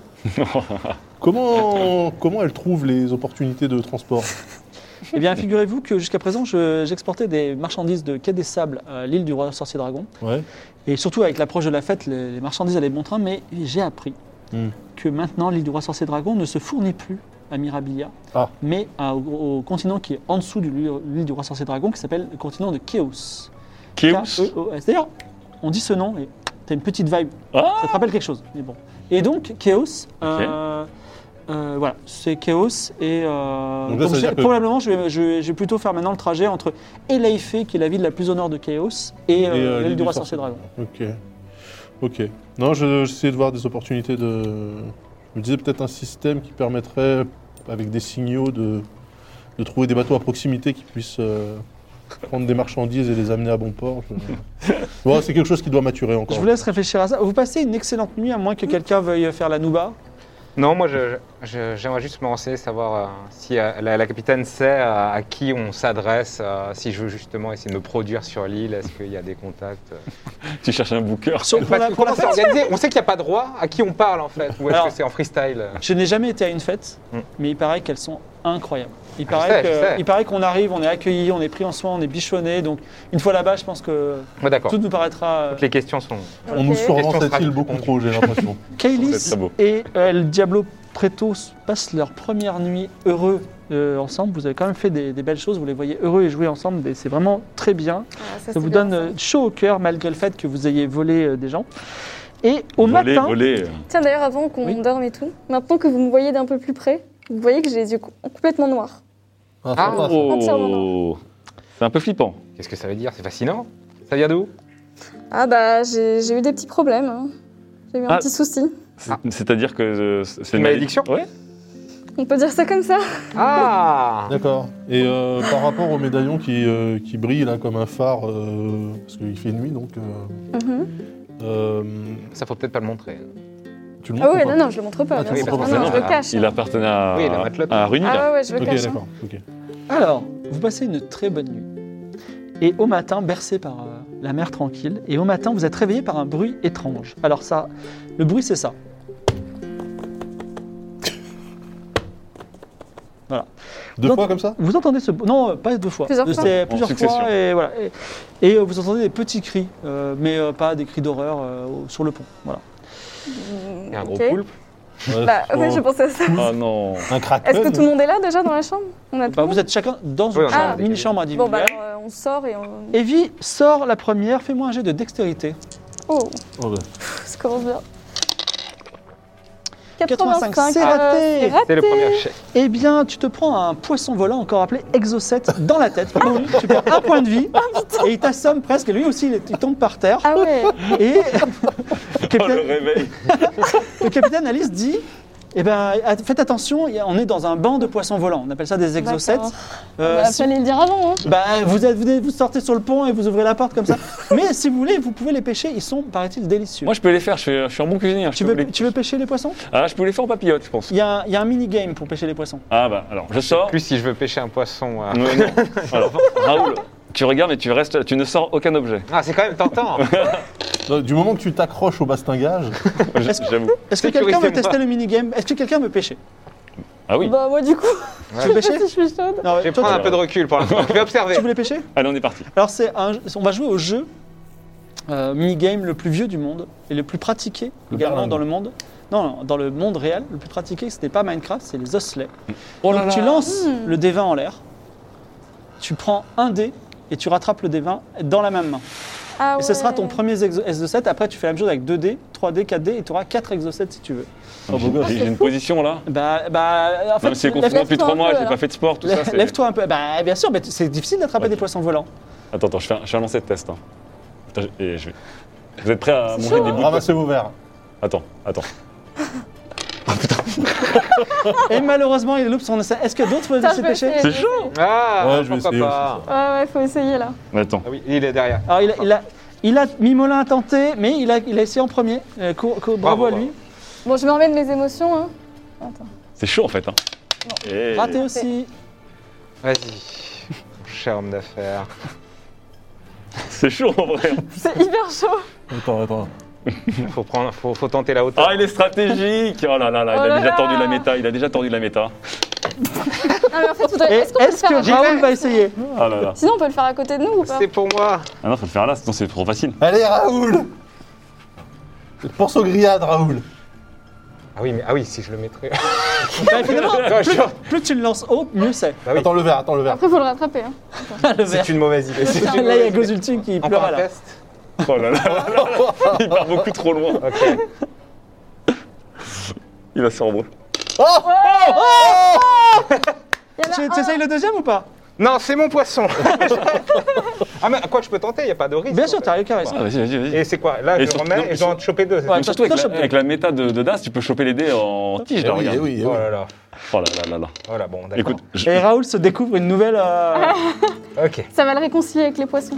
[SPEAKER 6] comment, comment elle trouve les opportunités de transport
[SPEAKER 1] Eh bien, figurez-vous que jusqu'à présent, je- j'exportais des marchandises de Quai des Sables à l'île du Roi Sorcier Dragon.
[SPEAKER 6] Ouais.
[SPEAKER 1] Et surtout, avec l'approche de la fête, les, les marchandises allaient bon train. Mais j'ai appris
[SPEAKER 6] Hmm.
[SPEAKER 1] que maintenant, l'île du Roi Sorcier Dragon ne se fournit plus à Mirabilia,
[SPEAKER 6] Ah.
[SPEAKER 1] mais à- au, au continent qui est en dessous de l'île l'île du Roi Sorcier Dragon, qui s'appelle le continent de Chaos.
[SPEAKER 3] Chaos
[SPEAKER 1] K-E-O-S. D'ailleurs, on dit ce nom et T'as une petite vibe.
[SPEAKER 3] Ah
[SPEAKER 1] ça te rappelle quelque chose. Mais bon. Et donc, Chaos. euh, euh, voilà, c'est Chaos. Et euh,
[SPEAKER 6] Donc là, ça
[SPEAKER 1] donc
[SPEAKER 6] veut
[SPEAKER 1] je-
[SPEAKER 6] dire que-
[SPEAKER 1] probablement, je vais, je, vais- je vais plutôt faire maintenant le trajet entre Eleifé, qui est la ville la plus au nord de Chaos, et, euh,
[SPEAKER 6] euh,
[SPEAKER 1] l'île
[SPEAKER 6] l'île
[SPEAKER 1] du
[SPEAKER 6] du
[SPEAKER 1] roi
[SPEAKER 6] sorcier.
[SPEAKER 1] sorcier dragon.
[SPEAKER 6] Ok. Ok. Non, je- j'essayais de voir des opportunités de. Je me disais peut-être un système qui permettrait, avec des signaux, de, de trouver des bateaux à proximité qui puissent euh, prendre des marchandises et les amener à bon port. Je- Ouais, c'est quelque chose qui doit maturer encore.
[SPEAKER 1] Je vous laisse réfléchir à ça. Vous passez une excellente nuit, à moins
[SPEAKER 2] Mm.
[SPEAKER 1] que quelqu'un veuille faire la Nouba.
[SPEAKER 2] Non, moi, je- je- j'aimerais juste me renseigner, savoir euh, si euh, la, la capitaine sait euh, à qui on s'adresse, euh, si je veux justement essayer de me produire sur l'île, est-ce qu'il y a des contacts euh.
[SPEAKER 3] Tu cherches un booker.
[SPEAKER 1] Sauf pour
[SPEAKER 2] Parce
[SPEAKER 1] la-
[SPEAKER 2] que
[SPEAKER 1] pour la
[SPEAKER 2] comment c'est organisé On sait qu'il n'y a pas de droit, à qui on parle en fait Ou est-ce
[SPEAKER 1] Alors-
[SPEAKER 2] que c'est en freestyle euh
[SPEAKER 1] Je n'ai jamais été à une fête,
[SPEAKER 2] Mm.
[SPEAKER 1] mais il paraît qu'elles sont incroyables. Il
[SPEAKER 2] Ah, je
[SPEAKER 1] paraît,
[SPEAKER 2] sais, je
[SPEAKER 1] que-
[SPEAKER 2] sais.
[SPEAKER 1] il paraît qu'on arrive, on est accueilli, on est pris en soin, on est bichonné. Donc une fois là-bas, je pense que
[SPEAKER 2] Ouais, D'accord.
[SPEAKER 1] tout nous paraîtra. euh,
[SPEAKER 2] Toutes les questions sont.
[SPEAKER 6] On nous
[SPEAKER 5] Ok.
[SPEAKER 6] survend
[SPEAKER 2] Question
[SPEAKER 6] cette île
[SPEAKER 2] sera-
[SPEAKER 6] beaucoup trop, j'ai l'impression.
[SPEAKER 1] Kailis
[SPEAKER 3] C'est très beau.
[SPEAKER 1] et euh, El Diablo Preto passent leur première nuit heureux euh, ensemble. Vous avez quand même fait des, des belles choses, vous les voyez heureux et jouer ensemble, et c'est vraiment très bien.
[SPEAKER 5] Ah,
[SPEAKER 1] Ça
[SPEAKER 5] c'est
[SPEAKER 1] vous
[SPEAKER 5] bien,
[SPEAKER 1] donne
[SPEAKER 5] ça.
[SPEAKER 1] euh, chaud au cœur malgré le fait que vous ayez volé euh, des gens. Et au
[SPEAKER 3] Voler,
[SPEAKER 1] matin,
[SPEAKER 3] voler.
[SPEAKER 5] Tiens, d'ailleurs, avant qu'on
[SPEAKER 1] Oui.
[SPEAKER 5] dorme et tout, maintenant que vous me voyez d'un peu plus près, vous voyez que j'ai les yeux co- complètement noirs.
[SPEAKER 6] Ah,
[SPEAKER 2] Ah,
[SPEAKER 6] sympa, ça.
[SPEAKER 3] Oh. C'est un peu flippant.
[SPEAKER 2] Qu'est-ce que ça veut dire C'est fascinant Ça vient d'où
[SPEAKER 5] Ah bah, j'ai j'ai eu des petits problèmes. hein. J'ai eu un
[SPEAKER 3] Ah.
[SPEAKER 5] petit souci.
[SPEAKER 3] C'est- C'est-à-dire que euh, c'est
[SPEAKER 2] Une
[SPEAKER 3] une
[SPEAKER 2] malédiction
[SPEAKER 3] Ouais.
[SPEAKER 5] On peut dire ça comme ça
[SPEAKER 2] Ah
[SPEAKER 6] D'accord. Et euh, par rapport au médaillon qui, euh, qui brille là comme un phare, euh, parce qu'il fait nuit donc. euh,
[SPEAKER 5] Mhm.
[SPEAKER 6] euh,
[SPEAKER 2] Ça faut peut-être pas le montrer.
[SPEAKER 6] tu le
[SPEAKER 5] Ah
[SPEAKER 6] montres
[SPEAKER 5] ouais,
[SPEAKER 6] ou pas
[SPEAKER 5] non, non, je le montre pas.
[SPEAKER 6] Ah,
[SPEAKER 5] bien
[SPEAKER 2] oui,
[SPEAKER 5] sûr.
[SPEAKER 2] parce
[SPEAKER 5] Ah
[SPEAKER 2] que
[SPEAKER 5] non,
[SPEAKER 2] ça,
[SPEAKER 5] je le cache.
[SPEAKER 3] bah, Il appartenait à,
[SPEAKER 2] Oui, la matelote.
[SPEAKER 3] à Runil.
[SPEAKER 5] Ah ouais, ouais, je le
[SPEAKER 6] Ok,
[SPEAKER 5] cache. hein.
[SPEAKER 6] d'accord. ok.
[SPEAKER 1] alors, vous passez une très bonne nuit. Et au matin, bercé par euh, la mer tranquille, et au matin, vous êtes réveillé par un bruit étrange. Alors ça, le bruit c'est ça.
[SPEAKER 6] Deux
[SPEAKER 1] Non.
[SPEAKER 6] fois comme ça
[SPEAKER 1] Vous entendez ce non euh, pas deux fois,
[SPEAKER 5] Plusieurs fois.
[SPEAKER 1] C'est plusieurs
[SPEAKER 3] succession.
[SPEAKER 1] fois et voilà et, et, euh, vous entendez des petits cris, euh, mais euh, pas des cris d'horreur euh, au- sur le pont. Voilà.
[SPEAKER 2] Il y a un gros
[SPEAKER 5] Ok.
[SPEAKER 2] poulpe.
[SPEAKER 6] Ouais,
[SPEAKER 5] Bah,
[SPEAKER 6] sûrement.
[SPEAKER 5] oui, je pensais à ça.
[SPEAKER 3] Ah non.
[SPEAKER 6] Un crack.
[SPEAKER 5] Est-ce que tout le monde est là déjà dans la chambre On a
[SPEAKER 1] Bah,
[SPEAKER 5] tout
[SPEAKER 1] vous êtes chacun dans une
[SPEAKER 2] Oui, on est
[SPEAKER 1] chambre,
[SPEAKER 5] en
[SPEAKER 1] mini chambre
[SPEAKER 5] Bon, bah,
[SPEAKER 1] individuelle.
[SPEAKER 5] alors, euh, on sort et on.
[SPEAKER 1] Evie sort la première, fais-moi un jet de dextérité.
[SPEAKER 5] Oh,
[SPEAKER 6] Oh, bah.
[SPEAKER 5] ça commence bien.
[SPEAKER 1] 85, c'est
[SPEAKER 5] euh,
[SPEAKER 1] raté.
[SPEAKER 5] c'est raté.
[SPEAKER 2] C'est le premier chèque.
[SPEAKER 1] Eh bien, tu te prends un poisson volant, encore appelé exocète, dans la tête.
[SPEAKER 5] Ah
[SPEAKER 1] Boum, tu perds un point de vie et il t'assomme presque. Lui aussi, il, est- il tombe par terre.
[SPEAKER 5] Ah ouais,
[SPEAKER 1] Et le
[SPEAKER 3] Oh, le
[SPEAKER 1] capitaine,
[SPEAKER 3] réveil.
[SPEAKER 5] Oh,
[SPEAKER 1] le capitaine Alice dit eh ben, a- faites attention, il y a- on est dans un banc de poissons volants. On appelle ça des exocètes.
[SPEAKER 5] D'accord.
[SPEAKER 1] Euh,
[SPEAKER 5] on va
[SPEAKER 1] si-
[SPEAKER 5] fallait le dire avant. Hein.
[SPEAKER 1] bah, vous, êtes- venez- vous sortez sur le pont et vous ouvrez la porte comme ça. Mais si vous voulez, vous pouvez les pêcher. Ils sont, paraît-il, délicieux.
[SPEAKER 3] Moi, je peux les faire. Je suis, je suis un bon cuisinier. hein, Je
[SPEAKER 1] tu,
[SPEAKER 3] peux
[SPEAKER 1] veux,
[SPEAKER 3] les-
[SPEAKER 1] tu veux pêcher les poissons
[SPEAKER 3] Ah, je peux les faire en papillote, je pense.
[SPEAKER 1] Il y, a un- il y a un mini-game pour pêcher les poissons.
[SPEAKER 3] Ah bah, alors, je sors.
[SPEAKER 2] Plus si je veux pêcher un poisson. euh.
[SPEAKER 3] Non, non. Alors, Raoul, tu regardes et tu restes, tu ne sors aucun objet.
[SPEAKER 2] Ah, c'est quand même tentant
[SPEAKER 6] Non, Du moment que tu t'accroches au bastingage,
[SPEAKER 3] J- J'avoue.
[SPEAKER 1] Est-ce que
[SPEAKER 2] Sécurisez-moi.
[SPEAKER 1] quelqu'un veut tester le mini-game Est-ce que quelqu'un veut pêcher
[SPEAKER 3] Ah oui.
[SPEAKER 5] Bah, moi, du coup,
[SPEAKER 1] Tu veux
[SPEAKER 5] je sais
[SPEAKER 1] pêcher
[SPEAKER 5] pas si je suis chaude.
[SPEAKER 1] Non,
[SPEAKER 2] Je vais
[SPEAKER 1] toi,
[SPEAKER 2] prendre un
[SPEAKER 1] tu-
[SPEAKER 2] peu de recul pour l'instant. Je vais observer.
[SPEAKER 1] Tu voulais pêcher
[SPEAKER 3] Allez, on est parti.
[SPEAKER 1] Alors, c'est un, on va jouer au jeu euh, mini-game le plus vieux du monde et le plus pratiqué
[SPEAKER 6] Le
[SPEAKER 1] également
[SPEAKER 6] Berlingot.
[SPEAKER 1] dans le monde. Non, non, dans le monde réel, le plus pratiqué, c'était pas Minecraft, c'est les osselets.
[SPEAKER 3] Oh
[SPEAKER 1] Donc, tu lances
[SPEAKER 5] Hmm.
[SPEAKER 1] le D20 en l'air, tu prends un dé et tu rattrapes le D20 dans la même main.
[SPEAKER 5] Ah
[SPEAKER 1] Et ce sera
[SPEAKER 5] ouais.
[SPEAKER 1] ton premier exo- exocet. Après, tu fais la même chose avec 2D, 3D, 4D et tu auras 4 exocets si tu veux.
[SPEAKER 3] Oh, beau gosse. J'ai j'ai une position là.
[SPEAKER 1] Bah, bah en
[SPEAKER 3] Non, mais
[SPEAKER 1] fait,
[SPEAKER 3] c'est
[SPEAKER 1] lève-
[SPEAKER 3] confinement depuis
[SPEAKER 5] lève-toi
[SPEAKER 3] trois
[SPEAKER 5] un
[SPEAKER 3] mois,
[SPEAKER 5] peu,
[SPEAKER 3] j'ai
[SPEAKER 5] là.
[SPEAKER 3] pas fait de sport, tout ça. c'est-
[SPEAKER 1] lève-toi un peu. Bah, bien sûr, mais t- c'est difficile d'attraper
[SPEAKER 3] Ouais.
[SPEAKER 1] des poissons volants.
[SPEAKER 3] Attends, attends, je fais un, je fais un lancer de test. hein. Putain, je- et je vais- Vous êtes prêts à manger
[SPEAKER 5] hein.
[SPEAKER 3] des bouts de
[SPEAKER 6] ramassez vos verres.
[SPEAKER 3] Attends, attends.
[SPEAKER 1] Et malheureusement, il loupe son essai. Est-ce que d'autres veulent
[SPEAKER 5] Putain,
[SPEAKER 1] laisser
[SPEAKER 5] je vais
[SPEAKER 1] pêcher
[SPEAKER 5] essayer.
[SPEAKER 2] Ah,
[SPEAKER 6] Ouais, je vais
[SPEAKER 2] pourquoi
[SPEAKER 6] essayer
[SPEAKER 2] pas
[SPEAKER 6] aussi,
[SPEAKER 5] Ouais, ouais, faut essayer là.
[SPEAKER 3] Attends.
[SPEAKER 2] Ah oui, il est derrière.
[SPEAKER 1] Alors, il a, il a, il a- Mimolin a tenté, mais il a, il a essayé en premier. Euh, co- co- bravo,
[SPEAKER 2] Bravo,
[SPEAKER 1] à lui.
[SPEAKER 5] Bon, je me remets de mes émotions. Hein. Attends.
[SPEAKER 3] C'est chaud en fait. Hein. Et-
[SPEAKER 1] Raté aussi.
[SPEAKER 2] Vas-y. Mon Cher homme d'affaires.
[SPEAKER 3] C'est chaud en vrai.
[SPEAKER 5] C'est hyper chaud.
[SPEAKER 6] Attends, attends.
[SPEAKER 2] Faut, prendre, faut, faut tenter la hauteur.
[SPEAKER 3] Ah, il est stratégique. Oh là là là, il
[SPEAKER 5] Oh
[SPEAKER 3] a
[SPEAKER 5] là
[SPEAKER 3] déjà
[SPEAKER 5] là.
[SPEAKER 3] tordu la méta. Il a déjà tordu la méta.
[SPEAKER 5] Ah, mais en fait, faudrait-
[SPEAKER 1] Et
[SPEAKER 5] Est-ce qu'on peut le
[SPEAKER 1] est-ce
[SPEAKER 5] faire à
[SPEAKER 1] que
[SPEAKER 5] côté
[SPEAKER 1] Raoul va essayer
[SPEAKER 3] Ah là là.
[SPEAKER 5] Sinon, on peut le faire à côté de nous ou pas
[SPEAKER 2] C'est pour moi.
[SPEAKER 3] Ah non, faut le faire là, sinon c'est trop facile.
[SPEAKER 6] Allez, Raoul Pense aux grillades, Raoul.
[SPEAKER 2] Ah oui, mais ah oui, si je le mettrais.
[SPEAKER 1] Bah, finalement,
[SPEAKER 2] Ouais, Ah, je-
[SPEAKER 1] plus tu le lances haut, mieux c'est.
[SPEAKER 2] Ah oui.
[SPEAKER 6] Attends le verre, attends le verre.
[SPEAKER 5] Après, faut le rattraper. Hein.
[SPEAKER 1] Le
[SPEAKER 2] C'est une mauvaise idée. c'est une
[SPEAKER 1] Là, il y a
[SPEAKER 2] mauvaise idée.
[SPEAKER 1] Gozulti qui
[SPEAKER 2] Encore
[SPEAKER 1] pleure
[SPEAKER 2] un
[SPEAKER 1] là.
[SPEAKER 2] test.
[SPEAKER 3] Oh là là, là là là. il part beaucoup trop loin. Il va s'embrouiller.
[SPEAKER 5] Il y en a
[SPEAKER 1] Tu
[SPEAKER 5] un.
[SPEAKER 1] tu essayes le deuxième ou pas
[SPEAKER 2] Non, c'est mon poisson Ah, mais quoi, je peux tenter, il n'y a pas de risque.
[SPEAKER 1] Bien
[SPEAKER 2] en
[SPEAKER 1] sûr,
[SPEAKER 2] fait.
[SPEAKER 1] t'as le charisme.
[SPEAKER 3] Ah, vas-y, vas-y, vas-y.
[SPEAKER 2] Et c'est quoi Là,
[SPEAKER 3] Et
[SPEAKER 2] je
[SPEAKER 3] surtout- non,
[SPEAKER 2] remets et je dois en choper deux. c'est
[SPEAKER 1] Ouais,
[SPEAKER 2] tout
[SPEAKER 3] Mais
[SPEAKER 1] t'as-
[SPEAKER 3] surtout avec
[SPEAKER 1] t'as
[SPEAKER 3] la,
[SPEAKER 1] chopé.
[SPEAKER 3] avec la méta de, de Das, tu peux choper les dés en tige. là,
[SPEAKER 4] Eh oui,
[SPEAKER 3] regarde.
[SPEAKER 4] eh oui, eh
[SPEAKER 2] Oh
[SPEAKER 4] oui.
[SPEAKER 2] là là.
[SPEAKER 3] Oh là là là là.
[SPEAKER 2] Voilà, bon, d'accord.
[SPEAKER 3] Écoute, je-
[SPEAKER 1] Et Raoul se découvre une nouvelle.
[SPEAKER 5] Ah,
[SPEAKER 1] euh,
[SPEAKER 2] Ok.
[SPEAKER 5] Ça va le réconcilier avec les poissons.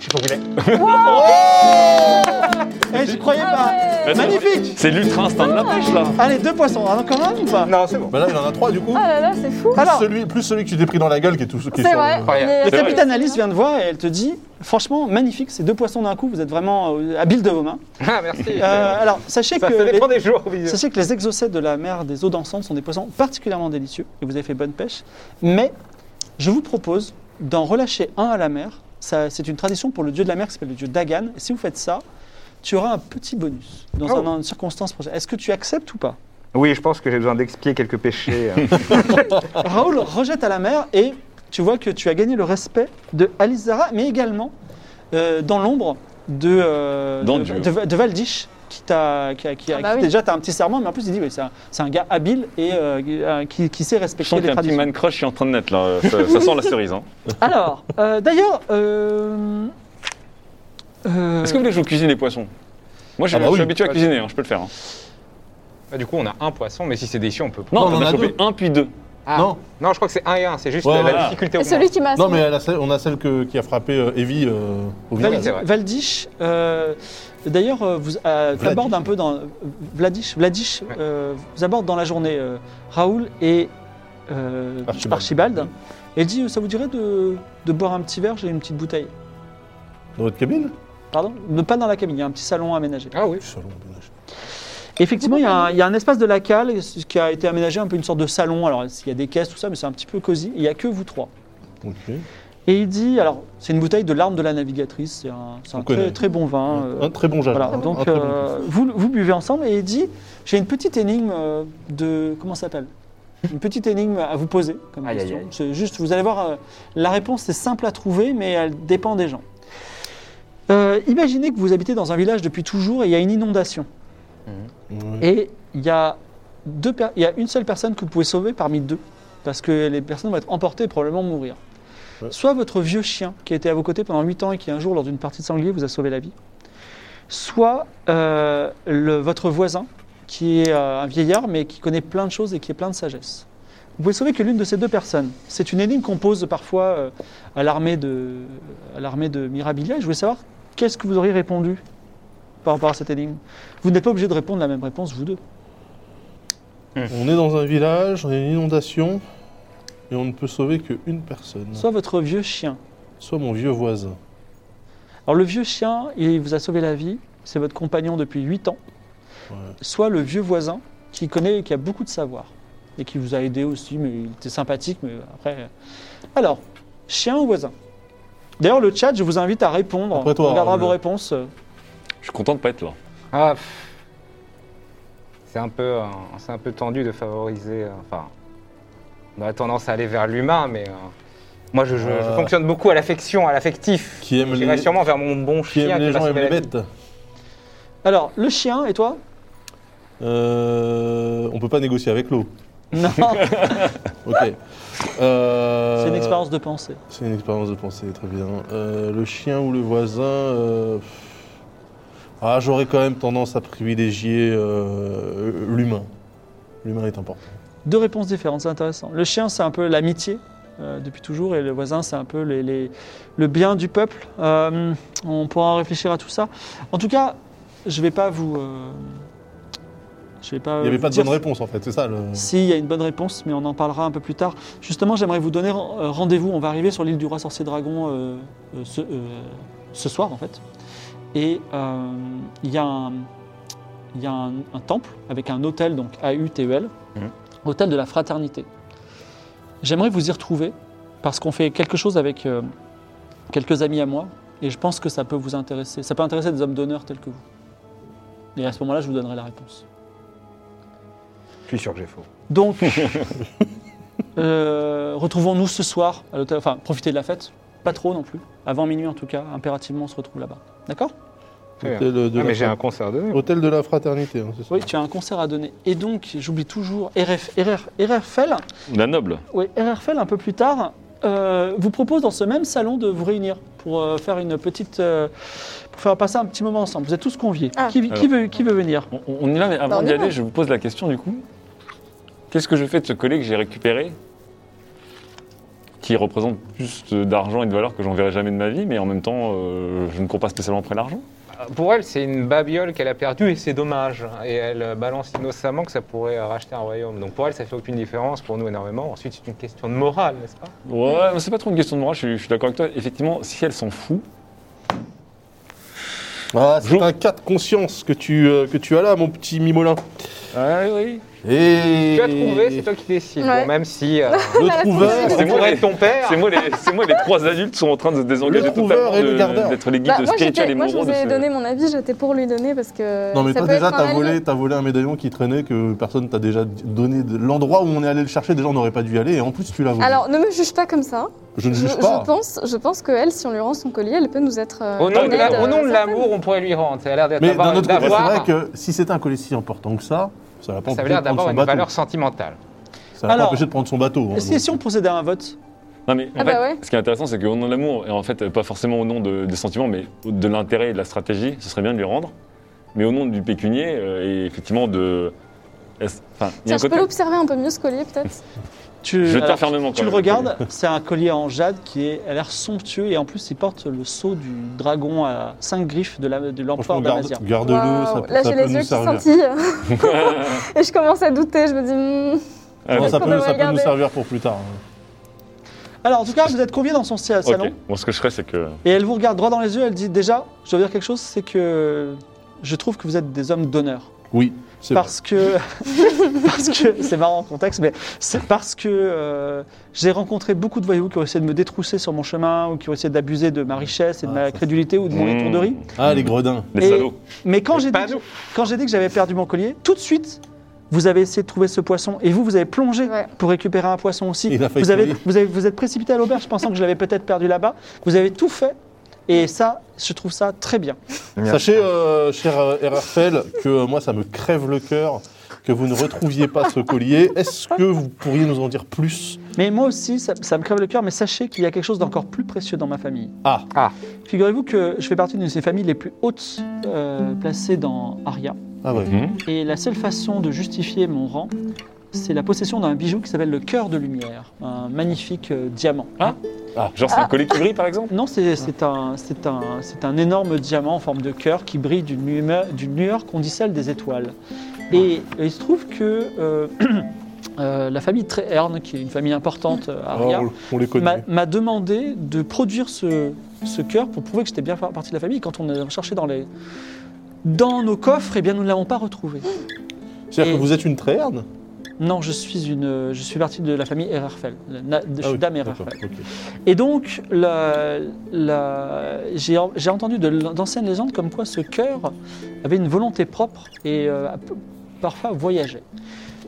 [SPEAKER 2] Je sais pas où il est.
[SPEAKER 1] Eh, j'y croyais
[SPEAKER 5] ah,
[SPEAKER 1] pas.
[SPEAKER 3] Vas-y.
[SPEAKER 1] Magnifique
[SPEAKER 3] c'est l'ultra instinct de la pêche là.
[SPEAKER 1] Allez, deux poissons, un quand même ou pas
[SPEAKER 2] Non, c'est bon.
[SPEAKER 4] Bah là, il en a trois du coup.
[SPEAKER 5] Ah là là, c'est fou.
[SPEAKER 4] Plus
[SPEAKER 1] Alors-
[SPEAKER 4] celui, plus celui que tu t'es pris dans la gueule qui est tout. Qui est
[SPEAKER 5] C'est
[SPEAKER 4] sur-
[SPEAKER 5] vrai.
[SPEAKER 2] incroyable.
[SPEAKER 5] il est-
[SPEAKER 1] Le
[SPEAKER 3] C'est vrai.
[SPEAKER 1] capitaine Alice vient de voir et elle te dit Franchement, magnifique, ces deux poissons d'un coup, vous êtes vraiment euh, habiles de vos mains.
[SPEAKER 2] Ah, merci.
[SPEAKER 1] Euh, alors, sachez
[SPEAKER 2] ça,
[SPEAKER 1] que,
[SPEAKER 2] euh, ça
[SPEAKER 1] les,
[SPEAKER 2] dépend des jours, au milieu.
[SPEAKER 1] sachez que les exocètes de la mer des eaux dansantes sont des poissons particulièrement délicieux et vous avez fait bonne pêche. Mais je vous propose d'en relâcher un à la mer. Ça, C'est une tradition pour le dieu de la mer qui s'appelle le dieu Dagan. Et si vous faites ça, tu auras un petit bonus dans
[SPEAKER 2] Oh.
[SPEAKER 1] un- une circonstance prochaine. Est-ce que tu acceptes ou pas
[SPEAKER 2] Oui, je pense que j'ai besoin d'expier quelques péchés. euh.
[SPEAKER 1] Raoul rejette à la mer et tu vois que tu as gagné le respect de Alizara, mais également euh, dans l'ombre de, euh,
[SPEAKER 3] Dans
[SPEAKER 1] de,
[SPEAKER 3] Dieu.
[SPEAKER 1] de- de Valdish, qui t'a qui a- qui a-
[SPEAKER 5] Ah bah
[SPEAKER 1] qui
[SPEAKER 5] oui.
[SPEAKER 1] déjà t'as un petit serment, mais en plus il dit oui, c'est un, c'est un gars habile et euh, qui- euh, qui, qui sait
[SPEAKER 3] Je sens
[SPEAKER 1] respecter
[SPEAKER 3] qu'il y
[SPEAKER 1] les
[SPEAKER 3] a un petit
[SPEAKER 1] traditions.
[SPEAKER 3] man crush qui est en train de naître là. Euh, Ça, ça sent la cerise. Hein.
[SPEAKER 1] Alors, euh, d'ailleurs, euh, euh,
[SPEAKER 3] Est-ce que vous voulez que je vous cuisine les poissons Moi je,
[SPEAKER 4] Ah bah
[SPEAKER 3] je
[SPEAKER 4] oui.
[SPEAKER 3] suis habitué à cuisiner, hein, je peux le faire. hein.
[SPEAKER 2] Bah, du coup, on a un poisson, mais si c'est déçu, on peut.
[SPEAKER 3] Non,
[SPEAKER 4] Non,
[SPEAKER 3] on,
[SPEAKER 4] on en
[SPEAKER 3] a
[SPEAKER 4] a
[SPEAKER 3] chopé
[SPEAKER 4] deux.
[SPEAKER 3] un puis deux.
[SPEAKER 2] Ah.
[SPEAKER 4] Non.
[SPEAKER 2] Non, je crois que c'est un et un, c'est juste
[SPEAKER 4] Ouais,
[SPEAKER 2] euh, la
[SPEAKER 3] voilà.
[SPEAKER 2] difficulté au
[SPEAKER 5] Et
[SPEAKER 2] moins.
[SPEAKER 5] celui qui m'a
[SPEAKER 4] Non, mais elle a celle- on a celle que- qui a frappé euh, Evie euh, au
[SPEAKER 1] Val-
[SPEAKER 4] visage.
[SPEAKER 2] c'est vrai.
[SPEAKER 1] Valdish, euh, d'ailleurs, euh, vous euh,
[SPEAKER 4] Vladish.
[SPEAKER 1] aborde un peu dans Vladish, Vladish
[SPEAKER 2] Ouais.
[SPEAKER 1] euh, vous aborde dans la journée euh, Raoul et euh, Archibald.
[SPEAKER 4] Archibald.
[SPEAKER 1] et dit euh, ça vous dirait de, de boire un petit verre, j'ai une petite bouteille.
[SPEAKER 4] Dans votre cabine
[SPEAKER 1] Pardon, Ne pas dans la cabine, il y a un petit salon aménagé.
[SPEAKER 2] Ah oui.
[SPEAKER 4] Salon, dommage.
[SPEAKER 1] Effectivement, il y, a un- il y a un espace de la cale qui a été aménagé un peu une sorte de salon. Alors, il y a des caisses, tout ça, mais c'est un petit peu cosy. Il n'y a que vous trois.
[SPEAKER 4] Ok.
[SPEAKER 1] Et il dit, alors, c'est une bouteille de l'arme de la navigatrice, c'est un, c'est un
[SPEAKER 4] On
[SPEAKER 1] très,
[SPEAKER 4] connaît.
[SPEAKER 1] très bon vin. euh,
[SPEAKER 4] Un très bon jage.
[SPEAKER 1] Voilà,
[SPEAKER 4] Un
[SPEAKER 1] donc
[SPEAKER 4] très bon
[SPEAKER 1] euh, vous, vous buvez ensemble et il dit j'ai une petite énigme euh, de. Comment ça s'appelle Une petite énigme à vous poser comme
[SPEAKER 2] Aïe, aïe,
[SPEAKER 1] question.
[SPEAKER 2] aïe.
[SPEAKER 1] C'est juste, vous allez voir, euh, la réponse est simple à trouver, mais elle dépend des gens. Euh, imaginez que vous habitez dans un village depuis toujours et il y a une inondation.
[SPEAKER 4] Ouais.
[SPEAKER 1] Et il y, a deux per- il y a une seule personne que vous pouvez sauver parmi deux, parce que les personnes vont être emportées et probablement mourir.
[SPEAKER 4] Ouais.
[SPEAKER 1] Soit votre vieux chien, qui a été à vos côtés pendant 8 ans et qui un jour, lors d'une partie de sanglier, vous a sauvé la vie. Soit euh, le- votre voisin, qui est euh, un vieillard, mais qui connaît plein de choses et qui est plein de sagesse. Vous pouvez sauver que l'une de ces deux personnes. C'est une énigme qu'on pose parfois euh, à l'armée de, à l'armée de Mirabilia. Et je voulais savoir, qu'est-ce que vous auriez répondu par rapport à cette énigme vous n'êtes pas obligé de répondre la même réponse, vous deux.
[SPEAKER 4] On est dans un village, on a une inondation, et on ne peut sauver qu'une personne.
[SPEAKER 1] Soit votre vieux chien.
[SPEAKER 4] Soit mon vieux voisin.
[SPEAKER 1] Alors le vieux chien, il vous a sauvé la vie, c'est votre compagnon depuis 8 ans.
[SPEAKER 4] Ouais.
[SPEAKER 1] Soit le vieux voisin qui connaît et qui a beaucoup de savoir. Et qui vous a aidé aussi, mais il était sympathique, mais après... euh. Alors, chien ou voisin D'ailleurs, le chat, je vous invite à répondre.
[SPEAKER 4] Après toi,
[SPEAKER 1] On regardera
[SPEAKER 4] Raoul.
[SPEAKER 1] vos réponses.
[SPEAKER 3] Je suis content de pas être là.
[SPEAKER 2] Ah, pff. c'est un peu, euh, c'est un peu tendu de favoriser. euh, Enfin, on a tendance à aller vers l'humain, mais euh, moi, je, je- je
[SPEAKER 4] Euh.
[SPEAKER 2] fonctionne beaucoup à l'affection, à l'affectif.
[SPEAKER 4] Qui aime
[SPEAKER 2] J'irai
[SPEAKER 4] les,
[SPEAKER 2] sûrement vers mon bon
[SPEAKER 4] qui
[SPEAKER 2] chien.
[SPEAKER 4] aime les
[SPEAKER 2] m'a
[SPEAKER 4] gens aime
[SPEAKER 2] sauvé
[SPEAKER 4] les
[SPEAKER 2] la vie.
[SPEAKER 4] bêtes.
[SPEAKER 1] Alors, le chien et toi
[SPEAKER 4] Euh, on peut pas négocier avec l'eau.
[SPEAKER 1] Non,
[SPEAKER 4] Ok. Euh,
[SPEAKER 1] c'est une expérience de pensée.
[SPEAKER 4] C'est une expérience de pensée, très bien. Euh, le chien ou le voisin. euh, pff. Ah, j'aurais quand même tendance à privilégier euh, l'humain. L'humain est important.
[SPEAKER 1] Deux réponses différentes, c'est intéressant. Le chien, c'est un peu l'amitié euh, depuis toujours, et le voisin, c'est un peu les- les- le bien du peuple. Euh, on pourra réfléchir à tout ça. En tout cas, je vais pas vous. euh, je vais pas.
[SPEAKER 4] Il n'y avait
[SPEAKER 1] vous
[SPEAKER 4] pas de
[SPEAKER 1] Euh, dire
[SPEAKER 4] bonne réponse en fait, c'est ça le.
[SPEAKER 1] Si, il y a une bonne réponse, mais on en parlera un peu plus tard. Justement, j'aimerais vous donner euh, rendez-vous. On va arriver sur l'île du roi sorcier dragon euh, euh, ce, euh, ce soir, en fait. Et euh, il y a, un, il y a un, un temple avec un hôtel, donc A-U-T-E-L,
[SPEAKER 3] Mhm.
[SPEAKER 1] E hôtel de la fraternité. J'aimerais vous y retrouver parce qu'on fait quelque chose avec euh, quelques amis à moi et je pense que ça peut vous intéresser. Ça peut intéresser des hommes d'honneur tels que vous. Et à ce moment-là, je vous donnerai la réponse.
[SPEAKER 2] Je suis sûr que j'ai faux.
[SPEAKER 1] Donc, euh, retrouvons-nous ce soir à l'hôtel. Enfin, profitez de la fête. Pas trop non plus. Avant minuit en tout cas, impérativement on se retrouve là-bas. D'accord
[SPEAKER 2] Très bien.
[SPEAKER 4] Hôtel de,
[SPEAKER 2] Ah,
[SPEAKER 4] la
[SPEAKER 2] mais j'ai un
[SPEAKER 4] fra-
[SPEAKER 2] concert de
[SPEAKER 4] Hôtel de la fraternité, hein, c'est ça
[SPEAKER 1] Oui, tu as un concert à donner. Et donc, j'oublie toujours, RF, RR, RRFL,
[SPEAKER 3] La noble.
[SPEAKER 1] oui, RRFL un peu plus tard, euh, vous propose dans ce même salon de vous réunir pour euh, faire une petite, euh, pour faire passer un petit moment ensemble. Vous êtes tous conviés.
[SPEAKER 5] Ah.
[SPEAKER 1] Qui, qui veut, qui veut venir
[SPEAKER 3] On, on- on y va, mais avant
[SPEAKER 5] Bah, on
[SPEAKER 3] d'y
[SPEAKER 5] y
[SPEAKER 3] aller,
[SPEAKER 5] va.
[SPEAKER 3] je vous pose la question du coup. Qu'est-ce que je fais de ce collet que j'ai récupéré qui représente plus de- d'argent et de valeur que j'enverrai jamais de ma vie, mais en même temps, euh, je ne cours pas spécialement après l'argent.
[SPEAKER 2] Pour elle, c'est une babiole qu'elle a perdue et c'est dommage. Et elle euh, balance innocemment que ça pourrait euh, racheter un royaume. Donc pour elle, ça fait aucune différence, pour nous énormément. Ensuite, c'est une question de morale, n'est-ce pas
[SPEAKER 3] Ouais, mais c'est pas trop une question de morale, je suis, je suis d'accord avec toi. Effectivement, si elle s'en fout,
[SPEAKER 4] Ah, c'est
[SPEAKER 3] Jour.
[SPEAKER 4] un cas de conscience que tu, euh, que tu as là, mon petit Mimolin.
[SPEAKER 3] oui.
[SPEAKER 4] Bah Et...
[SPEAKER 2] Tu as trouvé, c'est toi qui décides.
[SPEAKER 5] Ouais.
[SPEAKER 2] Bon, même si euh,
[SPEAKER 4] Eh Le trouveur,
[SPEAKER 2] c'est
[SPEAKER 3] C'est moi
[SPEAKER 2] moi
[SPEAKER 3] les-
[SPEAKER 2] être ton père.
[SPEAKER 3] c'est moi, les, c'est moi les trois adultes sont en train de se désengager
[SPEAKER 4] Le trouveur
[SPEAKER 3] totalement
[SPEAKER 4] et le
[SPEAKER 3] de-
[SPEAKER 4] gardeur.
[SPEAKER 3] d'être les guides
[SPEAKER 5] Bah, moi,
[SPEAKER 3] spirituels
[SPEAKER 5] j'étais-
[SPEAKER 3] et
[SPEAKER 5] moi, je
[SPEAKER 3] moraux
[SPEAKER 5] vous
[SPEAKER 3] de
[SPEAKER 5] ai
[SPEAKER 3] ce...
[SPEAKER 5] donné mon avis, j'étais pour lui donner parce que.
[SPEAKER 4] Non mais
[SPEAKER 5] ça
[SPEAKER 4] toi
[SPEAKER 5] peut
[SPEAKER 4] déjà
[SPEAKER 5] être un
[SPEAKER 4] t'as
[SPEAKER 5] allié.
[SPEAKER 4] volé, t'as volé un médaillon qui traînait que personne t'a déjà donné de- l'endroit où on est allé le chercher déjà on n'aurait pas dû y aller et en plus tu l'as volé.
[SPEAKER 5] Alors, ne me juge pas comme ça.
[SPEAKER 4] je ne
[SPEAKER 5] Je,
[SPEAKER 4] juge
[SPEAKER 5] je
[SPEAKER 4] pas.
[SPEAKER 5] pense, je pense que elle, si on lui rend son collier, elle peut nous être. euh,
[SPEAKER 2] Au nom de, la-
[SPEAKER 5] honnête,
[SPEAKER 2] au nom
[SPEAKER 5] euh,
[SPEAKER 2] de l'amour, on pourrait lui rendre. Ça a l'air d'être
[SPEAKER 4] Mais
[SPEAKER 2] avoir-
[SPEAKER 4] d'un autre côté c'est
[SPEAKER 2] d'avoir-
[SPEAKER 4] vrai que si c'était un collier si important que ça, ça va pas
[SPEAKER 2] ça a
[SPEAKER 4] empêcher de
[SPEAKER 2] l'air
[SPEAKER 4] prendre
[SPEAKER 2] d'avoir
[SPEAKER 4] son
[SPEAKER 2] une
[SPEAKER 4] bateau.
[SPEAKER 2] valeur sentimentale.
[SPEAKER 4] Ça va pas
[SPEAKER 1] Alors,
[SPEAKER 4] empêcher de prendre son bateau. hein,
[SPEAKER 1] Est-ce que
[SPEAKER 4] donc.
[SPEAKER 1] si on procédait à un vote
[SPEAKER 3] Non, mais en
[SPEAKER 5] Ah bah
[SPEAKER 3] fait,
[SPEAKER 5] ouais.
[SPEAKER 3] ce qui est intéressant, c'est qu'au nom de l'amour, et en fait, pas forcément au nom de- des sentiments, mais au- de l'intérêt et de la stratégie, ce serait bien de lui rendre. Mais au nom du pécunier, euh, et effectivement de. est-ce- Enfin, il y a
[SPEAKER 5] Tiens,
[SPEAKER 3] un
[SPEAKER 5] je
[SPEAKER 3] côté.
[SPEAKER 5] peux l'observer un peu mieux ce collier, peut-être
[SPEAKER 1] Tu,
[SPEAKER 3] Je
[SPEAKER 1] alors,
[SPEAKER 3] tire fermement quand
[SPEAKER 1] Tu le
[SPEAKER 3] même.
[SPEAKER 1] regardes, c'est un collier en jade qui est, a l'air somptueux et en plus il porte le sceau du dragon à cinq griffes de la- de l'empereur
[SPEAKER 4] Franchement,
[SPEAKER 1] de
[SPEAKER 4] garde-
[SPEAKER 1] Damazia.
[SPEAKER 4] garde-le,
[SPEAKER 5] Waouh.
[SPEAKER 4] ça,
[SPEAKER 5] Là,
[SPEAKER 4] ça
[SPEAKER 5] j'ai
[SPEAKER 4] peut
[SPEAKER 5] les yeux
[SPEAKER 4] nous
[SPEAKER 5] qui
[SPEAKER 4] servir.
[SPEAKER 5] scintillent et je commence à douter. Je me dis, hmm,
[SPEAKER 3] Ah,
[SPEAKER 4] Non,
[SPEAKER 3] d'accord.
[SPEAKER 4] ça
[SPEAKER 5] qu'on
[SPEAKER 4] peut, ça
[SPEAKER 5] devrait
[SPEAKER 4] peut nous
[SPEAKER 5] garder.
[SPEAKER 4] servir pour plus tard. hein.
[SPEAKER 1] Alors en tout cas, vous êtes conviés dans son si- salon
[SPEAKER 3] Ok. Bon, ce que je ferais, c'est que.
[SPEAKER 1] et elle vous regarde droit dans les yeux. Elle dit déjà, je dois dire quelque chose, c'est que je trouve que vous êtes des hommes d'honneur.
[SPEAKER 4] Oui, c'est vrai.
[SPEAKER 1] Parce que, parce que, c'est marrant en contexte, mais c'est parce que euh, j'ai rencontré beaucoup de voyous qui ont essayé de me détrousser sur mon chemin ou qui ont essayé d'abuser de ma richesse et de
[SPEAKER 4] Ah,
[SPEAKER 1] ma
[SPEAKER 4] ça, c'est-
[SPEAKER 1] crédulité ou de mon
[SPEAKER 3] Mmh.
[SPEAKER 1] étourderie.
[SPEAKER 4] Ah les gredins.
[SPEAKER 3] Les
[SPEAKER 1] Et-
[SPEAKER 3] salauds.
[SPEAKER 1] Mais quand
[SPEAKER 2] Mais
[SPEAKER 1] j'ai dit,
[SPEAKER 2] pas
[SPEAKER 1] que-
[SPEAKER 2] nous.
[SPEAKER 1] quand j'ai dit que j'avais perdu mon collier, tout de suite, vous avez essayé de trouver ce poisson et vous, vous avez plongé
[SPEAKER 5] Ouais.
[SPEAKER 1] pour récupérer un poisson aussi.
[SPEAKER 4] Il a failli
[SPEAKER 1] Vous, avez,
[SPEAKER 4] crever.
[SPEAKER 1] vous, avez, vous êtes précipité à l'auberge pensant que je l'avais peut-être perdu là-bas. Vous avez tout fait et ça, je trouve ça très bien.
[SPEAKER 4] Sachez, euh, cher euh, RRFL, que euh, moi, ça me crève le cœur que vous ne retrouviez pas ce collier. Est-ce que vous pourriez nous en dire plus
[SPEAKER 1] Mais moi aussi, ça, ça me crève le cœur, mais sachez qu'il y a quelque chose d'encore plus précieux dans ma famille.
[SPEAKER 4] Ah.
[SPEAKER 2] Ah.
[SPEAKER 1] Figurez-vous que je fais partie d'une de ces familles les plus hautes euh, placées dans Aria.
[SPEAKER 4] Ah ouais.
[SPEAKER 3] Mmh.
[SPEAKER 1] Et la seule façon de justifier mon rang, c'est la possession d'un bijou qui s'appelle le cœur de lumière, un magnifique euh, diamant.
[SPEAKER 3] Genre, c'est
[SPEAKER 5] Ah.
[SPEAKER 3] un collier qui brille, par exemple
[SPEAKER 1] Non, c'est c'est un, c'est un, c'est un énorme diamant en forme de cœur qui brille d'une lueur, d'une lueur qu'on dit celle des étoiles. Et euh, il se trouve que euh, euh, la famille Treherne, qui est une famille importante euh, à
[SPEAKER 4] Ah,
[SPEAKER 1] Aria,
[SPEAKER 4] on, on les
[SPEAKER 1] m'a
[SPEAKER 4] connaît.
[SPEAKER 1] m'a demandé de produire ce, ce cœur pour prouver que j'étais bien par- partie de la famille. Quand on a cherché dans, les, dans nos coffres, eh bien, nous ne l'avons pas retrouvé.
[SPEAKER 4] C'est-à-dire
[SPEAKER 1] et-
[SPEAKER 4] que vous êtes une tréherne
[SPEAKER 1] Non, je suis, une, je suis partie de la famille Ererfel. la- na- Je
[SPEAKER 6] Ah
[SPEAKER 1] suis dame Ererfel.
[SPEAKER 4] Ah d'accord, ok.
[SPEAKER 1] Et donc, la- la- j'ai j'ai entendu de l- d'anciennes légendes comme quoi ce cœur avait une volonté propre et euh, p- parfois voyageait.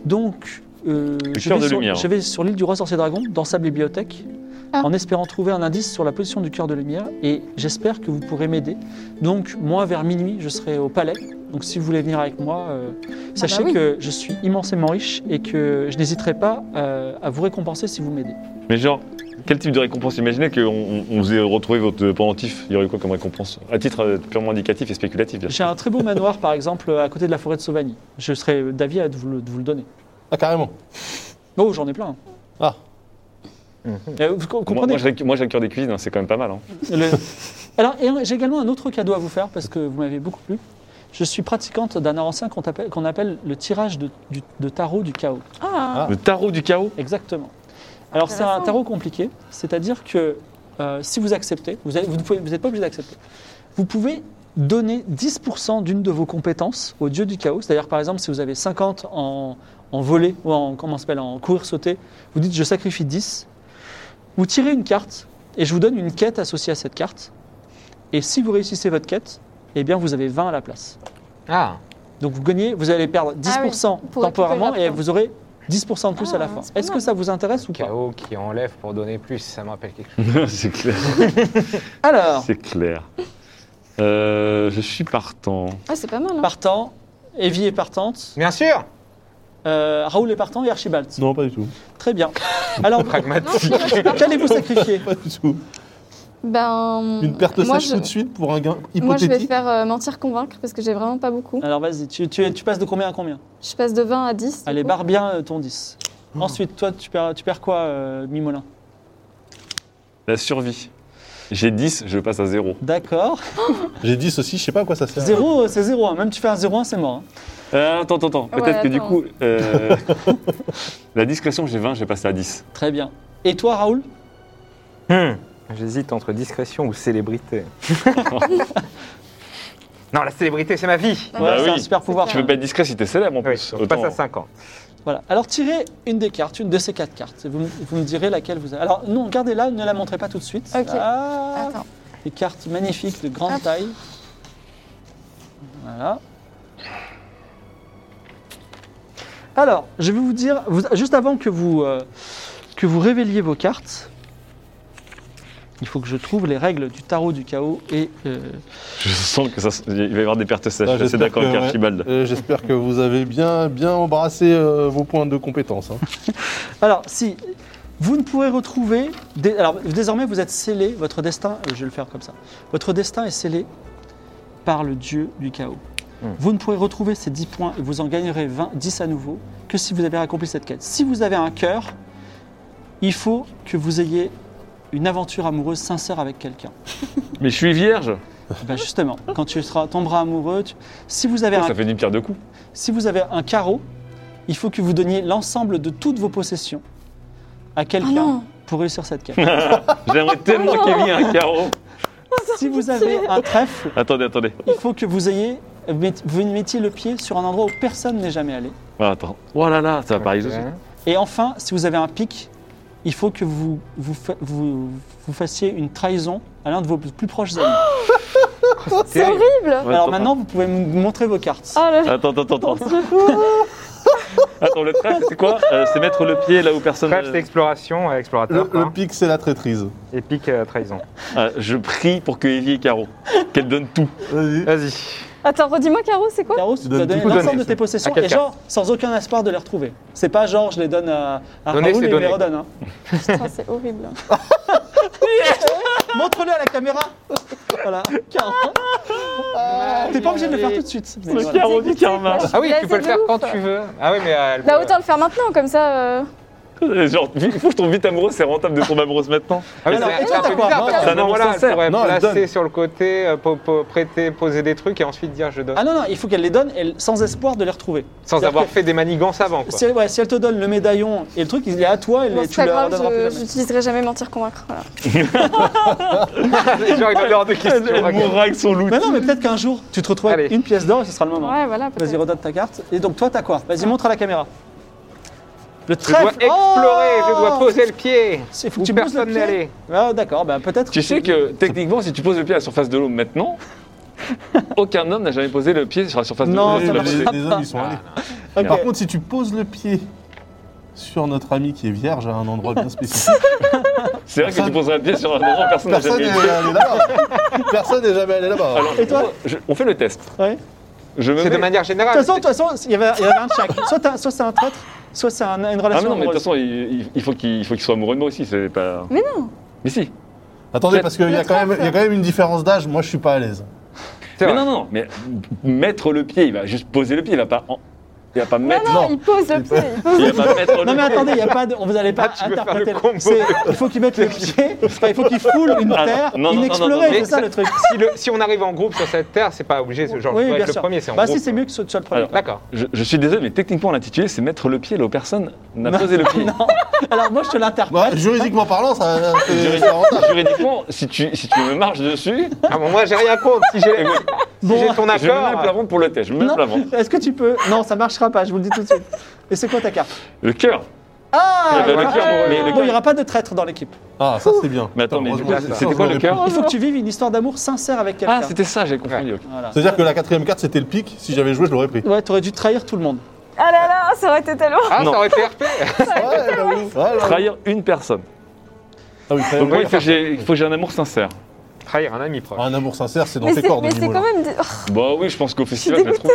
[SPEAKER 1] Donc, euh, je,
[SPEAKER 3] cœur
[SPEAKER 1] vais
[SPEAKER 3] de
[SPEAKER 1] sur,
[SPEAKER 3] lumière.
[SPEAKER 1] je vais sur l'île du roi sorcier dragon, dans sa bibliothèque,
[SPEAKER 5] Ah.
[SPEAKER 1] en espérant trouver un indice sur la position du cœur de lumière, et j'espère que vous pourrez m'aider. Donc, moi, vers minuit, je serai au palais. Donc, si vous voulez venir avec moi, euh, sachez
[SPEAKER 5] Ah bah oui.
[SPEAKER 1] que je suis immensément riche et que je n'hésiterai pas euh, à vous récompenser si vous m'aidez.
[SPEAKER 3] Mais genre, quel type de récompense Imaginez qu'on on, on vous ait retrouvé votre pendentif. Il y aurait quoi comme récompense À titre euh, purement indicatif et spéculatif, bien
[SPEAKER 1] J'ai
[SPEAKER 3] sûr.
[SPEAKER 1] un très beau manoir, par exemple, à côté de la forêt de Sauvagny. Je serais d'avis à vous le, de vous le donner.
[SPEAKER 4] Ah, carrément.
[SPEAKER 1] Oh, j'en ai plein.
[SPEAKER 4] Ah.
[SPEAKER 1] Euh, Vous co-
[SPEAKER 3] Moi, moi,
[SPEAKER 1] comprenez
[SPEAKER 3] je ré- moi, j'ai le cœur des cuisines, hein, c'est quand même pas mal. hein.
[SPEAKER 1] le- Alors, et un- j'ai également un autre cadeau à vous faire parce que vous m'avez beaucoup plu. Je suis pratiquante d'un art ancien qu'on appelle, qu'on appelle le tirage de, du- de tarot du chaos.
[SPEAKER 5] Ah,
[SPEAKER 3] Le tarot du chaos
[SPEAKER 1] Exactement. Alors, c'est un
[SPEAKER 5] Intéressant.
[SPEAKER 1] tarot compliqué, c'est-à-dire que euh, si vous acceptez, vous n'êtes vous ne pouvez- vous êtes pas obligé d'accepter, vous pouvez donner 10% d'une de vos compétences au dieu du chaos. C'est-à-dire, par exemple, si vous avez 50 en, en voler ou en, comment ça s'appelle, en courir sauter, vous dites je sacrifie 10. Vous tirez une carte et je vous donne une quête associée à cette carte. Et si vous réussissez votre quête, eh bien, vous avez 20 à la place.
[SPEAKER 2] Ah,
[SPEAKER 1] Donc vous gagnez, vous allez perdre 10%
[SPEAKER 5] Ah oui, pour récupérer
[SPEAKER 1] temporairement
[SPEAKER 5] la
[SPEAKER 1] et
[SPEAKER 5] preuve.
[SPEAKER 1] vous aurez 10% de plus à la
[SPEAKER 7] Ah,
[SPEAKER 1] fin.
[SPEAKER 7] c'est pas
[SPEAKER 1] Est-ce que
[SPEAKER 7] mal.
[SPEAKER 1] ça vous intéresse ou pas
[SPEAKER 2] KO qui enlève pour donner plus, ça me rappelle quelque chose.
[SPEAKER 3] c'est clair.
[SPEAKER 1] Alors,
[SPEAKER 3] C'est clair. Euh, je suis partant.
[SPEAKER 5] Ah, c'est pas mal. Hein.
[SPEAKER 1] partant, Evie est partante,
[SPEAKER 2] Bien sûr
[SPEAKER 1] euh, Raoul est partant et Archibald.
[SPEAKER 6] Non, pas du tout.
[SPEAKER 1] Très bien. Alors,
[SPEAKER 7] Non, c'est vrai, c'est pas mal.
[SPEAKER 1] qu'allez-vous sacrifier
[SPEAKER 6] Pas du tout.
[SPEAKER 5] Ben,
[SPEAKER 6] Une perte
[SPEAKER 5] moi,
[SPEAKER 6] sèche
[SPEAKER 5] je-
[SPEAKER 6] tout de suite pour un gain
[SPEAKER 5] Moi, je vais
[SPEAKER 6] hypothétique.
[SPEAKER 5] faire euh, mentir convaincre parce que j'ai vraiment pas beaucoup.
[SPEAKER 1] Alors vas-y, tu, tu- tu passes de combien à combien
[SPEAKER 5] Je passe de 20 à 10. du
[SPEAKER 1] Allez,
[SPEAKER 5] coup.
[SPEAKER 1] barre bien euh, ton 10. Ensuite, toi, tu perds, tu perds quoi, euh, Mimolin
[SPEAKER 3] La survie. J'ai 10, je passe à 0.
[SPEAKER 1] D'accord.
[SPEAKER 6] J'ai 10 aussi, je sais pas à quoi ça sert.
[SPEAKER 1] Zéro, euh, c'est zéro. hein. Même tu fais un 0-1, c'est mort. hein.
[SPEAKER 3] Euh, attends, attends, attends. Peut-être
[SPEAKER 5] Ouais,
[SPEAKER 3] que du
[SPEAKER 5] attends.
[SPEAKER 3] coup, euh, la discrétion, j'ai 20, j'ai passé à 10.
[SPEAKER 1] Très bien. Et toi, Raoul
[SPEAKER 2] Hmm, J'hésite entre discrétion ou célébrité. non, la célébrité, c'est ma vie
[SPEAKER 5] Ah,
[SPEAKER 3] Bah
[SPEAKER 1] c'est
[SPEAKER 3] oui.
[SPEAKER 1] un super pouvoir.
[SPEAKER 3] Tu peux pas être discret si t'es célèbre en
[SPEAKER 2] Ah Oui,
[SPEAKER 3] plus.
[SPEAKER 2] on
[SPEAKER 3] Autant-
[SPEAKER 2] passe à 50.
[SPEAKER 1] Voilà. Alors tirez une des cartes, une de ces quatre cartes. Vous, me- vous me direz laquelle vous avez. Alors non, gardez-la, ne la montrez pas tout de suite.
[SPEAKER 5] Ok.
[SPEAKER 1] Ah,
[SPEAKER 5] Attends.
[SPEAKER 1] des cartes magnifiques de grande
[SPEAKER 5] Hop.
[SPEAKER 1] taille. Voilà. Alors, je vais vous dire, vous- juste avant que vous, euh, que vous révéliez vos cartes, il faut que je trouve les règles du tarot du chaos et euh,
[SPEAKER 3] Je sens que ça, il va y avoir des pertes sèches.
[SPEAKER 6] Ah,
[SPEAKER 3] c'est
[SPEAKER 6] j'espère
[SPEAKER 3] d'accord
[SPEAKER 6] que-
[SPEAKER 3] avec Archibald.
[SPEAKER 6] Euh, J'espère que vous avez bien, bien embrassé euh, vos points de compétence. hein.
[SPEAKER 1] Alors, si vous ne pourrez retrouver. dé- Alors, désormais, vous êtes scellé, votre destin, euh, je vais le faire comme ça. Votre destin est scellé par le dieu du chaos.
[SPEAKER 2] Hmm.
[SPEAKER 1] Vous ne pourrez retrouver ces 10 points et vous en gagnerez 20, 10 à nouveau que si vous avez accompli cette quête. Si vous avez un cœur, il faut que vous ayez une aventure amoureuse sincère avec quelqu'un.
[SPEAKER 3] Mais je suis vierge.
[SPEAKER 1] Ben, justement, quand tu seras, tomberas amoureux, tu- si, vous avez un,
[SPEAKER 3] Oh, Ça fait une pierre de coups.
[SPEAKER 1] si vous avez un carreau, il faut que vous donniez l'ensemble de toutes vos possessions à
[SPEAKER 5] Oh
[SPEAKER 1] quelqu'un
[SPEAKER 5] non
[SPEAKER 1] pour réussir cette quête.
[SPEAKER 3] J'aimerais tellement qu'il y ait un carreau.
[SPEAKER 1] si vous avez un trèfle,
[SPEAKER 3] Attendez, attendez.
[SPEAKER 1] il faut que vous ayez met- vous mettiez le pied sur un endroit où personne n'est jamais allé.
[SPEAKER 3] Ah, attends. Oh là là, ça va pas arriver.
[SPEAKER 2] Hein
[SPEAKER 1] Et enfin, si vous avez un pic, il faut que vous vous, fa- vous, vous fassiez une trahison à l'un de vos plus proches amis.
[SPEAKER 5] C'est horrible
[SPEAKER 3] Ouais,
[SPEAKER 1] Alors
[SPEAKER 3] attends.
[SPEAKER 1] maintenant, vous pouvez me montrer vos cartes.
[SPEAKER 5] Oh là là
[SPEAKER 3] Attends, attends, attends. attends, le trèfle, c'est quoi Euh, C'est mettre le pied là où personne.
[SPEAKER 2] Trêve, c'est exploration, euh,
[SPEAKER 6] Le,
[SPEAKER 2] explorateur.
[SPEAKER 6] le
[SPEAKER 2] hein.
[SPEAKER 6] pic, c'est la traîtrise.
[SPEAKER 1] Oh,
[SPEAKER 2] Et pique, euh, trahison.
[SPEAKER 3] Ah, je prie pour que Evie ait carreau. Qu'elle donne tout.
[SPEAKER 6] Vas-y.
[SPEAKER 2] Vas-y.
[SPEAKER 5] Attends, redis-moi, Caro, c'est quoi
[SPEAKER 1] Caro, tu
[SPEAKER 6] donnes
[SPEAKER 1] dois donner
[SPEAKER 6] tout.
[SPEAKER 1] l'ensemble
[SPEAKER 2] Donner,
[SPEAKER 1] de tes possessions
[SPEAKER 2] à
[SPEAKER 1] et
[SPEAKER 2] quelqu'un.
[SPEAKER 1] genre sans aucun espoir de les retrouver. C'est pas genre je les donne à, à
[SPEAKER 2] Donner,
[SPEAKER 1] Raoul
[SPEAKER 2] c'est
[SPEAKER 1] et il me les
[SPEAKER 2] donner.
[SPEAKER 1] redonne. hein.
[SPEAKER 5] Putain, c'est horrible.
[SPEAKER 1] Montre-le à la caméra. Voilà. Caro. T'es pas obligé de le faire tout de suite. mais voilà.
[SPEAKER 3] carreau du karma.
[SPEAKER 5] Je suis
[SPEAKER 2] Ah oui, tu
[SPEAKER 5] blasée
[SPEAKER 2] peux le
[SPEAKER 5] de
[SPEAKER 2] faire
[SPEAKER 5] ouf.
[SPEAKER 2] quand tu veux. Ah oui, mais. euh, elle
[SPEAKER 5] Bah
[SPEAKER 2] peut-
[SPEAKER 5] autant le faire maintenant, comme ça... euh,
[SPEAKER 3] Genre, il faut que je tombe vite amoureuse, c'est rentable de tomber amoureuse maintenant.
[SPEAKER 2] Ah oui,
[SPEAKER 1] Alors,
[SPEAKER 2] c'est
[SPEAKER 1] et toi,
[SPEAKER 2] un
[SPEAKER 1] t'as
[SPEAKER 2] peu
[SPEAKER 1] quoi
[SPEAKER 2] bizarre. parce
[SPEAKER 3] C'est un
[SPEAKER 2] que,
[SPEAKER 3] amour
[SPEAKER 2] voilà, elle
[SPEAKER 3] sincère.
[SPEAKER 2] pourrait
[SPEAKER 6] Non, elle
[SPEAKER 2] placer
[SPEAKER 6] donne.
[SPEAKER 2] sur le côté, euh, po- po- prêter, poser des trucs et ensuite dire je donne.
[SPEAKER 1] Ah non, non, il faut qu'elle les donne elle- sans espoir de les retrouver.
[SPEAKER 2] Sans
[SPEAKER 1] C'est-à-dire
[SPEAKER 2] avoir
[SPEAKER 1] que
[SPEAKER 2] fait des manigances avant, quoi.
[SPEAKER 1] Si elle, ouais, si elle te donne le médaillon et le truc, il est à toi et
[SPEAKER 5] bon,
[SPEAKER 1] les-
[SPEAKER 5] c'est
[SPEAKER 1] tu
[SPEAKER 5] pas
[SPEAKER 1] le
[SPEAKER 5] grave,
[SPEAKER 1] redonneras plus
[SPEAKER 5] je-
[SPEAKER 1] jamais.
[SPEAKER 5] j'utiliserai jamais mentir convaincre. Voilà.
[SPEAKER 2] Genre, il doit y avoir des questions.
[SPEAKER 3] Elle mourra avec son loup.
[SPEAKER 1] Mais non, mais peut-être qu'un jour, tu te retrouves avec
[SPEAKER 2] Allez.
[SPEAKER 1] une pièce d'or et ce sera le moment.
[SPEAKER 5] Ouais, Ah. voilà.
[SPEAKER 1] Vas-y,
[SPEAKER 5] peut-être.
[SPEAKER 1] redonne ta carte. Et donc, toi, t'as quoi Vas-y, montre à la caméra. Le
[SPEAKER 2] Je dois
[SPEAKER 1] trèfle.
[SPEAKER 2] explorer, je dois
[SPEAKER 1] Oh
[SPEAKER 2] poser le pied.
[SPEAKER 1] Il faut
[SPEAKER 2] Où
[SPEAKER 1] que tu bouges le
[SPEAKER 2] personne n'est
[SPEAKER 1] pied.
[SPEAKER 2] allé.
[SPEAKER 1] Ah, D'accord, bah, peut-être.
[SPEAKER 3] Tu sais que techniquement, si tu poses le pied à la surface de l'eau maintenant, aucun homme n'a jamais posé le pied sur la surface
[SPEAKER 1] Non,
[SPEAKER 3] de l'eau.
[SPEAKER 1] ça
[SPEAKER 6] les,
[SPEAKER 1] marche
[SPEAKER 6] les-
[SPEAKER 1] pas.
[SPEAKER 6] les hommes, ils sont allés.
[SPEAKER 1] Ok.
[SPEAKER 6] Par contre, si tu poses le pied sur notre ami qui est vierge à un endroit bien spécifique,
[SPEAKER 3] C'est vrai que tu
[SPEAKER 6] Personne-
[SPEAKER 3] poserais le pied sur un endroit, où personne n'a
[SPEAKER 6] personne
[SPEAKER 3] jamais
[SPEAKER 6] n'est
[SPEAKER 3] été.
[SPEAKER 6] allé là-bas. Personne n'est jamais allé là-bas.
[SPEAKER 3] Alors,
[SPEAKER 1] Et toi
[SPEAKER 3] je- on fait le test.
[SPEAKER 1] Ouais.
[SPEAKER 3] Je me
[SPEAKER 2] C'est de
[SPEAKER 3] mets-
[SPEAKER 2] manière
[SPEAKER 1] De
[SPEAKER 2] générale.
[SPEAKER 1] toute façon, de toute façon, il y avait il y avait un check. Soit, t'as- soit c'est un traître, soit c'est un- une
[SPEAKER 3] Ah
[SPEAKER 1] relation
[SPEAKER 3] non, mais de
[SPEAKER 1] amoureuse.
[SPEAKER 3] toute façon, il, il- il faut qu'il il faut qu'il soit amoureux de moi aussi, c'est pas...
[SPEAKER 5] Mais non
[SPEAKER 3] Mais si
[SPEAKER 6] Attendez, parce qu'il y, a quand même- il y a quand même une différence d'âge. Moi, je suis pas à l'aise.
[SPEAKER 2] C'est
[SPEAKER 3] Mais
[SPEAKER 2] vrai.
[SPEAKER 3] non, non, non, mais mettre le pied, il va juste poser le pied, il va pas... en- Il va pas
[SPEAKER 5] Non,
[SPEAKER 3] mettre...
[SPEAKER 5] non,
[SPEAKER 6] Non.
[SPEAKER 5] Ah, il pose le pied. il pose-
[SPEAKER 3] Il va pas mettre le
[SPEAKER 1] Non mais
[SPEAKER 3] pied.
[SPEAKER 1] attendez, il y a pas de, vous n'allez pas
[SPEAKER 2] Ah, tu veux faire le
[SPEAKER 1] interpréter.
[SPEAKER 2] combo.
[SPEAKER 1] c'est- Il faut qu'il mette le pied, enfin, il faut qu'il foule une
[SPEAKER 3] Ah, non,
[SPEAKER 1] terre
[SPEAKER 3] non, non, non, non,
[SPEAKER 1] inexplorée,
[SPEAKER 3] non,
[SPEAKER 1] c'est
[SPEAKER 2] mais
[SPEAKER 1] ça
[SPEAKER 2] ça-
[SPEAKER 1] le truc.
[SPEAKER 2] Si, le- si on arrive en groupe sur cette terre, c'est pas obligé. Genre, je
[SPEAKER 1] oui,
[SPEAKER 2] dois
[SPEAKER 1] bien
[SPEAKER 2] être le
[SPEAKER 1] sûr.
[SPEAKER 2] premier, c'est en
[SPEAKER 1] bah
[SPEAKER 2] groupe.
[SPEAKER 1] si, c'est mieux que ce soit le premier.
[SPEAKER 3] Alors,
[SPEAKER 2] D'accord.
[SPEAKER 3] Je, je suis désolé, mais techniquement, l'intitulé, c'est mettre le pied là où personne n'a posé le pied.
[SPEAKER 1] Non. Alors moi, je te l'interprète.
[SPEAKER 6] Bah, juridiquement parlant, ça c'est c'est
[SPEAKER 3] Juridiquement,
[SPEAKER 6] avantageux.
[SPEAKER 3] juridiquement, si tu, si tu me marches dessus,
[SPEAKER 2] Ah bon, moi, j'ai rien contre. Si j'ai si j'ai ton
[SPEAKER 3] je me mets à
[SPEAKER 2] accord.
[SPEAKER 3] l'avant pour le test. Je me mets
[SPEAKER 1] Non.
[SPEAKER 3] à l'avant.
[SPEAKER 1] Est-ce que tu peux Non, ça marchera pas. Je vous le dis tout de suite. Et c'est quoi ta carte
[SPEAKER 3] Le cœur.
[SPEAKER 1] Ah
[SPEAKER 3] Eh ben, le
[SPEAKER 1] voilà.
[SPEAKER 3] cœur, mais le
[SPEAKER 1] Bon, il n'y
[SPEAKER 3] cœur-
[SPEAKER 1] aura pas de traître dans l'équipe.
[SPEAKER 6] Ah, ça c'est bien.
[SPEAKER 3] Mais attends, mais du coup,
[SPEAKER 6] Heureusement,
[SPEAKER 2] c'est-
[SPEAKER 6] ça,
[SPEAKER 3] c'était
[SPEAKER 6] ça,
[SPEAKER 3] quoi
[SPEAKER 6] j'aurais
[SPEAKER 3] le
[SPEAKER 6] pu.
[SPEAKER 5] Oh
[SPEAKER 3] cœur
[SPEAKER 1] Il faut que tu vives une histoire d'amour sincère avec quelqu'un.
[SPEAKER 3] Ah, c'était ça, j'ai confondu. ok.
[SPEAKER 1] Voilà.
[SPEAKER 6] C'est-à-dire que la quatrième carte, c'était le pic. Si j'avais joué, je l'aurais pris.
[SPEAKER 1] Ouais, t'aurais dû trahir tout le monde.
[SPEAKER 5] Ah là là, ça aurait été tellement.
[SPEAKER 2] Ah,
[SPEAKER 3] Non.
[SPEAKER 2] ça aurait été RP
[SPEAKER 4] Ouais, bah oui. Voilà.
[SPEAKER 3] Trahir une personne.
[SPEAKER 4] Ah oui,
[SPEAKER 3] Donc
[SPEAKER 4] trahir.
[SPEAKER 3] moi, il faut que j'ai- il faut que j'ai un amour sincère.
[SPEAKER 2] Trahir un ami
[SPEAKER 6] Ah,
[SPEAKER 2] proche.
[SPEAKER 4] Un amour sincère, c'est dans
[SPEAKER 5] mais
[SPEAKER 4] tes
[SPEAKER 5] c'est
[SPEAKER 4] cordes,
[SPEAKER 5] mais c'est
[SPEAKER 4] Mimolin.
[SPEAKER 5] quand même. du- oh,
[SPEAKER 3] Bah oui, je pense qu'au festival, je la trouve.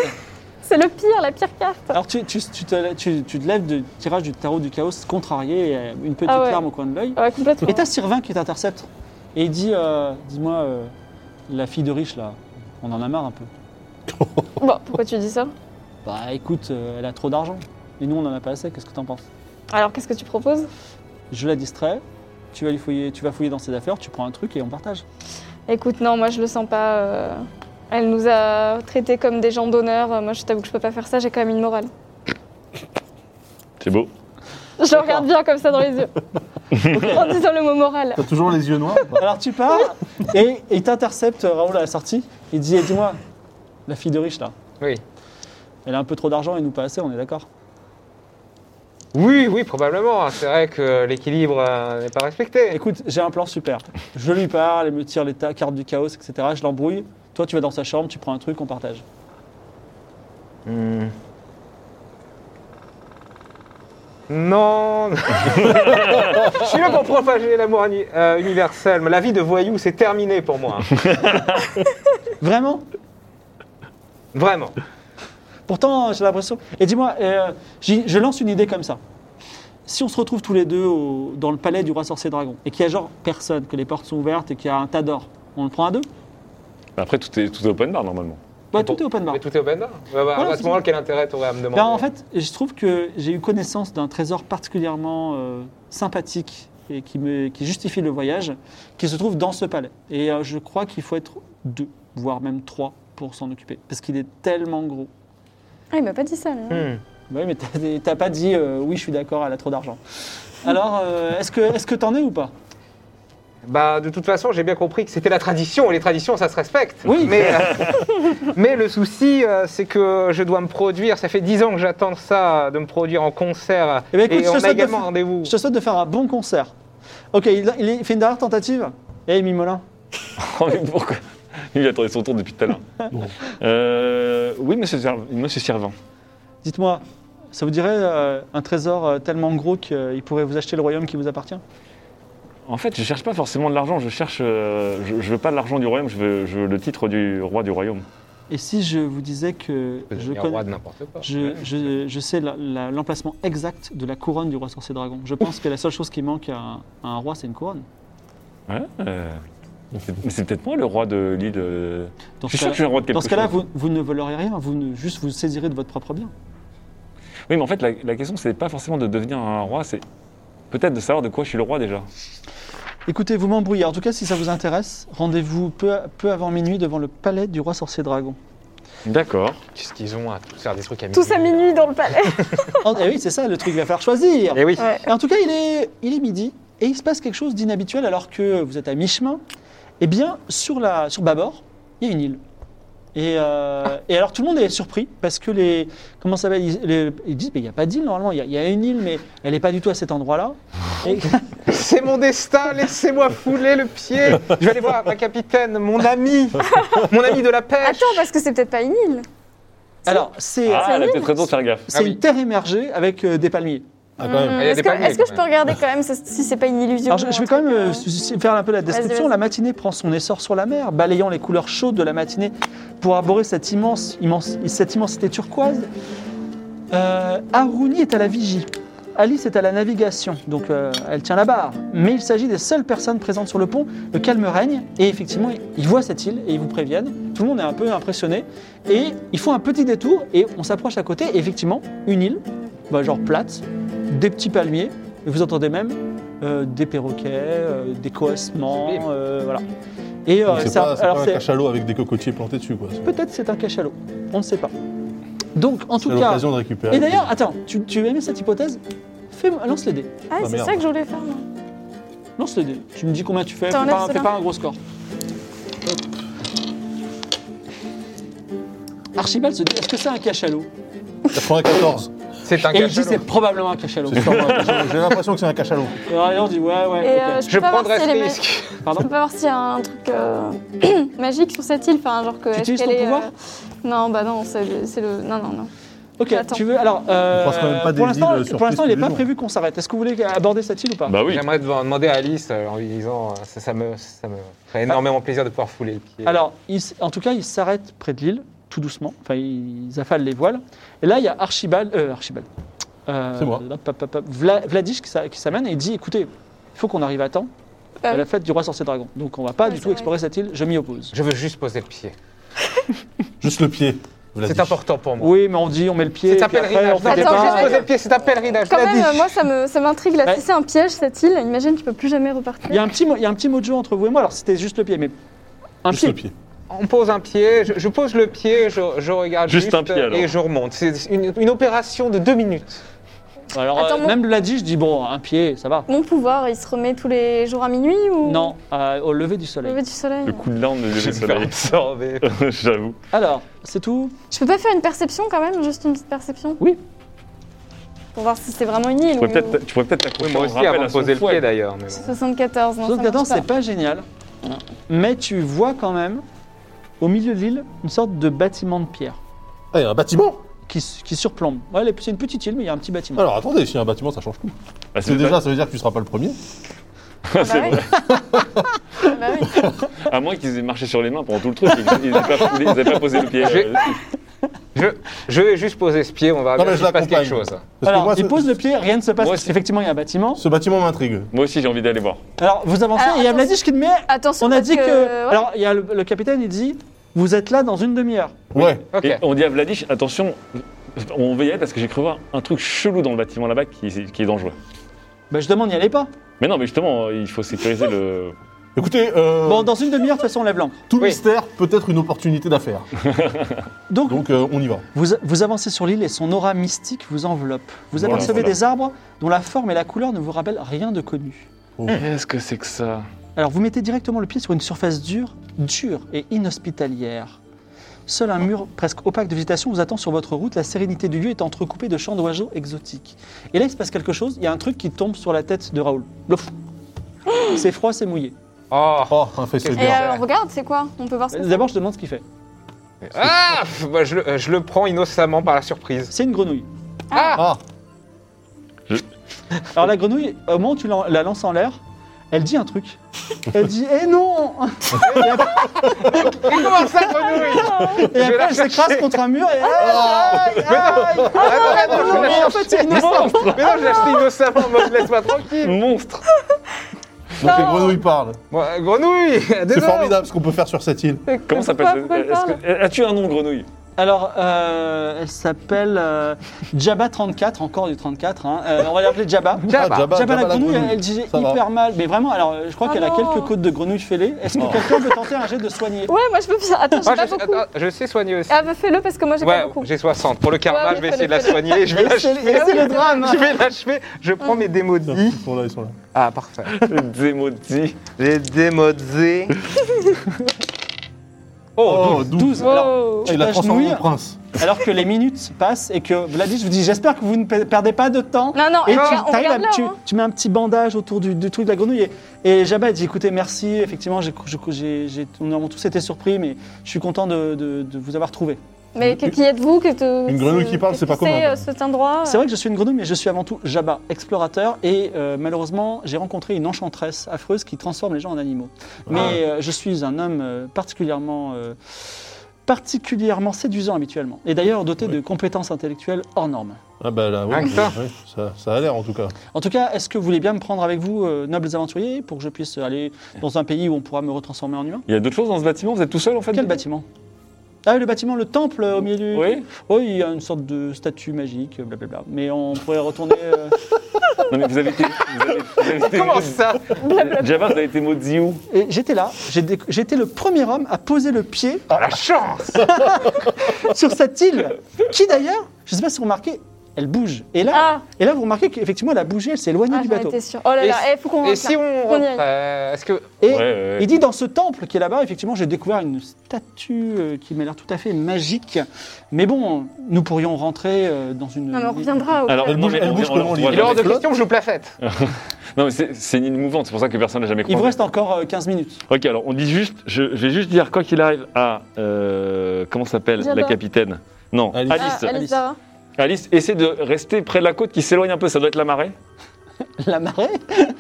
[SPEAKER 5] c'est le pire, la pire carte.
[SPEAKER 1] Alors tu, tu, tu te, tu, tu te lèves du tirage du tarot du chaos contrarié, euh, une petite
[SPEAKER 5] Ah ouais.
[SPEAKER 1] larme au coin de l'œil.
[SPEAKER 5] Ouais, complètement.
[SPEAKER 1] Et t'as Sylvain qui t'intercepte. Et il dit, euh, dis-moi, euh, la fille de riche là, on en a marre un peu.
[SPEAKER 5] Bon, pourquoi tu dis ça
[SPEAKER 1] Bah écoute, euh, elle a trop d'argent. Et nous on en a pas assez, qu'est-ce que t'en penses
[SPEAKER 5] Alors, qu'est-ce que tu proposes
[SPEAKER 1] Je la distrais, tu vas, lui fouiller, tu vas fouiller dans ses affaires, tu prends un truc et on partage.
[SPEAKER 5] Écoute, non, moi je le sens pas. euh, Elle nous a traités comme des gens d'honneur. euh, Moi, je t'avoue que je peux pas faire ça, j'ai quand même une morale.
[SPEAKER 3] C'est beau.
[SPEAKER 5] Je le regarde bien comme ça dans les yeux. en disant le mot moral.
[SPEAKER 4] T'as toujours les yeux noirs ou pas
[SPEAKER 1] Alors tu pars et et il t'intercepte euh, Raoul à la sortie. Il dit, eh, dis-moi, la fille de riche là,
[SPEAKER 2] Oui.
[SPEAKER 1] elle a un peu trop d'argent et nous pas assez, on est d'accord
[SPEAKER 2] Oui, oui, probablement. C'est vrai que l'équilibre euh, n'est pas respecté.
[SPEAKER 1] Écoute, j'ai un plan super. Je lui parle, elle me tire les ta- cartes du chaos, etc. Je l'embrouille. Toi, tu vas dans sa chambre, tu prends un truc, on partage.
[SPEAKER 2] Hmm. Non Je suis là pour propager l'amour uni- euh, universel, mais la vie de voyou, c'est terminé pour moi. hein.
[SPEAKER 1] Vraiment
[SPEAKER 2] Vraiment.
[SPEAKER 1] Pourtant, j'ai l'impression. Et dis-moi, euh, j'y- je lance une idée comme ça. Si on se retrouve tous les deux au- dans le palais du roi sorcier dragon et qu'il y a genre personne, que les portes sont ouvertes et qu'il y a un tas d'or, on le prend à deux
[SPEAKER 3] Mais Après, tout est, tout est open bar normalement.
[SPEAKER 1] Bah,
[SPEAKER 2] Mais
[SPEAKER 1] tout
[SPEAKER 2] bon,
[SPEAKER 1] est open bar.
[SPEAKER 2] Mais tout est open bar. Bah, bah,
[SPEAKER 1] Voilà,
[SPEAKER 2] à
[SPEAKER 1] c'est
[SPEAKER 2] ce moment-là, quel intérêt t'aurais à me demander
[SPEAKER 1] Ben, en fait, je trouve que j'ai eu connaissance d'un trésor particulièrement euh, sympathique et qui, me, qui justifie le voyage, qui se trouve dans ce palais. Et euh, je crois qu'il faut être deux, voire même trois, pour s'en occuper, parce qu'il est tellement gros.
[SPEAKER 5] Ah, il m'a pas dit ça, lui.
[SPEAKER 2] Hmm.
[SPEAKER 1] Oui, mais t'as- t'as pas dit euh, oui, je suis d'accord, elle a trop d'argent. Alors, euh, est-ce que est-ce que t'en es ou pas
[SPEAKER 2] Bah, de toute façon, j'ai bien compris que c'était la tradition, et les traditions, ça se respecte.
[SPEAKER 1] Oui.
[SPEAKER 2] Mais, euh, mais le souci, euh, c'est que je dois me produire. Ça fait 10 ans que j'attends ça, de me produire en concert.
[SPEAKER 1] Eh ben, écoute, je
[SPEAKER 2] et
[SPEAKER 1] te
[SPEAKER 2] on
[SPEAKER 1] souhaite de
[SPEAKER 2] a également
[SPEAKER 1] f-
[SPEAKER 2] rendez-vous.
[SPEAKER 1] Je te souhaite de faire un bon concert. Ok, il, il fait une dernière tentative. Eh, Mimolin,
[SPEAKER 3] Oh, mais pourquoi Il attendait son tour depuis tout à l'heure. Euh, oui, monsieur, Serv- monsieur Servin.
[SPEAKER 1] dites-moi, ça vous dirait euh, un trésor euh, tellement gros qu'il pourrait vous acheter le royaume qui vous appartient
[SPEAKER 3] En fait, je cherche pas forcément de l'argent, je cherche. euh, je, je veux pas l'argent du royaume, je veux, je veux le titre du roi du royaume.
[SPEAKER 1] Et si je vous disais que
[SPEAKER 2] Je
[SPEAKER 1] je,
[SPEAKER 2] devenir
[SPEAKER 1] connais-
[SPEAKER 2] roi de n'importe quoi.
[SPEAKER 1] je, je- je sais la- la- l'emplacement exact de la couronne du roi sorcier dragon Je pense que la seule chose qui manque à un, à un roi, c'est une couronne.
[SPEAKER 3] Ouais, euh, c'est- mais c'est peut-être moi le roi de l'île. euh,
[SPEAKER 1] Dans
[SPEAKER 3] Je suis
[SPEAKER 1] ce
[SPEAKER 3] sûr que je suis
[SPEAKER 1] cas-là,
[SPEAKER 3] un roi de quelque
[SPEAKER 1] dans ce cas-là,
[SPEAKER 3] chose.
[SPEAKER 1] vous, vous ne volerez rien, vous ne, juste vous saisirez de votre propre bien.
[SPEAKER 3] Oui, mais en fait, la, la question, c'est pas forcément de devenir un roi, c'est peut-être de savoir de quoi je suis le roi déjà.
[SPEAKER 1] Écoutez, vous m'embrouillez. En tout cas, si ça vous intéresse, rendez-vous peu, à- peu avant minuit devant le palais du roi sorcier dragon.
[SPEAKER 3] D'accord.
[SPEAKER 2] Qu'est-ce qu'ils ont à tous faire des trucs à
[SPEAKER 5] Tous à minuit dans le palais.
[SPEAKER 1] Oh, eh oui, c'est ça, le truc, il va falloir choisir.
[SPEAKER 2] Eh oui.
[SPEAKER 5] Ouais.
[SPEAKER 1] Et en tout cas, il est, il est midi et il se passe quelque chose d'inhabituel alors que vous êtes à mi-chemin. Eh bien, sur, la, sur Babord, il y a une île. Et,
[SPEAKER 2] Ah.
[SPEAKER 1] euh, et alors tout le monde est surpris parce que les. Comment ça s'appelle ils, les- ils disent, mais il n'y a pas d'île normalement, il y, a, il y a une île, mais elle n'est pas du tout à cet endroit-là. Et-
[SPEAKER 2] C'est mon destin, laissez-moi fouler le pied. Je vais aller voir ma capitaine, mon ami, mon ami de la pêche.
[SPEAKER 5] Attends, parce que c'est peut-être pas une île.
[SPEAKER 1] alors, c'est
[SPEAKER 3] Ah, elle a
[SPEAKER 5] nul.
[SPEAKER 3] peut-être raison de faire gaffe.
[SPEAKER 1] c'est
[SPEAKER 2] Ah oui.
[SPEAKER 1] une terre émergée avec euh, des palmiers.
[SPEAKER 4] Ah, quand même.
[SPEAKER 5] Hmm,
[SPEAKER 2] Il y a
[SPEAKER 5] Est-ce
[SPEAKER 2] des
[SPEAKER 5] que,
[SPEAKER 2] palmiers,
[SPEAKER 5] est-ce que
[SPEAKER 2] quand
[SPEAKER 5] je peux regarder quand même ça- si c'est pas une illusion
[SPEAKER 1] Alors, je,
[SPEAKER 5] ou
[SPEAKER 1] je
[SPEAKER 5] un
[SPEAKER 1] vais quand
[SPEAKER 5] truc,
[SPEAKER 1] même euh,
[SPEAKER 5] euh,
[SPEAKER 1] s- s- faire un peu la description.
[SPEAKER 5] vas-y.
[SPEAKER 1] La matinée prend son essor sur la mer, balayant les couleurs chaudes de la matinée pour arborer cette, immense, immense- cette immensité turquoise. Euh, Haruni est à la vigie. Alice est à la navigation, donc euh, elle tient la barre. Mais il s'agit des seules personnes présentes sur le pont. Le calme règne et effectivement, ils voient cette île et ils vous préviennent. Tout le monde est un peu impressionné. Et ils font un petit détour et on s'approche à côté. Et effectivement, une île, bah, genre plate, des petits palmiers. Et vous entendez même euh, des perroquets, euh, des coassements,
[SPEAKER 2] Sublime.
[SPEAKER 1] euh, voilà. Et euh,
[SPEAKER 4] Donc, C'est
[SPEAKER 1] ça-
[SPEAKER 4] pas, c'est
[SPEAKER 1] alors
[SPEAKER 4] pas un
[SPEAKER 1] c'est-
[SPEAKER 4] cachalot avec des cocotiers plantés dessus, quoi. C'est
[SPEAKER 1] peut-être c'est un cachalot, on ne sait pas. Donc en tout cas,
[SPEAKER 4] l'occasion de récupérer.
[SPEAKER 1] et d'ailleurs, attends, tu, tu aimais cette hypothèse Fais, lance les dés.
[SPEAKER 5] Ah,
[SPEAKER 4] Ah,
[SPEAKER 5] c'est
[SPEAKER 4] merde.
[SPEAKER 5] ça que je voulais faire. moi.
[SPEAKER 1] Lance les dés. Tu me dis combien tu fais. Fais
[SPEAKER 5] T'enlèves
[SPEAKER 1] pas, un-
[SPEAKER 5] cela.
[SPEAKER 1] fais pas un gros score. Archibald se dit est-ce que c'est un cachalot
[SPEAKER 4] 94.
[SPEAKER 2] C'est un
[SPEAKER 1] Et il dit c'est
[SPEAKER 2] cachalot.
[SPEAKER 1] probablement un cachalot.
[SPEAKER 4] C'est sûr, moi, j'ai- J'ai l'impression que c'est un cachalot.
[SPEAKER 1] Et alors on dit ouais, ouais.
[SPEAKER 5] Et
[SPEAKER 1] ok.
[SPEAKER 5] euh, je,
[SPEAKER 2] Je
[SPEAKER 5] peux pas voir
[SPEAKER 2] prendrai
[SPEAKER 5] si
[SPEAKER 2] ce
[SPEAKER 5] elle est ma-
[SPEAKER 2] risque.
[SPEAKER 5] je peux pas voir s'il y a un truc euh, magique sur cette île, enfin genre que.
[SPEAKER 1] Tu
[SPEAKER 5] est-ce
[SPEAKER 1] utilises
[SPEAKER 5] qu'elle
[SPEAKER 1] ton
[SPEAKER 5] est, euh,
[SPEAKER 1] pouvoir
[SPEAKER 5] Non, bah non, c'est c'est le. Non, non, non.
[SPEAKER 1] Ok,
[SPEAKER 5] J'attends.
[SPEAKER 1] tu veux. Alors, euh,
[SPEAKER 4] On croisera même pas des
[SPEAKER 1] pour l'instant,
[SPEAKER 4] îles sur
[SPEAKER 1] pour l'instant,
[SPEAKER 4] tous
[SPEAKER 1] il n'est
[SPEAKER 4] les
[SPEAKER 1] pas
[SPEAKER 4] jours.
[SPEAKER 1] prévu qu'on s'arrête. Est-ce que vous voulez aborder cette île ou pas
[SPEAKER 3] Bah oui.
[SPEAKER 2] J'aimerais dev- demander à Alice euh, en lui disant euh, ça, ça me, ça me ferait énormément plaisir de pouvoir fouler le pied.
[SPEAKER 1] Alors, ils s- en tout cas, ils s'arrêtent près de l'île, tout doucement. Enfin, ils affalent les voiles. Et là, il y a Archibald. euh, Archibald. Euh,
[SPEAKER 4] C'est moi.
[SPEAKER 1] là, pa- pa- pa- Vla- Vladish qui s'a- qui s'amène et il dit écoutez, il faut qu'on arrive à temps
[SPEAKER 5] Bah
[SPEAKER 1] à la
[SPEAKER 5] oui.
[SPEAKER 1] fête du roi sorcier dragon. Donc, on va pas
[SPEAKER 5] Ouais,
[SPEAKER 1] du
[SPEAKER 5] c'est
[SPEAKER 1] tout
[SPEAKER 5] vrai.
[SPEAKER 1] explorer cette île. Je m'y oppose.
[SPEAKER 2] je veux juste poser le pied.
[SPEAKER 4] Juste le pied.
[SPEAKER 2] C'est important pour moi.
[SPEAKER 1] Oui, mais on dit on met le pied.
[SPEAKER 2] C'est un
[SPEAKER 1] puis après,
[SPEAKER 2] pèlerinage.
[SPEAKER 1] on fait
[SPEAKER 2] Non,
[SPEAKER 1] des
[SPEAKER 5] Attends,
[SPEAKER 1] pas.
[SPEAKER 2] juste
[SPEAKER 5] j'ai-
[SPEAKER 2] poser le pied, c'est un pèlerinage.
[SPEAKER 5] Quand
[SPEAKER 2] je l'ai
[SPEAKER 5] même,
[SPEAKER 2] dit.
[SPEAKER 5] moi, ça me, ça m'intrigue. Là,
[SPEAKER 1] Ouais.
[SPEAKER 5] si c'est un piège, cette île, imagine, tu peux plus jamais repartir.
[SPEAKER 1] Il y a un petit mot, il y a un petit mot de jeu entre vous et moi. Alors c'était juste le pied, mais un
[SPEAKER 4] Juste
[SPEAKER 1] pied.
[SPEAKER 4] le pied.
[SPEAKER 2] On pose un pied, je, je pose le pied, je, je regarde
[SPEAKER 3] Juste un pied,
[SPEAKER 2] euh,
[SPEAKER 3] alors.
[SPEAKER 2] et je remonte. C'est une, une opération de deux minutes.
[SPEAKER 1] Alors
[SPEAKER 5] Attends,
[SPEAKER 1] euh,
[SPEAKER 5] mon-
[SPEAKER 1] même Vladish dit bon, un pied, ça va.
[SPEAKER 5] Mon pouvoir, il se remet tous les jours à minuit ou
[SPEAKER 1] Non, euh, au lever du soleil.
[SPEAKER 5] Lever du soleil.
[SPEAKER 3] Le coup de l'âme de lever
[SPEAKER 2] Je vais
[SPEAKER 3] le
[SPEAKER 2] me faire
[SPEAKER 3] soleil.
[SPEAKER 2] absorber.
[SPEAKER 3] J'avoue.
[SPEAKER 1] Alors c'est tout.
[SPEAKER 5] Je peux pas faire une perception quand même, juste une petite perception
[SPEAKER 1] Oui.
[SPEAKER 5] Pour voir si c'est vraiment une île.
[SPEAKER 3] Tu pourrais
[SPEAKER 5] ou-
[SPEAKER 3] peut-être tu pourrais peut-être
[SPEAKER 2] Oui,
[SPEAKER 3] t'accrocher
[SPEAKER 2] moi
[SPEAKER 3] en
[SPEAKER 2] aussi,
[SPEAKER 3] rappel
[SPEAKER 2] avant
[SPEAKER 3] à
[SPEAKER 2] de
[SPEAKER 3] son
[SPEAKER 2] poser le
[SPEAKER 3] fouet.
[SPEAKER 2] pied d'ailleurs. mais bon.
[SPEAKER 5] 74, non,
[SPEAKER 1] Sauf
[SPEAKER 5] ça
[SPEAKER 1] qu'attends,
[SPEAKER 5] marche pas.
[SPEAKER 1] c'est pas génial. Mais tu vois quand même au milieu de l'île une sorte de bâtiment de pierre
[SPEAKER 4] Ah, il y a un bâtiment
[SPEAKER 1] qui, s- qui surplombe. Ouais, elle est- c'est une petite île, mais il y a un petit bâtiment.
[SPEAKER 4] Alors attendez, s'il y a un bâtiment, ça change tout.
[SPEAKER 3] Ah,
[SPEAKER 4] C'est déjà, ça veut dire que tu seras pas le premier.
[SPEAKER 5] Ah
[SPEAKER 3] c'est
[SPEAKER 5] bah
[SPEAKER 3] vrai.
[SPEAKER 5] oui. Ah bah oui.
[SPEAKER 3] À moins qu'ils aient marché sur les mains pendant tout le truc. et qu'ils- Ils n'avaient pas, ils avaient pas posé le pied. euh,
[SPEAKER 2] J'ai- Je, je vais juste poser ce pied, on va
[SPEAKER 4] Non,
[SPEAKER 2] voir
[SPEAKER 4] mais
[SPEAKER 2] s'il
[SPEAKER 4] je
[SPEAKER 2] se passe quelque
[SPEAKER 4] l'accompagne.
[SPEAKER 2] chose.
[SPEAKER 4] Parce
[SPEAKER 1] Alors,
[SPEAKER 4] que moi,
[SPEAKER 1] il
[SPEAKER 4] ce,
[SPEAKER 1] pose le pied, rien ne se passe
[SPEAKER 3] Moi
[SPEAKER 1] parce
[SPEAKER 3] aussi.
[SPEAKER 1] qu'effectivement il y a un bâtiment.
[SPEAKER 4] ce bâtiment m'intrigue.
[SPEAKER 3] Moi aussi, j'ai envie d'aller voir.
[SPEAKER 1] Alors vous avancez,
[SPEAKER 5] Alors,
[SPEAKER 1] et il y a
[SPEAKER 5] attention.
[SPEAKER 1] Vladish qui dit mais
[SPEAKER 5] Attention,
[SPEAKER 1] on a
[SPEAKER 5] parce euh,
[SPEAKER 1] dit que.
[SPEAKER 5] ouais.
[SPEAKER 1] Alors il y a le, le capitaine, il dit vous êtes là dans une demi-heure.
[SPEAKER 4] Ouais.
[SPEAKER 2] Ok.
[SPEAKER 3] Et on dit à Vladish, attention, on veillait parce que j'ai cru voir un truc chelou dans le bâtiment là-bas qui, qui est dangereux.
[SPEAKER 1] Bah je demande, n'y allez pas.
[SPEAKER 3] Mais non, mais justement, il faut sécuriser le.
[SPEAKER 4] Écoutez, euh,
[SPEAKER 1] Bon, dans une demi-heure, de toute façon, on lève l'ancre.
[SPEAKER 4] tout
[SPEAKER 2] oui.
[SPEAKER 4] mystère peut être une opportunité d'affaires.
[SPEAKER 1] Donc,
[SPEAKER 4] Donc euh, on y va.
[SPEAKER 1] Vous, vous avancez sur l'île et son aura mystique vous enveloppe. Vous
[SPEAKER 3] Voilà,
[SPEAKER 1] apercevez
[SPEAKER 3] voilà.
[SPEAKER 1] des arbres dont la forme et la couleur ne vous rappellent rien de connu.
[SPEAKER 3] Qu'est-ce que c'est que ça
[SPEAKER 1] Alors vous mettez directement le pied sur une surface dure, dure et inhospitalière. Seul un mur presque opaque de végétation vous attend sur votre route, la sérénité du lieu est entrecoupée de chants d'oiseaux exotiques. Et là, il se passe quelque chose, il y a un truc qui tombe sur la tête de Raoul. Blouf. C'est froid, c'est mouillé.
[SPEAKER 2] Oh.
[SPEAKER 4] Oh, un faisceau
[SPEAKER 2] Et
[SPEAKER 5] Et
[SPEAKER 4] d'air.
[SPEAKER 5] euh, on regarde, c'est quoi On peut voir ce que
[SPEAKER 1] D'abord, je te demande ce qu'il fait.
[SPEAKER 2] Ah pff, bah, je, le- euh, je le prends innocemment par la surprise.
[SPEAKER 1] C'est une grenouille.
[SPEAKER 4] Ah,
[SPEAKER 1] Alors la grenouille, au moment où tu la la lances en l'air, elle dit un truc. Elle dit Eh non Et après-
[SPEAKER 2] Mais comment ça,
[SPEAKER 1] Et
[SPEAKER 2] grenouille Je vais
[SPEAKER 1] après,
[SPEAKER 2] la
[SPEAKER 1] elle s'écrase
[SPEAKER 2] chercher.
[SPEAKER 1] contre un mur et. Aïe, aïe, aïe.
[SPEAKER 2] Ah, non, non, non, je
[SPEAKER 1] Mais
[SPEAKER 2] l'ai
[SPEAKER 1] en fait,
[SPEAKER 2] acheté
[SPEAKER 1] c'est innocent.
[SPEAKER 2] innocemment. Mais non, je l'ai acheté innocemment, moi, je laisse-moi
[SPEAKER 4] Mm.
[SPEAKER 2] tranquille.
[SPEAKER 3] Monstre
[SPEAKER 4] donc les grenouilles parlent.
[SPEAKER 2] Moi, euh, grenouille Ah,
[SPEAKER 4] C'est formidable ce qu'on peut faire sur cette île.
[SPEAKER 5] c'est.
[SPEAKER 3] Comment
[SPEAKER 5] Pourquoi-
[SPEAKER 3] s'appelle
[SPEAKER 5] pourquoi elle parle
[SPEAKER 3] ce- est-ce que- As-tu un nom, grenouille
[SPEAKER 1] Alors, euh, elle s'appelle euh, Jabba 34, encore du 34. hein. Euh, on va l'appeler Jabba.
[SPEAKER 4] Ah,
[SPEAKER 2] Jabba.
[SPEAKER 4] Jabba,
[SPEAKER 1] Jabba bah, la
[SPEAKER 4] Jabba
[SPEAKER 1] grenouille, elle dit
[SPEAKER 4] Ça va.
[SPEAKER 1] hyper mal. Mais vraiment, alors euh, je crois
[SPEAKER 5] Ah
[SPEAKER 1] qu'elle a
[SPEAKER 5] non.
[SPEAKER 1] quelques côtes de grenouille fêlées. Est-ce que quelqu'un peut tenter un jet de soigner
[SPEAKER 5] Ouais, moi je peux faire. Attends, j'ai
[SPEAKER 2] Moi,
[SPEAKER 5] pas
[SPEAKER 2] je,
[SPEAKER 5] beaucoup.
[SPEAKER 2] attends, je sais soigner aussi.
[SPEAKER 5] Ah bah fais-le parce que moi j'ai
[SPEAKER 2] ouais,
[SPEAKER 5] pas beaucoup.
[SPEAKER 2] j'ai 60. Pour le karma,
[SPEAKER 5] Ouais, mais
[SPEAKER 2] je vais
[SPEAKER 5] fais-le,
[SPEAKER 2] essayer de la
[SPEAKER 5] fais-le.
[SPEAKER 2] soigner. et Je vais
[SPEAKER 1] Et c'est-
[SPEAKER 2] l'achever.
[SPEAKER 1] et c'est le drame.
[SPEAKER 2] Je vais l'achever. Je prends mes
[SPEAKER 5] Mm.
[SPEAKER 4] Tiens,
[SPEAKER 2] démaudis.
[SPEAKER 4] Ils sont là, ils sont là.
[SPEAKER 2] Ah, parfait.
[SPEAKER 3] Zémodi.
[SPEAKER 2] Les démaudis.
[SPEAKER 4] Oh,
[SPEAKER 1] 12.
[SPEAKER 4] douze.
[SPEAKER 1] Alors,
[SPEAKER 5] Wow.
[SPEAKER 4] Ah, il a
[SPEAKER 1] la
[SPEAKER 4] transformé
[SPEAKER 1] genouille.
[SPEAKER 4] en prince.
[SPEAKER 1] alors que les minutes passent et que Vladish vous dit J'espère que vous ne pe- perdez pas de temps.
[SPEAKER 5] Non, non,
[SPEAKER 1] Et tu,
[SPEAKER 5] on regarde- on
[SPEAKER 1] t'arrives à-
[SPEAKER 5] regarde là.
[SPEAKER 1] tu-
[SPEAKER 5] hein.
[SPEAKER 1] tu mets un petit bandage autour du, du truc de la grenouille et, et Jabba dit écoutez merci effectivement j'ai, j'ai- j'ai- j'ai- nous avons tous été surpris mais je suis content de, de- de vous avoir trouvé.
[SPEAKER 5] Mais que- qui êtes-vous que te-
[SPEAKER 4] Une grenouille
[SPEAKER 5] ce-
[SPEAKER 4] qui parle,
[SPEAKER 5] qu'est-ce
[SPEAKER 4] c'est pas
[SPEAKER 5] que C'est
[SPEAKER 4] commun.
[SPEAKER 5] euh, cet endroit.
[SPEAKER 1] C'est vrai que je suis une grenouille mais je suis avant tout Jabba explorateur et euh, malheureusement j'ai rencontré une enchanteresse affreuse qui transforme les gens en animaux. Mais euh, je suis un homme euh, particulièrement euh, particulièrement séduisant habituellement et d'ailleurs doté de compétences intellectuelles hors normes.
[SPEAKER 4] Ah bah là, ouais,
[SPEAKER 2] Rien que
[SPEAKER 4] ouais,
[SPEAKER 2] ça.
[SPEAKER 4] ouais, ça, ça a l'air en tout cas.
[SPEAKER 1] En tout cas, est-ce que vous voulez bien me prendre avec vous, euh, nobles aventuriers, pour que je puisse aller dans un pays où on pourra me retransformer en humain
[SPEAKER 3] Il y a d'autres choses dans ce bâtiment Vous êtes tout seul en fait
[SPEAKER 1] Quel bâtiment Ah, le bâtiment, le temple euh, au milieu du.
[SPEAKER 3] Oui.
[SPEAKER 1] Oui, il y a une sorte de statue magique, euh, blablabla. Mais on pourrait retourner. euh,
[SPEAKER 3] Non, mais vous avez été. Vous avez, vous avez été
[SPEAKER 2] Comment ça
[SPEAKER 3] Jabba, vous avez été maudit où
[SPEAKER 1] Et j'étais là, j'ai déc- j'étais le premier homme à poser le pied
[SPEAKER 2] Oh, La chance
[SPEAKER 1] sur cette île, qui d'ailleurs, je ne sais pas si vous remarquez, elle bouge. Et là,
[SPEAKER 5] Ah,
[SPEAKER 1] et là vous remarquez qu'effectivement, elle a bougé, elle s'est éloignée
[SPEAKER 5] ah
[SPEAKER 1] du
[SPEAKER 5] j'en
[SPEAKER 1] bateau.
[SPEAKER 5] étais sûre. Oh là
[SPEAKER 2] Et
[SPEAKER 5] là, il faut qu'on
[SPEAKER 2] Et
[SPEAKER 5] rentre
[SPEAKER 2] si
[SPEAKER 5] là.
[SPEAKER 2] on
[SPEAKER 5] On y
[SPEAKER 2] rentre, euh, Est-ce que.
[SPEAKER 1] Et
[SPEAKER 3] Ouais, ouais.
[SPEAKER 1] il dit dans ce temple qui est là-bas, effectivement, j'ai découvert une statue euh, qui m'a l'air tout à fait magique. Mais bon, nous pourrions rentrer euh, dans une.
[SPEAKER 5] Non, mais on reviendra. au-
[SPEAKER 3] Alors,
[SPEAKER 4] Elle bouge-
[SPEAKER 3] non, mais
[SPEAKER 4] elle
[SPEAKER 3] on-
[SPEAKER 4] bouge
[SPEAKER 3] on-
[SPEAKER 4] comment,
[SPEAKER 3] on-
[SPEAKER 4] l'île
[SPEAKER 3] on-
[SPEAKER 2] Il est hors de
[SPEAKER 4] Flotte.
[SPEAKER 2] question que je joue plafette.
[SPEAKER 3] Non, mais c'est c'est une île mouvante, c'est pour ça que personne n'a jamais
[SPEAKER 1] Il vous
[SPEAKER 3] croisé.
[SPEAKER 1] reste encore euh, 15 minutes.
[SPEAKER 3] Ok, alors on dit juste, je, je vais juste dire quoi qu'il arrive à. euh, comment s'appelle la
[SPEAKER 5] Jabba.
[SPEAKER 3] capitaine Non,
[SPEAKER 4] Alice.
[SPEAKER 3] Alice.
[SPEAKER 5] Ah, Alice Zara.
[SPEAKER 3] Alice, essaie de rester près de la côte qui s'éloigne un peu, ça doit être la marée.
[SPEAKER 1] La marée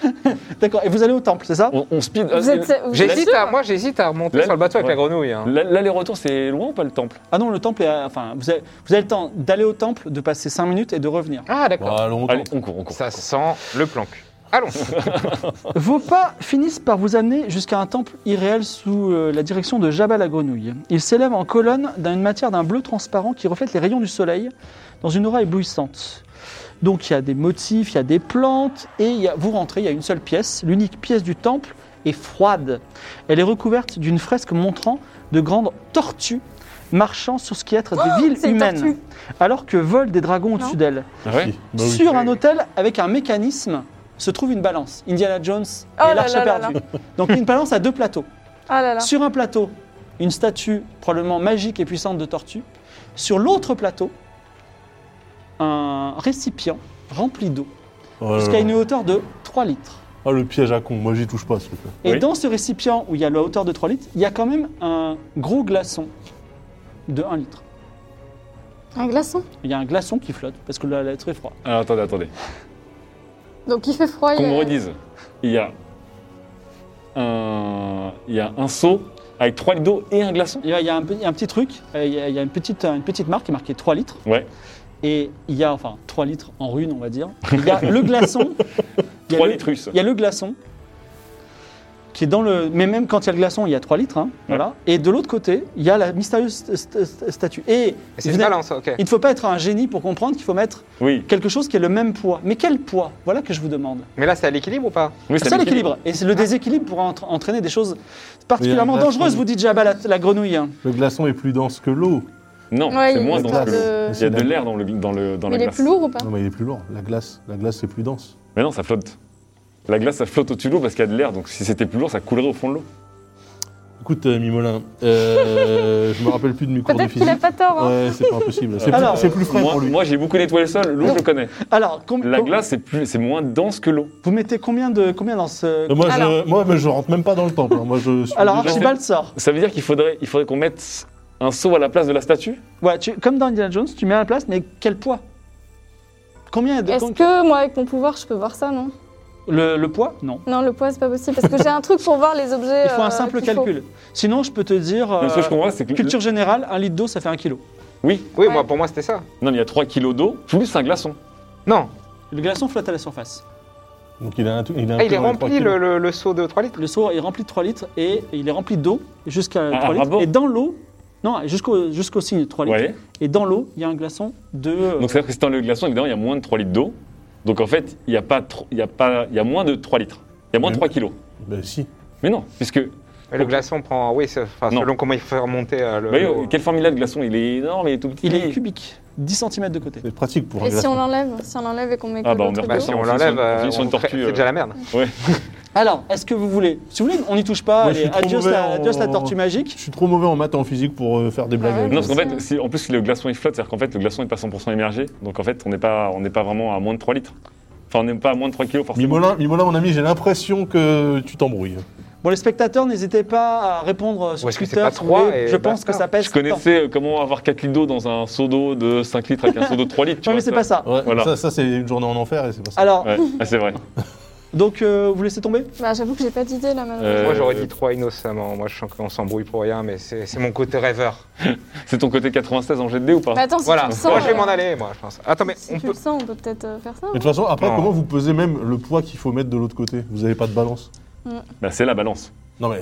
[SPEAKER 1] D'accord, et vous allez au temple, c'est ça
[SPEAKER 3] On, on speed.
[SPEAKER 5] Vous
[SPEAKER 3] euh,
[SPEAKER 5] êtes, vous êtes
[SPEAKER 2] J'hésite
[SPEAKER 5] sûr
[SPEAKER 2] à, moi, j'hésite à remonter
[SPEAKER 3] Là-
[SPEAKER 2] sur le bateau avec
[SPEAKER 3] ouais.
[SPEAKER 2] la grenouille. hein.
[SPEAKER 3] l- L'aller-retour, c'est loin ou pas le temple
[SPEAKER 1] Ah non, le temple est. à- Enfin, vous avez, vous avez le temps d'aller au temple, de passer 5 minutes et de revenir.
[SPEAKER 2] Ah,
[SPEAKER 4] Bon,
[SPEAKER 2] d'accord.
[SPEAKER 4] allons au
[SPEAKER 3] Allez,
[SPEAKER 4] temple.
[SPEAKER 3] on court, on court.
[SPEAKER 2] Ça sent le planque. Allons.
[SPEAKER 1] Vos pas finissent par vous amener jusqu'à un temple irréel sous euh, la direction de Jabba la grenouille. Il s'élève en colonne d'une matière d'un bleu transparent qui reflète les rayons du soleil dans une aura éblouissante. Donc il y a des motifs, il y a des plantes, et il y a- vous rentrez, il y a une seule pièce. L'unique pièce du temple est froide. Elle est recouverte d'une fresque montrant de grandes tortues marchant sur ce qui est être des villes
[SPEAKER 5] Oh, C'est une
[SPEAKER 1] humaines,
[SPEAKER 5] tortue.
[SPEAKER 1] alors que volent des dragons au-dessus d'elles.
[SPEAKER 3] Ouais.
[SPEAKER 4] Bah oui.
[SPEAKER 1] Sur un hôtel avec un mécanisme se trouve une balance. Indiana Jones
[SPEAKER 5] Oh là
[SPEAKER 1] et l'arche
[SPEAKER 5] là là
[SPEAKER 1] perdue. Donc une balance à deux plateaux.
[SPEAKER 5] Ah là là.
[SPEAKER 1] Sur un plateau, une statue probablement magique et puissante de tortue. Sur l'autre plateau, un récipient rempli d'eau
[SPEAKER 4] Oh, là
[SPEAKER 1] jusqu'à
[SPEAKER 4] là.
[SPEAKER 1] une hauteur de 3 litres.
[SPEAKER 4] Ah, le piège à con, moi j'y touche pas ce truc-là.
[SPEAKER 1] Et
[SPEAKER 3] Oui.
[SPEAKER 1] dans ce récipient où il y a la hauteur de 3 litres, il y a quand même un gros glaçon de 1 litre.
[SPEAKER 5] Un glaçon.
[SPEAKER 1] Il y a un glaçon qui flotte parce que là, il est très froid.
[SPEAKER 3] Alors, attendez, attendez.
[SPEAKER 5] Donc il fait froid. il
[SPEAKER 3] Qu'on me
[SPEAKER 5] y a-
[SPEAKER 3] redise. Il y a un, il y a un seau avec trois litres d'eau et un glaçon.
[SPEAKER 1] Il y a, il y a un, pe- il y a un petit truc, euh, il y a, il y a une, petite, une petite marque qui est marquée 3 litres.
[SPEAKER 3] Ouais.
[SPEAKER 1] Et il y a, enfin, 3 litres en rune, on va dire. Il y a le glaçon. il y a
[SPEAKER 3] 3
[SPEAKER 1] le-
[SPEAKER 3] litres russes.
[SPEAKER 1] Il y a le glaçon. Qui est dans le... Mais même quand il y a le glaçon, il y a 3 litres. hein, voilà. Et de l'autre côté, il y a la mystérieuse st- st- st- statue. Et
[SPEAKER 2] C'est
[SPEAKER 1] vous
[SPEAKER 2] une
[SPEAKER 1] n'avez-
[SPEAKER 2] balance, ok.
[SPEAKER 1] il ne faut pas être un génie pour comprendre qu'il faut mettre
[SPEAKER 3] Oui.
[SPEAKER 1] quelque chose qui est le même poids. Mais quel poids Voilà que je vous demande.
[SPEAKER 2] Mais là, c'est à l'équilibre ou pas
[SPEAKER 3] oui
[SPEAKER 1] C'est ça l'équilibre. Et c'est le déséquilibre pourra entra- entraîner des choses particulièrement
[SPEAKER 4] Mais il y a un glaçon.
[SPEAKER 1] dangereuses, vous dites Jabba la, la grenouille. hein.
[SPEAKER 4] Le glaçon est plus dense que l'eau.
[SPEAKER 3] Non,
[SPEAKER 5] Ouais,
[SPEAKER 3] c'est
[SPEAKER 5] il y a
[SPEAKER 3] moins
[SPEAKER 5] une
[SPEAKER 3] dense
[SPEAKER 4] pas
[SPEAKER 3] que
[SPEAKER 5] histoire
[SPEAKER 3] l'eau.
[SPEAKER 5] de-
[SPEAKER 3] Il y a de l'air dans le dans le dans
[SPEAKER 5] Mais
[SPEAKER 3] la
[SPEAKER 5] il est
[SPEAKER 3] glace.
[SPEAKER 5] plus lourd ou pas
[SPEAKER 4] Non, mais il est plus lourd. La glace, la glace c'est plus dense.
[SPEAKER 3] Mais non, ça flotte. La glace, ça flotte au-dessus de l'eau parce qu'il y a de l'air. Donc si c'était plus lourd, ça coulerait au fond de l'eau.
[SPEAKER 4] Écoute, euh, Mimolin, euh, je me rappelle plus de mes cours de
[SPEAKER 5] Peut-être qu'il
[SPEAKER 4] physique.
[SPEAKER 5] a pas tort. hein.
[SPEAKER 4] Ouais, c'est pas impossible. C'est
[SPEAKER 1] Alors,
[SPEAKER 4] plus, c'est plus frais
[SPEAKER 3] Moi,
[SPEAKER 4] pour lui.
[SPEAKER 3] moi, j'ai beaucoup nettoyé le sol. L'eau, je le connais.
[SPEAKER 1] Alors, com-
[SPEAKER 3] La
[SPEAKER 1] com-
[SPEAKER 3] glace, c'est plus, c'est moins dense que l'eau.
[SPEAKER 1] vous mettez combien, de, combien dans ce...
[SPEAKER 4] Euh, Moi,
[SPEAKER 5] Alors.
[SPEAKER 4] je, moi, mais je rentre même pas dans le temple. hein. Moi, je suis
[SPEAKER 1] Alors
[SPEAKER 4] déjà-
[SPEAKER 1] Archibald sort.
[SPEAKER 3] Ça veut dire qu'il faudrait, il faudrait qu'on mette un seau à la place de la statue.
[SPEAKER 1] Ouais, tu- comme dans Indiana Jones, tu mets à la place, mais quel poids Combien de...
[SPEAKER 5] Est-ce que moi, avec mon pouvoir, je peux voir ça, non
[SPEAKER 1] Le, le poids Non.
[SPEAKER 5] Non, le poids, c'est pas possible parce que j'ai un truc pour voir les objets.
[SPEAKER 1] Il faut
[SPEAKER 5] euh,
[SPEAKER 1] un simple
[SPEAKER 5] qu'il faut.
[SPEAKER 1] calcul. Sinon, je peux te dire,
[SPEAKER 3] Non, ce que je
[SPEAKER 1] euh,
[SPEAKER 3] comprends, c'est que
[SPEAKER 1] culture générale, un litre d'eau, ça fait un kilo.
[SPEAKER 3] Oui.
[SPEAKER 2] Oui,
[SPEAKER 5] Ouais.
[SPEAKER 2] moi, pour moi, c'était ça.
[SPEAKER 3] Non, mais il y a 3 kilos d'eau plus un glaçon.
[SPEAKER 2] Non, Ah,
[SPEAKER 1] Le glaçon flotte à la surface.
[SPEAKER 4] Donc il a un truc- Il, a un
[SPEAKER 2] Ah, il
[SPEAKER 4] truc
[SPEAKER 2] est
[SPEAKER 4] dans les trois
[SPEAKER 2] rempli
[SPEAKER 4] kilos.
[SPEAKER 2] le, le- le seau de 3 litres.
[SPEAKER 1] Le seau est rempli de 3 litres et il est rempli d'eau jusqu'à
[SPEAKER 3] Ah,
[SPEAKER 1] 3 litres.
[SPEAKER 3] rabot.
[SPEAKER 1] Et dans l'eau, non, jusqu'au jusqu'au signe de 3 litres.
[SPEAKER 3] Ouais.
[SPEAKER 1] Et dans l'eau, il y a un glaçon de. euh,
[SPEAKER 3] Donc c'est-à-dire que si dans le glaçon, évidemment, il y a moins de 3 litres d'eau. Donc en fait, il y a pas, trop- il y a pas, il y a moins de 3 litres. Il y a moins de
[SPEAKER 4] Mais-
[SPEAKER 3] 3 kilos.
[SPEAKER 4] Ben si.
[SPEAKER 3] Mais non, puisque
[SPEAKER 2] Mais le glaçon prend. Oui, c'est- enfin,
[SPEAKER 3] Non.
[SPEAKER 2] selon comment il fait remonter euh, le.
[SPEAKER 3] Bah oui,
[SPEAKER 2] l'eau.
[SPEAKER 3] quel formidable glaçon, il est énorme, il est tout petit.
[SPEAKER 1] il est cubique, 10 cm de côté.
[SPEAKER 4] C'est pratique pour un
[SPEAKER 5] Et si
[SPEAKER 4] glaçon.
[SPEAKER 5] on l'enlève Si on l'enlève et qu'on met que
[SPEAKER 3] Ah bah, on meurt
[SPEAKER 5] l'autre
[SPEAKER 2] Bah,
[SPEAKER 3] pas
[SPEAKER 5] dedans
[SPEAKER 2] si
[SPEAKER 3] on
[SPEAKER 2] on
[SPEAKER 3] finit
[SPEAKER 2] l'enlève,
[SPEAKER 3] sur- on
[SPEAKER 2] euh,
[SPEAKER 3] finit sur une
[SPEAKER 2] on crée-
[SPEAKER 3] tortue, euh.
[SPEAKER 2] c'est déjà la merde.
[SPEAKER 1] Alors, est-ce que vous voulez Si vous voulez, on n'y touche pas.
[SPEAKER 4] Moi, je
[SPEAKER 1] Allez,
[SPEAKER 4] suis trop
[SPEAKER 1] adios,
[SPEAKER 4] mauvais
[SPEAKER 1] la,
[SPEAKER 4] en-
[SPEAKER 1] adios la tortue magique.
[SPEAKER 4] Je suis trop mauvais en maths et en physique pour euh, faire des blagues.
[SPEAKER 5] Ah ouais.
[SPEAKER 4] avec
[SPEAKER 3] Non,
[SPEAKER 4] ça.
[SPEAKER 3] parce qu'en fait, si- en plus, si le glaçon il flotte, c'est-à-dire qu'en fait, le glaçon n'est pas 100% émergé. Donc en fait, on n'est pas, on n'est pas vraiment à moins de 3 litres. Enfin, on n'est pas à moins de 3 kilos forcément.
[SPEAKER 4] Mimolin, Mimolin, mon ami, j'ai l'impression que tu t'embrouilles.
[SPEAKER 1] Bon, les spectateurs, n'hésitez pas à répondre euh, sur
[SPEAKER 2] Ou est-ce que c'est
[SPEAKER 1] Twitter.
[SPEAKER 2] pas
[SPEAKER 1] si
[SPEAKER 2] trois
[SPEAKER 1] vous voulez.
[SPEAKER 2] et bah,
[SPEAKER 1] je pense
[SPEAKER 2] basta.
[SPEAKER 1] que ça pèse.
[SPEAKER 3] Je connaissais euh, comment avoir 4 litres d'eau dans un seau d'eau de 5 litres avec un seau d'eau de 3 litres. tu
[SPEAKER 1] Non, mais
[SPEAKER 3] vois,
[SPEAKER 1] c'est pas ça.
[SPEAKER 4] Ouais,
[SPEAKER 3] Voilà.
[SPEAKER 4] Ça, ça, c'est une journée en enfer et c'est pas ça.
[SPEAKER 1] Alors,
[SPEAKER 3] Ouais, ah, c'est vrai.
[SPEAKER 1] donc, euh, vous laissez tomber
[SPEAKER 5] Bah, j'avoue que j'ai pas d'idée là maintenant.
[SPEAKER 3] Euh,
[SPEAKER 2] Moi, j'aurais dit 3 innocemment. Moi, je sens qu'on s'embrouille pour rien, mais c'est c'est mon côté rêveur.
[SPEAKER 3] C'est ton côté 96 en jet de dés ou pas
[SPEAKER 5] Mais attends, si
[SPEAKER 2] Voilà,
[SPEAKER 5] tu le sens.
[SPEAKER 2] moi, je vais
[SPEAKER 5] euh,
[SPEAKER 2] m'en aller, moi, je pense. Attends, mais
[SPEAKER 5] Si
[SPEAKER 2] on
[SPEAKER 5] tu
[SPEAKER 2] peut.
[SPEAKER 5] le sens, on peut peut-être euh, faire ça.
[SPEAKER 4] Mais de toute façon, après,
[SPEAKER 2] Non.
[SPEAKER 4] comment vous pesez même le poids qu'il faut mettre de l'autre côté Vous avez pas de balance
[SPEAKER 3] Bah, c'est la balance.
[SPEAKER 4] Non, mais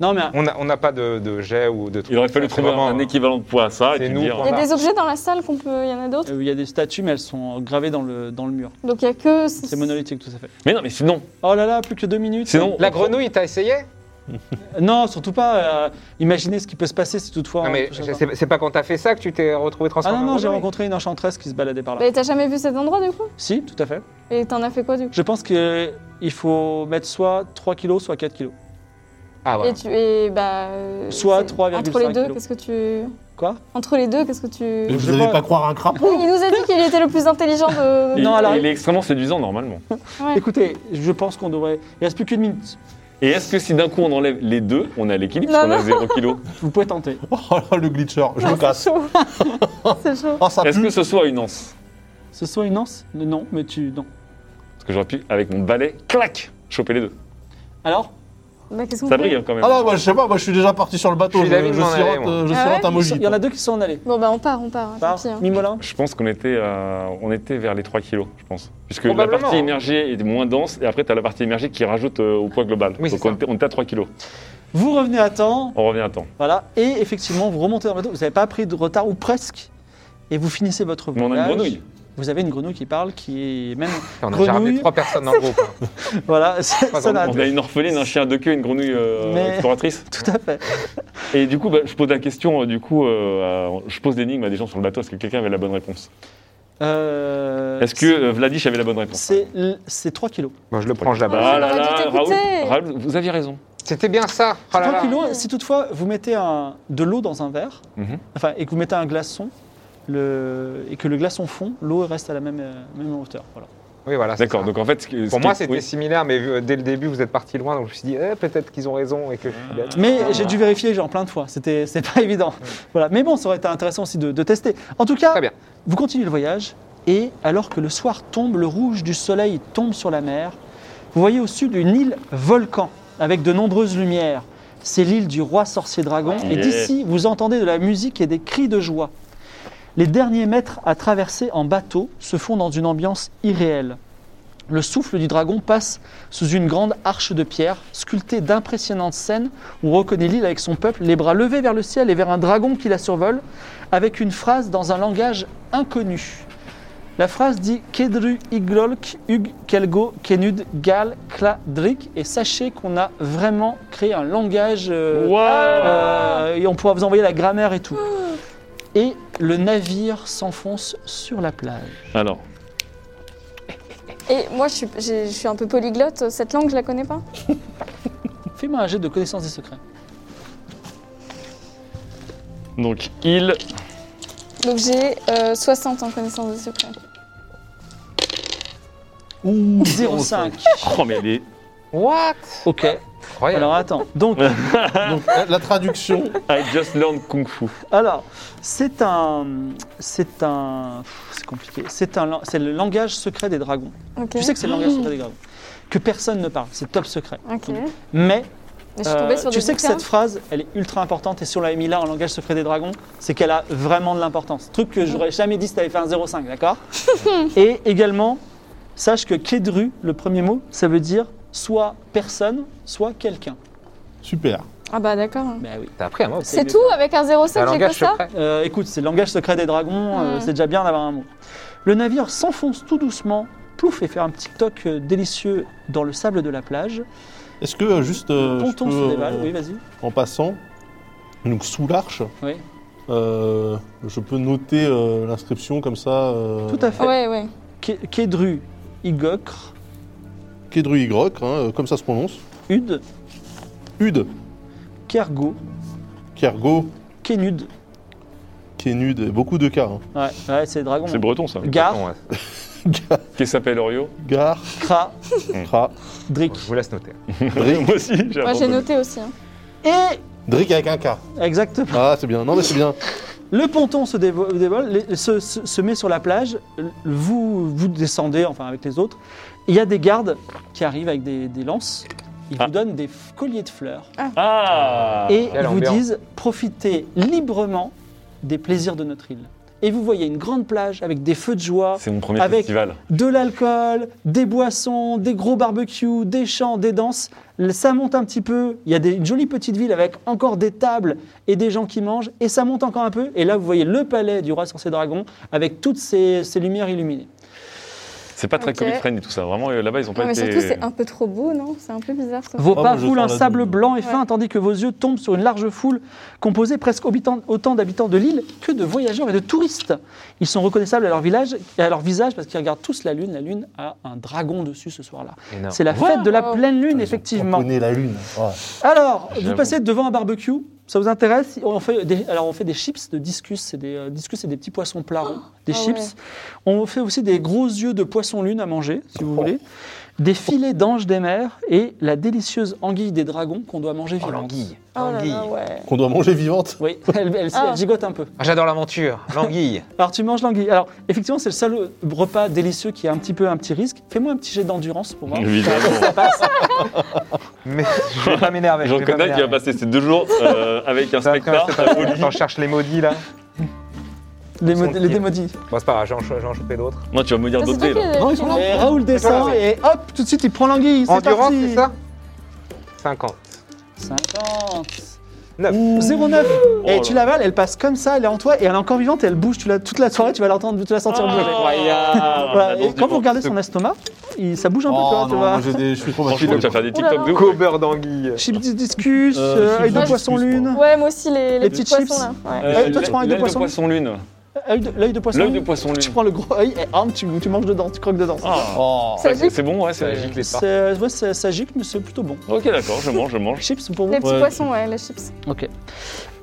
[SPEAKER 1] Non, mais
[SPEAKER 2] On n'a on n'a pas de, de jet ou de truc.
[SPEAKER 3] Il aurait fallu
[SPEAKER 2] C'est
[SPEAKER 3] trouver
[SPEAKER 2] vraiment- hein.
[SPEAKER 3] un équivalent de poids à ça et
[SPEAKER 2] C'est
[SPEAKER 3] puis
[SPEAKER 2] nous,
[SPEAKER 3] dire.
[SPEAKER 2] quoi.
[SPEAKER 5] Il y a
[SPEAKER 2] Voilà.
[SPEAKER 5] des objets dans la salle qu'on peut. Il y en a d'autres.
[SPEAKER 1] euh, il y a des statues, mais elles sont gravées dans le, dans le mur.
[SPEAKER 5] Donc il y a que.
[SPEAKER 1] C'est monolithique, tout à fait.
[SPEAKER 3] Mais non, mais sinon,
[SPEAKER 1] Oh là là, plus que deux minutes.
[SPEAKER 3] sinon.
[SPEAKER 2] La
[SPEAKER 3] on prend-
[SPEAKER 2] grenouille, t'as essayé
[SPEAKER 1] Non, surtout pas. euh, imaginez ce qui peut se passer si toutefois.
[SPEAKER 2] Non,
[SPEAKER 1] on
[SPEAKER 2] mais
[SPEAKER 1] touche à ça.
[SPEAKER 2] c'est c'est pas quand t'as fait ça que tu t'es retrouvé
[SPEAKER 1] Ah
[SPEAKER 2] transformé.
[SPEAKER 1] non,
[SPEAKER 2] en
[SPEAKER 1] non, j'ai
[SPEAKER 2] grenouille.
[SPEAKER 1] rencontré une enchanteresse qui se baladait par là.
[SPEAKER 5] Mais Bah, t'as jamais vu cet endroit du coup
[SPEAKER 1] Si, tout à fait.
[SPEAKER 5] Et t'en as fait quoi du coup
[SPEAKER 1] Je pense qu'il faut mettre soit 3 kilos, soit 4 kilos.
[SPEAKER 2] Ah, ouais.
[SPEAKER 5] Et tu et bah. euh,
[SPEAKER 1] Soit
[SPEAKER 5] c'est-
[SPEAKER 1] 3,5
[SPEAKER 5] Entre les deux,
[SPEAKER 1] kilos.
[SPEAKER 5] qu'est-ce que tu.
[SPEAKER 1] Quoi
[SPEAKER 5] Entre les deux, qu'est-ce que tu.
[SPEAKER 4] mais
[SPEAKER 1] Je
[SPEAKER 4] vous n'allez
[SPEAKER 1] vois-
[SPEAKER 4] pas croire un crapaud
[SPEAKER 5] Il nous a dit qu'il était le plus intelligent de.
[SPEAKER 3] Il,
[SPEAKER 1] Non, alors-
[SPEAKER 3] il est extrêmement séduisant normalement.
[SPEAKER 5] Ouais.
[SPEAKER 1] Écoutez, je pense qu'on devrait. Il reste plus qu'une minute.
[SPEAKER 3] Et est-ce que si d'un coup on enlève les deux, on a l'équilibre
[SPEAKER 5] Non,
[SPEAKER 3] parce qu'on a
[SPEAKER 5] non.
[SPEAKER 3] 0 kg
[SPEAKER 1] Vous pouvez tenter.
[SPEAKER 4] Oh, le glitcher, je me casse.
[SPEAKER 5] C'est chaud. C'est chaud.
[SPEAKER 4] Oh, ça
[SPEAKER 3] Est-ce
[SPEAKER 4] pue.
[SPEAKER 3] que ce soit une anse
[SPEAKER 1] Ce soit une anse Non, mais tu. Non.
[SPEAKER 3] Parce que j'aurais pu, avec mon balai, clac, choper les deux.
[SPEAKER 1] Alors
[SPEAKER 5] Bah, qu'est-ce
[SPEAKER 3] Ça
[SPEAKER 5] qu'on
[SPEAKER 3] brille
[SPEAKER 5] fait
[SPEAKER 3] hein, quand même.
[SPEAKER 4] Ah non, moi, je sais pas, moi, je suis déjà parti sur le bateau.
[SPEAKER 2] Je
[SPEAKER 4] Je,
[SPEAKER 2] suis d'avis de
[SPEAKER 4] je
[SPEAKER 2] m'en
[SPEAKER 4] sirote,
[SPEAKER 2] aller, moi.
[SPEAKER 4] euh, je
[SPEAKER 5] Ah
[SPEAKER 4] sirote
[SPEAKER 5] ouais
[SPEAKER 4] un
[SPEAKER 1] Il y en
[SPEAKER 4] mojito.
[SPEAKER 1] a deux qui sont en allée.
[SPEAKER 5] Bon, bah, on part, on part. hein, tant
[SPEAKER 1] Par
[SPEAKER 5] pis, hein.
[SPEAKER 1] Mimolin
[SPEAKER 3] Je pense qu'on était, à- on était vers les 3 kilos, je pense. Puisque la
[SPEAKER 2] Probablement,
[SPEAKER 3] partie
[SPEAKER 2] hein.
[SPEAKER 3] émergée est moins dense, et après, tu as la partie émergée qui rajoute euh, au poids global.
[SPEAKER 2] Oui,
[SPEAKER 3] Donc
[SPEAKER 2] c'est
[SPEAKER 3] on
[SPEAKER 2] ça.
[SPEAKER 3] était, on était à 3 kilos.
[SPEAKER 1] Vous revenez à temps,
[SPEAKER 3] On revient à temps.
[SPEAKER 1] voilà, et effectivement, vous remontez dans le bateau. Vous n'avez pas pris de retard, ou presque, et vous finissez votre
[SPEAKER 3] Mais
[SPEAKER 1] voyage.
[SPEAKER 3] on a une grenouille.
[SPEAKER 1] Vous avez une grenouille qui parle, qui est même...
[SPEAKER 2] On a déjà
[SPEAKER 1] Grenouille.
[SPEAKER 2] ramené trois personnes dans le groupe. hein.
[SPEAKER 1] voilà, ça
[SPEAKER 2] Pas
[SPEAKER 1] ça n'a...
[SPEAKER 3] On a une orpheline, un chien de queue, une grenouille euh,
[SPEAKER 1] Ah, Mais-
[SPEAKER 3] exploratrice.
[SPEAKER 1] Tout à fait.
[SPEAKER 3] Et du coup, bah, je pose la question, euh, du coup, euh, à- je pose l'énigme à des gens sur le bateau. Est-ce que quelqu'un avait la bonne réponse
[SPEAKER 1] Euh,
[SPEAKER 3] Est-ce que euh, Vladish avait la bonne réponse Bah,
[SPEAKER 1] C'est, c'est 3 kilos.
[SPEAKER 2] Bon, je le prends, je la bats.
[SPEAKER 5] Ah, on aurait dû
[SPEAKER 3] Raoul,
[SPEAKER 5] t'écouter.
[SPEAKER 3] Raoul, vous aviez raison.
[SPEAKER 2] C'était bien ça. Oh là
[SPEAKER 1] 3
[SPEAKER 2] là.
[SPEAKER 1] kilos, si toutefois vous mettez un- de l'eau dans un verre,
[SPEAKER 3] Mhm.
[SPEAKER 1] enfin, et que vous mettez un glaçon, le, et que le glaçon fond, l'eau reste à la même, euh, même hauteur. Voilà.
[SPEAKER 2] Oui, voilà. c'est
[SPEAKER 3] D'accord,
[SPEAKER 2] ça.
[SPEAKER 3] donc en fait... ce qui- ce
[SPEAKER 2] Pour
[SPEAKER 3] qui-
[SPEAKER 2] moi, c'était
[SPEAKER 3] oui.
[SPEAKER 2] similaire, mais euh, dès le début, vous êtes parti loin, donc je me suis dit, eh, peut-être qu'ils ont raison et que je suis bête. Ah,
[SPEAKER 1] Mais j'ai dû vérifier genre plein de fois, c'était c'est pas évident. Voilà. Mais bon, ça aurait été intéressant aussi de, de tester. En tout cas,
[SPEAKER 2] Très bien.
[SPEAKER 1] vous continuez le voyage et alors que le soir tombe, le rouge du soleil tombe sur la mer, vous voyez au sud une île volcan avec de nombreuses lumières. C'est l'île du roi sorcier dragon et
[SPEAKER 3] Yeah.
[SPEAKER 1] d'ici vous entendez de la musique et des cris de joie. Les derniers mètres à traverser en bateau se font dans une ambiance irréelle. Le souffle du dragon passe sous une grande arche de pierre, sculptée d'impressionnantes scènes où on reconnaît l'île avec son peuple, les bras levés vers le ciel et vers un dragon qui la survole, avec une phrase dans un langage inconnu. La phrase dit Kedru Iglolk Ug Kelgo Kenud Gal Kladrik et sachez qu'on a vraiment créé un langage euh, euh, et on pourra vous envoyer la grammaire et tout. Et le navire s'enfonce sur la plage.
[SPEAKER 3] Alors,
[SPEAKER 5] Et moi, je suis, j'ai- je suis un peu polyglotte. Cette langue, je la connais pas.
[SPEAKER 1] Fais-moi un jet de connaissance des secrets.
[SPEAKER 3] donc, il...
[SPEAKER 5] Donc, j'ai euh, 60 en connaissance de secret.
[SPEAKER 1] 05.
[SPEAKER 3] Oh, mais les...
[SPEAKER 2] What
[SPEAKER 1] Ok.
[SPEAKER 2] Incroyable.
[SPEAKER 1] Alors attends. Donc
[SPEAKER 4] Donc, la- la traduction,
[SPEAKER 3] I just learned Kung Fu.
[SPEAKER 1] Alors, c'est un. C'est un. pff, C'est compliqué. C'est un lang- c'est le langage secret des dragons.
[SPEAKER 5] Ok.
[SPEAKER 1] Tu sais que c'est le langage secret des dragons. Que personne ne parle. C'est top secret.
[SPEAKER 5] Mmh. Ok.
[SPEAKER 1] Mais
[SPEAKER 5] Mais je suis tombée
[SPEAKER 1] euh,
[SPEAKER 5] sur
[SPEAKER 1] tu
[SPEAKER 5] des
[SPEAKER 1] sais que
[SPEAKER 5] bouquins.
[SPEAKER 1] cette phrase, elle est ultra importante. Et si on l'avait mis là en langage secret des dragons, c'est qu'elle a vraiment de l'importance. Truc que
[SPEAKER 5] Mmh.
[SPEAKER 1] j'aurais jamais dit si t'avais fait un 0,5, d'accord Et également, sache que Kedru, le premier mot, ça veut dire soit personne, soit quelqu'un.
[SPEAKER 4] super.
[SPEAKER 5] Ah bah d'accord. hein.
[SPEAKER 1] Ben oui.
[SPEAKER 2] T'as appris à moi
[SPEAKER 5] C'est tout avec un
[SPEAKER 2] Bah,
[SPEAKER 5] 0,5, j'ai que ça
[SPEAKER 1] Euh, écoute, c'est le langage secret des dragons, euh,
[SPEAKER 5] Mm.
[SPEAKER 1] c'est déjà bien d'avoir un mot. Le navire s'enfonce tout doucement, plouf, et fait un petit toc euh, délicieux dans le sable de la plage.
[SPEAKER 4] Est-ce que euh, juste. euh,
[SPEAKER 1] Le
[SPEAKER 4] je
[SPEAKER 1] ponton
[SPEAKER 4] peux,
[SPEAKER 1] se
[SPEAKER 4] euh,
[SPEAKER 1] dévale, oui, vas-y.
[SPEAKER 4] en passant, donc sous l'arche,
[SPEAKER 1] Oui.
[SPEAKER 4] euh, je peux noter euh, l'inscription comme ça. euh,
[SPEAKER 1] Tout à fait.
[SPEAKER 5] Ouais, ouais.
[SPEAKER 1] Ke- Kedru, Igokr,
[SPEAKER 4] Kedru Igrok, hein, euh, comme ça se prononce.
[SPEAKER 1] Ud,
[SPEAKER 4] Ud,
[SPEAKER 1] Kergo,
[SPEAKER 4] Kergo,
[SPEAKER 1] Kenud.
[SPEAKER 4] Kenud, et beaucoup de K. hein.
[SPEAKER 1] Ouais, ouais, c'est les dragons.
[SPEAKER 3] C'est
[SPEAKER 1] hein.
[SPEAKER 3] breton, ça.
[SPEAKER 1] Gar,
[SPEAKER 2] Non, ouais.
[SPEAKER 3] Qui s'appelle Orio
[SPEAKER 4] Gar,
[SPEAKER 1] Kra,
[SPEAKER 2] Mm.
[SPEAKER 4] Kra,
[SPEAKER 1] Drik.
[SPEAKER 2] Je vous laisse noter.
[SPEAKER 4] Drik.
[SPEAKER 3] Moi aussi, j'ai
[SPEAKER 5] Moi, j'ai
[SPEAKER 3] abandonné.
[SPEAKER 5] noté aussi. hein.
[SPEAKER 1] Et,
[SPEAKER 4] Drik avec un K.
[SPEAKER 1] exactement.
[SPEAKER 4] Ah, c'est bien. Non, mais c'est bien.
[SPEAKER 1] Le ponton se dévo- dévoile, les- se, se- se met sur la plage, vous, vous descendez, enfin avec les autres, il y a des gardes qui arrivent avec des, des lances, ils
[SPEAKER 3] Ah.
[SPEAKER 1] vous donnent des f- colliers de fleurs
[SPEAKER 3] Ah
[SPEAKER 1] et
[SPEAKER 2] quelle
[SPEAKER 1] ils vous
[SPEAKER 2] ambiance.
[SPEAKER 1] disent profitez librement des plaisirs de notre île. Et vous voyez une grande plage avec des feux de joie,
[SPEAKER 3] C'est mon premier
[SPEAKER 1] Avec-
[SPEAKER 3] festival.
[SPEAKER 1] de l'alcool, des boissons, des gros barbecues, des chants, des danses. Ça monte un petit peu. Il y a des, une jolie petite ville avec encore des tables et des gens qui mangent. Et ça monte encore un peu. Et là, vous voyez le palais du roi sur ses dragons avec toutes ces, ces lumières illuminées.
[SPEAKER 3] C'est pas très
[SPEAKER 5] Ok.
[SPEAKER 3] comic friendly tout ça. Vraiment, euh, là-bas, ils ont pas
[SPEAKER 5] Non, mais
[SPEAKER 3] été.
[SPEAKER 5] surtout, c'est un peu trop beau, non C'est un peu bizarre ça.
[SPEAKER 1] Vos
[SPEAKER 4] Oh,
[SPEAKER 1] pas
[SPEAKER 4] moi, je
[SPEAKER 1] foulent un
[SPEAKER 4] sens la
[SPEAKER 1] sable
[SPEAKER 4] douille.
[SPEAKER 1] blanc et fin, tandis que vos yeux tombent sur une large foule composée presque autant- autant d'habitants de l'île que de voyageurs et de touristes. Ils sont reconnaissables à leur, village, à leur visage parce qu'ils regardent tous la lune. La lune a un dragon dessus ce soir-là.
[SPEAKER 2] Énorme.
[SPEAKER 1] C'est la fête de la
[SPEAKER 5] Wow.
[SPEAKER 1] pleine lune, effectivement.
[SPEAKER 4] On connaît la lune. Ouais.
[SPEAKER 1] Alors, vous
[SPEAKER 3] J'avoue.
[SPEAKER 1] passez devant un barbecue, ça vous intéresse on fait des, Alors, on fait des chips de discus, c'est des, euh, discus, c'est des petits poissons plats ronds, des
[SPEAKER 5] Ah
[SPEAKER 1] chips. On fait aussi des gros yeux de poisson lune à manger, si vous voulez. des filets d'anges des mers et la délicieuse anguille des dragons qu'on doit manger
[SPEAKER 2] Oh,
[SPEAKER 1] vivante.
[SPEAKER 2] l'anguille.
[SPEAKER 5] Oh là
[SPEAKER 2] L'anguille.
[SPEAKER 5] là, ouais.
[SPEAKER 4] Qu'on doit manger vivante.
[SPEAKER 1] Oui, elle, elle-
[SPEAKER 5] Ah.
[SPEAKER 1] elle gigote un peu.
[SPEAKER 2] Ah, J'adore l'aventure. L'anguille.
[SPEAKER 1] Alors tu manges l'anguille. Alors effectivement, c'est le seul euh, repas délicieux qui a un petit peu un petit risque. Fais-moi un petit jet d'endurance pour moi.
[SPEAKER 3] Évidemment.
[SPEAKER 2] Mais je vais pas m'énerver.
[SPEAKER 3] J'en
[SPEAKER 2] je vais pas
[SPEAKER 3] connais qui a
[SPEAKER 2] m'énerver.
[SPEAKER 3] passé ces deux jours euh, avec un
[SPEAKER 2] Ça, tiens, c'est
[SPEAKER 3] spectacle
[SPEAKER 2] pas- J'en cherche les maudits là.
[SPEAKER 1] Les,
[SPEAKER 2] Son
[SPEAKER 1] mod- les
[SPEAKER 2] pied.
[SPEAKER 1] démodis.
[SPEAKER 2] Bon, c'est pas grave, j'en- j'en choper d'autres.
[SPEAKER 3] Moi, tu vas me dire
[SPEAKER 5] Ça, c'est
[SPEAKER 3] d'autres
[SPEAKER 5] toi qui
[SPEAKER 3] là.
[SPEAKER 5] l'as-
[SPEAKER 2] Non, ils
[SPEAKER 5] qui
[SPEAKER 2] sont
[SPEAKER 5] l'as-
[SPEAKER 1] Et Raoul descend et hop, tout de suite il prend l'anguille. C'est
[SPEAKER 2] Endurance,
[SPEAKER 1] parti.
[SPEAKER 2] c'est ça 50.
[SPEAKER 1] 50.
[SPEAKER 2] Neuf.
[SPEAKER 1] 09 Et
[SPEAKER 3] Oh
[SPEAKER 1] tu
[SPEAKER 3] là.
[SPEAKER 1] l'avales, elle passe comme ça, elle est en toi et elle est encore vivante et elle bouge tu la- toute la soirée, tu vas l'entendre, tu la sentir bouger.
[SPEAKER 3] Incroyable.
[SPEAKER 1] Voilà,
[SPEAKER 3] Ah. La
[SPEAKER 1] Et
[SPEAKER 3] danse du
[SPEAKER 1] quand vous
[SPEAKER 3] vent.
[SPEAKER 1] regardez son estomac, il- ça bouge un peu, tu vois,
[SPEAKER 4] Oh
[SPEAKER 1] tu
[SPEAKER 4] non,
[SPEAKER 1] vois.
[SPEAKER 4] moi j'ai des. Je suis trop
[SPEAKER 3] Franchement, tu vas faire des
[SPEAKER 5] Ouh là
[SPEAKER 3] TikTok de
[SPEAKER 5] là.
[SPEAKER 3] ouf.
[SPEAKER 2] Cobeur d'anguille.
[SPEAKER 1] Chips dis- discus,
[SPEAKER 4] Euh,
[SPEAKER 1] euh,
[SPEAKER 4] chips
[SPEAKER 1] œil de
[SPEAKER 4] discus,
[SPEAKER 1] poisson
[SPEAKER 4] moi.
[SPEAKER 1] lune.
[SPEAKER 5] Ouais, moi aussi, les, les
[SPEAKER 1] petites
[SPEAKER 5] petits poissons,
[SPEAKER 1] chips.
[SPEAKER 5] là. Ouais.
[SPEAKER 1] Euh, toi, tu prends un
[SPEAKER 3] l'œil
[SPEAKER 1] deux
[SPEAKER 3] de
[SPEAKER 1] poissons.
[SPEAKER 3] poisson lune.
[SPEAKER 1] Œil de- L'œil de poisson
[SPEAKER 3] L'œil de
[SPEAKER 1] lune.
[SPEAKER 3] poisson
[SPEAKER 1] Tu
[SPEAKER 3] lune.
[SPEAKER 1] prends le gros œil et hum, tu, tu manges dedans, tu croques dedans.
[SPEAKER 3] Ah.
[SPEAKER 4] Oh.
[SPEAKER 5] Ça gicle.
[SPEAKER 3] C'est bon, ouais,
[SPEAKER 2] Ça
[SPEAKER 3] c'est
[SPEAKER 2] gicle les parts.
[SPEAKER 1] C'est- ouais, ça, ça gicle, mais c'est plutôt bon.
[SPEAKER 3] Ok, d'accord, je mange, je mange.
[SPEAKER 1] Chips pour vous.
[SPEAKER 5] Les petits
[SPEAKER 4] Ouais.
[SPEAKER 5] poissons, ouais, les chips.
[SPEAKER 1] Ok.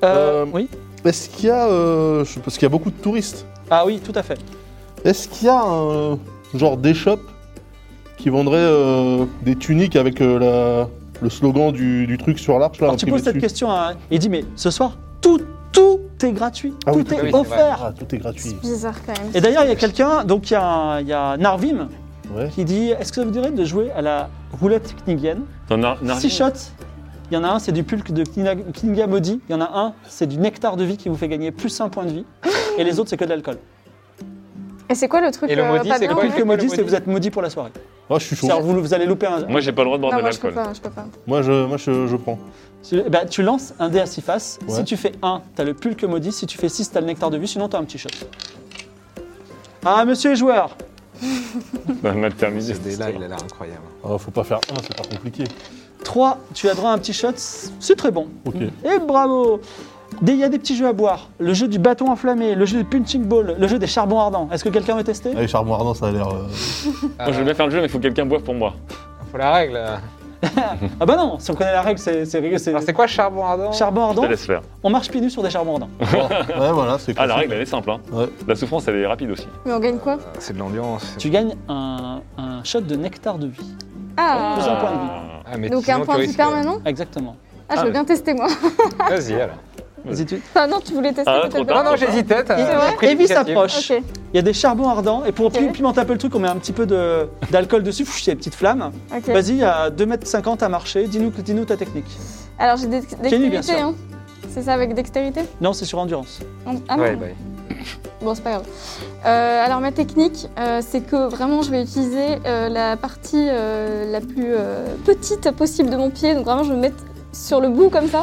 [SPEAKER 4] Euh,
[SPEAKER 1] oui.
[SPEAKER 4] Est-ce qu'il y a. euh, je- Parce qu'il y a beaucoup de touristes.
[SPEAKER 1] Ah oui, tout à fait.
[SPEAKER 4] Est-ce qu'il y a un genre d'échoppe qui vendrait euh, des tuniques avec euh, la- le slogan du, du truc sur l'arche là
[SPEAKER 1] Alors tu
[SPEAKER 4] imprimé
[SPEAKER 1] poses cette
[SPEAKER 4] dessus
[SPEAKER 1] question à. Il dit mais ce soir tout tout est gratuit,
[SPEAKER 4] Ah
[SPEAKER 1] tout
[SPEAKER 4] oui,
[SPEAKER 1] est
[SPEAKER 2] oui, c'est vrai.
[SPEAKER 1] offert.
[SPEAKER 4] Ah, tout est gratuit.
[SPEAKER 5] C'est bizarre quand même.
[SPEAKER 1] Et d'ailleurs il y a quelqu'un donc il y a, un- il y a Narvim
[SPEAKER 4] Ouais.
[SPEAKER 1] qui dit est-ce que ça vous dirait de jouer à la roulette kningienne
[SPEAKER 3] T'en as un
[SPEAKER 1] Six shots. Il y en a un, c'est du pulque de Kninga- Kninga maudit. Il y en a un, c'est du nectar de vie qui vous fait gagner plus un point de vie. Et les autres, c'est que de l'alcool.
[SPEAKER 5] Et c'est quoi le truc
[SPEAKER 2] Et le
[SPEAKER 5] euh,
[SPEAKER 2] maudit,
[SPEAKER 5] pas
[SPEAKER 2] c'est
[SPEAKER 5] bien,
[SPEAKER 2] quoi
[SPEAKER 5] ouais
[SPEAKER 1] Pulque maudit, c'est
[SPEAKER 2] maudit
[SPEAKER 1] vous êtes maudit pour la soirée.
[SPEAKER 4] Ah, je suis chaud.
[SPEAKER 1] C'est-à-dire, vous, vous allez louper un.
[SPEAKER 3] Moi, j'ai pas le droit de boire
[SPEAKER 5] Non,
[SPEAKER 3] de
[SPEAKER 5] moi je peux
[SPEAKER 3] l'alcool.
[SPEAKER 5] pas, je peux pas.
[SPEAKER 4] Moi, je, moi je, je prends.
[SPEAKER 1] Tu- eh ben, tu lances un dé à 6 faces.
[SPEAKER 4] Ouais.
[SPEAKER 1] Si tu fais 1, t'as le pulque maudit. Si tu fais 6, t'as le nectar de vie. Sinon, t'as un petit shot. Ah, monsieur les joueurs
[SPEAKER 3] Bah, mal terminé.
[SPEAKER 2] Ce
[SPEAKER 3] cette
[SPEAKER 2] dé-là, il
[SPEAKER 3] histoire.
[SPEAKER 2] a l'air incroyable.
[SPEAKER 4] Ah, faut pas faire un, c'est pas compliqué.
[SPEAKER 1] 3, tu as droit à un petit shot. C'est très bon.
[SPEAKER 4] Ok.
[SPEAKER 1] Et Mm. Eh, bravo Dès- Il y a des petits jeux à boire. Le jeu du bâton enflammé, le jeu du punching ball, le jeu des charbons ardents. Est-ce que quelqu'un veut tester
[SPEAKER 4] Allez, Charbon Ardent, ça a l'air. euh,
[SPEAKER 3] Moi, je veux bien faire le jeu, mais il faut que quelqu'un boive pour moi.
[SPEAKER 2] Faut la règle. Alors,
[SPEAKER 1] Ah bah non, si on connaît la règle, c'est c'est rigolo, c'est-
[SPEAKER 2] Ah, c'est quoi charbon ardent
[SPEAKER 1] Charbon
[SPEAKER 3] Je
[SPEAKER 1] ardent,
[SPEAKER 3] te
[SPEAKER 5] Oh.
[SPEAKER 3] laisse faire.
[SPEAKER 1] on marche pieds nus sur des charbons ardents.
[SPEAKER 4] Ouais, voilà, c'est
[SPEAKER 3] Ah, la
[SPEAKER 4] classique.
[SPEAKER 3] règle, elle est simple. Hein.
[SPEAKER 4] Ouais.
[SPEAKER 3] La souffrance, elle est rapide aussi.
[SPEAKER 5] Mais on gagne quoi
[SPEAKER 2] C'est de l'ambiance.
[SPEAKER 1] Tu gagnes un, un shot de nectar de vie.
[SPEAKER 5] Ah
[SPEAKER 1] Plus un point de
[SPEAKER 3] Ah.
[SPEAKER 2] Ah, mais
[SPEAKER 5] Donc
[SPEAKER 2] sinon,
[SPEAKER 5] un
[SPEAKER 2] tu
[SPEAKER 5] point de vie
[SPEAKER 2] risques-
[SPEAKER 5] permanent
[SPEAKER 1] Exactement.
[SPEAKER 5] Ah, je
[SPEAKER 3] Ah,
[SPEAKER 5] veux bien tester moi.
[SPEAKER 2] Vas-y alors.
[SPEAKER 1] Vas-y, tu-
[SPEAKER 5] Ah non, tu voulais tester
[SPEAKER 3] Ah,
[SPEAKER 5] peut-être
[SPEAKER 3] trop
[SPEAKER 5] pas.
[SPEAKER 3] tard.
[SPEAKER 2] Non, non, j'hésitais.
[SPEAKER 5] Ah,
[SPEAKER 2] t'as-
[SPEAKER 1] Et-
[SPEAKER 2] t'as pris
[SPEAKER 1] Evie
[SPEAKER 2] l'initiative.
[SPEAKER 1] s'approche.
[SPEAKER 5] Ok,
[SPEAKER 1] Il y a des charbons ardents et pour
[SPEAKER 5] Ok.
[SPEAKER 1] pi- pimenter un peu le truc, on met un petit peu de- d'alcool dessus, pff, il y a des petites flammes.
[SPEAKER 5] ok.
[SPEAKER 1] Vas-y, à 2m50 à marcher, dis-nous dis ta technique.
[SPEAKER 5] Alors j'ai dex-
[SPEAKER 1] Kenny, bien
[SPEAKER 5] dextérité,
[SPEAKER 1] sûr.
[SPEAKER 5] hein. C'est ça avec dextérité
[SPEAKER 1] Non, c'est sur endurance.
[SPEAKER 5] On- Ah non,
[SPEAKER 2] Ouais, bah,
[SPEAKER 5] bon c'est pas grave. Euh, alors ma technique, euh, c'est que vraiment je vais utiliser euh, la partie euh, la plus euh, petite possible de mon pied. Donc vraiment je vais me mettre sur le bout comme ça.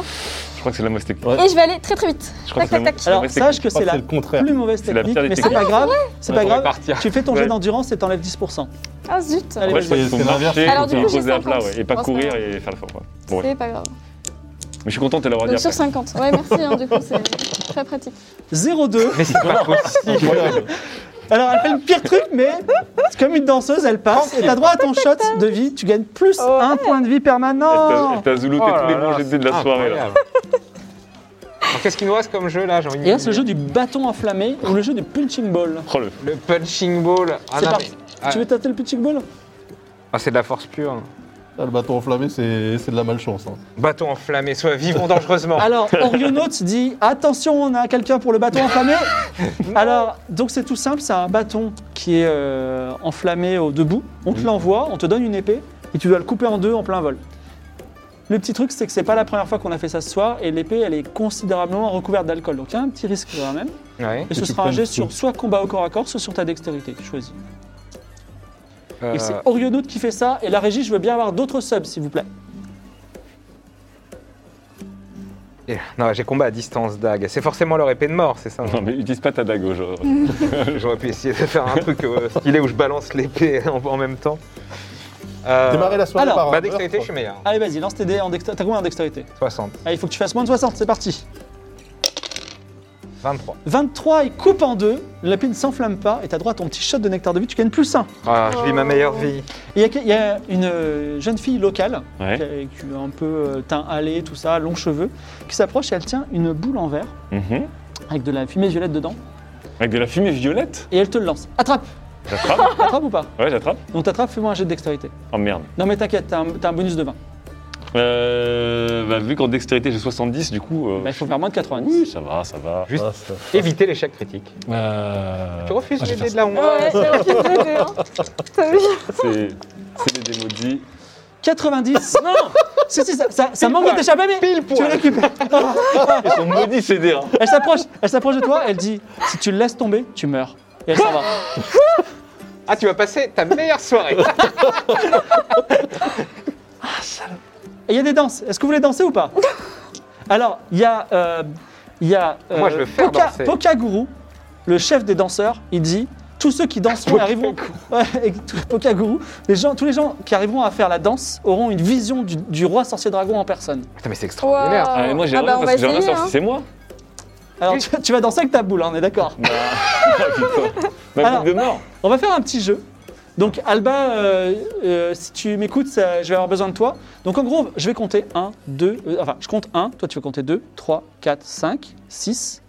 [SPEAKER 3] Je crois que c'est la mauvaise technique.
[SPEAKER 4] Ouais.
[SPEAKER 5] Et je vais aller très très vite.
[SPEAKER 3] Je crois que
[SPEAKER 5] Tac,
[SPEAKER 3] c'est la-
[SPEAKER 5] tac, tac.
[SPEAKER 3] c'est la
[SPEAKER 1] Alors,
[SPEAKER 3] mauvaise technique.
[SPEAKER 1] sache que
[SPEAKER 4] Je crois
[SPEAKER 1] c'est
[SPEAKER 4] que
[SPEAKER 1] la
[SPEAKER 4] le contraire.
[SPEAKER 1] plus mauvaise
[SPEAKER 3] C'est la
[SPEAKER 1] technique,
[SPEAKER 3] pire des
[SPEAKER 1] mais c'est
[SPEAKER 3] techniques.
[SPEAKER 1] pas grave. C'est
[SPEAKER 3] Ouais,
[SPEAKER 1] pas
[SPEAKER 3] on
[SPEAKER 1] grave.
[SPEAKER 2] partir.
[SPEAKER 1] Tu fais ton jet
[SPEAKER 3] Ouais.
[SPEAKER 1] d'endurance et t'enlèves 10%.
[SPEAKER 5] Ah zut
[SPEAKER 1] Allez,
[SPEAKER 3] Ouais, je crois
[SPEAKER 1] vas-y.
[SPEAKER 3] qu'il faut
[SPEAKER 4] C'est l'inverse.
[SPEAKER 3] marcher,
[SPEAKER 5] Alors,
[SPEAKER 3] faut
[SPEAKER 5] du coup, j'ai
[SPEAKER 3] poser à plat,
[SPEAKER 5] 50.
[SPEAKER 3] ouais, et pas
[SPEAKER 5] Bon, c'est
[SPEAKER 3] courir
[SPEAKER 5] pas
[SPEAKER 3] et faire le fort. ouais. Bon, ouais.
[SPEAKER 5] C'est pas grave.
[SPEAKER 3] Mais je suis content de te l'avoir dit.
[SPEAKER 5] Donc Euh, sur
[SPEAKER 3] après.
[SPEAKER 5] 50. Ouais merci, hein, du coup c'est très pratique.
[SPEAKER 1] 0,2.
[SPEAKER 2] Mais c'est pas possible.
[SPEAKER 4] Incroyable.
[SPEAKER 1] Alors, elle fait le pire truc, mais c'est comme une danseuse, elle passe et t'as droit à ton shot de vie. Tu gagnes plus un point de vie
[SPEAKER 3] Elle t'a-
[SPEAKER 1] permanent.
[SPEAKER 3] Elle t'a zoulouté
[SPEAKER 2] Oh là
[SPEAKER 3] tous les
[SPEAKER 2] là,
[SPEAKER 3] bons jetés de la
[SPEAKER 2] c'est
[SPEAKER 3] soirée. là.
[SPEAKER 2] incroyable. Alors, Qu'est-ce qu'il nous reste comme jeu là J'ai envie de
[SPEAKER 1] Et là, c'est
[SPEAKER 2] dire.
[SPEAKER 1] le jeu du bâton enflammé ou le jeu du punching ball.
[SPEAKER 3] Oh, le-
[SPEAKER 2] Le punching ball. Ah,
[SPEAKER 1] C'est
[SPEAKER 2] non,
[SPEAKER 1] parti.
[SPEAKER 2] mais- Ah,
[SPEAKER 1] Tu veux tâter le punching ball
[SPEAKER 2] ah, c'est de la force pure.
[SPEAKER 4] Ah, le bâton enflammé, c'est c'est de la malchance. hein.
[SPEAKER 2] Bâton enflammé, soit vivons dangereusement.
[SPEAKER 1] Alors, Orionaute dit attention, on a quelqu'un pour le bâton enflammé. Alors, donc c'est tout simple, c'est un bâton qui est euh, enflammé au debout. On
[SPEAKER 4] Mhm.
[SPEAKER 1] te l'envoie, on te donne une épée et tu dois le couper en deux en plein vol. Le petit truc, c'est que c'est pas la première fois qu'on a fait ça ce soir et l'épée, elle est considérablement recouverte d'alcool. Donc il y a un petit risque quand même.
[SPEAKER 2] Ouais.
[SPEAKER 1] Et ce
[SPEAKER 4] tu
[SPEAKER 1] sera un
[SPEAKER 4] prennes
[SPEAKER 1] jet
[SPEAKER 4] tout.
[SPEAKER 1] sur soit combat au corps à corps, soit sur ta dextérité. Tu choisis.
[SPEAKER 2] Euh,
[SPEAKER 1] Et c'est Orionaute qui fait ça. Et la régie, je veux bien avoir d'autres subs, s'il vous plaît.
[SPEAKER 2] et- Non, j'ai combat à distance, Dag. C'est forcément leur épée de mort, c'est ça hein.
[SPEAKER 3] Non, mais utilise pas ta dague aujourd'hui.
[SPEAKER 2] J'aurais pu essayer de faire un truc euh, stylé où je balance l'épée en, en même temps. Euh,
[SPEAKER 4] Démarrer la soirée
[SPEAKER 1] alors,
[SPEAKER 4] par un
[SPEAKER 2] Bah,
[SPEAKER 4] beurre,
[SPEAKER 2] dextérité, je suis
[SPEAKER 4] quoi.
[SPEAKER 2] meilleur.
[SPEAKER 1] Allez, vas-y, lance tes dés en dextérité. T'as combien en dextérité
[SPEAKER 2] 60,
[SPEAKER 1] Allez, il faut que tu fasses moins de 60, c'est parti.
[SPEAKER 2] 23.
[SPEAKER 1] 23, il coupe en deux. L'épée ne s'enflamme pas. Et t'as droit à ton petit shot de nectar de vie. Tu gagnes plus 1.
[SPEAKER 2] Ah, je vis ma meilleure vie.
[SPEAKER 1] Il y a, il y a une euh, jeune fille locale,
[SPEAKER 3] Ouais.
[SPEAKER 1] qui a- qui a un peu euh, teint hâlé, tout ça, longs cheveux, qui s'approche et elle tient une boule en verre
[SPEAKER 3] Mhm.
[SPEAKER 1] avec de la fumée violette dedans.
[SPEAKER 3] Avec de la fumée violette
[SPEAKER 1] Et elle te le lance. Attrape
[SPEAKER 3] J'attrape
[SPEAKER 1] T'attrapes ou pas
[SPEAKER 3] Ouais, j'attrape.
[SPEAKER 1] Donc t'attrapes, fais-moi un jet de dextérité.
[SPEAKER 3] Oh merde.
[SPEAKER 1] Non mais t'inquiète, t'as un, t'as un bonus de 20.
[SPEAKER 3] Euh, bah, vu qu'en dextérité j'ai 70, du coup. euh,
[SPEAKER 1] Bah, il faut faire moins de 90.
[SPEAKER 3] Oui, ça va, ça va.
[SPEAKER 2] Juste
[SPEAKER 6] Ah, ça-
[SPEAKER 2] éviter l'échec critique.
[SPEAKER 3] Euh,
[SPEAKER 2] Tu refuses
[SPEAKER 3] ah, je
[SPEAKER 2] les
[SPEAKER 3] vais
[SPEAKER 2] dés de la honte
[SPEAKER 5] Ouais, c'est vrai qu'il te dit, hein. T'as vu
[SPEAKER 3] faire- C'est c'est des démaudits.
[SPEAKER 1] 90 Non Si, si, ça, ça, ça manque de t'échapper, mais tu le récupères.
[SPEAKER 3] Ils sont maudits ces dés. hein.
[SPEAKER 1] Elle s'approche, elle s'approche de toi, elle dit Si tu le laisses tomber, tu meurs. Et elle s'en va.
[SPEAKER 2] Ah, tu vas passer ta meilleure soirée.
[SPEAKER 1] Et il y a des danses. Est-ce que vous voulez danser ou pas Alors, il y a. euh, il y a euh,
[SPEAKER 2] Moi, je veux faire
[SPEAKER 1] Poka-
[SPEAKER 2] danser.
[SPEAKER 1] Pokaguru, le chef des danseurs, il dit Tous ceux qui danseront et arriveront. Ouais, et tout- Pokaguru, les gens, tous les gens qui arriveront à faire la danse auront une vision du, du roi sorcier dragon en personne.
[SPEAKER 2] Putain, mais c'est extraordinaire.
[SPEAKER 3] Ah,
[SPEAKER 5] Waouh.
[SPEAKER 3] mais moi j'ai
[SPEAKER 5] Ah
[SPEAKER 3] rien
[SPEAKER 5] bah, on
[SPEAKER 3] parce
[SPEAKER 5] va
[SPEAKER 3] que j'ai rien à
[SPEAKER 5] essayer,
[SPEAKER 3] savoir
[SPEAKER 5] hein.
[SPEAKER 3] si c'est moi.
[SPEAKER 1] Alors, tu, tu vas danser avec ta boule, hein, on est d'accord
[SPEAKER 3] Bah, putain. Ma
[SPEAKER 1] Alors-
[SPEAKER 3] vie de mort.
[SPEAKER 1] On va faire un petit jeu. Donc Alba, euh, euh, si tu m'écoutes, ça- je vais avoir besoin de toi. Donc en gros, je vais compter 1, 2, enfin je compte 1, toi tu vas compter 2, 3, 4, 5, 6,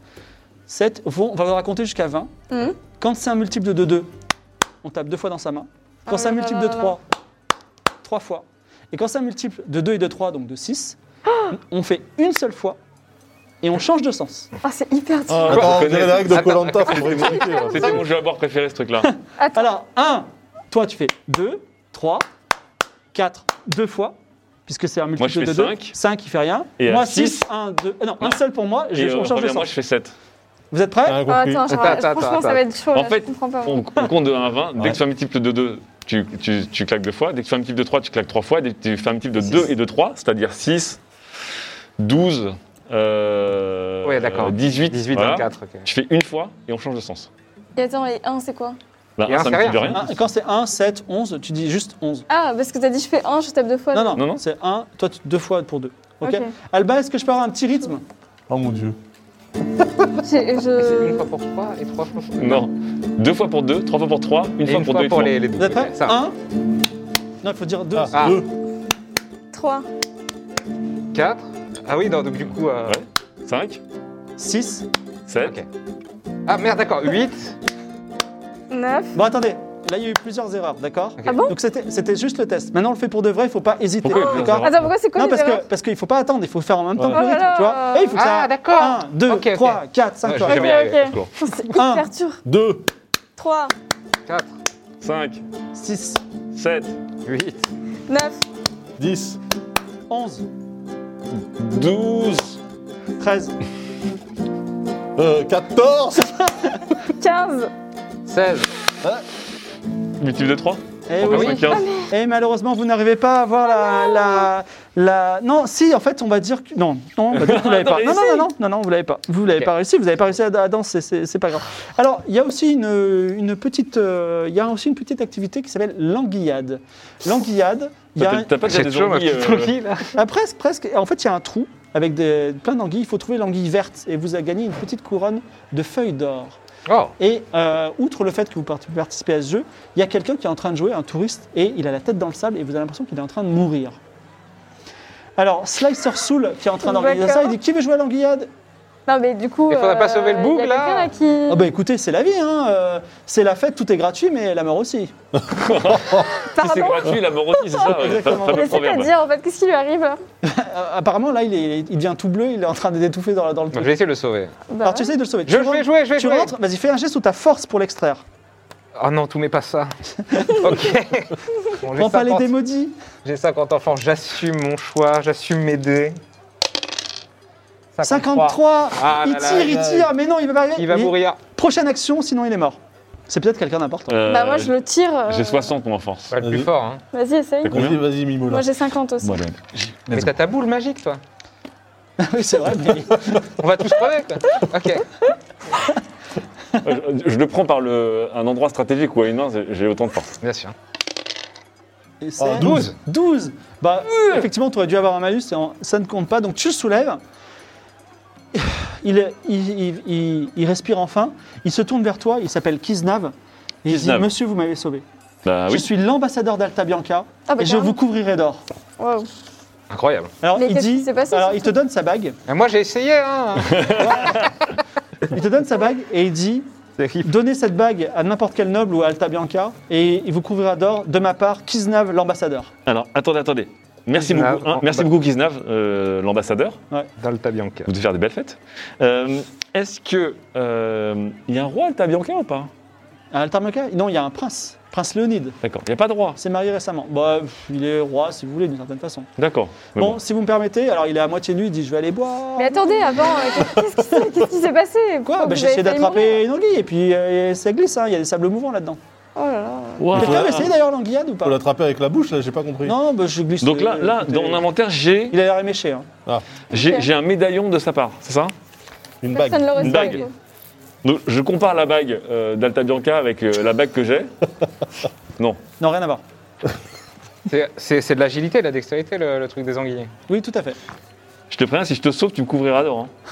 [SPEAKER 1] 7, on va leur compter jusqu'à 20.
[SPEAKER 5] Mhm.
[SPEAKER 1] Quand c'est un multiple de 2, 2, on tape deux fois dans sa main. Quand
[SPEAKER 5] Ah
[SPEAKER 1] c'est un
[SPEAKER 5] là
[SPEAKER 1] multiple
[SPEAKER 5] là
[SPEAKER 1] de
[SPEAKER 5] là
[SPEAKER 1] 3, 3 fois. Et quand c'est un multiple de 2 et de 3, donc de 6,
[SPEAKER 5] Ah
[SPEAKER 1] on fait une seule fois et on change de sens.
[SPEAKER 5] Ah, c'est hyper dur.
[SPEAKER 3] Ah,
[SPEAKER 6] Attends,
[SPEAKER 3] je
[SPEAKER 6] on dirait
[SPEAKER 3] connais.
[SPEAKER 6] la règle de
[SPEAKER 2] Attends,
[SPEAKER 6] Colanta, faut me expliquer. là.
[SPEAKER 3] C'était mon jeu à boire préféré ce truc-là.
[SPEAKER 1] Alors, 1, toi tu fais 2, 3, 4, 2 fois, puisque c'est un multiple
[SPEAKER 3] Moi, je
[SPEAKER 1] de
[SPEAKER 3] fais
[SPEAKER 1] 2.
[SPEAKER 3] cinq.
[SPEAKER 1] 5, il fait rien.
[SPEAKER 3] Et
[SPEAKER 1] moi
[SPEAKER 3] à
[SPEAKER 1] 6,
[SPEAKER 3] six.
[SPEAKER 1] 1, 2. Non, un
[SPEAKER 3] Non.
[SPEAKER 1] seul pour moi, je,
[SPEAKER 3] Et, euh,
[SPEAKER 1] on change de
[SPEAKER 3] reviens, moi
[SPEAKER 1] sens.
[SPEAKER 3] je fais 7.
[SPEAKER 1] Vous êtes prêts
[SPEAKER 6] Rien
[SPEAKER 5] Ah,
[SPEAKER 6] compris.
[SPEAKER 5] attends,
[SPEAKER 2] Attends,
[SPEAKER 5] Gérard,
[SPEAKER 2] attends,
[SPEAKER 5] franchement,
[SPEAKER 2] attends,
[SPEAKER 5] ça va être chaud.
[SPEAKER 3] En
[SPEAKER 5] là,
[SPEAKER 3] fait,
[SPEAKER 5] je comprends pas.
[SPEAKER 3] On, on compte de 1 à 20. Dès
[SPEAKER 6] Ouais.
[SPEAKER 3] que tu fais un multiple de 2, tu, tu, tu claques deux fois. Dès que tu fais un multiple de 3, tu claques trois fois. Dès que tu fais un multiple de 2 et de 3, c'est-à-dire 6, 12, euh,
[SPEAKER 2] Ouais, d'accord.
[SPEAKER 3] 18,
[SPEAKER 2] 18,
[SPEAKER 3] voilà.
[SPEAKER 2] 24. ok.
[SPEAKER 3] Tu fais une fois et on change de sens.
[SPEAKER 5] Et attends, les 1, c'est quoi
[SPEAKER 3] Là,
[SPEAKER 2] Et un,
[SPEAKER 3] ça
[SPEAKER 2] c'est
[SPEAKER 3] me coûte de
[SPEAKER 2] rien.
[SPEAKER 3] rien.
[SPEAKER 1] Un- Quand c'est 1, 7, 11, tu dis juste 11.
[SPEAKER 5] Ah, parce que t'as dit je fais 1, je tape deux fois.
[SPEAKER 1] Non, non,
[SPEAKER 3] Non, non.
[SPEAKER 1] c'est 1, toi 2 fois pour 2. Ok.
[SPEAKER 5] Ok.
[SPEAKER 1] Alba, est-ce que je peux avoir un petit rythme
[SPEAKER 6] Oh mon dieu.
[SPEAKER 5] J'ai-
[SPEAKER 2] C'est une
[SPEAKER 5] Je...
[SPEAKER 2] fois pour 3 et 3 fois pour
[SPEAKER 3] Non. Deux fois pour 2, trois fois pour 3,
[SPEAKER 2] Et
[SPEAKER 3] une fois
[SPEAKER 2] une
[SPEAKER 3] pour 2
[SPEAKER 2] fois
[SPEAKER 3] et 3.
[SPEAKER 2] pour les les
[SPEAKER 1] Vous êtes prêts
[SPEAKER 2] Ça.
[SPEAKER 1] 1. Non, il faut dire 2.
[SPEAKER 2] Ah.
[SPEAKER 6] Ah, deux.
[SPEAKER 5] 3.
[SPEAKER 2] 4. Ah oui, non, donc du coup. euh,
[SPEAKER 3] Ouais. 5,
[SPEAKER 1] 6.
[SPEAKER 3] 7,
[SPEAKER 2] Ok. Ah merde, d'accord, 8.
[SPEAKER 5] 9.
[SPEAKER 1] Bon, attendez. Là, il y a eu plusieurs erreurs, d'accord
[SPEAKER 2] Ok.
[SPEAKER 5] Ah bon
[SPEAKER 1] Donc c'était c'était juste le test. Maintenant, on le fait pour de vrai, il faut pas hésiter.
[SPEAKER 3] Pourquoi il y a plusieurs
[SPEAKER 1] d'accord
[SPEAKER 3] erreurs
[SPEAKER 5] Attends, pourquoi c'est quoi
[SPEAKER 1] non,
[SPEAKER 5] les
[SPEAKER 1] parce
[SPEAKER 5] erreurs
[SPEAKER 1] que parce qu'il faut pas attendre, il faut faire en même temps
[SPEAKER 6] Ouais.
[SPEAKER 1] que le
[SPEAKER 5] Oh
[SPEAKER 1] rythme,
[SPEAKER 5] là
[SPEAKER 1] tu vois.
[SPEAKER 5] là.
[SPEAKER 1] Et il faut que ça.
[SPEAKER 2] Ah, d'accord.
[SPEAKER 1] 1, 2,
[SPEAKER 2] Ok, ok.
[SPEAKER 1] 3, 4, 5,
[SPEAKER 2] Ouais,
[SPEAKER 1] fois.
[SPEAKER 2] je vais arriver,
[SPEAKER 5] Ok, ok. C'est hyper dur.
[SPEAKER 6] Deux.
[SPEAKER 5] 3,
[SPEAKER 2] 4,
[SPEAKER 3] 5,
[SPEAKER 1] 6,
[SPEAKER 3] 7,
[SPEAKER 2] 8.
[SPEAKER 5] 9,
[SPEAKER 6] 10.
[SPEAKER 1] 11,
[SPEAKER 3] 12,
[SPEAKER 1] 13,
[SPEAKER 6] Euh, 14.
[SPEAKER 5] 15.
[SPEAKER 2] 16.
[SPEAKER 3] multiple de 3.
[SPEAKER 1] Eh
[SPEAKER 3] Encore
[SPEAKER 1] oui.
[SPEAKER 3] cinq, 15.
[SPEAKER 1] Et malheureusement, vous n'arrivez pas à avoir la,
[SPEAKER 5] Oh
[SPEAKER 1] la, la- Non, si, en fait, on va dire que. Non, non, bah, du coup, vous l'avez pas. Non, non, non, non, non, non, vous l'avez pas. Vous l'avez
[SPEAKER 2] Ok.
[SPEAKER 1] pas réussi, vous n'avez pas réussi à, à danser, c'est c'est pas grave. Alors, il y a aussi une, une petite. euh, Il y a aussi une petite activité qui s'appelle l'anguillade. L'anguillade, il y a.
[SPEAKER 3] T'as t'as pas déjà
[SPEAKER 2] J'ai
[SPEAKER 3] des
[SPEAKER 2] toujours ma
[SPEAKER 3] envies.
[SPEAKER 2] petite
[SPEAKER 3] euh,
[SPEAKER 2] envie, là.
[SPEAKER 1] Ah, presque, presque. En fait, il y a un trou avec des, plein d'anguilles. Il faut trouver l'anguille verte et vous a gagné une petite couronne de feuilles d'or.
[SPEAKER 2] Oh,
[SPEAKER 1] Et euh, outre le fait que vous part- participez à ce jeu, il y a quelqu'un qui est en train de jouer, un touriste, et il a la tête dans le sable et vous avez l'impression qu'il est en train de mourir. Alors, Slicer Soul, qui est en train d'organiser ça,
[SPEAKER 5] D'accord.
[SPEAKER 1] il dit Qui veut jouer à l'anguillade
[SPEAKER 5] Non, mais du coup.
[SPEAKER 2] Il faudrait pas
[SPEAKER 5] euh,
[SPEAKER 2] sauver le boug,
[SPEAKER 5] y a
[SPEAKER 2] là
[SPEAKER 5] quelqu'un, qui.
[SPEAKER 1] Ah, bah écoutez, c'est la vie, hein, euh, c'est la fête, tout est gratuit, mais la mort aussi.
[SPEAKER 3] Si c'est
[SPEAKER 5] Pardon
[SPEAKER 3] gratuit, la mort aussi, c'est ça ouais, fa-
[SPEAKER 1] Exactement.
[SPEAKER 3] fameux
[SPEAKER 5] Mais c'est à
[SPEAKER 3] proverbe.
[SPEAKER 5] dire, en fait, qu'est-ce qui lui arrive là
[SPEAKER 1] Euh, apparemment, là, il, est- il devient tout bleu, il est en train d'étouffer dans, dans le
[SPEAKER 2] je
[SPEAKER 1] truc.
[SPEAKER 2] vais essayer de le sauver.
[SPEAKER 5] Bah,
[SPEAKER 1] Alors, tu essayes de le sauver.
[SPEAKER 2] Je
[SPEAKER 1] tu
[SPEAKER 2] vais
[SPEAKER 1] rentres-
[SPEAKER 2] jouer, je vais
[SPEAKER 1] tu
[SPEAKER 2] jouer.
[SPEAKER 1] rentres, vas-y, fais un geste sous ta force pour l'extraire.
[SPEAKER 2] Oh non, tout mais pas ça. ok. Bon, j'ai
[SPEAKER 1] Prends pas les
[SPEAKER 2] 50
[SPEAKER 1] démaudis.
[SPEAKER 2] J'ai 50 enfants, j'assume mon choix, j'assume mes dés.
[SPEAKER 1] 53
[SPEAKER 2] Ah
[SPEAKER 1] Il
[SPEAKER 2] là là,
[SPEAKER 1] tire, il tire, mais non, il va pas arriver.
[SPEAKER 2] Il va
[SPEAKER 1] Mais-
[SPEAKER 2] mourir.
[SPEAKER 1] Prochaine action, sinon il est mort. C'est peut-être quelqu'un d'important.
[SPEAKER 3] Euh,
[SPEAKER 5] bah, moi, je le tire. euh,
[SPEAKER 3] J'ai 60 moi, en force.
[SPEAKER 2] Pas le plus
[SPEAKER 6] Vas-y.
[SPEAKER 2] fort, hein.
[SPEAKER 5] Vas-y, essaye.
[SPEAKER 3] T'as combien
[SPEAKER 6] Vas-y, vas-y, Mimo.
[SPEAKER 5] Moi,
[SPEAKER 6] Là.
[SPEAKER 5] j'ai 50 aussi.
[SPEAKER 3] Bon, allez.
[SPEAKER 2] Mais
[SPEAKER 3] Let's
[SPEAKER 2] t'as ta boule magique, toi.
[SPEAKER 1] oui, c'est vrai, mais
[SPEAKER 2] On va tous crever, quoi. Ok.
[SPEAKER 3] Euh, Je, je le prends par le, un endroit stratégique où à une main j'ai j'ai autant de force.
[SPEAKER 2] Bien sûr. Oh,
[SPEAKER 1] Et c'est-
[SPEAKER 6] Ah,
[SPEAKER 2] 12.
[SPEAKER 1] 12 Bah, effectivement, tu aurais dû avoir un malus, et en- ça ne compte pas, donc tu le soulèves. Il, il, il- il- il respire enfin, il se tourne vers toi, il s'appelle Kiznav, et il dit
[SPEAKER 3] Kiznav.
[SPEAKER 1] Monsieur, vous m'avez sauvé.
[SPEAKER 3] Bah
[SPEAKER 2] Ah
[SPEAKER 1] Je
[SPEAKER 3] oui.
[SPEAKER 1] suis l'ambassadeur d'Alta Bianca,
[SPEAKER 5] Ah, bah,
[SPEAKER 1] et je vous couvrirai d'or.
[SPEAKER 5] Waouh.
[SPEAKER 2] Incroyable.
[SPEAKER 1] Alors,
[SPEAKER 5] Mais
[SPEAKER 1] il,
[SPEAKER 5] qu'est-ce qui
[SPEAKER 1] dit,
[SPEAKER 5] s'est passé,
[SPEAKER 1] alors il te
[SPEAKER 5] surtout
[SPEAKER 1] donne sa bague,
[SPEAKER 2] Et moi, j'ai essayé, hein.
[SPEAKER 1] il te donne sa bague, et il dit
[SPEAKER 2] C'est qui
[SPEAKER 1] Donnez cette bague à n'importe quel noble ou à Alta Bianca et il vous couvrira d'or de ma part Kiznav, l'ambassadeur.
[SPEAKER 3] Alors, attendez, attendez. Merci
[SPEAKER 2] Kiznav,
[SPEAKER 3] beaucoup, hein,
[SPEAKER 2] en-
[SPEAKER 3] merci
[SPEAKER 2] bah-
[SPEAKER 3] beaucoup Kiznav, euh, l'ambassadeur.
[SPEAKER 2] D'Alta Bianca.
[SPEAKER 3] Vous devez faire des belles fêtes. Euh, Est-ce que euh, il y a un roi Alta Bianca ou pas
[SPEAKER 1] À Alta Bianca Non, il y a un prince, Prince Léonide.
[SPEAKER 3] D'accord, il n'y a pas de roi.
[SPEAKER 1] s'est marié récemment. Bah, pff, il est roi, si vous voulez, d'une certaine façon.
[SPEAKER 3] D'accord. Mais
[SPEAKER 1] bon,
[SPEAKER 3] bon.
[SPEAKER 1] si vous me permettez, alors il est à moitié nu, il dit je vais aller boire.
[SPEAKER 5] Mais attendez, avant, euh, qu'est-ce qui s'est- qu'est-ce qui s'est passé Pourquoi
[SPEAKER 1] Quoi
[SPEAKER 5] vous
[SPEAKER 1] bah, J'ai
[SPEAKER 5] avez
[SPEAKER 1] essayé
[SPEAKER 5] failli mourir
[SPEAKER 1] d'attraper une anguille et puis euh, ça glisse, hein, il y a des sables mouvants là-dedans.
[SPEAKER 5] Oh là là.
[SPEAKER 1] Quelqu'un a essayé d'ailleurs l'anguillade ou pas
[SPEAKER 4] Faut l'attraper avec la bouche, là, j'ai pas compris.
[SPEAKER 1] Non, bah, je glisse.
[SPEAKER 3] Donc là, là dans mon inventaire, j'ai
[SPEAKER 1] Il a l'air éméché. Hein.
[SPEAKER 3] j'ai- j'ai un médaillon de sa part, c'est ça
[SPEAKER 4] Une bague.
[SPEAKER 5] Personne ne l'aurait
[SPEAKER 3] Une
[SPEAKER 5] saisi.
[SPEAKER 3] bague. Donc, Je compare la bague euh, d'Alta Bianca avec euh, la bague que j'ai.
[SPEAKER 1] Non, rien à voir.
[SPEAKER 7] C'est- C'est c'est de l'agilité, de la dextérité, le, le truc des anguilles.
[SPEAKER 1] Oui, tout à fait.
[SPEAKER 3] Je te préviens, si je te sauve, tu me couvriras d'or. hein.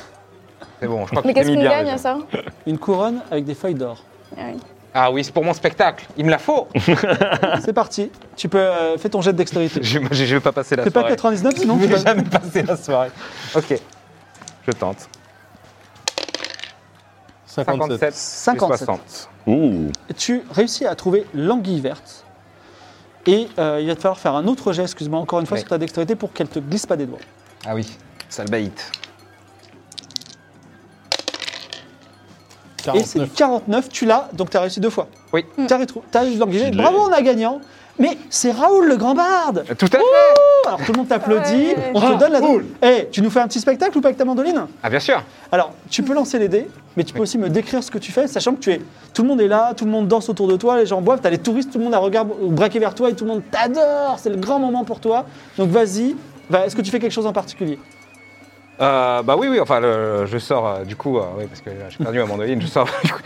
[SPEAKER 2] C'est bon, je crois que
[SPEAKER 5] Mais
[SPEAKER 2] tu t'es
[SPEAKER 5] qu'est-ce
[SPEAKER 2] mis
[SPEAKER 5] qu'on
[SPEAKER 2] bien.
[SPEAKER 5] gagne hein
[SPEAKER 2] déjà.
[SPEAKER 5] à ça
[SPEAKER 1] Une couronne avec des feuilles d'or.
[SPEAKER 5] Ah oui.
[SPEAKER 7] Ah oui, c'est pour mon spectacle. Il me la faut.
[SPEAKER 1] C'est parti. Tu peux euh, fais ton jet de dextérité.
[SPEAKER 2] Je je- je vais pas passer la
[SPEAKER 1] Fais pas
[SPEAKER 2] soirée.
[SPEAKER 1] 99 sinon
[SPEAKER 2] Je
[SPEAKER 1] tu
[SPEAKER 2] vais
[SPEAKER 1] vas-
[SPEAKER 2] jamais passer la soirée. Ok, je tente. 57,
[SPEAKER 4] 57.
[SPEAKER 1] 57.
[SPEAKER 2] 60.
[SPEAKER 3] Ouh.
[SPEAKER 1] Tu réussis à trouver l'anguille verte. Et euh, il va te falloir faire un autre jet, excuse-moi, encore une fois,
[SPEAKER 2] Oui.
[SPEAKER 1] sur ta dextérité pour qu'elle te glisse pas des doigts.
[SPEAKER 2] Ah oui, sale baïte.
[SPEAKER 1] Et c'est 49, tu l'as, donc tu as réussi deux fois.
[SPEAKER 2] Oui.
[SPEAKER 1] Tu as, l'anguille.
[SPEAKER 3] Gilet.
[SPEAKER 1] Bravo, on a gagnant. Mais c'est Raoul le grand barde
[SPEAKER 2] Euh, Tout à fait
[SPEAKER 1] Oh, Alors tout le monde t'applaudit,
[SPEAKER 5] Ouais.
[SPEAKER 1] on te donne la... Eh, tu nous fais un petit spectacle ou pas avec ta mandoline
[SPEAKER 2] Ah bien sûr
[SPEAKER 1] Alors, tu peux lancer les dés, mais tu peux aussi me décrire ce que tu fais, sachant que tu es... Tout le monde est là, tout le monde danse autour de toi, les gens boivent, t'as les touristes, tout le monde a regard braqué vers toi et tout le monde t'adore, c'est le grand moment pour toi. Donc vas-y, va- est-ce que tu fais quelque chose en particulier
[SPEAKER 2] Euh, bah oui, oui, enfin, le- je sors euh, du coup, euh, oui, parce que j'ai perdu ma mandoline, je sors. du coup.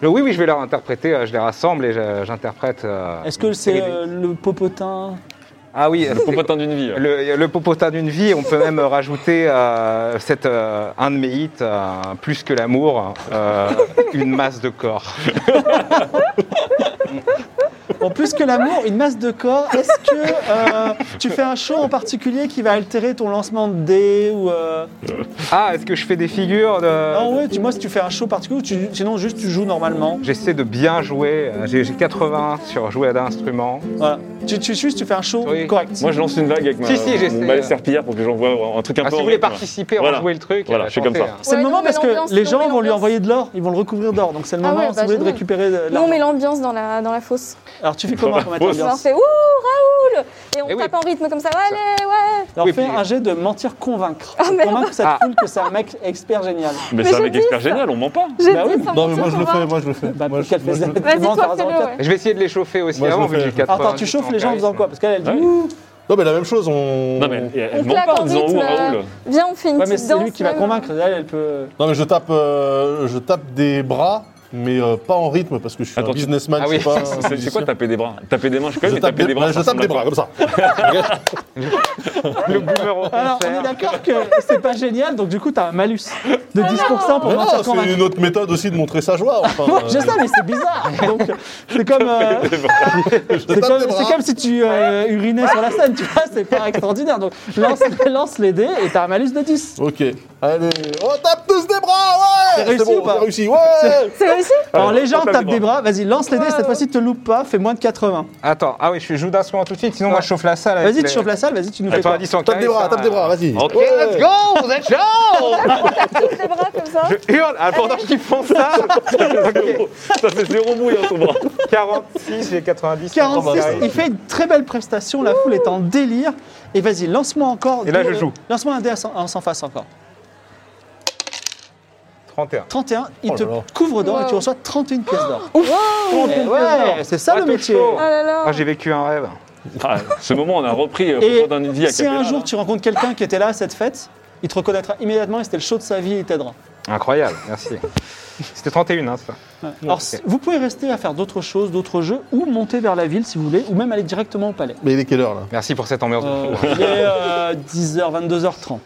[SPEAKER 2] Le- oui, oui, je vais leur interpréter, euh, je les rassemble et je- j'interprète. euh,
[SPEAKER 1] Est-ce que
[SPEAKER 2] une
[SPEAKER 1] c'est
[SPEAKER 2] série de-
[SPEAKER 1] euh, le popotin
[SPEAKER 2] Ah oui,
[SPEAKER 3] Le popotin d'une vie. hein. ouais.
[SPEAKER 2] le, le popotin d'une vie, on peut même rajouter euh, cette, euh, un de mes hits, euh, plus que l'amour, euh, une masse de corps.
[SPEAKER 1] En plus que l'amour, une masse de corps, est-ce que euh, tu fais un show en particulier qui va altérer ton lancement de dés ou euh,
[SPEAKER 2] Ah, est-ce que je fais des figures de...
[SPEAKER 1] Non, ouais, tu, moi, si tu fais un show particulier, ou tu- sinon juste tu joues normalement.
[SPEAKER 2] J'essaie de bien jouer, euh, j'ai j'ai 80 sur jouer à un instrument.
[SPEAKER 1] Voilà. Tu, tu, juste, tu fais un show
[SPEAKER 2] Oui.
[SPEAKER 1] correct.
[SPEAKER 3] Moi, je lance une bague avec ma,
[SPEAKER 2] Si, si, j'essaie. hein.
[SPEAKER 3] mon balai serpillère pour que j'envoie un truc un
[SPEAKER 2] Ah,
[SPEAKER 3] peu.
[SPEAKER 2] si
[SPEAKER 3] en
[SPEAKER 2] vous voulez
[SPEAKER 3] rythme.
[SPEAKER 2] participer, on
[SPEAKER 3] Voilà.
[SPEAKER 2] va jouer le truc.
[SPEAKER 3] Voilà,
[SPEAKER 2] euh,
[SPEAKER 3] je suis comme
[SPEAKER 2] chanter,
[SPEAKER 3] ça.
[SPEAKER 2] hein.
[SPEAKER 1] c'est
[SPEAKER 5] Ouais,
[SPEAKER 1] le
[SPEAKER 5] non,
[SPEAKER 1] moment
[SPEAKER 5] mais
[SPEAKER 1] parce
[SPEAKER 5] l'ambiance,
[SPEAKER 1] que les
[SPEAKER 5] non,
[SPEAKER 1] gens
[SPEAKER 5] mais
[SPEAKER 1] vont lui
[SPEAKER 5] l'ambiance.
[SPEAKER 1] envoyer de l'or, ils vont le recouvrir d'or. Donc c'est le
[SPEAKER 5] Ah
[SPEAKER 1] moment
[SPEAKER 5] ouais,
[SPEAKER 1] si
[SPEAKER 5] bah,
[SPEAKER 1] vous voulez de
[SPEAKER 5] génial.
[SPEAKER 1] récupérer de
[SPEAKER 5] Nous, on
[SPEAKER 1] l'or.
[SPEAKER 5] met l'ambiance dans la, dans la fosse.
[SPEAKER 1] Alors tu fais comment pour mettre
[SPEAKER 3] Ouais.
[SPEAKER 5] On leur
[SPEAKER 1] l'ambiance
[SPEAKER 5] fait Ouh, Raoul Et on
[SPEAKER 2] Eh oui.
[SPEAKER 5] tape en rythme comme ça. Ouais, allez, ouais
[SPEAKER 1] Alors
[SPEAKER 2] Oui,
[SPEAKER 1] fais
[SPEAKER 2] puis-
[SPEAKER 1] un jet de mentir convaincre.
[SPEAKER 5] Ah, merde.
[SPEAKER 1] Convaincre cette
[SPEAKER 2] Ah.
[SPEAKER 1] foule que c'est un mec expert génial.
[SPEAKER 3] Mais,
[SPEAKER 5] Mais
[SPEAKER 3] c'est un
[SPEAKER 5] j'ai
[SPEAKER 3] mec
[SPEAKER 5] dit
[SPEAKER 3] expert
[SPEAKER 5] ça.
[SPEAKER 3] génial, on ment pas.
[SPEAKER 5] J'ai
[SPEAKER 1] Bah
[SPEAKER 5] dit
[SPEAKER 1] oui.
[SPEAKER 5] ça,
[SPEAKER 4] Non, mais moi je le
[SPEAKER 5] ça,
[SPEAKER 4] fais,
[SPEAKER 5] ça.
[SPEAKER 4] moi je le fais.
[SPEAKER 1] Bah,
[SPEAKER 4] Moi,
[SPEAKER 1] pour
[SPEAKER 4] je-
[SPEAKER 1] qu'elle
[SPEAKER 4] moi,
[SPEAKER 1] fasse
[SPEAKER 4] je le-
[SPEAKER 5] Vas-y,
[SPEAKER 1] effectivement,
[SPEAKER 5] toi,
[SPEAKER 1] t'as raison,
[SPEAKER 5] fais-le,
[SPEAKER 1] quatre.
[SPEAKER 5] ouais.
[SPEAKER 2] Je vais essayer de les chauffer aussi
[SPEAKER 4] Moi, je
[SPEAKER 2] avant,
[SPEAKER 4] le
[SPEAKER 2] vu que
[SPEAKER 4] fais.
[SPEAKER 2] j'ai 80.
[SPEAKER 1] Alors attends, tu chauffes les gens en faisant quoi Parce qu'elle elle dit
[SPEAKER 3] Ouais.
[SPEAKER 1] Ouh,
[SPEAKER 4] Non, mais la même chose, on.
[SPEAKER 3] Non, mais eh, elle hein.
[SPEAKER 5] On
[SPEAKER 3] ment
[SPEAKER 5] claque
[SPEAKER 3] pas
[SPEAKER 5] en
[SPEAKER 3] en disant
[SPEAKER 5] rythme.
[SPEAKER 3] où Raoul
[SPEAKER 5] Viens, on fait une
[SPEAKER 1] Ouais, mais
[SPEAKER 5] petite
[SPEAKER 1] c'est
[SPEAKER 5] danse.
[SPEAKER 1] lui qui va
[SPEAKER 5] même.
[SPEAKER 1] convaincre. Elle, elle peut.
[SPEAKER 4] Non, mais je tape, euh, je tape des bras, mais euh, pas en rythme parce que je suis
[SPEAKER 3] Attends,
[SPEAKER 4] un
[SPEAKER 3] tu-
[SPEAKER 4] businessman.
[SPEAKER 2] Ah
[SPEAKER 4] je suis
[SPEAKER 2] oui.
[SPEAKER 4] pas un
[SPEAKER 3] C'est- C'est quoi
[SPEAKER 4] musicien.
[SPEAKER 3] taper des bras Taper des mains, je
[SPEAKER 4] je
[SPEAKER 3] connais, mais
[SPEAKER 4] tape
[SPEAKER 3] taper
[SPEAKER 4] des
[SPEAKER 3] des bras.
[SPEAKER 4] bras, je
[SPEAKER 3] ça
[SPEAKER 4] tape des
[SPEAKER 3] ressemble à
[SPEAKER 4] bras
[SPEAKER 3] quoi
[SPEAKER 4] comme ça.
[SPEAKER 2] Le boomer au
[SPEAKER 1] Alors, Ah, on est
[SPEAKER 2] concert.
[SPEAKER 1] d'accord que c'est pas génial, donc du coup, t'as un malus
[SPEAKER 5] Ah
[SPEAKER 1] de 10% pour
[SPEAKER 4] Mais
[SPEAKER 1] mentir
[SPEAKER 4] non, c'est
[SPEAKER 1] convaincre.
[SPEAKER 4] une autre méthode aussi de montrer sa joie. Enfin,
[SPEAKER 1] Ouais,
[SPEAKER 4] euh,
[SPEAKER 1] je sais, mais c'est bizarre. Donc, c'est comme, euh,
[SPEAKER 4] je
[SPEAKER 1] c'est
[SPEAKER 4] tape
[SPEAKER 1] comme,
[SPEAKER 4] des
[SPEAKER 1] c'est
[SPEAKER 4] bras.
[SPEAKER 1] comme si tu euh, urinais sur la scène, tu vois, c'est pas extraordinaire. Donc, lance, lance les dés et t'as un malus de 10.
[SPEAKER 4] Ok, allez, on tape tous des bras, ouais
[SPEAKER 1] T'as réussi
[SPEAKER 4] C'est
[SPEAKER 1] ou
[SPEAKER 4] bon,
[SPEAKER 1] pas
[SPEAKER 4] t'as réussi, ouais
[SPEAKER 5] C'est réussi
[SPEAKER 1] Alors,
[SPEAKER 3] Allez,
[SPEAKER 1] les gens
[SPEAKER 3] tape
[SPEAKER 1] tapent
[SPEAKER 3] des
[SPEAKER 1] des bras, vas-y, lance les dés, cette fois-ci, te loupe pas, fais moins de 80.
[SPEAKER 2] Attends, ah oui, je joue d'instrument tout de suite, sinon moi je chauffe la salle.
[SPEAKER 1] Vas-y, tu chauffes la salle, vas-y, tu nous fais quoi
[SPEAKER 2] salle. Tape
[SPEAKER 4] Tape des bras, tape des bras, vas-y
[SPEAKER 2] Oh,
[SPEAKER 3] Ok,
[SPEAKER 4] Ouais.
[SPEAKER 2] Let's go, vous êtes chaud
[SPEAKER 5] Tous les bras comme ça.
[SPEAKER 2] Je hurle, ah, pendant qu'ils font ça Ok,
[SPEAKER 3] Ça fait zéro bruit dans ton bras.
[SPEAKER 2] 46, j'ai 90.
[SPEAKER 1] 46, il fait une très belle prestation, la foule est en délire. Et vas-y, lance-moi encore.
[SPEAKER 2] Et là,
[SPEAKER 1] deux-
[SPEAKER 2] je joue.
[SPEAKER 1] Lance-moi un dé à cent- à 100 face encore.
[SPEAKER 2] 31.
[SPEAKER 1] 31, il
[SPEAKER 4] Oh
[SPEAKER 1] te
[SPEAKER 4] là là.
[SPEAKER 1] couvre d'or et tu
[SPEAKER 5] Wow.
[SPEAKER 1] reçois 31 pièces d'or.
[SPEAKER 5] Wow.
[SPEAKER 1] Eh ouais, c'est ça le
[SPEAKER 2] Bateau
[SPEAKER 1] métier.
[SPEAKER 2] chaud.
[SPEAKER 5] Oh là là.
[SPEAKER 2] Ah, j'ai vécu un rêve.
[SPEAKER 3] Ah, ce moment, on a repris euh,
[SPEAKER 1] Et
[SPEAKER 3] Pour d'un vie à
[SPEAKER 1] si un
[SPEAKER 3] Capella,
[SPEAKER 1] jour
[SPEAKER 3] là.
[SPEAKER 1] tu rencontres quelqu'un qui était là à cette fête, il te reconnaîtra immédiatement et c'était le show de sa vie et il t'aidera.
[SPEAKER 2] Incroyable, merci. C'était 31, hein, c'est ça
[SPEAKER 1] Ouais. Alors c- vous pouvez rester à faire d'autres choses, d'autres jeux, ou monter vers la ville si vous voulez, ou même aller directement au palais.
[SPEAKER 4] Mais il est quelle heure là
[SPEAKER 2] Merci pour cette ambiance de
[SPEAKER 1] Euh,
[SPEAKER 2] fou.
[SPEAKER 1] il est 10h, 22h30.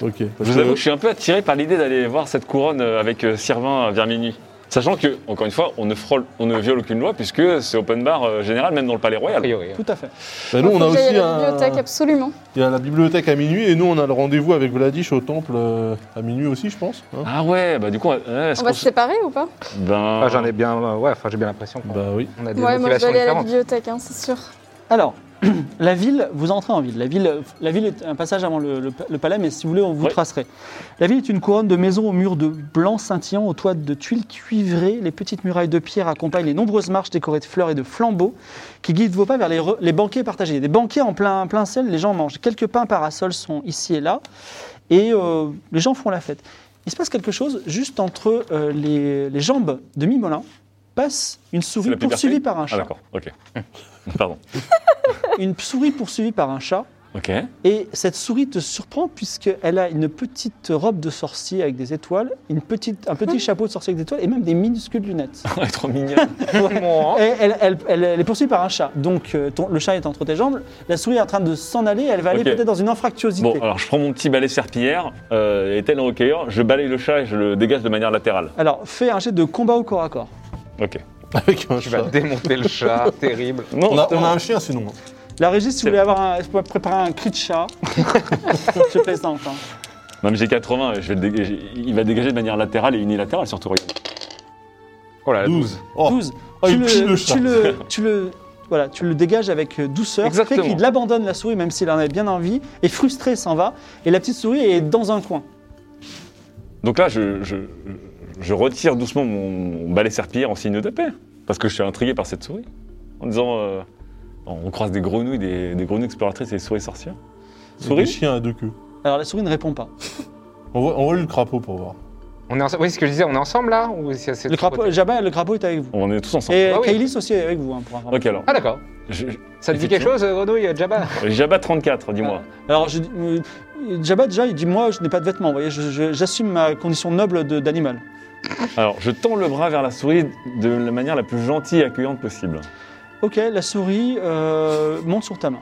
[SPEAKER 4] Ok,
[SPEAKER 3] Je vous avoue que je suis un peu attiré par l'idée d'aller voir cette couronne euh, avec euh, Sirvin vers minuit. Sachant que, encore une fois, on ne, frôle- on ne viole aucune loi puisque c'est open bar euh, général, même dans le palais
[SPEAKER 7] A
[SPEAKER 3] royal.
[SPEAKER 2] hein.
[SPEAKER 7] priori.
[SPEAKER 1] Tout à fait.
[SPEAKER 4] Bah, nous, on a
[SPEAKER 5] Faut que j'aille
[SPEAKER 4] aussi
[SPEAKER 5] à la bibliothèque,
[SPEAKER 4] un...
[SPEAKER 5] absolument.
[SPEAKER 4] Il y a la bibliothèque à minuit et nous, on a le rendez-vous avec Vladish au temple euh, à minuit aussi, je pense. hein.
[SPEAKER 3] Ah ouais, bah du coup, euh, est-ce
[SPEAKER 5] On va
[SPEAKER 3] qu'on
[SPEAKER 5] se
[SPEAKER 3] se-
[SPEAKER 5] séparer ou pas
[SPEAKER 3] Ben,
[SPEAKER 2] Ah, J'en ai bien, euh, ouais, enfin j'ai bien l'impression qu'on
[SPEAKER 4] Bah oui.
[SPEAKER 2] on a des
[SPEAKER 5] Ouais, moi je vais
[SPEAKER 2] motivations
[SPEAKER 5] aller à la
[SPEAKER 2] différentes.
[SPEAKER 5] bibliothèque, hein, c'est sûr.
[SPEAKER 1] Alors, la ville, vous entrez en ville. La ville, la ville est un passage avant le, le- le palais, mais si vous voulez, on vous
[SPEAKER 3] Ouais.
[SPEAKER 1] tracerez. La ville est une couronne de maisons aux murs de blanc scintillant, aux toits de tuiles cuivrées. Les petites murailles de pierre accompagnent les nombreuses marches décorées de fleurs et de flambeaux qui guident vos pas vers les, re- les banquets partagés. Il y a Des banquets en plein, plein ciel, les gens mangent. Quelques pains parasols sont ici et là, et euh, les gens font la fête. Il se passe quelque chose juste entre euh, les, les jambes de Mimolin. Passe une
[SPEAKER 3] c'est
[SPEAKER 1] souris
[SPEAKER 3] la puberté
[SPEAKER 1] poursuivie par un
[SPEAKER 3] Ah
[SPEAKER 1] chat.
[SPEAKER 3] d'accord, ok. Pardon.
[SPEAKER 1] une souris poursuivie par un chat.
[SPEAKER 3] Ok.
[SPEAKER 1] Et cette souris te surprend puisqu'elle a une petite robe de sorcier avec des étoiles, une petite, un petit chapeau de sorcier avec des étoiles et même des minuscules lunettes.
[SPEAKER 3] Elle est trop mignonne.
[SPEAKER 7] hein.
[SPEAKER 1] et elle, elle- elle- elle est poursuivie par un chat. Donc euh, ton- le chat est entre tes jambes, la souris est en train de s'en aller, elle va aller
[SPEAKER 3] Ok.
[SPEAKER 1] peut-être dans une infractuosité.
[SPEAKER 3] Bon, alors je prends mon petit balai serpillière euh, et tel un hockeyeur, je balaye le chat et je le dégage de manière latérale.
[SPEAKER 1] Alors fais un jet de combat au corps à corps.
[SPEAKER 3] Ok.
[SPEAKER 4] Avec un
[SPEAKER 2] Tu vas
[SPEAKER 4] chat.
[SPEAKER 2] démonter le chat, terrible.
[SPEAKER 3] Non,
[SPEAKER 4] On a, on a
[SPEAKER 3] justement.
[SPEAKER 4] un chien sinon. hein.
[SPEAKER 1] La régie, si vous
[SPEAKER 3] C'est
[SPEAKER 1] voulez avoir un, préparer un cri de chat, je plaisante. hein.
[SPEAKER 3] Non, mais j'ai 80, je vais le dégager. il va dégager de manière latérale et unilatérale surtout. regarde.
[SPEAKER 7] Oh là là,
[SPEAKER 4] 12. Oh,
[SPEAKER 1] 12.
[SPEAKER 4] oh,
[SPEAKER 1] tu,
[SPEAKER 4] il plie
[SPEAKER 1] le,
[SPEAKER 4] le chat.
[SPEAKER 1] tu, le, tu le- voilà, tu le dégages avec euh, douceur, ce qui fait
[SPEAKER 7] Exactement.
[SPEAKER 1] qu'il abandonne la souris même s'il en avait bien envie, et frustré s'en va, et la petite souris est dans un coin.
[SPEAKER 3] Donc là, je, je, je retire doucement mon, mon balai serpillière en signe de paix, parce que je suis intrigué par cette souris, en disant euh, on croise des grenouilles, des, des grenouilles exploratrices et des souris sorcières.
[SPEAKER 4] Des
[SPEAKER 3] Souris
[SPEAKER 4] chiens à deux queues.
[SPEAKER 1] Alors la souris ne répond pas.
[SPEAKER 4] On voit, on voit le crapaud pour voir.
[SPEAKER 7] On est ense- Oui, ce que je disais, on est ensemble là ou c'est- c'est
[SPEAKER 1] Le
[SPEAKER 7] trop
[SPEAKER 1] crapaud, Jabba, le crapaud est avec vous.
[SPEAKER 3] On est tous ensemble.
[SPEAKER 1] Et
[SPEAKER 7] Ah oui.
[SPEAKER 1] Kailis aussi est avec vous. hein, pour un rappel.
[SPEAKER 3] Ok alors.
[SPEAKER 7] Ah d'accord.
[SPEAKER 3] Je-
[SPEAKER 7] Ça te dit quelque chose, euh, Grenouille, euh, Jabba
[SPEAKER 3] je- Jabba 34, dis-moi.
[SPEAKER 1] Alors je- euh, Jabba déjà, il dit moi je n'ai pas de vêtements, vous voyez, je- je- j'assume ma condition noble de- d'animal.
[SPEAKER 3] Alors, je tends le bras vers la souris de la manière la plus gentille et accueillante possible.
[SPEAKER 1] Ok, la souris euh, monte sur ta main.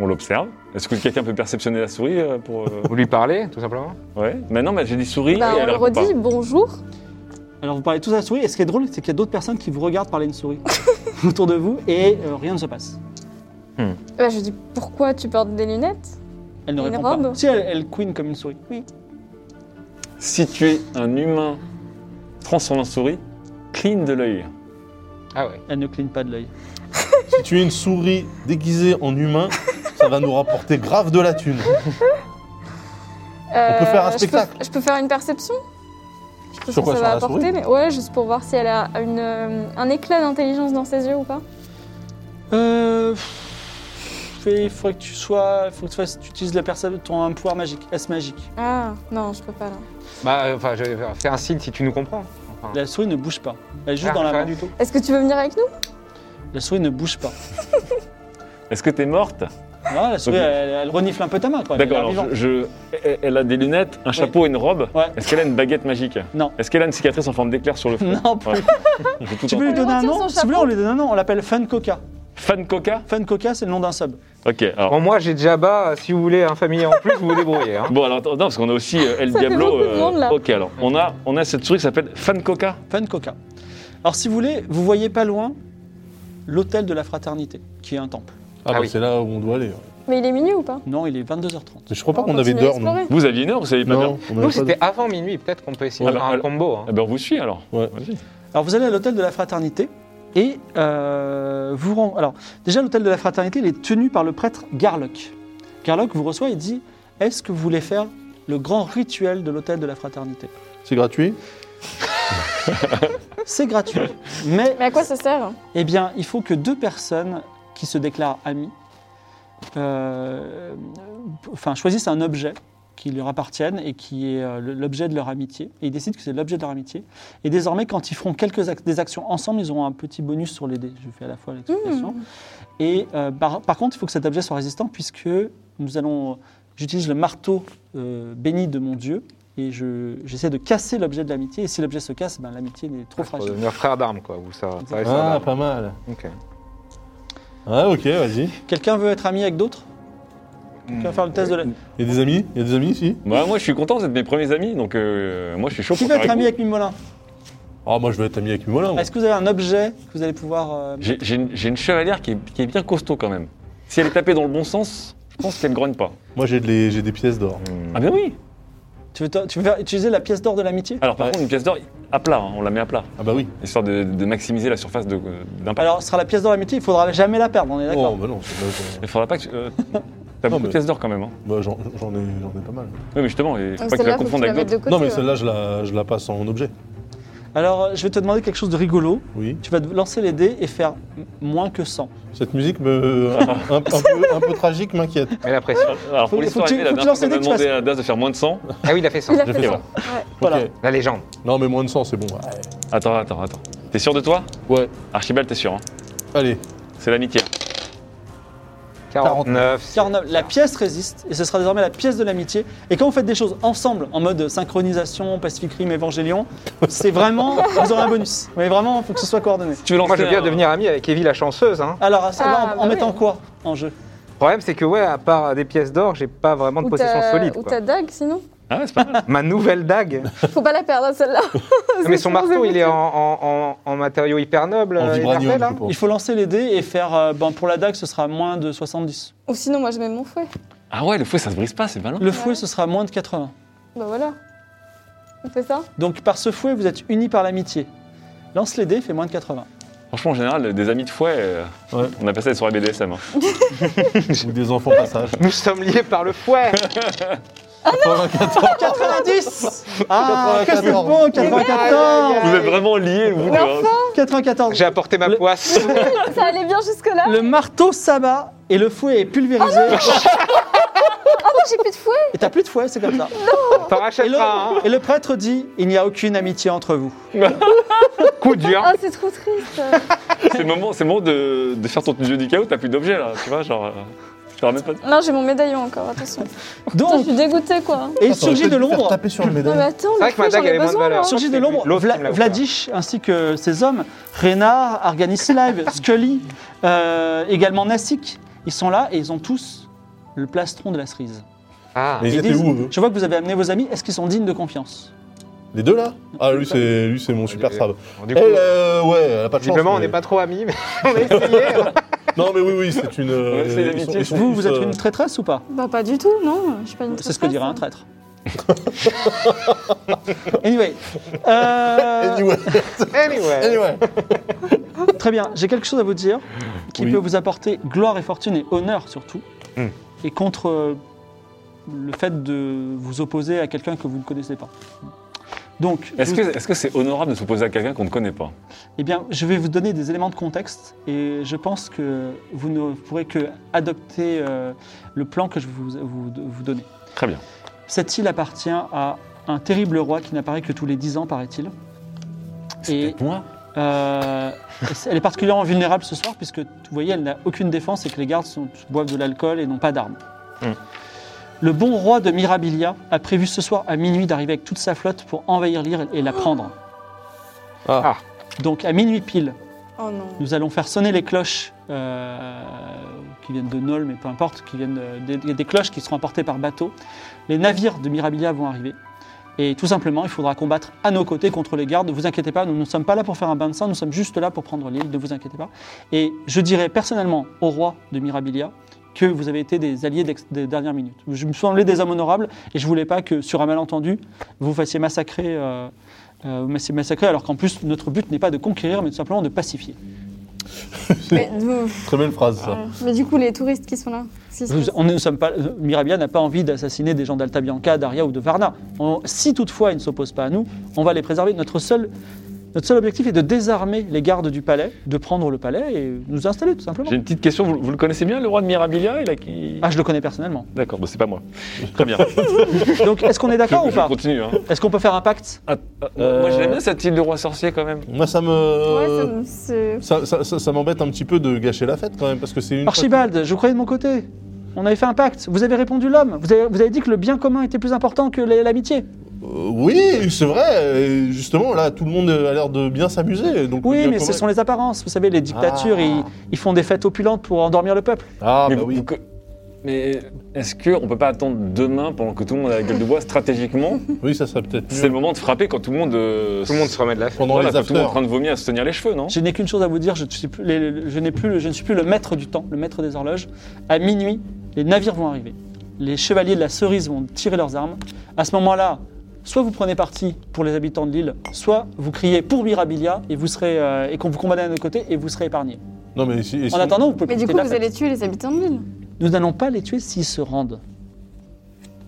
[SPEAKER 3] On l'observe. Est-ce que quelqu'un peut perceptionner la souris euh, pour. euh,
[SPEAKER 7] Vous lui parlez, tout simplement
[SPEAKER 3] Ouais. Mais non, mais j'ai dit souris.
[SPEAKER 5] Bah,
[SPEAKER 3] et
[SPEAKER 5] on
[SPEAKER 3] elle
[SPEAKER 5] le
[SPEAKER 3] répond pas.
[SPEAKER 5] redit, bonjour.
[SPEAKER 1] Alors vous parlez tous à la souris, et ce qui est drôle, c'est qu'il y a d'autres personnes qui vous regardent parler une souris autour de vous, et euh, rien ne se passe.
[SPEAKER 5] Bah, je dis pourquoi tu portes des lunettes
[SPEAKER 1] Elle ne
[SPEAKER 5] Une
[SPEAKER 1] répond pas.
[SPEAKER 5] robe
[SPEAKER 1] Si elle, elle queen comme une souris. Oui.
[SPEAKER 3] Si tu es un humain transformé en souris, cligne de l'œil.
[SPEAKER 7] Ah ouais.
[SPEAKER 1] Elle ne cligne pas de l'œil.
[SPEAKER 4] Si tu es une souris déguisée en humain, ça va nous rapporter grave de la thune.
[SPEAKER 5] Euh,
[SPEAKER 4] peut faire un
[SPEAKER 5] je
[SPEAKER 4] spectacle.
[SPEAKER 5] Je peux, faire une perception Je sais
[SPEAKER 4] Sur
[SPEAKER 5] pas
[SPEAKER 4] quoi,
[SPEAKER 5] ce que
[SPEAKER 4] sur
[SPEAKER 5] ça va
[SPEAKER 4] la souris
[SPEAKER 5] apporter, mais ouais, juste pour voir si elle a une, euh, un éclat d'intelligence dans ses yeux ou pas.
[SPEAKER 1] Euh. pff, Il faudrait que tu sois. Il faut que tu, fasses- tu utilises la personne, ton un pouvoir magique, S magique.
[SPEAKER 5] Ah, non, je peux pas là.
[SPEAKER 7] Bah, euh, enfin, je vais faire un signe si tu nous comprends. Enfin,
[SPEAKER 1] La souris ne bouge pas. Elle est juste
[SPEAKER 7] rien-
[SPEAKER 1] dans la
[SPEAKER 7] rien
[SPEAKER 1] main.
[SPEAKER 7] du tout.
[SPEAKER 5] Est-ce que tu veux venir avec nous
[SPEAKER 1] La souris ne bouge pas.
[SPEAKER 3] Est-ce que t'es morte
[SPEAKER 1] Ah, la souris,
[SPEAKER 3] Ok.
[SPEAKER 1] elle, elle renifle un peu ta main quand même.
[SPEAKER 3] D'accord,
[SPEAKER 1] elle est
[SPEAKER 3] alors
[SPEAKER 1] vivante.
[SPEAKER 3] je, je- elle a des lunettes, un chapeau et une robe.
[SPEAKER 1] Ouais.
[SPEAKER 3] Est-ce qu'elle a une baguette magique
[SPEAKER 1] Non.
[SPEAKER 3] Est-ce qu'elle a une cicatrice en forme d'éclair sur le front
[SPEAKER 1] Non, plus.
[SPEAKER 3] Ouais. J'ai tout
[SPEAKER 1] Tu peux
[SPEAKER 3] entendu.
[SPEAKER 1] lui donner un
[SPEAKER 5] retire
[SPEAKER 1] nom
[SPEAKER 5] son
[SPEAKER 1] Si vous voulez, on lui donne un nom. On l'appelle Fun Coca.
[SPEAKER 3] Fan Coca
[SPEAKER 1] Fun Coca, c'est le nom d'un sub.
[SPEAKER 3] Ok,
[SPEAKER 4] Ah.
[SPEAKER 3] alors.
[SPEAKER 7] Bon, moi, j'ai Jabba. euh, Si vous voulez un familier en plus, vous vous débrouillez. Hein.
[SPEAKER 3] Bon, alors attends, non, parce qu'on a aussi euh, El
[SPEAKER 5] Ça fait
[SPEAKER 3] Diablo.
[SPEAKER 5] beaucoup de monde, là.
[SPEAKER 3] Ok, alors on a, on a cette souris qui s'appelle Fan Coca.
[SPEAKER 1] Fun Coca. Alors, si vous voulez, vous voyez pas loin l'hôtel de la fraternité, qui est un temple.
[SPEAKER 4] Ah, bah
[SPEAKER 7] oui.
[SPEAKER 4] c'est là où on doit aller.
[SPEAKER 5] Mais il est minuit ou pas
[SPEAKER 1] Non, il est 22h30.
[SPEAKER 4] Mais je crois pas qu'on
[SPEAKER 5] On
[SPEAKER 4] avait
[SPEAKER 5] continue à
[SPEAKER 4] d'heure, non
[SPEAKER 5] explorer.
[SPEAKER 3] Vous aviez une heure, vous savez pas bien
[SPEAKER 4] Non, on
[SPEAKER 7] Nous,
[SPEAKER 4] avait pas
[SPEAKER 7] c'était avant minuit. Peut-être qu'on peut essayer
[SPEAKER 3] Ah
[SPEAKER 7] de
[SPEAKER 3] bah,
[SPEAKER 7] faire un
[SPEAKER 3] alors-
[SPEAKER 7] combo. hein.
[SPEAKER 3] Eh ben, on vous suit alors.
[SPEAKER 4] Ouais.
[SPEAKER 3] Vas-y.
[SPEAKER 1] Alors vous allez à l'hôtel de la fraternité et euh, vous rend- Alors déjà l'hôtel de la fraternité il est tenu par le prêtre Garlock. Garlock vous reçoit et dit Est-ce que vous voulez faire le grand rituel de l'hôtel de la fraternité
[SPEAKER 4] C'est gratuit
[SPEAKER 1] C'est gratuit, mais,
[SPEAKER 5] Mais à quoi ça sert
[SPEAKER 1] eh bien il faut que deux personnes qui se déclarent amies, euh, enfin choisissent un objet qui leur appartienne et qui est euh, le- l'objet de leur amitié. Et ils décident que c'est l'objet de leur amitié. Et désormais, quand ils feront quelques ac- des actions ensemble, ils auront un petit bonus sur les dés. Je fais à la fois l'explication. Et euh, par, par contre, il faut que cet objet soit résistant puisque nous allons. J'utilise le marteau euh, béni de mon dieu et je- j'essaie de casser l'objet de l'amitié. Et si l'objet se casse, ben, l'amitié est
[SPEAKER 2] Ah,
[SPEAKER 1] trop
[SPEAKER 7] Faut
[SPEAKER 1] fragile.
[SPEAKER 7] devenir frère d'armes, quoi. Ou ça, ça reste frère
[SPEAKER 4] Ah,
[SPEAKER 7] d'armes.
[SPEAKER 4] pas mal.
[SPEAKER 7] Ok.
[SPEAKER 4] Ah, ok, vas-y.
[SPEAKER 1] Quelqu'un veut être ami avec d'autres Quelqu'un veut faire le test de la...
[SPEAKER 3] Euh,
[SPEAKER 4] Il y a des amis Il y a des amis ici
[SPEAKER 3] Bah, moi je suis content, vous êtes mes premiers amis, donc euh, moi je suis chaud
[SPEAKER 1] Qui
[SPEAKER 3] pour
[SPEAKER 1] veut
[SPEAKER 3] faire
[SPEAKER 1] être
[SPEAKER 3] avec
[SPEAKER 1] ami
[SPEAKER 3] vous.
[SPEAKER 1] avec Mimolin
[SPEAKER 4] Ah, moi, je vais être ami avec Mimolin. moi.
[SPEAKER 1] Est-ce que vous avez un objet que vous allez pouvoir. euh,
[SPEAKER 3] Oh. J'ai j'ai une, j'ai une chevalière qui est, qui est bien costaud quand même. Si elle est tapée dans le bon sens, je pense qu'elle ne grogne pas.
[SPEAKER 4] Moi, j'ai des, j'ai des pièces d'or.
[SPEAKER 3] Ah ben oui
[SPEAKER 1] tu, veux, tu veux faire- utiliser la pièce d'or de l'amitié
[SPEAKER 3] Alors par contre, une pièce d'or à plat, hein, on la met à plat,
[SPEAKER 4] Ah, bah oui.
[SPEAKER 3] histoire de, de maximiser la surface de- euh, d'impact.
[SPEAKER 1] Alors, ce sera la pièce d'or de l'amitié, il faudra jamais la perdre, on est
[SPEAKER 4] Oh,
[SPEAKER 1] d'accord
[SPEAKER 4] bah non, c'est- bah,
[SPEAKER 3] Il faudra pas que tu... euh, T'as
[SPEAKER 4] Non,
[SPEAKER 3] beaucoup de
[SPEAKER 4] mais-
[SPEAKER 3] pièces d'or quand même. Hein.
[SPEAKER 4] bah, j'en j'en ai, j'en ai pas mal.
[SPEAKER 3] Oui, mais justement, il faut
[SPEAKER 5] Donc
[SPEAKER 3] pas que tu
[SPEAKER 5] Ah, celle-là,
[SPEAKER 3] la
[SPEAKER 5] faut que
[SPEAKER 3] confondes
[SPEAKER 5] tu la
[SPEAKER 3] avec
[SPEAKER 5] mettes
[SPEAKER 3] d'autres.
[SPEAKER 5] de côté. euh,
[SPEAKER 4] Non, mais
[SPEAKER 5] ouais.
[SPEAKER 4] celle-là, je la, je la passe en objet.
[SPEAKER 3] Oh.
[SPEAKER 1] Alors, euh, je vais te demander quelque chose de rigolo.
[SPEAKER 4] Oui.
[SPEAKER 1] Tu vas lancer les dés et faire m- moins que 100.
[SPEAKER 4] Cette musique, me, un, un peu, un peu tragique, m'inquiète.
[SPEAKER 7] Mais la pression.
[SPEAKER 3] Alors pour
[SPEAKER 1] Faut-
[SPEAKER 3] l'histoire,
[SPEAKER 1] faut que tu-
[SPEAKER 3] la
[SPEAKER 1] faut que tu
[SPEAKER 3] dernière
[SPEAKER 1] lances
[SPEAKER 3] fois, on
[SPEAKER 1] les dés
[SPEAKER 3] a
[SPEAKER 1] que tu
[SPEAKER 3] demandé à Das de faire moins de 100.
[SPEAKER 7] Ah oui, il a fait ça.
[SPEAKER 5] Il a
[SPEAKER 4] J'ai
[SPEAKER 5] fait
[SPEAKER 4] fait
[SPEAKER 5] ça.
[SPEAKER 4] ça.
[SPEAKER 5] Ouais.
[SPEAKER 1] Voilà.
[SPEAKER 4] Ok.
[SPEAKER 7] La légende.
[SPEAKER 4] Non, mais moins de 100, c'est bon. Ouais.
[SPEAKER 3] Attends, attends, attends. T'es sûr de toi
[SPEAKER 4] Ouais.
[SPEAKER 3] Archibald, t'es sûr, hein
[SPEAKER 4] Allez.
[SPEAKER 3] C'est l'amitié.
[SPEAKER 7] 49. c'est-
[SPEAKER 1] Car on a- la pièce résiste, et ce sera désormais la pièce de l'amitié. Et quand vous faites des choses ensemble, en mode synchronisation, Pacific Rim, Evangelion, c'est vraiment, vous aurez un bonus. Mais vraiment, il faut que ce soit coordonné.
[SPEAKER 3] Tu veux lancer
[SPEAKER 7] Moi, je veux bien
[SPEAKER 3] un-
[SPEAKER 7] devenir ami avec Evie la chanceuse. Hein.
[SPEAKER 1] Alors, à savoir,
[SPEAKER 5] Ah,
[SPEAKER 1] en, en
[SPEAKER 5] bah
[SPEAKER 1] mettant
[SPEAKER 5] oui.
[SPEAKER 1] quoi en jeu
[SPEAKER 7] Le problème, c'est que, ouais, à part des pièces d'or, j'ai pas vraiment de
[SPEAKER 5] Ou
[SPEAKER 7] possession
[SPEAKER 5] ta-
[SPEAKER 7] solide.
[SPEAKER 5] Ou
[SPEAKER 7] quoi.
[SPEAKER 5] ta dague, sinon.
[SPEAKER 3] Ah ouais, c'est pas mal.
[SPEAKER 7] Ma nouvelle dague.
[SPEAKER 5] Faut pas la perdre, hein, celle-là.
[SPEAKER 7] Non, mais son marteau, il est en, en, en- en matériau hyper noble.
[SPEAKER 4] En
[SPEAKER 7] euh, hyper
[SPEAKER 4] vibranium,
[SPEAKER 7] belle, hein.
[SPEAKER 4] je pense.
[SPEAKER 1] Il faut lancer les dés et faire, euh, ben, pour la dague, ce sera moins de 70.
[SPEAKER 5] Ou sinon, moi, je mets mon fouet.
[SPEAKER 3] Ah ouais, le fouet, ça se brise pas, c'est malin.
[SPEAKER 1] Le fouet, ce sera moins de 80.
[SPEAKER 5] Bah voilà. On fait ça
[SPEAKER 1] Donc, par ce fouet, vous êtes unis par l'amitié. Lance les dés, fait moins de 80.
[SPEAKER 3] Franchement, en général, des amis de fouet, euh,
[SPEAKER 4] Ouais.
[SPEAKER 3] on appelle ça des soirées BDSM. hein.
[SPEAKER 4] Ou des enfants passage.
[SPEAKER 7] Nous sommes liés par le fouet.
[SPEAKER 1] 90 Ah, que c'est
[SPEAKER 4] 94.
[SPEAKER 1] bon,
[SPEAKER 3] Vous
[SPEAKER 1] 94
[SPEAKER 3] êtes vraiment liés, vous deux.
[SPEAKER 5] Mais
[SPEAKER 3] hein.
[SPEAKER 1] 94
[SPEAKER 7] J'ai apporté ma
[SPEAKER 1] Le-
[SPEAKER 7] poisse.
[SPEAKER 5] Ça allait bien jusque-là
[SPEAKER 1] Le marteau s'abat et le fouet est pulvérisé.
[SPEAKER 5] Ah non, j'ai plus de fouet
[SPEAKER 1] et t'as plus de fouet, c'est comme ça.
[SPEAKER 7] T'en
[SPEAKER 1] Et
[SPEAKER 7] rachètes
[SPEAKER 1] le,
[SPEAKER 7] pas. hein. Oh,
[SPEAKER 1] et le prêtre dit il n'y a aucune amitié entre vous.
[SPEAKER 7] Coup dur.
[SPEAKER 5] Ah, c'est trop triste
[SPEAKER 3] C'est le moment, c'est le moment de, de faire ton dieu du chaos, t'as plus d'objets là, tu vois, genre. euh, Je te ramène pas de...
[SPEAKER 5] Non, j'ai mon médaillon encore, attention. Putain, Oh, je
[SPEAKER 1] Donc,
[SPEAKER 5] suis dégoûtée, quoi.
[SPEAKER 1] et il surgit de
[SPEAKER 4] Faire
[SPEAKER 1] l'ombre.
[SPEAKER 4] taper sur le
[SPEAKER 5] Non, mais
[SPEAKER 4] médaille.
[SPEAKER 5] attends,
[SPEAKER 7] C'est vrai
[SPEAKER 5] le
[SPEAKER 7] que ma
[SPEAKER 5] fouet, j'en
[SPEAKER 7] dague, elle
[SPEAKER 5] ai
[SPEAKER 7] est moins de
[SPEAKER 5] besoin,
[SPEAKER 7] valeur.
[SPEAKER 5] là.
[SPEAKER 1] Surgit de
[SPEAKER 7] C'est
[SPEAKER 1] l'ombre,
[SPEAKER 7] l'autre
[SPEAKER 1] Vla-
[SPEAKER 7] qui me l'a offert.
[SPEAKER 1] Vladish ainsi que ses hommes, Reynard, Arganis Live, Scully, euh, également Nassik, ils sont là et ils ont tous le plastron de la cerise.
[SPEAKER 7] Ah.
[SPEAKER 4] Mais ils
[SPEAKER 1] Ils
[SPEAKER 4] étaient
[SPEAKER 1] disent,
[SPEAKER 4] où, eux
[SPEAKER 1] Je vois que vous avez amené vos amis, est-ce qu'ils sont dignes de confiance
[SPEAKER 4] Les deux là Ah, lui, c'est lui, c'est mon super sable.
[SPEAKER 7] Bon, Du coup,
[SPEAKER 4] Elle, euh, ouais, elle a pas de chance.
[SPEAKER 7] visiblement, on
[SPEAKER 4] mais-
[SPEAKER 7] n'est pas trop amis, mais on a essayé. hein.
[SPEAKER 4] Non, mais oui, oui, c'est une. euh,
[SPEAKER 3] Ouais, c'est
[SPEAKER 4] ils
[SPEAKER 3] l'amitié,
[SPEAKER 4] sont- ils sont
[SPEAKER 1] Vous,
[SPEAKER 4] tous,
[SPEAKER 1] vous êtes
[SPEAKER 4] euh,
[SPEAKER 1] une traîtresse ou pas
[SPEAKER 5] Bah pas du tout, non, je suis pas une
[SPEAKER 1] C'est ce que
[SPEAKER 5] traîtresse.
[SPEAKER 1] dirait
[SPEAKER 5] hein.
[SPEAKER 1] un traître. anyway. euh,
[SPEAKER 4] Anyway,
[SPEAKER 7] Anyway.
[SPEAKER 4] anyway.
[SPEAKER 1] Très bien, j'ai quelque chose à vous dire qui
[SPEAKER 4] Oui.
[SPEAKER 1] peut vous apporter gloire et fortune et honneur surtout.
[SPEAKER 7] Hmm.
[SPEAKER 1] Et contre euh, le fait de vous opposer à quelqu'un que vous ne connaissez pas. Donc,
[SPEAKER 3] Est-ce
[SPEAKER 1] vous-
[SPEAKER 3] que est-ce que c'est honorable de s'opposer à quelqu'un qu'on ne connaît pas
[SPEAKER 1] eh bien, je vais vous donner des éléments de contexte et je pense que vous ne pourrez que adopter euh, le plan que je vais vous, vous, vous donner.
[SPEAKER 3] Très bien.
[SPEAKER 1] Cette île appartient à un terrible roi qui n'apparaît que tous les 10 ans, paraît-il.
[SPEAKER 3] C'est
[SPEAKER 1] Et-
[SPEAKER 3] peut-être moi
[SPEAKER 1] Euh, elle est particulièrement vulnérable ce soir puisque vous voyez, elle n'a aucune défense et que les gardes sont- boivent de l'alcool et n'ont pas d'armes.
[SPEAKER 3] Hmm.
[SPEAKER 1] Le bon roi de Mirabilia a prévu ce soir à minuit d'arriver avec toute sa flotte pour envahir l'île et la prendre.
[SPEAKER 7] Ah.
[SPEAKER 1] Donc à minuit pile,
[SPEAKER 5] Oh non.
[SPEAKER 1] nous allons faire sonner les cloches euh, qui viennent de Nol, mais peu importe, qui viennent de- des, des cloches qui seront apportées par bateau. Les navires de Mirabilia vont arriver. Et tout simplement, il faudra combattre à nos côtés contre les gardes. Ne vous inquiétez pas, nous ne sommes pas là pour faire un bain de sang, nous sommes juste là pour prendre l'île, ne vous inquiétez pas. Et je dirais personnellement au roi de Mirabilia que vous avez été des alliés d'ex- des dernières minutes. Je me suis enlevé des hommes honorables et je voulais pas que, sur un malentendu, vous fassiez massacrer, euh, euh, vous fassiez massacrer alors qu'en plus, notre but n'est pas de conquérir, mais tout simplement de pacifier.
[SPEAKER 5] Mais, vous-
[SPEAKER 4] Très belle phrase, ça.
[SPEAKER 5] mais du coup, les touristes qui sont là, qu'est-ce qui se
[SPEAKER 1] Nous-
[SPEAKER 5] passe
[SPEAKER 1] on ne sommes pas, euh, Mirabia n'a pas envie d'assassiner des gens d'Alta Bianca, d'Aria ou de Varna. On- si toutefois ils ne s'opposent pas à nous, on va les préserver. Notre seul, notre seul objectif est de désarmer les gardes du palais, de prendre le palais et nous installer tout simplement.
[SPEAKER 3] J'ai une petite question, vous, vous le connaissez bien, le roi de Mirabilia Il a qui
[SPEAKER 1] Ah, je le connais personnellement.
[SPEAKER 3] D'accord, bah, c'est pas moi. Très bien.
[SPEAKER 1] Donc, est-ce qu'on est d'accord ou
[SPEAKER 3] Je
[SPEAKER 1] pas
[SPEAKER 3] continue. Hein.
[SPEAKER 1] Est-ce qu'on peut faire un pacte
[SPEAKER 3] Ah, ah, Moi, j'aime bien cette île de roi sorcier quand même.
[SPEAKER 4] Moi, ça
[SPEAKER 5] Ouais, ça
[SPEAKER 4] me.
[SPEAKER 5] me- c'est-
[SPEAKER 4] Ça, ça- ça- ça m'embête un petit peu de gâcher la fête quand même, parce que c'est une.
[SPEAKER 1] Archibald, je croyais de mon côté. On avait fait un pacte. Vous avez répondu l'homme. Vous avez, vous avez dit que le bien commun était plus important que la- l'amitié.
[SPEAKER 4] Euh, oui, c'est vrai. et Justement, là, tout le monde a l'air de bien s'amuser. donc le
[SPEAKER 1] Oui,
[SPEAKER 4] bien
[SPEAKER 1] mais ce
[SPEAKER 4] commun-
[SPEAKER 1] sont les apparences. Vous savez, les dictatures,
[SPEAKER 4] Ah.
[SPEAKER 1] ils, ils font des fêtes opulentes pour endormir le peuple.
[SPEAKER 4] Ah,
[SPEAKER 3] Mais
[SPEAKER 4] bah
[SPEAKER 3] vous-
[SPEAKER 4] oui.
[SPEAKER 3] vous- Mais est-ce qu'on peut pas attendre demain pendant que tout le monde a la gueule de bois stratégiquement
[SPEAKER 4] Oui, ça serait peut-être
[SPEAKER 3] C'est
[SPEAKER 4] mieux.
[SPEAKER 3] le moment de frapper quand tout le monde. euh,
[SPEAKER 2] Tout le monde se remet de la
[SPEAKER 4] Pendant
[SPEAKER 3] voilà,
[SPEAKER 4] les
[SPEAKER 3] quand tout le monde est en
[SPEAKER 4] afters.
[SPEAKER 3] train de vomir à se tenir les cheveux, non
[SPEAKER 1] Je n'ai qu'une chose à vous dire, je ne suis plus, les- les- je n'ai plus le- je ne suis plus le maître du temps, le maître des horloges. À minuit, les navires vont arriver. Les chevaliers de la cerise vont tirer leurs armes. À ce moment-là, soit vous prenez parti pour les habitants de l'île, soit vous criez pour Mirabilia et vous serez euh, et qu'on vous combattra de notre côté et vous serez épargné.
[SPEAKER 4] Non, mais si- et si
[SPEAKER 1] En
[SPEAKER 4] on-
[SPEAKER 1] attendant, vous pouvez
[SPEAKER 5] Mais du
[SPEAKER 1] profiter
[SPEAKER 5] coup,
[SPEAKER 1] de la
[SPEAKER 5] vous
[SPEAKER 1] fête.
[SPEAKER 5] allez tuer les habitants de l'île.
[SPEAKER 1] Nous n'allons pas les tuer s'ils se rendent.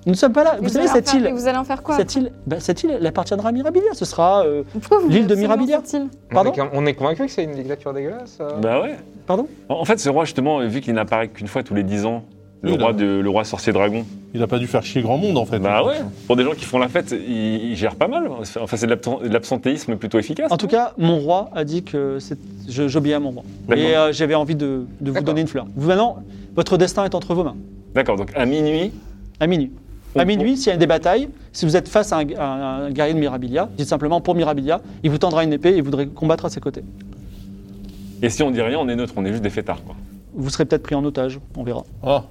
[SPEAKER 1] Nous ne sommes pas là.
[SPEAKER 5] Et
[SPEAKER 1] Vous, savez
[SPEAKER 5] allez en
[SPEAKER 1] cette
[SPEAKER 5] faire-
[SPEAKER 1] île,
[SPEAKER 5] Et vous allez en faire quoi
[SPEAKER 1] cette île, ben, cette île, elle appartiendra à Mirabilia. Ce sera euh,
[SPEAKER 5] Pourquoi vous
[SPEAKER 1] L'île de
[SPEAKER 5] voulez absolument
[SPEAKER 1] Mirabilia
[SPEAKER 5] cette île
[SPEAKER 2] On
[SPEAKER 1] Pardon
[SPEAKER 2] est, con- on est convaincu que c'est une dictature dégueulasse. ça
[SPEAKER 7] euh.
[SPEAKER 3] Bah ouais.
[SPEAKER 1] Pardon
[SPEAKER 3] En en fait, ce roi, justement, vu qu'il n'apparaît qu'une fois tous les 10 ans, le
[SPEAKER 4] Oui, là.
[SPEAKER 3] roi, de, le roi sorcier dragon,
[SPEAKER 4] il a pas dû faire chier grand monde en fait.
[SPEAKER 3] bah ouais, pour des gens qui font la fête, ils, ils gèrent pas mal. Enfin, c'est de l'absen- de l'absentéisme plutôt efficace.
[SPEAKER 1] En tout cas, mon roi a dit que c'est- je- j'obéis à mon roi.
[SPEAKER 3] D'accord.
[SPEAKER 1] Et euh, j'avais envie de, de vous
[SPEAKER 2] D'accord.
[SPEAKER 1] donner une fleur. Vous, maintenant, votre destin est entre vos mains,
[SPEAKER 3] D'accord, donc à minuit,
[SPEAKER 1] à minuit. À
[SPEAKER 3] On-
[SPEAKER 1] minuit, s'il y a des batailles, si vous êtes face à un, à un guerrier de Mirabilia, dites simplement pour Mirabilia, il vous tendra une épée et vous voudrez combattre à ses côtés.
[SPEAKER 3] et si on dit rien, on est neutre, on est juste des fêtards. Quoi.
[SPEAKER 1] Vous serez peut-être pris en otage, on verra.
[SPEAKER 4] Ah,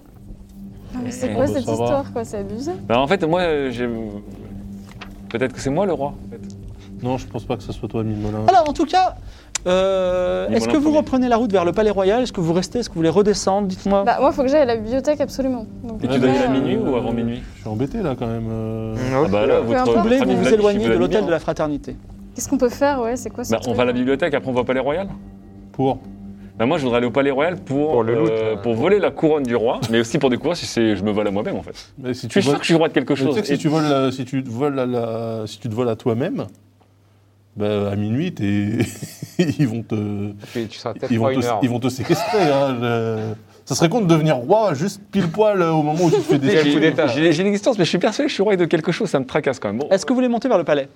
[SPEAKER 5] Non, mais c'est
[SPEAKER 3] Eh,
[SPEAKER 5] quoi
[SPEAKER 4] bah,
[SPEAKER 5] cette
[SPEAKER 4] ça va.
[SPEAKER 5] histoire quoi C'est abusé.
[SPEAKER 3] Bah, en fait, moi, euh, j'ai. Peut-être que c'est moi le roi. en fait.
[SPEAKER 4] non, je pense pas que ça soit toi, Mimolin.
[SPEAKER 1] Alors, en tout cas, euh,
[SPEAKER 3] Dis-moi
[SPEAKER 1] est-ce que vous
[SPEAKER 3] l'info.
[SPEAKER 1] reprenez la route vers le palais royal Est-ce que vous restez Est-ce que vous voulez redescendre Dites-moi.
[SPEAKER 5] Bah, moi, faut que j'aille à la bibliothèque absolument. Donc,
[SPEAKER 3] Et
[SPEAKER 4] Ouais,
[SPEAKER 3] tu dois
[SPEAKER 4] bah,
[SPEAKER 3] y aller
[SPEAKER 4] euh,
[SPEAKER 3] à minuit ou avant minuit
[SPEAKER 4] Je suis embêté là quand même. euh.
[SPEAKER 2] Non,
[SPEAKER 3] bah là, votre-
[SPEAKER 1] Vous voulez
[SPEAKER 3] votre ami
[SPEAKER 1] vous
[SPEAKER 3] Vlad
[SPEAKER 1] vous
[SPEAKER 3] qui
[SPEAKER 1] éloigner
[SPEAKER 3] vous
[SPEAKER 1] de
[SPEAKER 3] a mis
[SPEAKER 1] l'hôtel
[SPEAKER 3] bien.
[SPEAKER 1] de la fraternité.
[SPEAKER 5] Qu'est-ce qu'on peut faire Ouais, c'est quoi ce
[SPEAKER 3] Bah, on
[SPEAKER 5] truc
[SPEAKER 3] va à la bibliothèque, après on va au Palais Royal
[SPEAKER 4] Pour.
[SPEAKER 3] Bah, Moi, je voudrais aller au Palais Royal pour,
[SPEAKER 2] Pour le loot,
[SPEAKER 3] euh,
[SPEAKER 2] ouais.
[SPEAKER 3] pour voler la couronne du roi, mais aussi pour découvrir si c'est- je me vole à moi-même en fait.
[SPEAKER 4] Mais si
[SPEAKER 3] Tu
[SPEAKER 4] tu
[SPEAKER 3] es sûr
[SPEAKER 4] voles,
[SPEAKER 3] que je suis roi de quelque
[SPEAKER 4] Mais tu
[SPEAKER 3] chose
[SPEAKER 4] sais que si
[SPEAKER 3] Et-
[SPEAKER 4] tu voles, à- si tu te voles à la- si tu te voles à toi-même, bah, à minuit, t'es- ils vont te,
[SPEAKER 2] tu, tu seras peut-être
[SPEAKER 4] ils
[SPEAKER 2] roi
[SPEAKER 4] vont
[SPEAKER 2] une
[SPEAKER 4] te,
[SPEAKER 2] heure.
[SPEAKER 4] ils vont te séquestrer. hein, je- Ça serait con de devenir roi juste pile poil euh, au moment où tu te fais
[SPEAKER 2] Quel coup
[SPEAKER 4] des.
[SPEAKER 2] d'état.
[SPEAKER 3] J'ai j'ai une existence, mais je suis persuadé que je suis roi de quelque chose, ça me tracasse quand même. Bon,
[SPEAKER 1] Est-ce que vous voulez monter vers le palais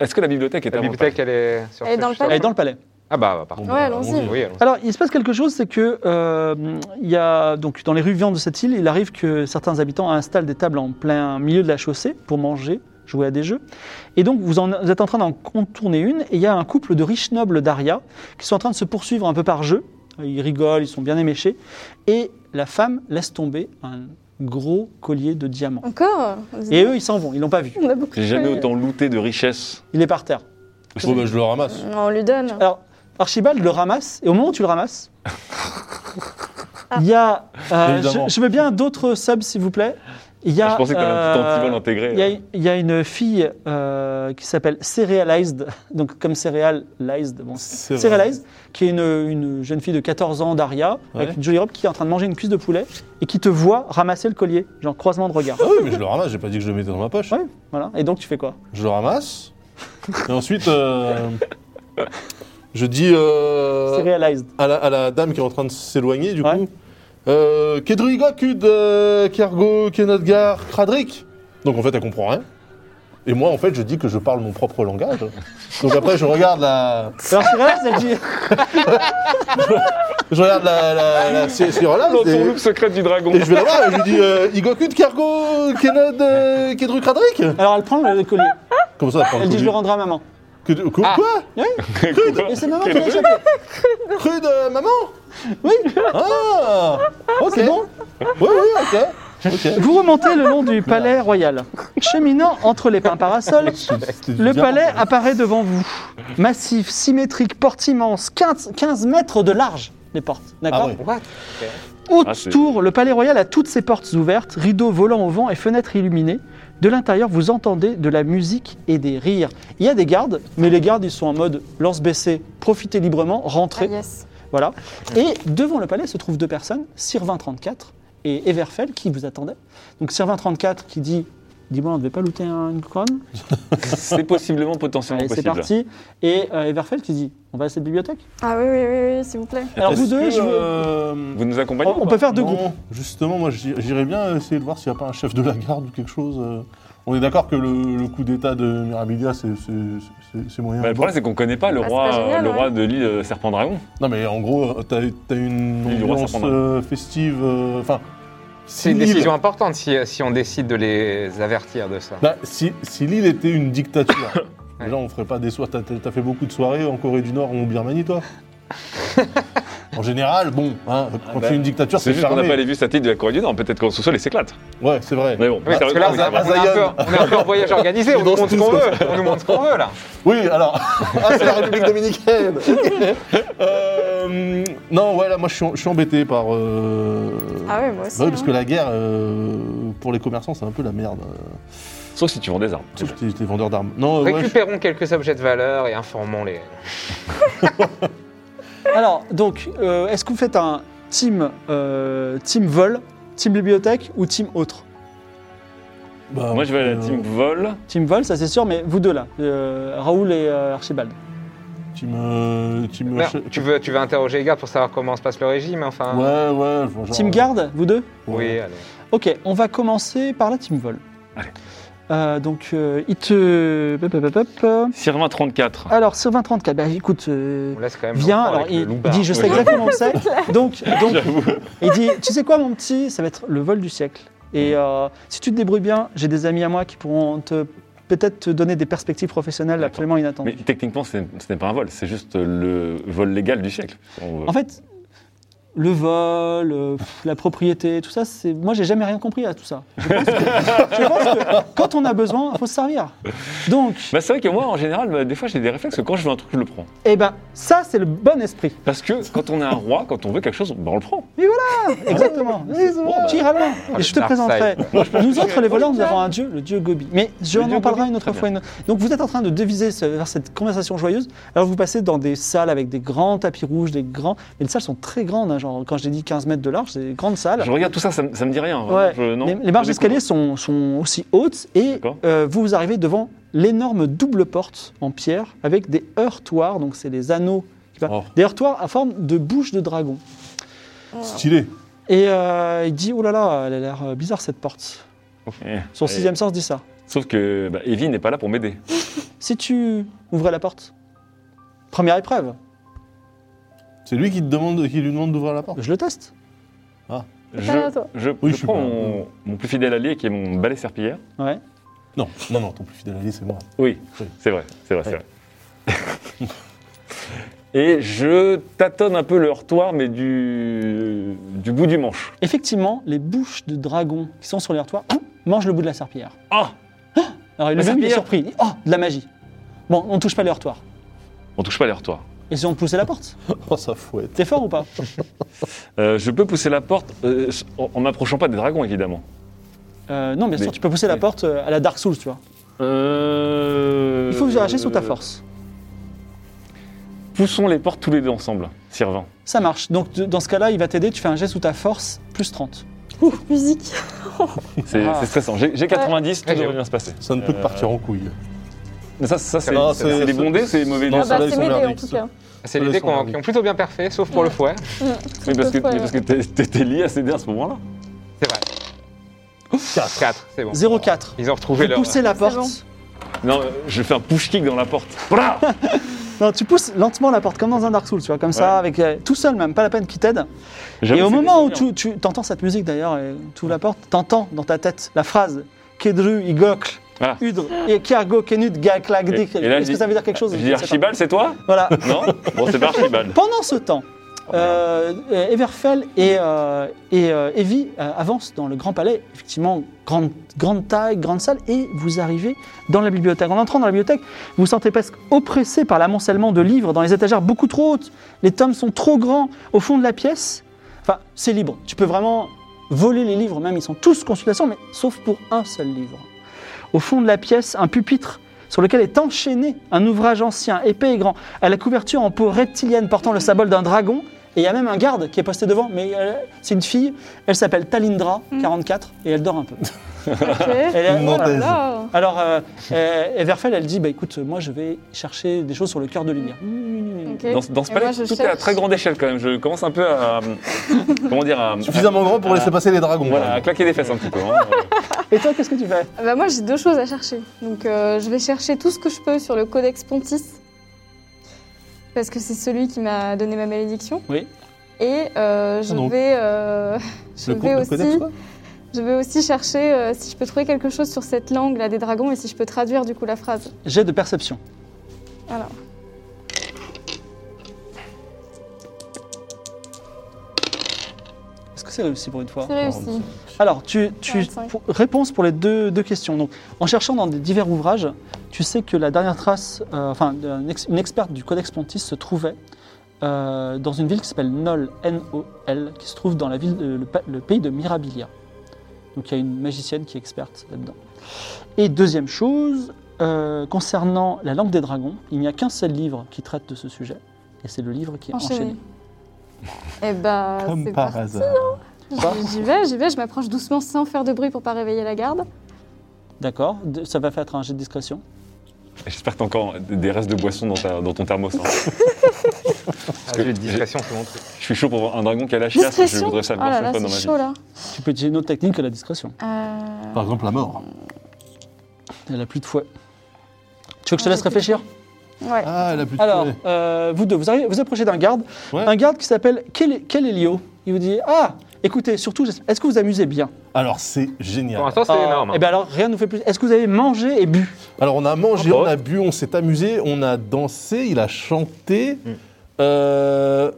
[SPEAKER 3] est-ce que la bibliothèque est
[SPEAKER 2] La
[SPEAKER 3] avant
[SPEAKER 2] bibliothèque, elle est sur
[SPEAKER 5] Elle est
[SPEAKER 2] ce-
[SPEAKER 5] dans le
[SPEAKER 2] sur-
[SPEAKER 1] Allez, dans le palais.
[SPEAKER 2] Ah bah, bah, par
[SPEAKER 4] Bon,
[SPEAKER 2] contre.
[SPEAKER 4] bah,
[SPEAKER 5] Ouais, allons-y.
[SPEAKER 4] allons-y.
[SPEAKER 2] Oui, allons-y.
[SPEAKER 1] Alors, il se passe quelque chose, c'est que euh, il y a donc dans les rues viandes de cette île, il arrive que certains habitants installent des tables en plein milieu de la chaussée pour manger, jouer à des jeux. Et donc, vous, en- vous êtes en train d'en contourner une, et il y a un couple de riches nobles d'Aria qui sont en train de se poursuivre un peu par jeu. Ils rigolent, ils sont bien éméchés, et la femme laisse tomber un gros collier de diamants.
[SPEAKER 5] Encore
[SPEAKER 1] Et eux, ils s'en vont, ils l'ont pas vu.
[SPEAKER 5] On a beaucoup.
[SPEAKER 3] J'ai jamais
[SPEAKER 5] de-
[SPEAKER 3] autant looté de richesse.
[SPEAKER 1] Il est par terre.
[SPEAKER 4] Bon, bah, je le ramasse.
[SPEAKER 5] On lui donne. Ah,
[SPEAKER 1] Alors, Archibald le ramasse, et au moment où tu le ramasses,
[SPEAKER 4] Ah.
[SPEAKER 1] il y a. euh,
[SPEAKER 4] Évidemment.
[SPEAKER 1] je, je veux bien d'autres subs, s'il vous plaît. Il y a,
[SPEAKER 3] je pensais que tu avais un petit antivol
[SPEAKER 1] Ah, euh,
[SPEAKER 3] intégré.
[SPEAKER 1] il y, a, il y a une fille euh, qui s'appelle Cerealized, donc comme Cerealized, bon,
[SPEAKER 4] C'est vrai.
[SPEAKER 1] Cerealized, qui est une, une jeune fille de 14 ans d'Aria, avec
[SPEAKER 4] Ouais.
[SPEAKER 1] une jolie robe, qui est en train de manger une cuisse de poulet, et qui te voit ramasser le collier, genre croisement de regard.
[SPEAKER 4] Ah oui, mais je le ramasse, j'ai pas dit que je le mettais dans ma poche.
[SPEAKER 1] Ouais. voilà. Et donc tu fais quoi
[SPEAKER 4] Je le ramasse. Et ensuite, euh, je dis euh,
[SPEAKER 1] Cerealized.
[SPEAKER 4] à, la, à la dame qui est en train de s'éloigner, du
[SPEAKER 1] Ouais.
[SPEAKER 4] coup. Euh, Kedruiga, Kud, euh, Kergo, Kenodgar, Kradrik. Donc en fait, elle comprend rien. Et moi, en fait, je dis que je parle mon propre langage. Donc après, je regarde la,
[SPEAKER 1] Alors Cerealized, elle dit.
[SPEAKER 4] je regarde la, la, la, c'est- c'est- voilà,
[SPEAKER 3] L'entourloupe
[SPEAKER 4] c'est-
[SPEAKER 3] secrète du dragon.
[SPEAKER 4] et je vais la voir et je lui dis euh, Igokud, Kergo, Kenod, euh, Kedru, Kradrik.
[SPEAKER 1] Alors elle prend le collier,
[SPEAKER 4] Comme ça, elle prend le
[SPEAKER 1] elle dit
[SPEAKER 4] collier.
[SPEAKER 1] je le rendrai à maman.
[SPEAKER 4] Que- que- Quoi
[SPEAKER 1] Ah. Et c'est maman qui l'a échappé.
[SPEAKER 4] Cru de maman
[SPEAKER 1] Oui.
[SPEAKER 4] Ah Ok. Bon oui, oui, ok. Ok.
[SPEAKER 1] Vous remontez le long du palais royal. Cheminant entre les pins parasols, le palais apparaît devant vous. Massif, symétrique, porte immense, 15, 15 mètres de large, les portes.
[SPEAKER 4] Ah
[SPEAKER 1] D'accord
[SPEAKER 4] ouais.
[SPEAKER 2] What
[SPEAKER 3] Ah, c'est-
[SPEAKER 1] Autour, le palais royal a toutes ses portes ouvertes, rideaux volants au vent et fenêtres illuminées. De l'intérieur, vous entendez de la musique et des rires. Il y a des gardes, mais les gardes, ils sont en mode lance baissée, profitez librement,
[SPEAKER 5] Ah,
[SPEAKER 1] rentrez.
[SPEAKER 5] yes.
[SPEAKER 1] Voilà. Et devant le palais se trouvent deux personnes, Sirvin 34 et Everfell, qui vous attendaient. Donc Sirvin 34 qui dit Dis-moi, on ne devait pas looter un- une couronne
[SPEAKER 3] C'est possiblement potentiellement
[SPEAKER 1] Allez, c'est
[SPEAKER 3] possible.
[SPEAKER 1] parti. Et euh, Everfell qui dit On va à cette bibliothèque
[SPEAKER 5] Ah oui, oui, oui, oui s'il vous plaît.
[SPEAKER 1] Alors vous
[SPEAKER 4] Est-ce
[SPEAKER 1] deux,
[SPEAKER 4] que,
[SPEAKER 1] je veux-
[SPEAKER 4] euh,
[SPEAKER 3] Vous nous accompagnez
[SPEAKER 1] on, on peut faire deux
[SPEAKER 4] non,
[SPEAKER 1] groupes.
[SPEAKER 4] Justement, moi, j'y- j'irais bien essayer de voir s'il n'y a pas un chef de la garde ou quelque chose. euh. On est d'accord que le, le coup d'état de Mirabilia, c'est- c'est c'est- c'est moyen.
[SPEAKER 3] Bah, le
[SPEAKER 4] Bon.
[SPEAKER 3] problème, c'est qu'on connaît pas le
[SPEAKER 5] Ah, c'est
[SPEAKER 3] roi,
[SPEAKER 5] pas génial,
[SPEAKER 3] le roi
[SPEAKER 5] ouais.
[SPEAKER 3] de l'île euh, Serpent-Dragon.
[SPEAKER 4] Non, mais en gros, euh, t'as as une
[SPEAKER 3] Oui, le roi
[SPEAKER 4] ambiance
[SPEAKER 3] s'en prendra.
[SPEAKER 4] euh, festive. euh, Enfin,
[SPEAKER 2] C'est une décision importante si,
[SPEAKER 7] euh,
[SPEAKER 2] si on décide de les avertir de ça.
[SPEAKER 4] Bah, si, si l'île était une dictature,
[SPEAKER 2] Ouais.
[SPEAKER 4] déjà on ferait pas des soirées. T'as, t'as- t'as fait beaucoup de soirées en Corée du Nord ou en Birmanie, toi En général, bon, hein, quand
[SPEAKER 3] bah,
[SPEAKER 4] c'est une dictature,
[SPEAKER 3] C'est
[SPEAKER 4] c'est
[SPEAKER 3] juste qu'on n'a
[SPEAKER 4] fermé.
[SPEAKER 3] pas les vues satellites de la Corée du Nord. Peut-être qu'en sous-sol, ils s'éclatent.
[SPEAKER 4] Ouais, c'est vrai.
[SPEAKER 3] Mais bon,
[SPEAKER 7] Oui, parce que là, on,
[SPEAKER 4] Aza-
[SPEAKER 7] on est un peu, on est un peu en voyage organisé, on nous montre ce qu'on veut. On nous montre ce qu'on veut, là.
[SPEAKER 4] Oui, alors. Ah, c'est la République dominicaine Euh, Non, ouais, là, moi, je suis, je suis embêté par. euh,
[SPEAKER 5] Ah ouais, moi aussi.
[SPEAKER 4] bah oui, parce
[SPEAKER 5] hein.
[SPEAKER 4] que la guerre, euh, pour les commerçants, c'est un peu la merde. euh,
[SPEAKER 3] sauf si tu vends des armes.
[SPEAKER 4] Sauf que t'es- t'es vendeur d'armes. Non, euh, ouais, je-
[SPEAKER 7] Récupérons quelques objets de valeur et informons-les.
[SPEAKER 1] Alors, donc, euh, est-ce que vous faites un team, euh, team vol, team bibliothèque ou team autre
[SPEAKER 4] bah,
[SPEAKER 3] Moi, je vais à la
[SPEAKER 4] euh,
[SPEAKER 3] team vol.
[SPEAKER 1] Team vol, ça c'est sûr, mais vous deux là, euh, Raoul et euh, Archibald.
[SPEAKER 4] Team. euh, team
[SPEAKER 7] Merde, tu, veux, tu veux interroger les gardes pour savoir comment se passe le régime, enfin
[SPEAKER 4] euh, Ouais, ouais, je vois genre-
[SPEAKER 1] Team garde, vous deux
[SPEAKER 7] Oui, allez.
[SPEAKER 1] Ok, on va commencer par la team vol.
[SPEAKER 3] Allez.
[SPEAKER 1] Euh, donc, euh, il te. hop, hop, hop, hop.
[SPEAKER 3] Sirvin 34.
[SPEAKER 1] Alors, Sylvain 34, bah écoute, euh,
[SPEAKER 7] On laisse quand même.
[SPEAKER 1] viens.
[SPEAKER 7] l'enfant
[SPEAKER 1] Alors,
[SPEAKER 7] avec le
[SPEAKER 1] il,
[SPEAKER 7] loupard.
[SPEAKER 1] dit, je sais
[SPEAKER 3] Ouais,
[SPEAKER 1] exactement où c'est. Donc, donc il dit, tu sais quoi, mon petit, ça va être le vol du siècle. Et euh, si tu te débrouilles bien, j'ai des amis à moi qui pourront te peut-être te donner des perspectives professionnelles
[SPEAKER 3] D'accord.
[SPEAKER 1] absolument inattendues.
[SPEAKER 3] Mais techniquement, c'est- ce n'est pas un vol, c'est juste le vol légal du siècle. On-
[SPEAKER 1] En fait, le vol, euh, pff, la propriété, tout ça, c'est moi j'ai jamais rien compris à tout ça. Je pense que, je pense que quand on a besoin, il faut se servir. Donc,
[SPEAKER 3] Bah, c'est vrai que moi, en général, bah, des fois, j'ai des réflexes que quand je veux un truc, je le prends.
[SPEAKER 1] eh ben, ça c'est le bon esprit.
[SPEAKER 3] Parce que quand on est un roi, quand on veut quelque chose, bah, on le prend.
[SPEAKER 1] Exactement. Tu iras loin.
[SPEAKER 3] Oh,
[SPEAKER 1] Et je te
[SPEAKER 7] Dark
[SPEAKER 1] présenterai. Nous autres, les voleurs, nous avons un dieu, le dieu Gobi. Mais je
[SPEAKER 3] Le
[SPEAKER 1] en
[SPEAKER 3] dieu
[SPEAKER 1] parlera
[SPEAKER 3] Gobi,
[SPEAKER 1] une autre
[SPEAKER 3] très
[SPEAKER 1] fois. une- Donc vous êtes en train de deviser ce- vers cette conversation joyeuse. Alors vous passez dans des salles avec des grands tapis rouges, des grands. Mais les salles sont très grandes. hein, genre, quand j'ai dit 15 mètres de large, c'est des grandes salles.
[SPEAKER 3] Je regarde tout ça, ça, me- ça me dit rien.
[SPEAKER 1] Ouais.
[SPEAKER 3] vraiment, je- non,
[SPEAKER 1] les, les
[SPEAKER 3] je
[SPEAKER 1] marches
[SPEAKER 3] découvre.
[SPEAKER 1] d'escalier sont, sont aussi hautes et
[SPEAKER 3] D'accord.
[SPEAKER 1] euh, vous, vous arrivez devant l'énorme double porte en pierre avec des heurtoirs, donc c'est les anneaux, qui va-
[SPEAKER 4] Oh.
[SPEAKER 1] des heurtoirs à forme de bouche de dragon.
[SPEAKER 4] Stylé.
[SPEAKER 1] Et euh, il dit, oh là là, elle a l'air euh, bizarre cette porte.
[SPEAKER 3] Eh,
[SPEAKER 1] Son
[SPEAKER 3] eh.
[SPEAKER 1] sixième sens dit ça.
[SPEAKER 3] Sauf que bah, Evie n'est pas là pour m'aider.
[SPEAKER 1] Si tu ouvrais la porte, première épreuve,
[SPEAKER 4] C'est lui qui, te demande, qui lui demande d'ouvrir la porte.
[SPEAKER 1] je le teste.
[SPEAKER 3] Je,
[SPEAKER 5] Pas là, toi.
[SPEAKER 3] je,
[SPEAKER 4] Oui,
[SPEAKER 3] je
[SPEAKER 4] je suis
[SPEAKER 3] prends
[SPEAKER 4] pas-
[SPEAKER 3] mon, mon plus fidèle allié qui est mon balai serpillière.
[SPEAKER 1] Ouais.
[SPEAKER 4] Non, non, non, ton plus fidèle allié, c'est moi.
[SPEAKER 3] Oui,
[SPEAKER 4] Oui.
[SPEAKER 3] c'est vrai, c'est vrai, c'est vrai. Et je tâtonne un peu le heurtoir, mais du, du bout du manche.
[SPEAKER 1] Effectivement, les bouches de dragon qui sont sur les heurtoirs hum, mangent le bout de la serpillière.
[SPEAKER 3] Ah
[SPEAKER 1] Alors il
[SPEAKER 3] La
[SPEAKER 1] est même il est
[SPEAKER 3] serpillière.
[SPEAKER 1] surpris. Il dit, Oh, de la magie. Bon, on touche pas les heurtoirs.
[SPEAKER 3] On touche pas les heurtoirs.
[SPEAKER 1] Et si on poussait la porte
[SPEAKER 4] Oh, ça fouette.
[SPEAKER 1] T'es fort ou pas
[SPEAKER 3] Euh, je peux pousser la porte euh, en en m'approchant pas des dragons, évidemment.
[SPEAKER 1] Euh, non, bien
[SPEAKER 3] Mais-
[SPEAKER 1] sûr, tu peux pousser la
[SPEAKER 3] mais-
[SPEAKER 1] porte euh, à la Dark Souls, tu vois.
[SPEAKER 3] Euh,
[SPEAKER 1] Il faut vous arracher sous ta force.
[SPEAKER 3] Poussons les portes tous les deux ensemble, Sirvin.
[SPEAKER 1] Ça marche. Donc, de- dans ce cas-là, il va t'aider. Tu fais un geste sous ta force, plus 30.
[SPEAKER 5] Musique.
[SPEAKER 3] C'est
[SPEAKER 1] Ah.
[SPEAKER 3] c'est stressant. J'ai j'ai 90, tout
[SPEAKER 7] Ouais, j'ai-
[SPEAKER 3] devrait bien se passer.
[SPEAKER 4] Ça ne peut que
[SPEAKER 3] Euh,
[SPEAKER 4] partir en couille.
[SPEAKER 3] Mais ça, ça c'est
[SPEAKER 4] Non,
[SPEAKER 3] c'est- c'est les bondés, c'est les mauvais
[SPEAKER 4] Non,
[SPEAKER 3] dés.
[SPEAKER 5] Ah
[SPEAKER 4] ça,
[SPEAKER 5] bah,
[SPEAKER 4] là, ils
[SPEAKER 5] c'est
[SPEAKER 4] sont
[SPEAKER 5] m'aider en
[SPEAKER 4] merdiques,
[SPEAKER 5] tout
[SPEAKER 4] ça.
[SPEAKER 5] cas.
[SPEAKER 7] Ah, C'est les dés qui ont qui ont plutôt bien parfait, sauf pour le fouet.
[SPEAKER 3] Oui, parce que,
[SPEAKER 5] Ouais,
[SPEAKER 3] mais
[SPEAKER 5] ouais.
[SPEAKER 3] parce que t'es t'es- t'es lié à ces dés à ce moment-là.
[SPEAKER 7] C'est vrai. 4, c'est bon.
[SPEAKER 1] 0,4.
[SPEAKER 7] Ils ont retrouvé
[SPEAKER 1] Vous
[SPEAKER 7] leur.
[SPEAKER 1] poussez la porte.
[SPEAKER 3] Non, euh, je fais un push kick dans la porte. Voilà
[SPEAKER 1] Non, tu pousses lentement la porte, comme dans un Dark Souls, tu vois, comme ça, avec euh, tout seul même, pas la peine qu'il t'aide. Et au moment où tu, tu entends cette musique d'ailleurs, et tu ouvres la porte, t'entends dans ta tête la phrase Kedru Igokl.
[SPEAKER 3] Voilà.
[SPEAKER 1] Udre, et Kergo, Kenut, Gaklagdik.
[SPEAKER 3] Ah. Et- et là,
[SPEAKER 1] Est-ce
[SPEAKER 3] je
[SPEAKER 1] que ça
[SPEAKER 3] dis-
[SPEAKER 1] veut dire quelque chose
[SPEAKER 3] Je
[SPEAKER 1] Je
[SPEAKER 3] dis
[SPEAKER 1] ne sais pas.
[SPEAKER 3] Archibald, c'est toi
[SPEAKER 1] Voilà.
[SPEAKER 3] Non Bon, c'est pas Archibald.
[SPEAKER 1] Pendant ce temps, euh, euh, Everfell et, euh, et euh, Evie euh, avancent dans le grand palais, effectivement, grande, grande taille, grande salle, et vous arrivez dans la bibliothèque. En entrant dans la bibliothèque, vous vous sentez presque oppressé par l'amoncellement de livres dans les étagères beaucoup trop hautes. Les tomes sont trop grands au fond de la pièce. Enfin, c'est libre. Tu peux vraiment voler les livres, même ils sont tous consultations, mais sauf pour un seul livre. Au fond de la pièce, un pupitre sur lequel est enchaîné un ouvrage ancien, épais et grand, à la couverture en peau reptilienne portant le symbole d'un dragon. Et il y a même un garde qui est posté devant, mais euh, c'est une fille. Elle s'appelle Talindra, 44, et elle dort un peu.
[SPEAKER 5] Ok.
[SPEAKER 1] Elle est-
[SPEAKER 4] Une menteuse.
[SPEAKER 5] Là.
[SPEAKER 1] Alors, euh, euh, Everfell, elle dit, bah écoute, moi je vais chercher des choses sur le cœur de l'Ilia.
[SPEAKER 5] Ok.
[SPEAKER 3] Dans, dans ce
[SPEAKER 5] Et
[SPEAKER 3] palais,
[SPEAKER 5] moi, je
[SPEAKER 3] tout est à
[SPEAKER 5] cherche.
[SPEAKER 3] très grande échelle quand même. Je commence un peu à. euh, Comment dire à,
[SPEAKER 4] Suffisamment grand pour
[SPEAKER 3] à-
[SPEAKER 4] laisser passer les dragons.
[SPEAKER 3] Voilà, à
[SPEAKER 4] par exemple.
[SPEAKER 3] claquer des fesses un petit peu. hein.
[SPEAKER 1] Et toi, qu'est-ce que tu fais
[SPEAKER 5] Ah Bah moi j'ai deux choses à chercher. Donc euh, je vais chercher tout ce que je peux sur le codex Pontis. Parce que c'est celui qui m'a donné ma malédiction.
[SPEAKER 1] Oui.
[SPEAKER 5] Et euh, je
[SPEAKER 4] Ah non.
[SPEAKER 5] vais, euh, je,
[SPEAKER 4] Le co-
[SPEAKER 5] vais
[SPEAKER 4] le codex,
[SPEAKER 5] aussi,
[SPEAKER 4] quoi
[SPEAKER 5] je vais aussi chercher euh, si je peux trouver quelque chose sur cette langue là des dragons et si je peux traduire du coup la phrase.
[SPEAKER 1] J'ai de perception.
[SPEAKER 5] Alors.
[SPEAKER 1] C'est réussi pour une fois.
[SPEAKER 5] C'est réussi.
[SPEAKER 1] Alors, tu, tu,
[SPEAKER 5] 45.
[SPEAKER 1] pour- réponse pour les deux, deux questions. Donc, en cherchant dans des divers ouvrages, tu sais que la dernière trace, euh, enfin, d'un ex- une experte du Codex Pontis se trouvait euh, dans une ville qui s'appelle Nol, N-O-L, qui se trouve dans la ville de- le, pa- le pays de Mirabilia. Donc, il y a une magicienne qui est experte là-dedans. Et deuxième chose, euh, concernant la langue des dragons, il n'y a qu'un seul livre qui traite de ce sujet, et c'est le livre qui est enchaîné.
[SPEAKER 5] Enchaîné. Eh ben,
[SPEAKER 4] Comme
[SPEAKER 5] c'est
[SPEAKER 4] par
[SPEAKER 5] parti.
[SPEAKER 4] hasard.
[SPEAKER 5] J'y- J'y vais, j'y vais, je m'approche doucement sans faire de bruit pour pas réveiller la garde.
[SPEAKER 1] D'accord De- Ça va faire un jet de discrétion.
[SPEAKER 3] J'espère que t'as encore des restes de boisson dans, ta- dans ton thermos. hein.
[SPEAKER 7] Ah, j'ai eu de discrétion, c'est mon truc.
[SPEAKER 3] Je suis chaud pour voir un dragon qui a la chiasse. Je
[SPEAKER 5] Discrétion
[SPEAKER 3] voudrais
[SPEAKER 5] Oh
[SPEAKER 3] ça le voir
[SPEAKER 5] là
[SPEAKER 3] chaque
[SPEAKER 5] là,
[SPEAKER 3] fois dans
[SPEAKER 5] c'est
[SPEAKER 3] ma vie.
[SPEAKER 5] chaud là.
[SPEAKER 1] Tu peux utiliser une autre technique que la discrétion.
[SPEAKER 5] Euh,
[SPEAKER 4] Par exemple, la mort.
[SPEAKER 1] Elle a plus de fouet. Tu veux que je te
[SPEAKER 5] Ah,
[SPEAKER 1] laisse
[SPEAKER 5] j'ai plus de
[SPEAKER 1] réfléchir
[SPEAKER 5] Ouais.
[SPEAKER 4] Ah, elle a plus de
[SPEAKER 1] Alors,
[SPEAKER 4] poulet.
[SPEAKER 1] euh, vous deux, vous, arrivez- vous approchez d'un garde,
[SPEAKER 4] Ouais.
[SPEAKER 1] un garde qui s'appelle Kel- Kelelio. Il vous dit Ah, écoutez, surtout, j'esp- est-ce que vous amusez bien
[SPEAKER 4] Alors, c'est
[SPEAKER 7] Pour
[SPEAKER 4] génial.
[SPEAKER 7] l'instant, c'est
[SPEAKER 1] Ah,
[SPEAKER 7] énorme.
[SPEAKER 1] Eh bien alors, rien ne nous fait plus. Est-ce que vous avez mangé et bu
[SPEAKER 4] Alors, on a mangé,
[SPEAKER 7] Ah, bah.
[SPEAKER 4] on a bu, on s'est amusé, on a dansé, il a chanté.
[SPEAKER 1] Hmm.
[SPEAKER 4] Euh,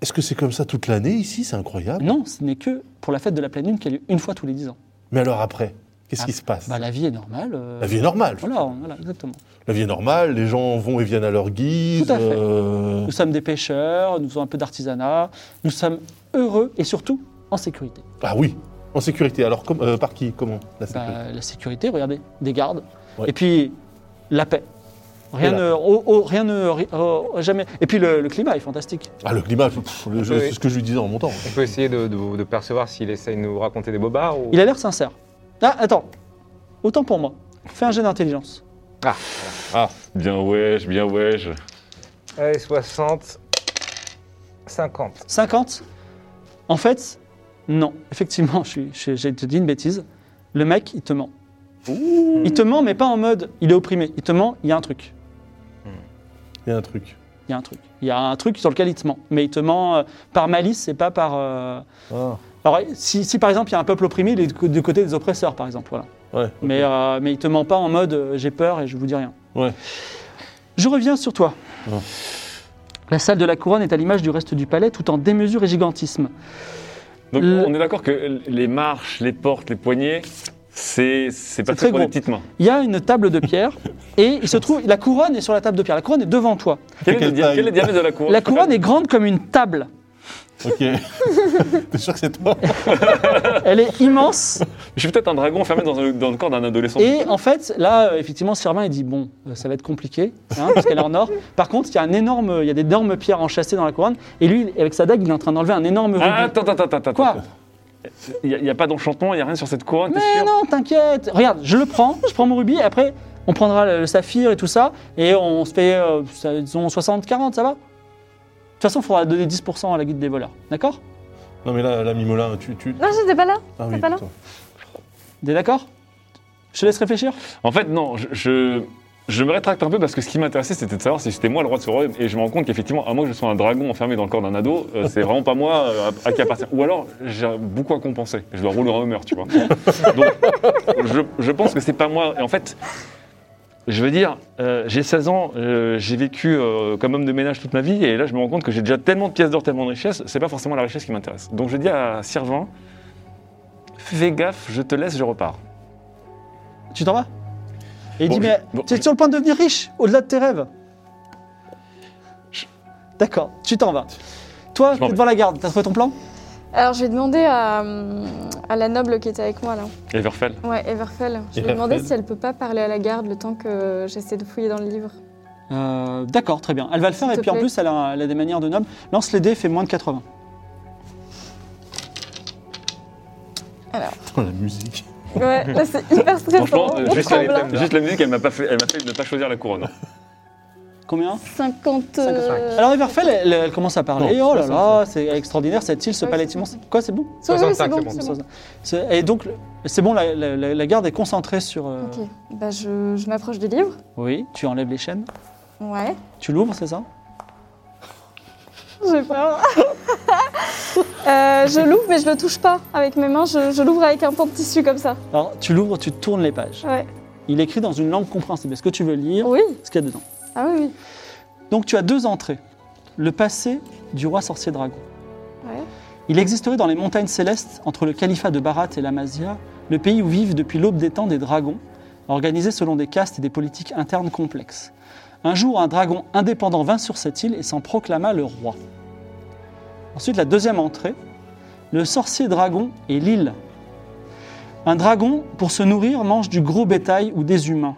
[SPEAKER 4] Est-ce que c'est comme ça toute l'année ici C'est incroyable.
[SPEAKER 1] Non, ce n'est que pour la fête de la pleine lune qui a lieu une fois tous les 10 ans.
[SPEAKER 4] Mais alors après, qu'est-ce
[SPEAKER 1] Ah,
[SPEAKER 4] qui se passe
[SPEAKER 1] Bah, la vie est normale. euh,
[SPEAKER 4] La vie est normale.
[SPEAKER 1] Voilà, voilà, exactement.
[SPEAKER 4] La vie est normale, les gens vont et viennent à leur guise.
[SPEAKER 1] Tout à fait.
[SPEAKER 4] euh,
[SPEAKER 1] Nous sommes des pêcheurs, nous faisons un peu d'artisanat, nous sommes heureux et surtout en sécurité.
[SPEAKER 4] Ah oui, en sécurité. Alors, comme- euh, par qui Comment la sécurité
[SPEAKER 1] Bah, la sécurité, regardez, des gardes.
[SPEAKER 4] Ouais.
[SPEAKER 1] Et puis la paix. Rien,
[SPEAKER 4] Et la
[SPEAKER 1] ne, oh, oh, rien ne, ri- oh, jamais. Et puis le, le climat est fantastique.
[SPEAKER 4] Ah, le climat, pff, le- je-
[SPEAKER 7] Oui.
[SPEAKER 4] c'est ce que je lui disais en montant.
[SPEAKER 7] On peut essayer de, de- de percevoir s'il essaye de nous raconter des bobards ou.
[SPEAKER 1] Il a l'air sincère. Ah, attends. Autant pour moi. Fais un jet d'intelligence.
[SPEAKER 3] Ah, bien wesh, bien wesh.
[SPEAKER 7] Allez, 60. 50.
[SPEAKER 1] 50. En fait, non. Effectivement, je, suis- je- j'ai te dit une bêtise. Le mec, il te ment. Il te ment, mais pas en mode il est opprimé. Il te ment, il y a un truc.
[SPEAKER 4] Il y a un truc.
[SPEAKER 1] Il y a un truc. Il y a un truc sur lequel il te ment. Mais il te ment euh, par malice et pas par. euh,
[SPEAKER 4] Ah,
[SPEAKER 1] Alors, si, si, par exemple il y a un peuple opprimé, il est du co- du côté des oppresseurs, par exemple. Voilà.
[SPEAKER 4] ouais. ok.
[SPEAKER 1] Mais, euh, mais il te ment pas en mode euh, j'ai peur et je vous dis rien.
[SPEAKER 4] Ouais.
[SPEAKER 1] Je reviens sur toi.
[SPEAKER 4] Ouais.
[SPEAKER 1] La salle de la couronne est à l'image du reste du palais, tout en démesure et gigantisme.
[SPEAKER 3] Donc
[SPEAKER 1] Le-
[SPEAKER 3] on est d'accord que les marches, les portes, les poignées, c'est c'est pas
[SPEAKER 1] C'est très
[SPEAKER 3] très pour les
[SPEAKER 1] gros.
[SPEAKER 3] petites mains.
[SPEAKER 1] Il y a une table de pierre et il se trouve la couronne est sur la table de pierre. La couronne est devant toi.
[SPEAKER 3] Quel, est le
[SPEAKER 4] quelle
[SPEAKER 3] dia-
[SPEAKER 4] taille
[SPEAKER 3] quel est le diamètre de la couronne
[SPEAKER 1] La couronne est grande comme une table.
[SPEAKER 4] Ok. T'es sûr que c'est toi
[SPEAKER 1] Elle est immense
[SPEAKER 3] Je suis peut-être un dragon enfermé dans, un- dans le corps d'un adolescent.
[SPEAKER 1] Et en fait, là, euh, effectivement, Sirvin, il dit bon, euh, ça va être compliqué, hein, parce qu'elle est en or. Par contre, il y a un énorme, il y a des énormes pierres enchâssées dans la couronne, et lui, avec sa dague, il est en train d'enlever un énorme rubis.
[SPEAKER 3] Ah, attends, attends, attends, attends.
[SPEAKER 1] Quoi
[SPEAKER 3] Il n'y a, pas d'enchantement, il n'y a rien sur cette couronne, t'es
[SPEAKER 1] Mais
[SPEAKER 3] sûr
[SPEAKER 1] non, t'inquiète. Regarde, je le prends, je prends mon rubis, et après, on prendra le, le saphir et tout ça, et on se fait, euh, ça- disons, 60-40, ça va De toute façon, il faudra donner 10% à la guide des voleurs, d'accord
[SPEAKER 4] Non, mais là, là Mimolin, tu. tu...
[SPEAKER 5] Non, j'étais pas là.
[SPEAKER 4] Ah
[SPEAKER 5] pas là.
[SPEAKER 4] putain.
[SPEAKER 1] T'es d'accord Je te laisse réfléchir.
[SPEAKER 3] En fait, non, je, je, je me rétracte un peu parce que ce qui m'intéressait, c'était de savoir si c'était moi le roi de ce royaume. Et je me rends compte qu'effectivement, à moins que je sois un dragon enfermé dans le corps d'un ado, euh, c'est vraiment pas moi euh, à, à qui appartient. Ou alors, j'ai beaucoup à compenser. Je dois rouler en humeur, tu vois. Donc, je, je pense que c'est pas moi. Et en fait. Je veux dire, euh, j'ai 16 ans, euh, j'ai vécu euh, comme homme de ménage toute ma vie, et là je me rends compte que j'ai déjà tellement de pièces d'or, tellement de richesses, c'est pas forcément la richesse qui m'intéresse. Donc je dis à Sirvin, fais gaffe, je te laisse, je repars.
[SPEAKER 1] Tu t'en vas Et il
[SPEAKER 3] Bon,
[SPEAKER 1] dit
[SPEAKER 3] je-
[SPEAKER 1] mais
[SPEAKER 3] bon,
[SPEAKER 1] tu es
[SPEAKER 3] je-
[SPEAKER 1] sur le point de devenir riche, au-delà de tes rêves.
[SPEAKER 3] Je-
[SPEAKER 1] D'accord, tu t'en vas. Toi,
[SPEAKER 3] Je
[SPEAKER 1] t'es
[SPEAKER 3] m'en vais.
[SPEAKER 1] devant la garde, t'as trouvé ton plan
[SPEAKER 5] Alors, je vais demander à, euh, à la noble qui était avec moi là.
[SPEAKER 3] Everfell.
[SPEAKER 5] Ouais, Everfell. Je vais
[SPEAKER 4] Everfell.
[SPEAKER 5] demander si elle peut pas parler à la garde le temps que j'essaie de fouiller dans le livre.
[SPEAKER 1] Euh, D'accord, très bien. Elle va le faire
[SPEAKER 5] S'il
[SPEAKER 1] et
[SPEAKER 5] te
[SPEAKER 1] puis en
[SPEAKER 5] plaît.
[SPEAKER 1] plus, elle a, elle a des manières de noble. Lance les dés, fait moins de 80.
[SPEAKER 4] Oh, la musique.
[SPEAKER 5] Ouais, là c'est hyper stressant.
[SPEAKER 3] Franchement, euh,
[SPEAKER 5] On
[SPEAKER 3] juste, la,
[SPEAKER 5] tremble.
[SPEAKER 3] juste la musique, elle m'a pas fait, elle m'a fait ne pas choisir la couronne.
[SPEAKER 1] Combien
[SPEAKER 5] 50. euh,
[SPEAKER 1] Alors Everfell, elle, elle commence à parler. oh là là, c'est extraordinaire cette île, ce
[SPEAKER 5] Ouais,
[SPEAKER 1] palais
[SPEAKER 5] c'est
[SPEAKER 1] immense. Quoi, c'est bon
[SPEAKER 5] oui, oui,
[SPEAKER 7] 65,
[SPEAKER 5] c'est bon,
[SPEAKER 7] c'est
[SPEAKER 5] c'est
[SPEAKER 1] Ça,
[SPEAKER 5] bon.
[SPEAKER 1] ça. C'est- Et donc, c'est bon, la, la- la- la garde est concentrée sur... euh,
[SPEAKER 5] Ok, bah je, je m'approche du livre.
[SPEAKER 1] Oui, tu enlèves les chaînes.
[SPEAKER 5] Ouais.
[SPEAKER 1] Tu l'ouvres, c'est ça
[SPEAKER 5] J'ai peur. Euh, je l'ouvre, mais je le touche pas avec mes mains. Je, je l'ouvre avec un pan de tissu comme ça.
[SPEAKER 1] Alors, tu l'ouvres, tu tournes les pages.
[SPEAKER 5] Ouais.
[SPEAKER 1] Il écrit dans une langue compréhensible. Est-ce que tu veux lire
[SPEAKER 5] Oui.
[SPEAKER 1] ce qu'il y a dedans
[SPEAKER 5] Ah oui, oui.
[SPEAKER 1] Donc tu as deux entrées. Le passé du roi sorcier dragon.
[SPEAKER 5] Ouais.
[SPEAKER 1] Il existerait dans les montagnes célestes, entre le califat de Barat et l'Amazia, le pays où vivent depuis l'aube des temps des dragons, organisés selon des castes et des politiques internes complexes. Un jour, un dragon indépendant vint sur cette île et s'en proclama le roi. Ensuite, la deuxième entrée, le sorcier dragon et l'île. Un dragon, pour se nourrir, mange du gros bétail ou des humains.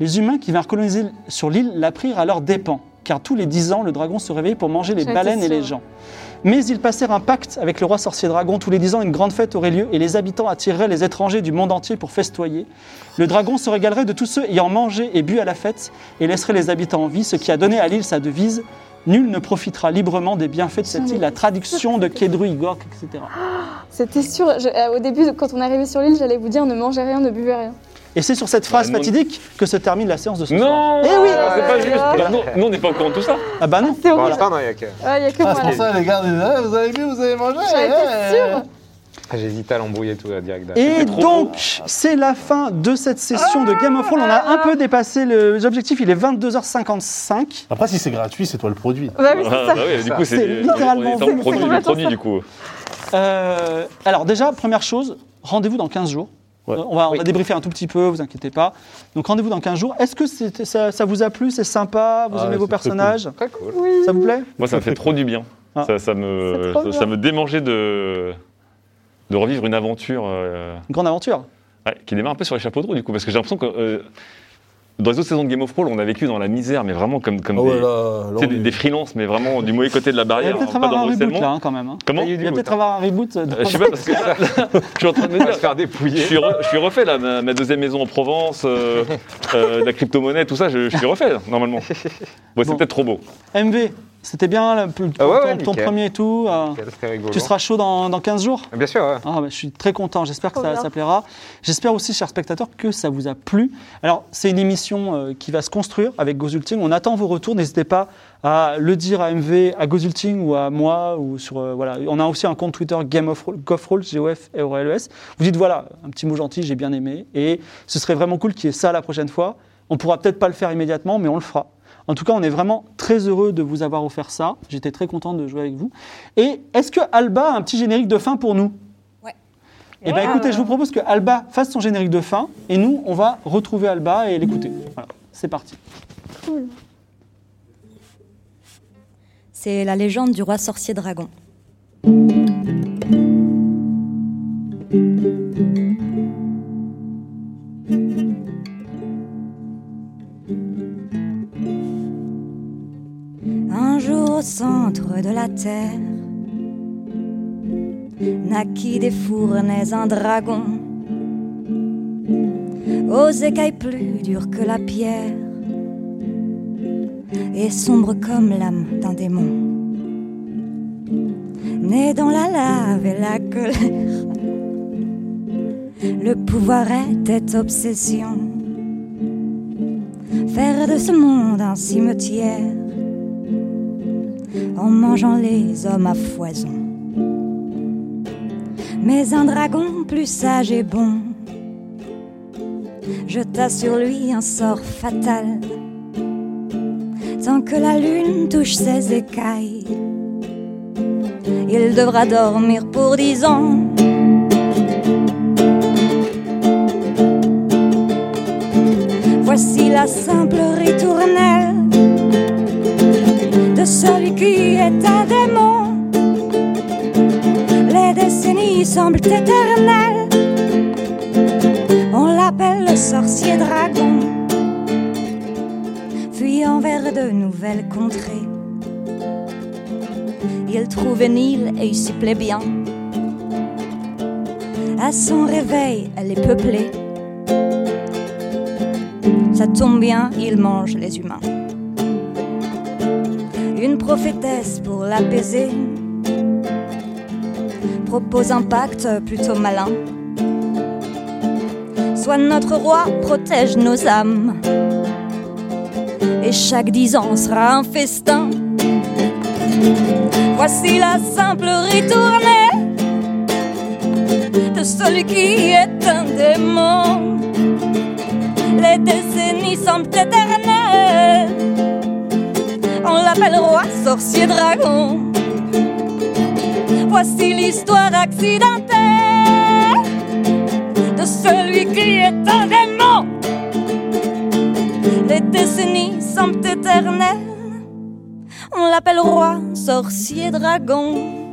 [SPEAKER 1] Les humains qui vinrent coloniser sur l'île la prirent à leurs dépens, car tous les dix ans, le dragon se réveillait pour manger les
[SPEAKER 5] J'en étais
[SPEAKER 1] baleines et les
[SPEAKER 5] sûre.
[SPEAKER 1] gens. Mais ils passèrent un pacte avec le roi sorcier dragon. Tous les dix ans, une grande fête aurait lieu et les habitants attireraient les étrangers du monde entier pour festoyer. Le dragon se régalerait de tous ceux ayant mangé et bu à la fête et laisserait les habitants en vie, ce qui a donné à l'île sa devise Nul ne profitera librement des bienfaits de cette
[SPEAKER 5] J'en
[SPEAKER 1] île. La
[SPEAKER 5] étais
[SPEAKER 1] traduction de Kedru Igor, etc.
[SPEAKER 5] C'était sûr. je- euh, au début, quand on arrivait sur l'île, j'allais vous dire ne mangez rien, ne buvez rien.
[SPEAKER 1] Et c'est sur cette phrase
[SPEAKER 3] non.
[SPEAKER 1] fatidique que se termine la séance de ce soir.
[SPEAKER 3] Non
[SPEAKER 1] Eh oui,
[SPEAKER 3] C'est pas
[SPEAKER 5] ouais,
[SPEAKER 3] juste
[SPEAKER 5] ouais.
[SPEAKER 3] Bah non, Nous, on n'est pas au courant de tout ça
[SPEAKER 1] Ah bah non
[SPEAKER 5] C'est
[SPEAKER 7] Pour
[SPEAKER 5] horrible.
[SPEAKER 7] l'instant, non, il y a que.
[SPEAKER 5] Ah, Il n'y a que moi.
[SPEAKER 4] Ah, c'est pour ça, les gars, ils disent, Ah, vous avez vu, vous avez mangé
[SPEAKER 5] J'en
[SPEAKER 4] ouais.
[SPEAKER 5] étais sûre.
[SPEAKER 7] J'hésite à l'embrouiller tout euh, direct. derrière.
[SPEAKER 1] Et donc, c'est la fin de cette session de Game of Thrones. On a un peu dépassé le- l'objectif, il est 22h55.
[SPEAKER 4] Après, si c'est gratuit, c'est toi le produit.
[SPEAKER 5] Bah oui, c'est
[SPEAKER 3] Ah,
[SPEAKER 5] ça.
[SPEAKER 3] bah oui, Du coup,
[SPEAKER 1] C'est
[SPEAKER 3] c'est
[SPEAKER 1] littéralement
[SPEAKER 3] on est dans
[SPEAKER 1] vous,
[SPEAKER 3] le
[SPEAKER 5] c'est
[SPEAKER 3] produit, le
[SPEAKER 5] complètement
[SPEAKER 3] produit
[SPEAKER 5] ça.
[SPEAKER 3] du coup.
[SPEAKER 1] Euh, alors déjà, première chose, rendez-vous dans 15 jours.
[SPEAKER 4] Ouais.
[SPEAKER 1] Euh, On va, on va
[SPEAKER 7] Oui.
[SPEAKER 1] débriefer un tout petit peu, vous inquiétez pas. Donc rendez-vous dans 15 jours. Est-ce que c'était- ça, ça vous a plu C'est sympa Vous
[SPEAKER 4] Ah,
[SPEAKER 1] aimez vos
[SPEAKER 4] c'est très
[SPEAKER 1] personnages
[SPEAKER 7] Très cool.
[SPEAKER 5] Oui.
[SPEAKER 1] Ça vous plaît
[SPEAKER 3] Moi, ça me fait trop du bien.
[SPEAKER 1] Ah.
[SPEAKER 3] Ça, ça me,
[SPEAKER 5] C'est trop
[SPEAKER 3] ça
[SPEAKER 5] bien.
[SPEAKER 3] me démangeait de, de revivre une aventure euh,
[SPEAKER 1] Une grande aventure.
[SPEAKER 3] ouais, qui démarre un peu sur les chapeaux de roue, du coup, parce que j'ai l'impression que euh, dans les autres saisons de Game of Thrones, on a vécu dans la misère, mais vraiment comme, comme
[SPEAKER 4] Ah ouais,
[SPEAKER 3] des,
[SPEAKER 4] là,
[SPEAKER 3] tu sais, des, des freelances, mais vraiment du mauvais côté de
[SPEAKER 1] Il y
[SPEAKER 3] la
[SPEAKER 1] a
[SPEAKER 3] barrière,
[SPEAKER 1] peut-être
[SPEAKER 3] hein, pas
[SPEAKER 1] avoir
[SPEAKER 3] dans
[SPEAKER 1] un
[SPEAKER 3] le
[SPEAKER 1] reboot là
[SPEAKER 3] harcèlement.
[SPEAKER 1] hein, quand même. hein.
[SPEAKER 3] Comment
[SPEAKER 7] Il y a eu
[SPEAKER 1] Il
[SPEAKER 7] du
[SPEAKER 1] y a
[SPEAKER 7] mood,
[SPEAKER 1] peut-être
[SPEAKER 7] hein.
[SPEAKER 1] avoir un reboot. dans-
[SPEAKER 3] Euh, Je sais pas, parce que là, je suis en train de me
[SPEAKER 7] On va se
[SPEAKER 3] dire,
[SPEAKER 7] faire
[SPEAKER 3] je
[SPEAKER 7] dépouiller.
[SPEAKER 3] suis, re- je suis refait là, ma, ma deuxième maison en Provence, euh, euh, la crypto-monnaie, tout ça, je, je suis refait normalement. Bon, c'est
[SPEAKER 1] Bon.
[SPEAKER 3] peut-être trop beau.
[SPEAKER 1] MV, c'était bien là, ton,
[SPEAKER 7] Ah ouais, ouais,
[SPEAKER 1] ton- ton
[SPEAKER 7] nickel.
[SPEAKER 1] premier et tout. euh,
[SPEAKER 7] C'était rigolo.
[SPEAKER 1] tu seras chaud dans, dans 15 jours
[SPEAKER 7] Bien sûr, ouais.
[SPEAKER 1] Ah, bah, je suis très content, j'espère que
[SPEAKER 5] Trop
[SPEAKER 1] ça,
[SPEAKER 5] bien.
[SPEAKER 1] ça plaira. J'espère aussi, chers spectateurs, que ça vous a plu. Alors, c'est une émission euh, qui va se construire avec Gozulting. On attend vos retours, n'hésitez pas à le dire à MV, à Gozulting ou à moi. Ou sur, euh, voilà. On a aussi un compte Twitter Game of Roll- Golf Roll, GOF et ORLES. E Vous dites, voilà, un petit mot gentil, j'ai bien aimé. Et ce serait vraiment cool qu'il y ait ça la prochaine fois. On pourra peut-être pas le faire immédiatement, mais on le fera. En tout cas, on est vraiment très heureux de vous avoir offert ça. J'étais très content de jouer avec vous. Et est-ce que Alba a un petit générique de fin pour nous eh bien, écoutez, je vous propose que Alba fasse son générique de fin et nous, on va retrouver Alba et l'écouter. Voilà, c'est parti.
[SPEAKER 8] C'est la légende du roi sorcier dragon. Un jour au centre de la terre, naquit des fournées un dragon, aux écailles plus dures que la pierre, et sombre comme l'âme d'un démon. Né dans la lave et la colère, le pouvoir était obsession. Faire de ce monde un cimetière en mangeant les hommes à foison. Mais un dragon plus sage et bon jeta sur lui un sort fatal tant que la lune touche ses écailles. Il devra dormir pour dix ans. Voici la simple ritournelle de celui qui est un démon. Les décennies semblent éternelles. On l'appelle le sorcier dragon fuyant vers de nouvelles contrées. Il trouve une île et il s'y plaît bien. À son réveil, elle est peuplée. Ça tombe bien, il mange les humains. Une prophétesse pour l'apaiser propose un pacte plutôt malin. Sois notre roi, protège nos âmes et chaque dix ans sera un festin. Voici la simple ritournelle de celui qui est un démon. Les décennies semblent éternelles. On l'appelle roi, sorcier, dragon. Voici l'histoire accidentelle de celui qui est un démon. Les décennies sont éternelles. On l'appelle roi, sorcier, dragon.